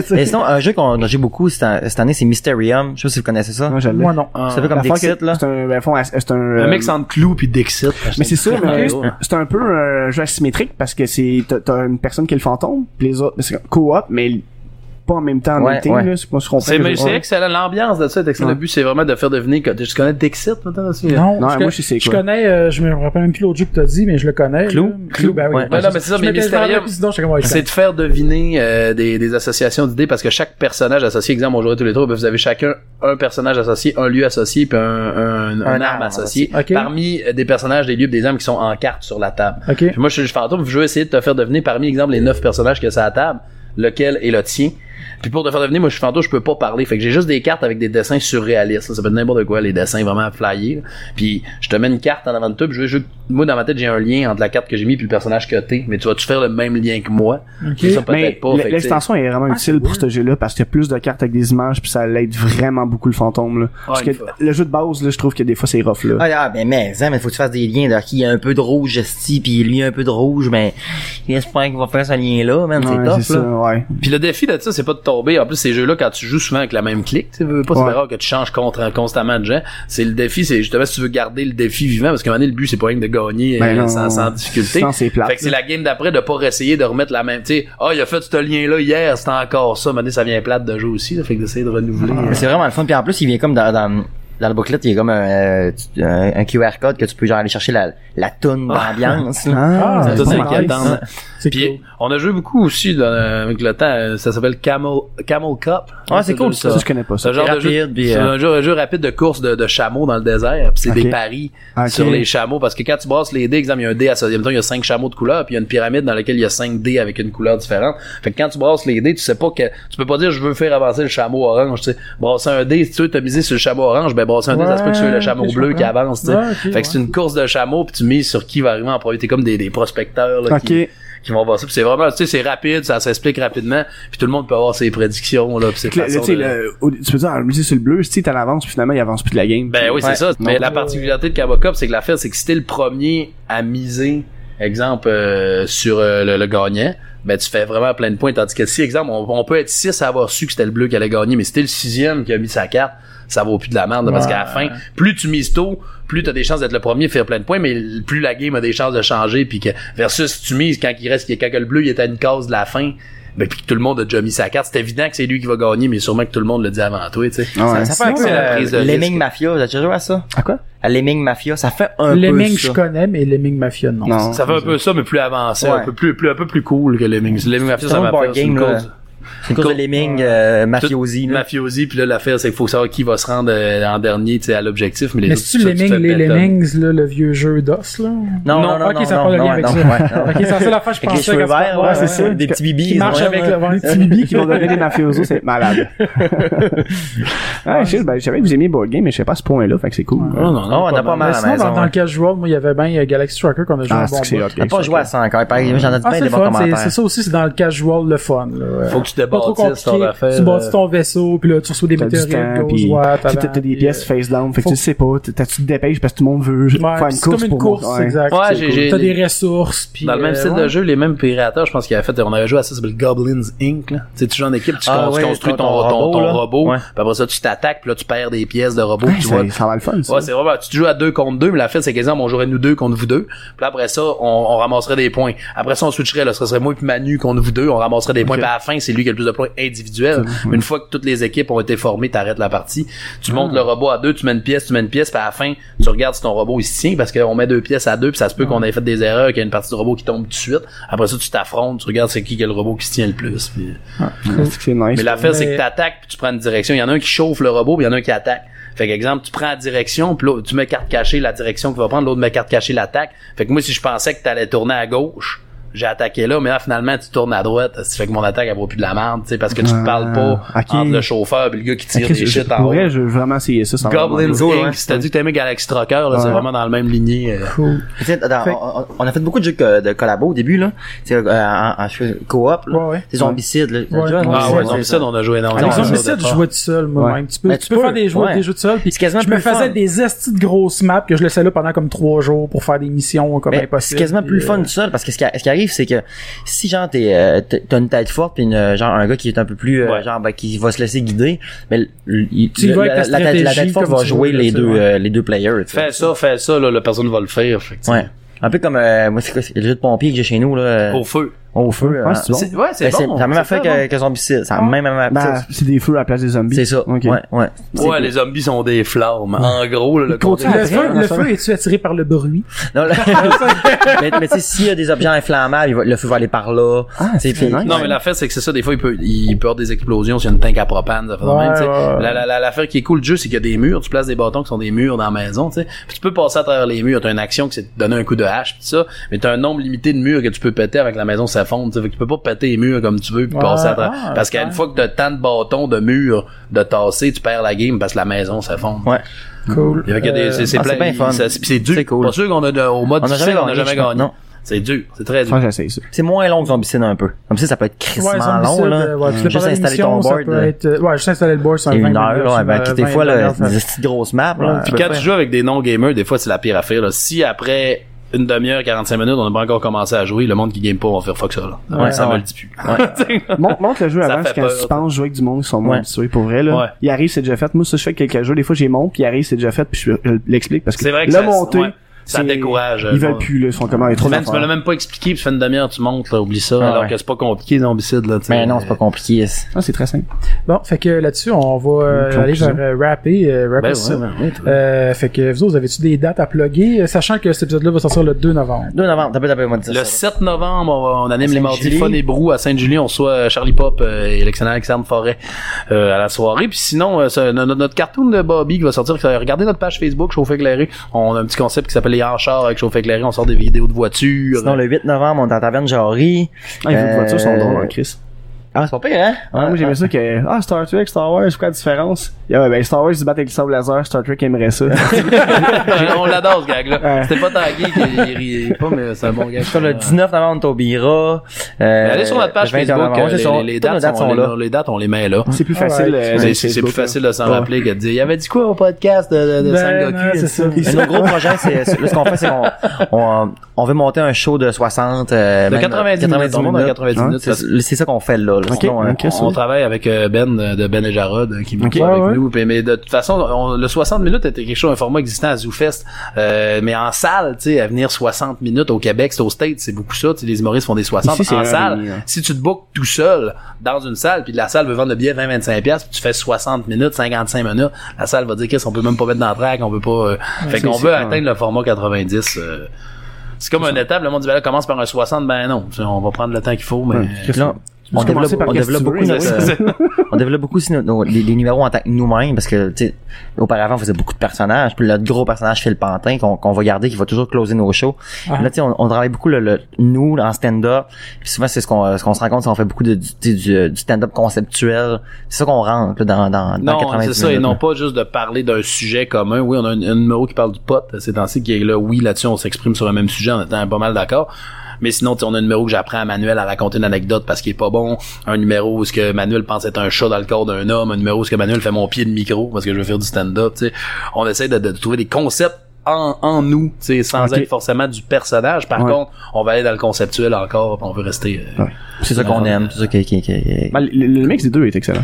[SPEAKER 2] ça. Et sinon, un jeu qu'on dont j'ai beaucoup cette, cette année, c'est Mysterium. Je sais pas si vous connaissez ça.
[SPEAKER 4] Moi, je l'ai.
[SPEAKER 1] Moi, non.
[SPEAKER 2] C'est un peu comme
[SPEAKER 4] L'affaire
[SPEAKER 2] Dixit,
[SPEAKER 4] que-
[SPEAKER 2] là.
[SPEAKER 4] C'est un, ben, fond, c'est un,
[SPEAKER 3] Un
[SPEAKER 4] euh,
[SPEAKER 3] mix entre clou pis Dixit.
[SPEAKER 4] mais c'est ça, mais
[SPEAKER 3] Ouais.
[SPEAKER 4] c'est un peu un jeu asymétrique parce que c'est, t'as- t'as une personne qui est le fantôme, puis les autres, c'est co-op, mais pas en même temps, en
[SPEAKER 2] Ouais,
[SPEAKER 4] même temps,
[SPEAKER 2] ouais.
[SPEAKER 4] là, c'est pas ce qu'on
[SPEAKER 3] C'est,
[SPEAKER 4] fait,
[SPEAKER 3] mais
[SPEAKER 4] je-
[SPEAKER 3] c'est excellent. L'ambiance de ça est excellente.
[SPEAKER 4] Ouais.
[SPEAKER 3] Le but, c'est vraiment de faire deviner que tu connais Dixit, maintenant, aussi. hein?
[SPEAKER 1] Non,
[SPEAKER 4] Non,
[SPEAKER 1] je,
[SPEAKER 4] moi,
[SPEAKER 1] con-
[SPEAKER 4] je sais
[SPEAKER 1] je
[SPEAKER 4] quoi.
[SPEAKER 1] connais, euh, je me rappelle même plus l'autre jeu que t'as dit, mais je le connais.
[SPEAKER 2] Clou?
[SPEAKER 1] là.
[SPEAKER 2] Clou,
[SPEAKER 1] ben oui.
[SPEAKER 2] ouais.
[SPEAKER 3] Non, non, mais c'est ça, mais
[SPEAKER 1] mettais
[SPEAKER 3] Mysterium-
[SPEAKER 1] le temps, puis sinon, je sais comment il
[SPEAKER 3] C'est
[SPEAKER 1] fait.
[SPEAKER 3] de faire deviner euh, des, des associations d'idées parce que chaque personnage associé, exemple, on jouerait tous les trois, ben, vous avez chacun un personnage associé, un lieu associé, puis un, un, un
[SPEAKER 2] Un
[SPEAKER 3] arme
[SPEAKER 2] arbre
[SPEAKER 3] associée.
[SPEAKER 1] associé. Ok.
[SPEAKER 3] Parmi euh, des personnages, des lieux, puis des armes qui sont en carte sur la table.
[SPEAKER 1] Ok.
[SPEAKER 3] Puis moi, je suis le fantôme, puis je veux essayer de te faire deviner parmi, exemple, les neuf personnages que ça à la table, lequel est le tien. Puis pour te faire deviner, moi, je suis fantôme, je peux pas parler. Fait que j'ai juste des cartes avec des dessins surréalistes. là. Ça peut être n'importe quoi, les dessins vraiment flyés. là. Puis je te mets une carte en avant de toi, puis je veux juste- Moi, dans ma tête, j'ai un lien entre la carte que j'ai mis puis le personnage que t'es. Mais tu vas-tu faire le même lien que moi?
[SPEAKER 1] Ok.
[SPEAKER 3] Ça,
[SPEAKER 4] Mais
[SPEAKER 3] peut-être pas.
[SPEAKER 4] l-
[SPEAKER 3] fait que,
[SPEAKER 4] l'extension est vraiment
[SPEAKER 2] Ah,
[SPEAKER 4] utile pour ce jeu-là parce qu'il y a plus de cartes avec des images puis ça l'aide vraiment beaucoup le fantôme là. parce
[SPEAKER 3] une
[SPEAKER 4] que
[SPEAKER 3] fois.
[SPEAKER 4] le jeu de base là, je trouve que des fois c'est rough là.
[SPEAKER 2] Ah, ah, ben, mais, hein, mais faut que tu fasses des liens. Là, qui a un peu de rouge, esti, puis lui un peu de rouge, ben, mais j'espère qu'il va faire ce lien-là, man.
[SPEAKER 4] Ouais,
[SPEAKER 2] c'est
[SPEAKER 4] ça,
[SPEAKER 2] top, là.
[SPEAKER 4] ouais.
[SPEAKER 3] Puis le défi de ça, c'est pas de tomber. En plus, ces jeux-là, quand tu joues souvent avec la même clique, tu sais, veux pas, c'est
[SPEAKER 4] Ouais.
[SPEAKER 3] rare que tu changes contre, constamment de gens. C'est le défi, c'est justement si tu veux garder le défi vivant, parce qu'à un moment donné, le but, c'est pas rien que de gagner
[SPEAKER 4] Ben
[SPEAKER 3] euh,
[SPEAKER 4] non,
[SPEAKER 3] sans, sans difficulté.
[SPEAKER 4] sinon, c'est plate,
[SPEAKER 3] fait que c'est
[SPEAKER 4] là.
[SPEAKER 3] la game d'après de pas réessayer de remettre la même. Tu sais, ah, il a fait ce lien-là hier, c'était encore ça. À un moment donné, ça vient plate de jeu aussi. là. fait que d'essayer de renouveler.
[SPEAKER 4] Ah,
[SPEAKER 3] euh,
[SPEAKER 2] C'est vraiment le fun. Puis en plus, il vient comme dans, dans, dans le booklet, il y a comme un, euh, tu- un- un QR code que tu peux genre aller chercher la, la toune d'ambiance.
[SPEAKER 3] <laughs>
[SPEAKER 2] là.
[SPEAKER 4] Ah,
[SPEAKER 1] c'est
[SPEAKER 3] tout
[SPEAKER 1] bon,
[SPEAKER 3] ça
[SPEAKER 1] nice.
[SPEAKER 3] qui attendent.
[SPEAKER 1] C'est
[SPEAKER 3] Puis
[SPEAKER 1] cool.
[SPEAKER 3] on a joué beaucoup aussi dans- avec le temps. euh, Ça s'appelle Camel Camel Cup.
[SPEAKER 2] Ah, c'est cool,
[SPEAKER 4] ça, je connais pas
[SPEAKER 3] Ce
[SPEAKER 4] ça.
[SPEAKER 3] genre de jeu,
[SPEAKER 2] rapide, puis,
[SPEAKER 3] c'est
[SPEAKER 2] euh,
[SPEAKER 3] un, jeu, un jeu rapide de course de, de chameaux dans le désert, puis c'est
[SPEAKER 4] Ok.
[SPEAKER 3] des paris
[SPEAKER 4] Ah, Ok.
[SPEAKER 3] sur les chameaux parce que quand tu brasses les dés, exemple, il y a un dé associé, mettons, il y a cinq chameaux de couleur, puis il y a une pyramide dans laquelle il y a cinq dés avec une couleur différente. Fait que quand tu brasses les dés, tu sais pas que tu peux pas dire je veux faire avancer le chameau orange, tu sais. Brasser un dé, si tu veux te miser sur le chameau orange, ben brasser un dé, ça se peut que c'est
[SPEAKER 1] Ouais,
[SPEAKER 3] le chameau
[SPEAKER 1] ok, je
[SPEAKER 3] bleu qui
[SPEAKER 1] comprends.
[SPEAKER 3] avance, tu sais.
[SPEAKER 1] Ouais, ok,
[SPEAKER 3] fait que c'est
[SPEAKER 1] ouais.
[SPEAKER 3] une course de chameaux, puis tu mises sur qui va arriver en premier, t'es comme des, des prospecteurs là,
[SPEAKER 4] Ok.
[SPEAKER 3] qui- qui vont voir ça. Puis c'est vraiment, tu sais, c'est rapide, ça s'explique rapidement, puis tout le monde peut avoir ses prédictions là, puis ses
[SPEAKER 4] Fait que là,
[SPEAKER 3] façons
[SPEAKER 4] là, tu sais,
[SPEAKER 3] de-
[SPEAKER 4] le- au- tu peux dire, ah, le musée sur le bleu, si t'es à l'avance, puis finalement, il avance plus de la game.
[SPEAKER 3] Ben oui, c'est
[SPEAKER 2] Ouais.
[SPEAKER 3] ça. Mais
[SPEAKER 4] Non.
[SPEAKER 3] la particularité de Kabokop, c'est que l'affaire, c'est que si t'es le premier à miser, exemple, euh, sur euh, le, le gagnant, ben tu fais vraiment plein de points. Tandis que si, exemple, on, on peut être six à avoir su que c'était le bleu qui allait gagner, mais si t'es le sixième qui a mis sa carte, ça vaut plus de la merde. Parce qu'à la fin, plus tu mises tôt, plus t'as des chances d'être le premier à faire plein de points, mais l- plus la game a des chances de changer. Puis que versus si tu mises quand il reste, quand que le bleu il est à une case de la fin. Ben, puis que tout le monde a déjà mis sa carte. C'est évident que c'est lui qui va gagner, mais sûrement que tout le monde le dit avant toi, tu sais.
[SPEAKER 4] Ah Ouais.
[SPEAKER 2] Ça fait un peu
[SPEAKER 3] c'est la
[SPEAKER 2] euh,
[SPEAKER 3] prise de
[SPEAKER 2] Lemming
[SPEAKER 3] risque.
[SPEAKER 2] Mafia. Vous avez déjà joué à ça?
[SPEAKER 4] À quoi?
[SPEAKER 2] À Lemming Mafia. Ça fait un
[SPEAKER 1] Lemming,
[SPEAKER 2] peu
[SPEAKER 1] je
[SPEAKER 2] ça.
[SPEAKER 1] connais, mais Lemming Mafia, non.
[SPEAKER 4] Non.
[SPEAKER 3] Ça fait un peu ça, mais plus avancé,
[SPEAKER 2] Ouais.
[SPEAKER 3] un peu plus, plus, un peu plus cool que Lemmings. Lemmings Mafia,
[SPEAKER 2] C'est
[SPEAKER 3] ça
[SPEAKER 2] un
[SPEAKER 3] m'a
[SPEAKER 2] board
[SPEAKER 3] fait- c'est une
[SPEAKER 2] game, là.
[SPEAKER 3] cause-
[SPEAKER 2] C'est une course de Lemming euh, Mafiosi.
[SPEAKER 3] Tout-
[SPEAKER 2] là.
[SPEAKER 3] Mafiosi, puis là, l'affaire, c'est qu'il faut savoir qui va se rendre euh, en dernier, tu sais, à l'objectif, mais les
[SPEAKER 1] Mais
[SPEAKER 3] autres,
[SPEAKER 1] si tu
[SPEAKER 3] ça, te
[SPEAKER 1] Lemming,
[SPEAKER 3] fais
[SPEAKER 1] les
[SPEAKER 3] péter.
[SPEAKER 1] Lemmings, là, le vieux jeu d'os, là.
[SPEAKER 2] Non, non, non,
[SPEAKER 1] ok,
[SPEAKER 2] non,
[SPEAKER 1] ça
[SPEAKER 2] non,
[SPEAKER 1] pas le lien
[SPEAKER 2] non,
[SPEAKER 1] avec
[SPEAKER 2] non,
[SPEAKER 1] ça.
[SPEAKER 2] <laughs> ouais, non.
[SPEAKER 1] ok, c'est ça la fois, je
[SPEAKER 2] Avec les
[SPEAKER 1] pensais
[SPEAKER 2] cheveux
[SPEAKER 1] que
[SPEAKER 2] verts, ouais, c'est ça.
[SPEAKER 1] ouais.
[SPEAKER 2] Des petits bibis.
[SPEAKER 1] Qui marche
[SPEAKER 2] ouais.
[SPEAKER 1] avec le vent.
[SPEAKER 4] Les <laughs> petits bibis qui vont donner des mafiosos,
[SPEAKER 3] <laughs>
[SPEAKER 4] c'est malade. ah, je sais, ben, je savais que vous aimiez Board Game, mais je sais pas à ce point-là, fait que c'est cool.
[SPEAKER 3] Ah Non, non,
[SPEAKER 2] Non,
[SPEAKER 3] non.
[SPEAKER 2] on a pas
[SPEAKER 1] Mais
[SPEAKER 2] mal à la
[SPEAKER 1] sinon,
[SPEAKER 2] maison.
[SPEAKER 1] dans, dans le
[SPEAKER 2] ouais.
[SPEAKER 1] casual, moi, il y avait bien euh, Galaxy Tracker qu'on a joué
[SPEAKER 4] Ah,
[SPEAKER 1] un
[SPEAKER 4] c'est
[SPEAKER 1] bon
[SPEAKER 4] que c'est
[SPEAKER 1] bout.
[SPEAKER 4] hot.
[SPEAKER 2] On n'a pas joué à ça encore. Par exemple, J'en ai
[SPEAKER 1] Ah,
[SPEAKER 2] plein
[SPEAKER 1] c'est
[SPEAKER 2] de
[SPEAKER 1] le
[SPEAKER 2] bons
[SPEAKER 1] fun, c'est-
[SPEAKER 2] commentaires.
[SPEAKER 1] c'est ça aussi, c'est dans le casual, le fun, là.
[SPEAKER 3] Faut que tu tu
[SPEAKER 1] pas trop
[SPEAKER 3] débâtisses ton
[SPEAKER 1] compliqué.
[SPEAKER 3] affaire.
[SPEAKER 1] Tu bâtis ton vaisseau, puis là, tu reçois des
[SPEAKER 4] T'as du
[SPEAKER 1] météorites,
[SPEAKER 4] temps,
[SPEAKER 1] gauche,
[SPEAKER 4] pis
[SPEAKER 1] droite,
[SPEAKER 4] t'as
[SPEAKER 1] avant,
[SPEAKER 4] t'as des
[SPEAKER 1] puis,
[SPEAKER 4] pièces
[SPEAKER 1] euh,
[SPEAKER 4] face down, fait que
[SPEAKER 1] faut-
[SPEAKER 4] tu sais pas, t'as- tu te dépêches parce que tout le monde veut
[SPEAKER 1] ouais,
[SPEAKER 4] faire une
[SPEAKER 1] c'est
[SPEAKER 4] course
[SPEAKER 1] comme une
[SPEAKER 4] pour
[SPEAKER 1] course,
[SPEAKER 4] moi. Ouais.
[SPEAKER 1] exact.
[SPEAKER 3] Ouais,
[SPEAKER 1] C'est
[SPEAKER 3] j'ai-
[SPEAKER 1] cool.
[SPEAKER 3] j'ai-
[SPEAKER 1] T'as des ressources, puis...
[SPEAKER 3] Dans le même
[SPEAKER 1] euh,
[SPEAKER 3] style
[SPEAKER 1] ouais.
[SPEAKER 3] de jeu, les mêmes pirateur, je pense qu'il avait fait, on avait joué à ça, c'est le Goblins Inc. Là. Tu sais, tu joues en équipe, tu,
[SPEAKER 2] Ah
[SPEAKER 3] con- tu
[SPEAKER 2] ouais,
[SPEAKER 3] construis
[SPEAKER 2] ton-
[SPEAKER 3] ton,
[SPEAKER 2] ton
[SPEAKER 3] ton,
[SPEAKER 2] robot,
[SPEAKER 3] ton
[SPEAKER 2] là.
[SPEAKER 3] robot,
[SPEAKER 2] Ouais.
[SPEAKER 3] puis après ça, tu t'attaques, puis là, tu perds des pièces de robot,
[SPEAKER 4] Ouais,
[SPEAKER 3] puis tu
[SPEAKER 4] ça,
[SPEAKER 3] vois.
[SPEAKER 4] ça va le fun, ça.
[SPEAKER 3] Ouais, c'est vraiment, tu joues à deux contre deux, mais la fête, c'est qu'exemple, on jouerait nous deux contre vous deux. Puis là, après ça, on, on ramasserait des points. Après ça, on switcherait, là. Ce serait moi et Manu contre vous deux, on ramasserait des points. Puis à la fin, c'est lui qui a le plus de points individuels. Une fois que toutes les équipes ont été formées, t'arrêtes la partie. Tu montes le robot à deux, tu mets une pièce, tu mets une pièce, puis à la fin, tu regardes si ton robot il se tient parce qu'on met deux pièces à deux, puis ça se peut qu'on ait fait des erreurs, qu'il y a une partie du robot qui tombe tout de suite. Après ça, tu t'affrontes, tu regardes c'est qui qui a le robot qui se tient le plus. puis-
[SPEAKER 4] C'est que c'est nice.
[SPEAKER 3] mais l'affaire, c'est
[SPEAKER 1] Mais-
[SPEAKER 3] que t'attaques puis tu prends une direction. Il y en a un qui chauffe le robot, puis il y en a un qui attaque. Fait qu'exemple, tu prends la direction, puis l'autre, tu mets carte cachée la direction qu'il va prendre, l'autre met carte cachée l'attaque. Fait que moi, si je pensais que t'allais tourner à gauche, j'ai attaqué là, mais là, finalement, tu tournes à droite. Ça fait que mon attaque, elle vaut plus de la merde, tu sais, parce que tu te parles pas
[SPEAKER 4] Ah, ok.
[SPEAKER 3] entre le chauffeur et le gars qui
[SPEAKER 4] Ah,
[SPEAKER 3] tire
[SPEAKER 4] Chris,
[SPEAKER 3] des
[SPEAKER 4] je- je-
[SPEAKER 3] shit en
[SPEAKER 4] Pour
[SPEAKER 3] haut.
[SPEAKER 4] vrai, je veux vraiment essayer ça. ça va
[SPEAKER 3] Goblins
[SPEAKER 4] vraiment-
[SPEAKER 3] Inc. Si t'as dit que t'aimais Galaxy Trucker, là, c'est
[SPEAKER 4] Ouais.
[SPEAKER 3] vraiment dans la même lignée. euh.
[SPEAKER 1] Cool.
[SPEAKER 2] Tu sais, attends,
[SPEAKER 1] Fait-
[SPEAKER 2] on, on- on a fait beaucoup de jeux co- de collabo au début, là. Tu sais, euh, en, en jeu coop, là.
[SPEAKER 1] Ouais, ouais.
[SPEAKER 2] C'est zombicide, là.
[SPEAKER 1] Ouais.
[SPEAKER 2] Tu vois,
[SPEAKER 3] Ah
[SPEAKER 1] ouais, c'est
[SPEAKER 3] ouais,
[SPEAKER 1] Ah,
[SPEAKER 3] non, ça, on a joué énormément.
[SPEAKER 1] Les
[SPEAKER 2] Ouais,
[SPEAKER 1] hommes
[SPEAKER 2] ouais,
[SPEAKER 1] de sept, je
[SPEAKER 3] jouais
[SPEAKER 1] jouais tout seul moi-même. Tu peux,
[SPEAKER 2] Mais
[SPEAKER 1] tu
[SPEAKER 2] Ben, tu
[SPEAKER 1] peux
[SPEAKER 2] peux.
[SPEAKER 1] faire des joueurs,
[SPEAKER 2] Ouais.
[SPEAKER 1] des jeux tout seul. Puis
[SPEAKER 2] C'est quasiment
[SPEAKER 1] je me
[SPEAKER 2] plus
[SPEAKER 1] faisais
[SPEAKER 2] fun.
[SPEAKER 1] des estis de grosses maps que je laissais là pendant comme trois jours pour faire des missions comme
[SPEAKER 2] Mais Ben, c'est
[SPEAKER 1] impossible.
[SPEAKER 2] quasiment
[SPEAKER 1] puis,
[SPEAKER 2] plus le
[SPEAKER 1] euh,
[SPEAKER 2] fun tout seul parce que ce qui, ce qui arrive c'est que si genre t'es euh, t'es- t'as une tête forte puis une euh, genre un gars qui est un peu plus euh,
[SPEAKER 3] Ouais.
[SPEAKER 2] genre ben, qui va se laisser guider mais l- il-
[SPEAKER 1] Tu y
[SPEAKER 2] le-
[SPEAKER 1] vas
[SPEAKER 2] la,
[SPEAKER 1] avec ta
[SPEAKER 2] la tête, la
[SPEAKER 1] stratégie,
[SPEAKER 2] tête forte
[SPEAKER 1] comme
[SPEAKER 2] va
[SPEAKER 1] tu
[SPEAKER 2] jouer
[SPEAKER 1] veux,
[SPEAKER 2] les
[SPEAKER 1] là, tu
[SPEAKER 2] deux
[SPEAKER 1] sais,
[SPEAKER 2] euh, les deux players tu sais.
[SPEAKER 3] Fais ça, fais ça, là, la personne va le faire, effectivement.
[SPEAKER 2] ouais un peu comme euh, moi c'est quoi, c'est le jeu de pompier que j'ai chez nous là euh,
[SPEAKER 3] Au feu.
[SPEAKER 2] au feu
[SPEAKER 4] Ouais,
[SPEAKER 2] hein.
[SPEAKER 4] c'est bon.
[SPEAKER 3] C'est- Oh. Ouais,
[SPEAKER 2] Ben,
[SPEAKER 3] c'est
[SPEAKER 2] c'est
[SPEAKER 3] bon.
[SPEAKER 2] la même
[SPEAKER 3] c'est
[SPEAKER 2] affaire
[SPEAKER 3] très
[SPEAKER 2] que, que zombicide c'est la même affaire
[SPEAKER 4] Ben, c'est des feux à la place des zombies.
[SPEAKER 2] c'est ça
[SPEAKER 4] Ok.
[SPEAKER 2] ouais ouais
[SPEAKER 3] bon. Ouais, les zombies sont des flammes. En gros, là, le
[SPEAKER 4] Continue.
[SPEAKER 3] contexte-
[SPEAKER 1] Le feu,
[SPEAKER 4] Après,
[SPEAKER 1] le
[SPEAKER 4] ça.
[SPEAKER 1] feu est-tu attiré par le bruit?
[SPEAKER 2] Non, là- mais, mais tu sais s'il y a des objets inflammables il va- le feu va aller par là
[SPEAKER 4] Ah,
[SPEAKER 2] Tu sais,
[SPEAKER 4] c'est
[SPEAKER 2] puis-
[SPEAKER 4] nice.
[SPEAKER 3] Non, mais l'affaire, c'est que c'est ça, des fois, il peut, il peut y avoir des explosions s'il y a une tank à propane, ça fait de
[SPEAKER 1] Ouais,
[SPEAKER 3] même, tu sais.
[SPEAKER 1] ouais, ouais.
[SPEAKER 3] La- la- la- L'affaire qui est cool du jeu, c'est qu'il y a des murs, tu places des bâtons qui sont des murs dans la maison, tu sais. Puis tu peux passer à travers les murs, t'as une action qui c'est de donner un coup de hache, pis ça, mais t'as un nombre limité de murs que tu peux péter avec la maison s'effondre, tu sais. Fait que tu peux pas péter les murs comme tu veux puis
[SPEAKER 1] Ouais,
[SPEAKER 3] passer à travers.
[SPEAKER 1] ah,
[SPEAKER 3] parce qu'à
[SPEAKER 1] ouais.
[SPEAKER 3] une fois que t'as tant de bâtons, de murs, de tasser, tu perds la game parce que la maison s'effondre.
[SPEAKER 2] ouais
[SPEAKER 1] Cool. Euh,
[SPEAKER 3] Fait que des- C'est c'est
[SPEAKER 2] Ah,
[SPEAKER 3] plein-
[SPEAKER 2] c'est bien fun.
[SPEAKER 3] ça- puis C'est dur.
[SPEAKER 2] C'est cool.
[SPEAKER 3] Pas sûr qu'on a de- au mode
[SPEAKER 2] On a jamais
[SPEAKER 3] difficile, on a
[SPEAKER 2] gagné,
[SPEAKER 3] jamais
[SPEAKER 2] je pense.
[SPEAKER 3] gagné.
[SPEAKER 2] Non.
[SPEAKER 3] C'est dur. C'est très dur.
[SPEAKER 4] Franchement,
[SPEAKER 3] <laughs>
[SPEAKER 4] j'essaye ça.
[SPEAKER 2] c'est moins long que zombicide un peu comme ça ça peut être crissement
[SPEAKER 1] zombicide,
[SPEAKER 2] long
[SPEAKER 1] euh,
[SPEAKER 2] là
[SPEAKER 1] ouais, tu
[SPEAKER 2] juste installer ton board là.
[SPEAKER 1] Ouais, juste installer le board, c'est un
[SPEAKER 2] C'est
[SPEAKER 1] 20
[SPEAKER 2] une
[SPEAKER 1] minutes,
[SPEAKER 2] heure, ouais,
[SPEAKER 1] une,
[SPEAKER 2] ben,
[SPEAKER 1] euh,
[SPEAKER 2] qui des
[SPEAKER 1] 20
[SPEAKER 2] fois, là,
[SPEAKER 1] minutes,
[SPEAKER 2] des petites grosses maps,
[SPEAKER 1] Ouais,
[SPEAKER 2] là.
[SPEAKER 1] puis
[SPEAKER 2] tu peux
[SPEAKER 3] Quand
[SPEAKER 2] faire.
[SPEAKER 3] tu joues avec des non-gamers, des fois, c'est la pire affaire. Là. Si après une demi-heure, 45 minutes, on n'a pas encore commencé à jouer, le monde qui game pas va faire fuck ça. Là.
[SPEAKER 2] Ouais,
[SPEAKER 3] ça me
[SPEAKER 2] ouais.
[SPEAKER 3] le dit plus.
[SPEAKER 2] Ouais.
[SPEAKER 4] Mon- Montre le jeu
[SPEAKER 3] Ça
[SPEAKER 4] avant,
[SPEAKER 3] fait
[SPEAKER 4] parce que
[SPEAKER 3] peur,
[SPEAKER 4] quand tu
[SPEAKER 3] ça.
[SPEAKER 4] penses jouer avec du monde, ils sont moins
[SPEAKER 2] Ouais.
[SPEAKER 4] habitués, pour vrai, là.
[SPEAKER 3] Ouais.
[SPEAKER 4] Il arrive, c'est déjà fait. Moi, ça, je fais quelques jeux. Des fois, j'ai monte, puis il arrive, c'est déjà fait, puis je je l'explique, parce que,
[SPEAKER 3] C'est vrai que
[SPEAKER 4] le
[SPEAKER 3] ça-
[SPEAKER 4] monter,
[SPEAKER 3] ouais, ça
[SPEAKER 4] c'est-
[SPEAKER 3] décourage, euh,
[SPEAKER 4] Ils
[SPEAKER 3] le
[SPEAKER 4] veulent
[SPEAKER 3] monde.
[SPEAKER 4] plus, là. Ils Ah, sont comment, ils sont trop
[SPEAKER 3] Même, tu me l'as
[SPEAKER 4] d'affaires.
[SPEAKER 3] même pas expliqué, puis tu fais une demi-heure, tu montes, là, oublie ça,
[SPEAKER 2] Ah,
[SPEAKER 3] alors
[SPEAKER 2] ouais.
[SPEAKER 3] que c'est pas compliqué, zombicide, là, tu sais.
[SPEAKER 2] Mais non, c'est pas compliqué. c'est-
[SPEAKER 4] Ah, c'est très simple.
[SPEAKER 1] Bon, fait que là-dessus, on va euh,
[SPEAKER 4] Une
[SPEAKER 1] aller
[SPEAKER 4] conclusion.
[SPEAKER 1] vers euh, rapper, euh, rapper
[SPEAKER 3] Ben ouais,
[SPEAKER 1] ça.
[SPEAKER 3] ben ouais, toi.
[SPEAKER 1] Euh, fait que vous autres, avez-tu des dates à plugger, euh, sachant que cet épisode-là va sortir le 2 novembre?
[SPEAKER 2] 2 novembre, t'as pas, t'as pas, moi, de dire
[SPEAKER 3] Le
[SPEAKER 2] ça.
[SPEAKER 3] 7 novembre, on, va- on anime
[SPEAKER 2] À
[SPEAKER 3] les mardis
[SPEAKER 2] Sainte-Julie.
[SPEAKER 3] Fun et Brou à Sainte-Julie. On reçoit euh, Charlie Pop euh, et l'excellent Alexandre Forêt euh, à la soirée. Puis sinon, euh, ça- no- no- notre cartoon de Bobby qui va sortir, qui- regardez notre page Facebook Chauffe éclairé. On a un petit concept qui s'appelle les Hanchars avec Chauffe éclairé. On sort des vidéos de voitures. <laughs>
[SPEAKER 2] Sinon, le 8 novembre, on est en taverne Jarry.
[SPEAKER 4] Ah, les jeux de
[SPEAKER 2] Euh,
[SPEAKER 4] voiture sont drôles, hein, Chris.
[SPEAKER 2] Ah, c'est pas pire, hein?
[SPEAKER 4] Ah, moi,
[SPEAKER 2] Ah,
[SPEAKER 4] j'aimais ça que, ah, Star Trek, Star Wars, c'est quoi la différence? Yeah, ouais, ben, Star Wars, ils se battent avec le sable laser, Star Trek
[SPEAKER 2] <laughs>
[SPEAKER 4] aimerait ça.
[SPEAKER 3] on l'adore ce gag là.
[SPEAKER 4] Ouais.
[SPEAKER 3] C'était pas tangué qu'il riait pas, mais c'est un bon gag. Euh,
[SPEAKER 2] ah. Le 19 novembre, on est au Bira. Euh,
[SPEAKER 3] Allez sur notre page
[SPEAKER 2] le 20
[SPEAKER 3] Facebook.
[SPEAKER 2] novembre,
[SPEAKER 3] euh,
[SPEAKER 2] c'est
[SPEAKER 3] les,
[SPEAKER 2] ça,
[SPEAKER 3] les- les
[SPEAKER 2] toutes nos
[SPEAKER 3] dates sont,
[SPEAKER 2] là.
[SPEAKER 3] les, les dates, on les met là.
[SPEAKER 4] c'est plus
[SPEAKER 1] Alright.
[SPEAKER 4] facile. euh,
[SPEAKER 3] C'est- C'est
[SPEAKER 4] les
[SPEAKER 3] c'est
[SPEAKER 4] Facebook,
[SPEAKER 3] plus
[SPEAKER 4] là.
[SPEAKER 3] facile de s'en
[SPEAKER 4] Ouais.
[SPEAKER 3] rappeler que de dire, il y avait dit quoi au podcast de, de, de
[SPEAKER 1] Ben,
[SPEAKER 3] Sangoku?
[SPEAKER 1] non, c'est ça.
[SPEAKER 2] Mais nos gros projets, c'est, c'est- là, ce qu'on fait, c'est qu'on, on, euh, on veut monter un show de 60, euh,
[SPEAKER 3] De
[SPEAKER 2] même
[SPEAKER 3] 90 minutes, on monte à 90
[SPEAKER 4] Hein?
[SPEAKER 3] minutes.
[SPEAKER 2] C'est,
[SPEAKER 3] parce que-
[SPEAKER 2] c'est ça qu'on fait là. là.
[SPEAKER 4] Ok,
[SPEAKER 2] Sinon, euh,
[SPEAKER 4] ok, ça.
[SPEAKER 3] on travaille avec euh, Ben euh, de Ben et Jarod euh, qui qui est
[SPEAKER 1] Ouais,
[SPEAKER 3] avec
[SPEAKER 1] ouais.
[SPEAKER 3] nous. Puis, Mais de toute façon, on- le 60 minutes était quelque chose, un format existant à ZooFest. Euh, mais en salle, tu sais, à venir 60 minutes au Québec, c'est au States, c'est beaucoup ça. Tu sais, les humoristes font des 60
[SPEAKER 4] Ici, c'est
[SPEAKER 3] en
[SPEAKER 4] une heure et
[SPEAKER 3] salle.
[SPEAKER 4] demie, hein.
[SPEAKER 3] Si tu te bookes tout seul dans une salle, puis la salle veut vendre le billet 20-25$, puis tu fais 60 minutes, 55 minutes, la salle va dire qu'est-ce qu'on peut même pas mettre dans le track, on peut pas. euh, fait qu'on
[SPEAKER 4] c'est-
[SPEAKER 3] veut
[SPEAKER 4] ouais.
[SPEAKER 3] atteindre le format 90. euh, c'est comme une étape, le monde dit ben là, commence par un 60, ben non, tu sais, on va prendre le temps qu'il faut, mais.
[SPEAKER 2] Puis là, on
[SPEAKER 4] Tu peux
[SPEAKER 2] développe,
[SPEAKER 4] commencer par
[SPEAKER 2] on
[SPEAKER 4] qu'est-ce que
[SPEAKER 2] développe
[SPEAKER 4] tu
[SPEAKER 2] beaucoup
[SPEAKER 4] veux,
[SPEAKER 2] notre,
[SPEAKER 3] c'est-
[SPEAKER 2] euh, <laughs> on développe beaucoup aussi nos- nos- les, les numéros en tant que nous-mêmes parce que tu sais, auparavant on faisait beaucoup de personnages puis notre gros personnage fait le pantin qu'on qu'on va garder qui va toujours closer nos shows
[SPEAKER 1] Ah.
[SPEAKER 2] là tu sais on, on travaille beaucoup le, le- nous en stand-up puis souvent c'est ce qu'on euh, ce qu'on se rend compte c'est qu'on fait beaucoup de du, tu sais, du, euh, du stand-up conceptuel c'est ça qu'on rentre là, dans dans, dans
[SPEAKER 3] Non,
[SPEAKER 2] 90
[SPEAKER 3] c'est ça,
[SPEAKER 2] minutes,
[SPEAKER 3] et non
[SPEAKER 2] là.
[SPEAKER 3] pas juste de parler d'un sujet commun. Oui, on a un, un numéro qui parle du pot, c'est ainsi qui est là. Oui, là-dessus, on s'exprime sur le même sujet en étant pas mal d'accord. Mais sinon, tu sais, on a un numéro que j'apprends à Manuel à raconter une anecdote parce qu'il est pas bon. Un numéro où ce que Manuel pense être un chat dans le corps d'un homme. Un numéro où ce que Manuel fait mon pied de micro parce que je veux faire du stand-up, tu sais. On essaie de, de trouver des concepts en, en nous, tu sais, sans
[SPEAKER 4] Ok.
[SPEAKER 3] être forcément du personnage. Par
[SPEAKER 4] Ouais.
[SPEAKER 3] contre, on va aller dans le conceptuel encore, puis on veut rester. euh,
[SPEAKER 2] C'est ça qu'on aime, c'est ça qui, qui, qui- qui-
[SPEAKER 4] Ben, le, le mix des deux est excellent.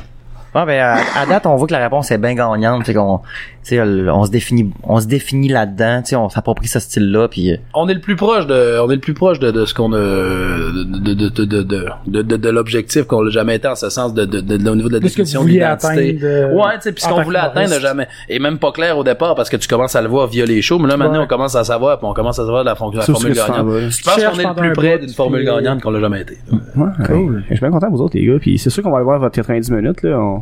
[SPEAKER 2] Ouais, ben, à, à date, on voit que la réponse est bien gagnante, c'est qu'on, tu sais, on se définit, on se définit là-dedans, tu sais, on s'approprie ce style-là, puis euh,
[SPEAKER 3] on est le plus proche de on est le plus proche de, de ce qu'on a de de de de de, de, de- de l'objectif qu'on l'a jamais été en ce sens de de, de, de- au niveau de la
[SPEAKER 1] De ce que
[SPEAKER 3] définition
[SPEAKER 1] vous
[SPEAKER 3] de
[SPEAKER 1] vouliez
[SPEAKER 3] l'identité
[SPEAKER 1] atteindre, euh,
[SPEAKER 3] ouais tu sais puis ce
[SPEAKER 1] en
[SPEAKER 3] qu'on
[SPEAKER 1] tant
[SPEAKER 3] voulait
[SPEAKER 1] qu'humoriste.
[SPEAKER 3] atteindre jamais et même pas clair au départ parce que tu commences à le voir via les shows mais là maintenant
[SPEAKER 1] Ouais.
[SPEAKER 3] on commence à savoir puis on commence à savoir la, fon- la
[SPEAKER 4] Sur ce
[SPEAKER 3] formule
[SPEAKER 4] que ça
[SPEAKER 3] gagnante
[SPEAKER 4] va.
[SPEAKER 3] je pense
[SPEAKER 1] Cherche
[SPEAKER 3] qu'on est le
[SPEAKER 1] pendant
[SPEAKER 3] plus
[SPEAKER 1] un
[SPEAKER 3] près
[SPEAKER 1] bout,
[SPEAKER 3] d'une formule
[SPEAKER 1] puis- euh,
[SPEAKER 3] gagnante qu'on l'a jamais été
[SPEAKER 4] Ouais, cool. Je suis bien content, vous autres, les gars. Puis c'est sûr qu'on va aller voir votre 90 minutes, là. On...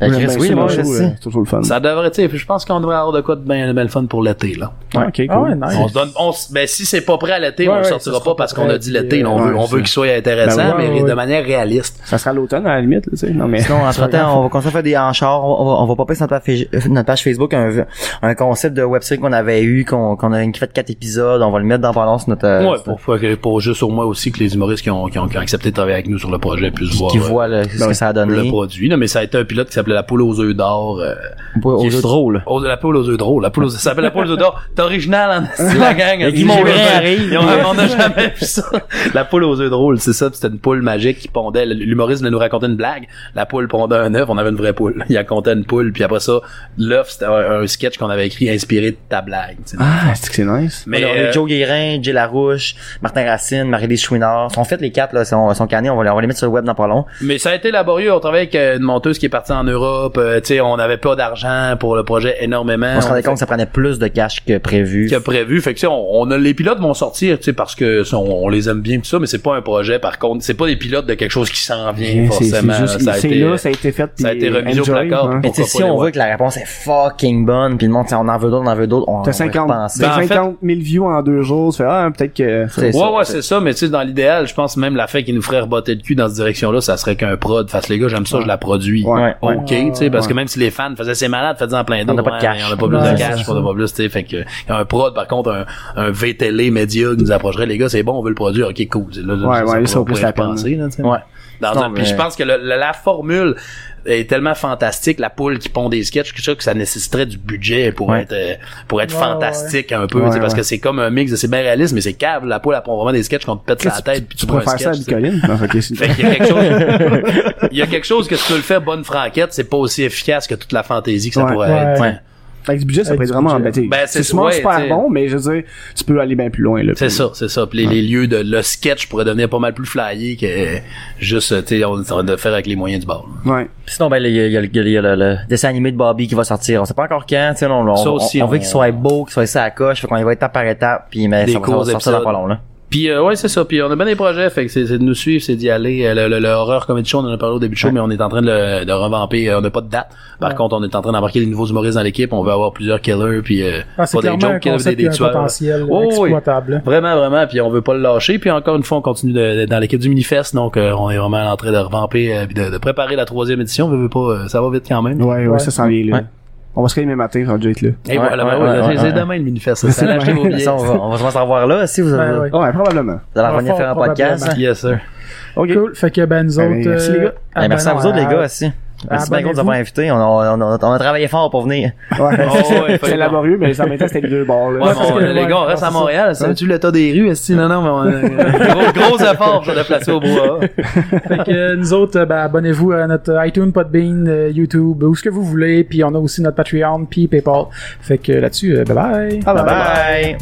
[SPEAKER 2] Ben,
[SPEAKER 4] Moi, j'aime
[SPEAKER 2] Chris,
[SPEAKER 4] bien
[SPEAKER 2] oui,
[SPEAKER 4] ça,
[SPEAKER 2] moi,
[SPEAKER 4] les
[SPEAKER 2] je
[SPEAKER 4] shows,
[SPEAKER 2] sais.
[SPEAKER 4] euh, C'est toujours le fun.
[SPEAKER 3] ça devrait tu sais je pense qu'on devrait avoir de quoi de bien bien le fun pour l'été là
[SPEAKER 4] Ouais, ok, cool.
[SPEAKER 1] Ah ouais, nice.
[SPEAKER 3] on se donne on s- ben si c'est pas prêt à l'été
[SPEAKER 1] Ouais,
[SPEAKER 3] on le
[SPEAKER 1] ouais,
[SPEAKER 3] sortira
[SPEAKER 1] ça sera
[SPEAKER 3] pas parce
[SPEAKER 1] pas
[SPEAKER 3] qu'on
[SPEAKER 1] prêt,
[SPEAKER 3] a dit
[SPEAKER 1] puis,
[SPEAKER 3] l'été
[SPEAKER 1] euh,
[SPEAKER 3] on veut
[SPEAKER 4] ouais,
[SPEAKER 3] on veut
[SPEAKER 4] c'est-
[SPEAKER 3] qu'il soit intéressant
[SPEAKER 4] Ben
[SPEAKER 1] ouais,
[SPEAKER 3] mais
[SPEAKER 1] ouais.
[SPEAKER 3] de manière réaliste
[SPEAKER 4] Ça sera à l'automne, à la limite, là, tu sais. Non, mais.
[SPEAKER 2] Sinon, entre-temps, on va continuer à faire des enchères, on va, on va popper sur notre page, euh, notre page Facebook un, un concept de web série qu'on avait eu, qu'on qu'on a fait quatre épisodes, on va le mettre dans pendant sur notre... euh,
[SPEAKER 3] Ouais,
[SPEAKER 2] sur-
[SPEAKER 3] pour, pour, pour juste au moins aussi que les humoristes qui ont, qui ont, qui ont accepté de travailler avec nous sur le projet puissent voir,
[SPEAKER 2] qui
[SPEAKER 3] euh,
[SPEAKER 2] voit le- ce
[SPEAKER 4] Ben
[SPEAKER 2] que
[SPEAKER 4] oui.
[SPEAKER 2] ça a
[SPEAKER 3] le
[SPEAKER 2] donné.
[SPEAKER 3] produit. Là, mais ça a été un pilote qui s'appelait La poule aux œufs d'or. Euh,
[SPEAKER 2] Au-
[SPEAKER 3] qui
[SPEAKER 2] Au
[SPEAKER 3] est-
[SPEAKER 2] jeu de rôle.
[SPEAKER 3] Oh, la poule aux œufs d'or. La poule aux... Ça s'appelle La poule aux œufs d'or. C'est original, hein, c'est la gang.
[SPEAKER 2] Et Guy Mongrain arrive.
[SPEAKER 3] Ils ont- On n'a jamais vu ça. La poule aux œufs drôles, c'est ça. puis C'était une poule magique qui pondait. L'humoriste venait nous raconter une blague. La poule pondait un œuf. On avait une vraie poule. Il racontait une poule. Puis après ça, l'œuf, c'était un, un sketch qu'on avait écrit inspiré de ta blague. tu sais.
[SPEAKER 4] Ah, c'est que c'est nice.
[SPEAKER 2] Mais
[SPEAKER 3] Mais euh,
[SPEAKER 2] Joe Guérin, Jay Larouche, Martin Racine, Marie-Lise Chouinard, sont faites les quatre, là, sont, sont canés, on va, les- on va les mettre sur le web dans pas long.
[SPEAKER 3] Mais ça a été laborieux. On travaillait avec euh, une monteuse qui est partie en Europe. euh, tu sais, on n'avait pas d'argent pour le projet énormément.
[SPEAKER 2] On se rendait
[SPEAKER 3] Ah, fait-
[SPEAKER 2] compte que ça prenait plus de cash que prévu.
[SPEAKER 3] qui a prévu. Fait que tu sais, on, on a les pilotes vont sortir, tu sais, parce que ça, on, on les aime bien tout ça. Mais c'est pas un projet. Par contre, c'est pas des pilotes de quelque chose qui s'en vient
[SPEAKER 4] C'est- c'est
[SPEAKER 3] forcément.
[SPEAKER 4] juste-
[SPEAKER 3] ça a
[SPEAKER 4] C'est
[SPEAKER 3] été-
[SPEAKER 4] là, ça a été fait.
[SPEAKER 3] ça a
[SPEAKER 4] puis
[SPEAKER 3] été remis au
[SPEAKER 4] enjoy,
[SPEAKER 3] placard.
[SPEAKER 4] hein.
[SPEAKER 2] Mais tu sais,
[SPEAKER 3] pourquoi
[SPEAKER 2] si
[SPEAKER 3] pas les
[SPEAKER 2] on
[SPEAKER 3] voir?
[SPEAKER 2] voit que la réponse est fucking bonne, puis le monde, tu sais, on en veut d'autres, on en veut d'autres, on, on va
[SPEAKER 4] T'as
[SPEAKER 2] y
[SPEAKER 4] 50,
[SPEAKER 2] repenser.
[SPEAKER 3] Ben, en fait-
[SPEAKER 4] 50 000 views en deux jours. Tu fais, ah, peut-être que.
[SPEAKER 2] C'est
[SPEAKER 3] Ouais,
[SPEAKER 2] ça.
[SPEAKER 3] ouais, c'est ça, mais tu sais, dans l'idéal, je pense même la fin qui nous ferait rebotter le cul dans cette direction-là, ça serait qu'un prod fasse les gars, j'aime ça, je la produis.
[SPEAKER 4] Ouais,
[SPEAKER 2] ouais.
[SPEAKER 3] OK, tu sais, parce
[SPEAKER 4] Ouais.
[SPEAKER 3] que même si les fans faisaient ces malades, faisaient-en plein d'autres.
[SPEAKER 2] On n'a pas de
[SPEAKER 3] ouais,
[SPEAKER 2] cash.
[SPEAKER 3] On n'a pas plus
[SPEAKER 1] Ouais,
[SPEAKER 3] de
[SPEAKER 1] c'est
[SPEAKER 3] cash, on n'a pas plus, tu sais. Fait que, un prod, par contre, un, un VTL média qui nous approcherait, les gars, c'est bon, on veut le produire, OK, cool. Là, là,
[SPEAKER 4] Ouais, ouais,
[SPEAKER 3] on
[SPEAKER 4] ça vaut
[SPEAKER 3] pourrait
[SPEAKER 4] plus la
[SPEAKER 3] y penser, là, tu sais.
[SPEAKER 2] Ouais.
[SPEAKER 3] Dans
[SPEAKER 2] Non,
[SPEAKER 3] un- puis
[SPEAKER 2] mais-
[SPEAKER 3] je pense que le- le- la formule est tellement fantastique, la poule qui pond des sketchs, que ça, que ça nécessiterait du budget pour
[SPEAKER 2] Ouais.
[SPEAKER 3] être, euh, pour être
[SPEAKER 1] Ouais,
[SPEAKER 3] fantastique un peu,
[SPEAKER 4] Ouais,
[SPEAKER 3] tu sais, parce
[SPEAKER 4] ouais.
[SPEAKER 3] que c'est comme un mix de c'est bien réaliste, mais c'est cave, la poule, elle pond vraiment des sketchs qu'on te pète sur la tête, puis tu
[SPEAKER 4] Tu
[SPEAKER 3] prends un
[SPEAKER 4] pourrais faire ça à
[SPEAKER 3] sketch, tu sais.
[SPEAKER 4] Bicoline? Non, ok, c'est <laughs>
[SPEAKER 3] Fait qu'il y a quelque chose. Il y a quelque chose que tu peux le faire bonne franquette, c'est pas aussi efficace que toute la fantaisie que ça
[SPEAKER 4] Ouais.
[SPEAKER 3] pourrait
[SPEAKER 1] Ouais.
[SPEAKER 3] être.
[SPEAKER 1] Ouais.
[SPEAKER 4] Avec du budget, ça
[SPEAKER 1] Avec
[SPEAKER 4] pourrait
[SPEAKER 1] du
[SPEAKER 4] être vraiment
[SPEAKER 1] budget.
[SPEAKER 4] embêté.
[SPEAKER 3] Ben, c'est-
[SPEAKER 4] c'est souvent
[SPEAKER 3] ouais,
[SPEAKER 4] super
[SPEAKER 3] t'sais.
[SPEAKER 4] bon, mais je veux dire, tu peux aller bien plus loin, là.
[SPEAKER 3] C'est ça, c'est ça. Puis les, les lieux de le sketch pourrait devenir pas mal plus flyé que euh, juste, euh, tu sais, on, on de faire avec les moyens du bord. là.
[SPEAKER 4] Ouais.
[SPEAKER 2] Sinon, ben, il y a, il y a le- il y a le, le dessin animé de Bobby qui va sortir. On sait pas encore quand, tu sais, on, on,
[SPEAKER 3] Ça
[SPEAKER 2] on-
[SPEAKER 3] aussi,
[SPEAKER 2] on
[SPEAKER 3] on-
[SPEAKER 2] veut qu'il soit beau, qu'il soit ça à coche, fait qu'on y va étape par étape, puis mais
[SPEAKER 3] Des
[SPEAKER 2] ça va
[SPEAKER 3] courts
[SPEAKER 2] sortir ça dans
[SPEAKER 3] épisodes.
[SPEAKER 2] pas long,
[SPEAKER 3] <laughs>
[SPEAKER 2] là.
[SPEAKER 3] Puis euh, ouais, c'est ça. Puis on a bien des projets, fait que c'est c'est de nous suivre, c'est d'y aller. Euh, Le, le, le horreur comedy show, on en a parlé au début du show, mais on est en train de, le- de revamper. Euh, On n'a pas de date. Par contre, on est en train d'embarquer des nouveaux humoristes dans l'équipe. On veut avoir plusieurs killers, puis euh,
[SPEAKER 1] Ah, c'est
[SPEAKER 3] pas des
[SPEAKER 1] clairement un
[SPEAKER 3] jokes, killers,
[SPEAKER 1] concept qui
[SPEAKER 3] des, des
[SPEAKER 1] a un
[SPEAKER 3] tueurs.
[SPEAKER 1] potentiel euh,
[SPEAKER 3] Oh, oui.
[SPEAKER 1] exploitable.
[SPEAKER 3] Vraiment, vraiment, puis on veut pas le lâcher. Puis encore une fois, on continue de- de- dans l'équipe du Minifest, donc euh, on est vraiment en train de revamper, euh, puis de, de préparer la troisième édition. On veut, veut pas, euh, ça va vite quand même.
[SPEAKER 4] Ouais, ouais,
[SPEAKER 1] Ouais.
[SPEAKER 4] ça s'en vient, là.
[SPEAKER 2] Ouais.
[SPEAKER 4] On va se réveiller matin, ça va déjà être là.
[SPEAKER 3] Et
[SPEAKER 2] Ouais,
[SPEAKER 3] voilà,
[SPEAKER 2] ouais,
[SPEAKER 3] ouais,
[SPEAKER 2] ouais,
[SPEAKER 3] ouais,
[SPEAKER 2] ouais,
[SPEAKER 3] c'est
[SPEAKER 2] ouais.
[SPEAKER 3] demain le Minifest. Ça, allez acheter vos
[SPEAKER 2] Ça,
[SPEAKER 3] billets.
[SPEAKER 2] on va, on va se revoir là, si vous,
[SPEAKER 1] Ben,
[SPEAKER 2] vous
[SPEAKER 1] ouais.
[SPEAKER 4] Ouais, probablement.
[SPEAKER 2] allez revenir
[SPEAKER 1] Fort
[SPEAKER 2] faire un podcast.
[SPEAKER 1] probablement.
[SPEAKER 3] Yes, sir.
[SPEAKER 4] Ok.
[SPEAKER 1] Cool. Fait que ben nous
[SPEAKER 4] Ben,
[SPEAKER 1] autres.
[SPEAKER 4] merci, les
[SPEAKER 1] euh,
[SPEAKER 4] gars.
[SPEAKER 2] Ben, merci
[SPEAKER 1] ah,
[SPEAKER 2] à
[SPEAKER 1] ben,
[SPEAKER 2] vous autres, les
[SPEAKER 1] non,
[SPEAKER 2] gars,
[SPEAKER 1] ah,
[SPEAKER 2] aussi. Merci bien gros de
[SPEAKER 1] abonnez-vous.
[SPEAKER 2] nous avoir invités. On a, on a- on a travaillé fort pour venir.
[SPEAKER 4] Ouais.
[SPEAKER 3] Oh, ouais,
[SPEAKER 4] <laughs> c'est laborieux, mais ça m'intéresse, c'était les deux bords, là.
[SPEAKER 3] Ouais,
[SPEAKER 1] parce
[SPEAKER 3] bon,
[SPEAKER 1] que-
[SPEAKER 3] les
[SPEAKER 1] ouais,
[SPEAKER 3] gars, on reste
[SPEAKER 1] c'est
[SPEAKER 3] à
[SPEAKER 1] ça.
[SPEAKER 3] Montréal. Sais-tu l'état des rues? Est-ce non, non, mais on <laughs> a- gros, gros effort pour se déplacer au bois.
[SPEAKER 1] Fait que euh, nous autres, euh, ben, abonnez-vous à notre iTunes, Podbean, euh, YouTube, où ce que vous voulez. Puis on a aussi notre Patreon, puis PayPal. Fait que euh, là-dessus, euh, bye bye.
[SPEAKER 4] Ah, bah, bah, bah.
[SPEAKER 2] bye.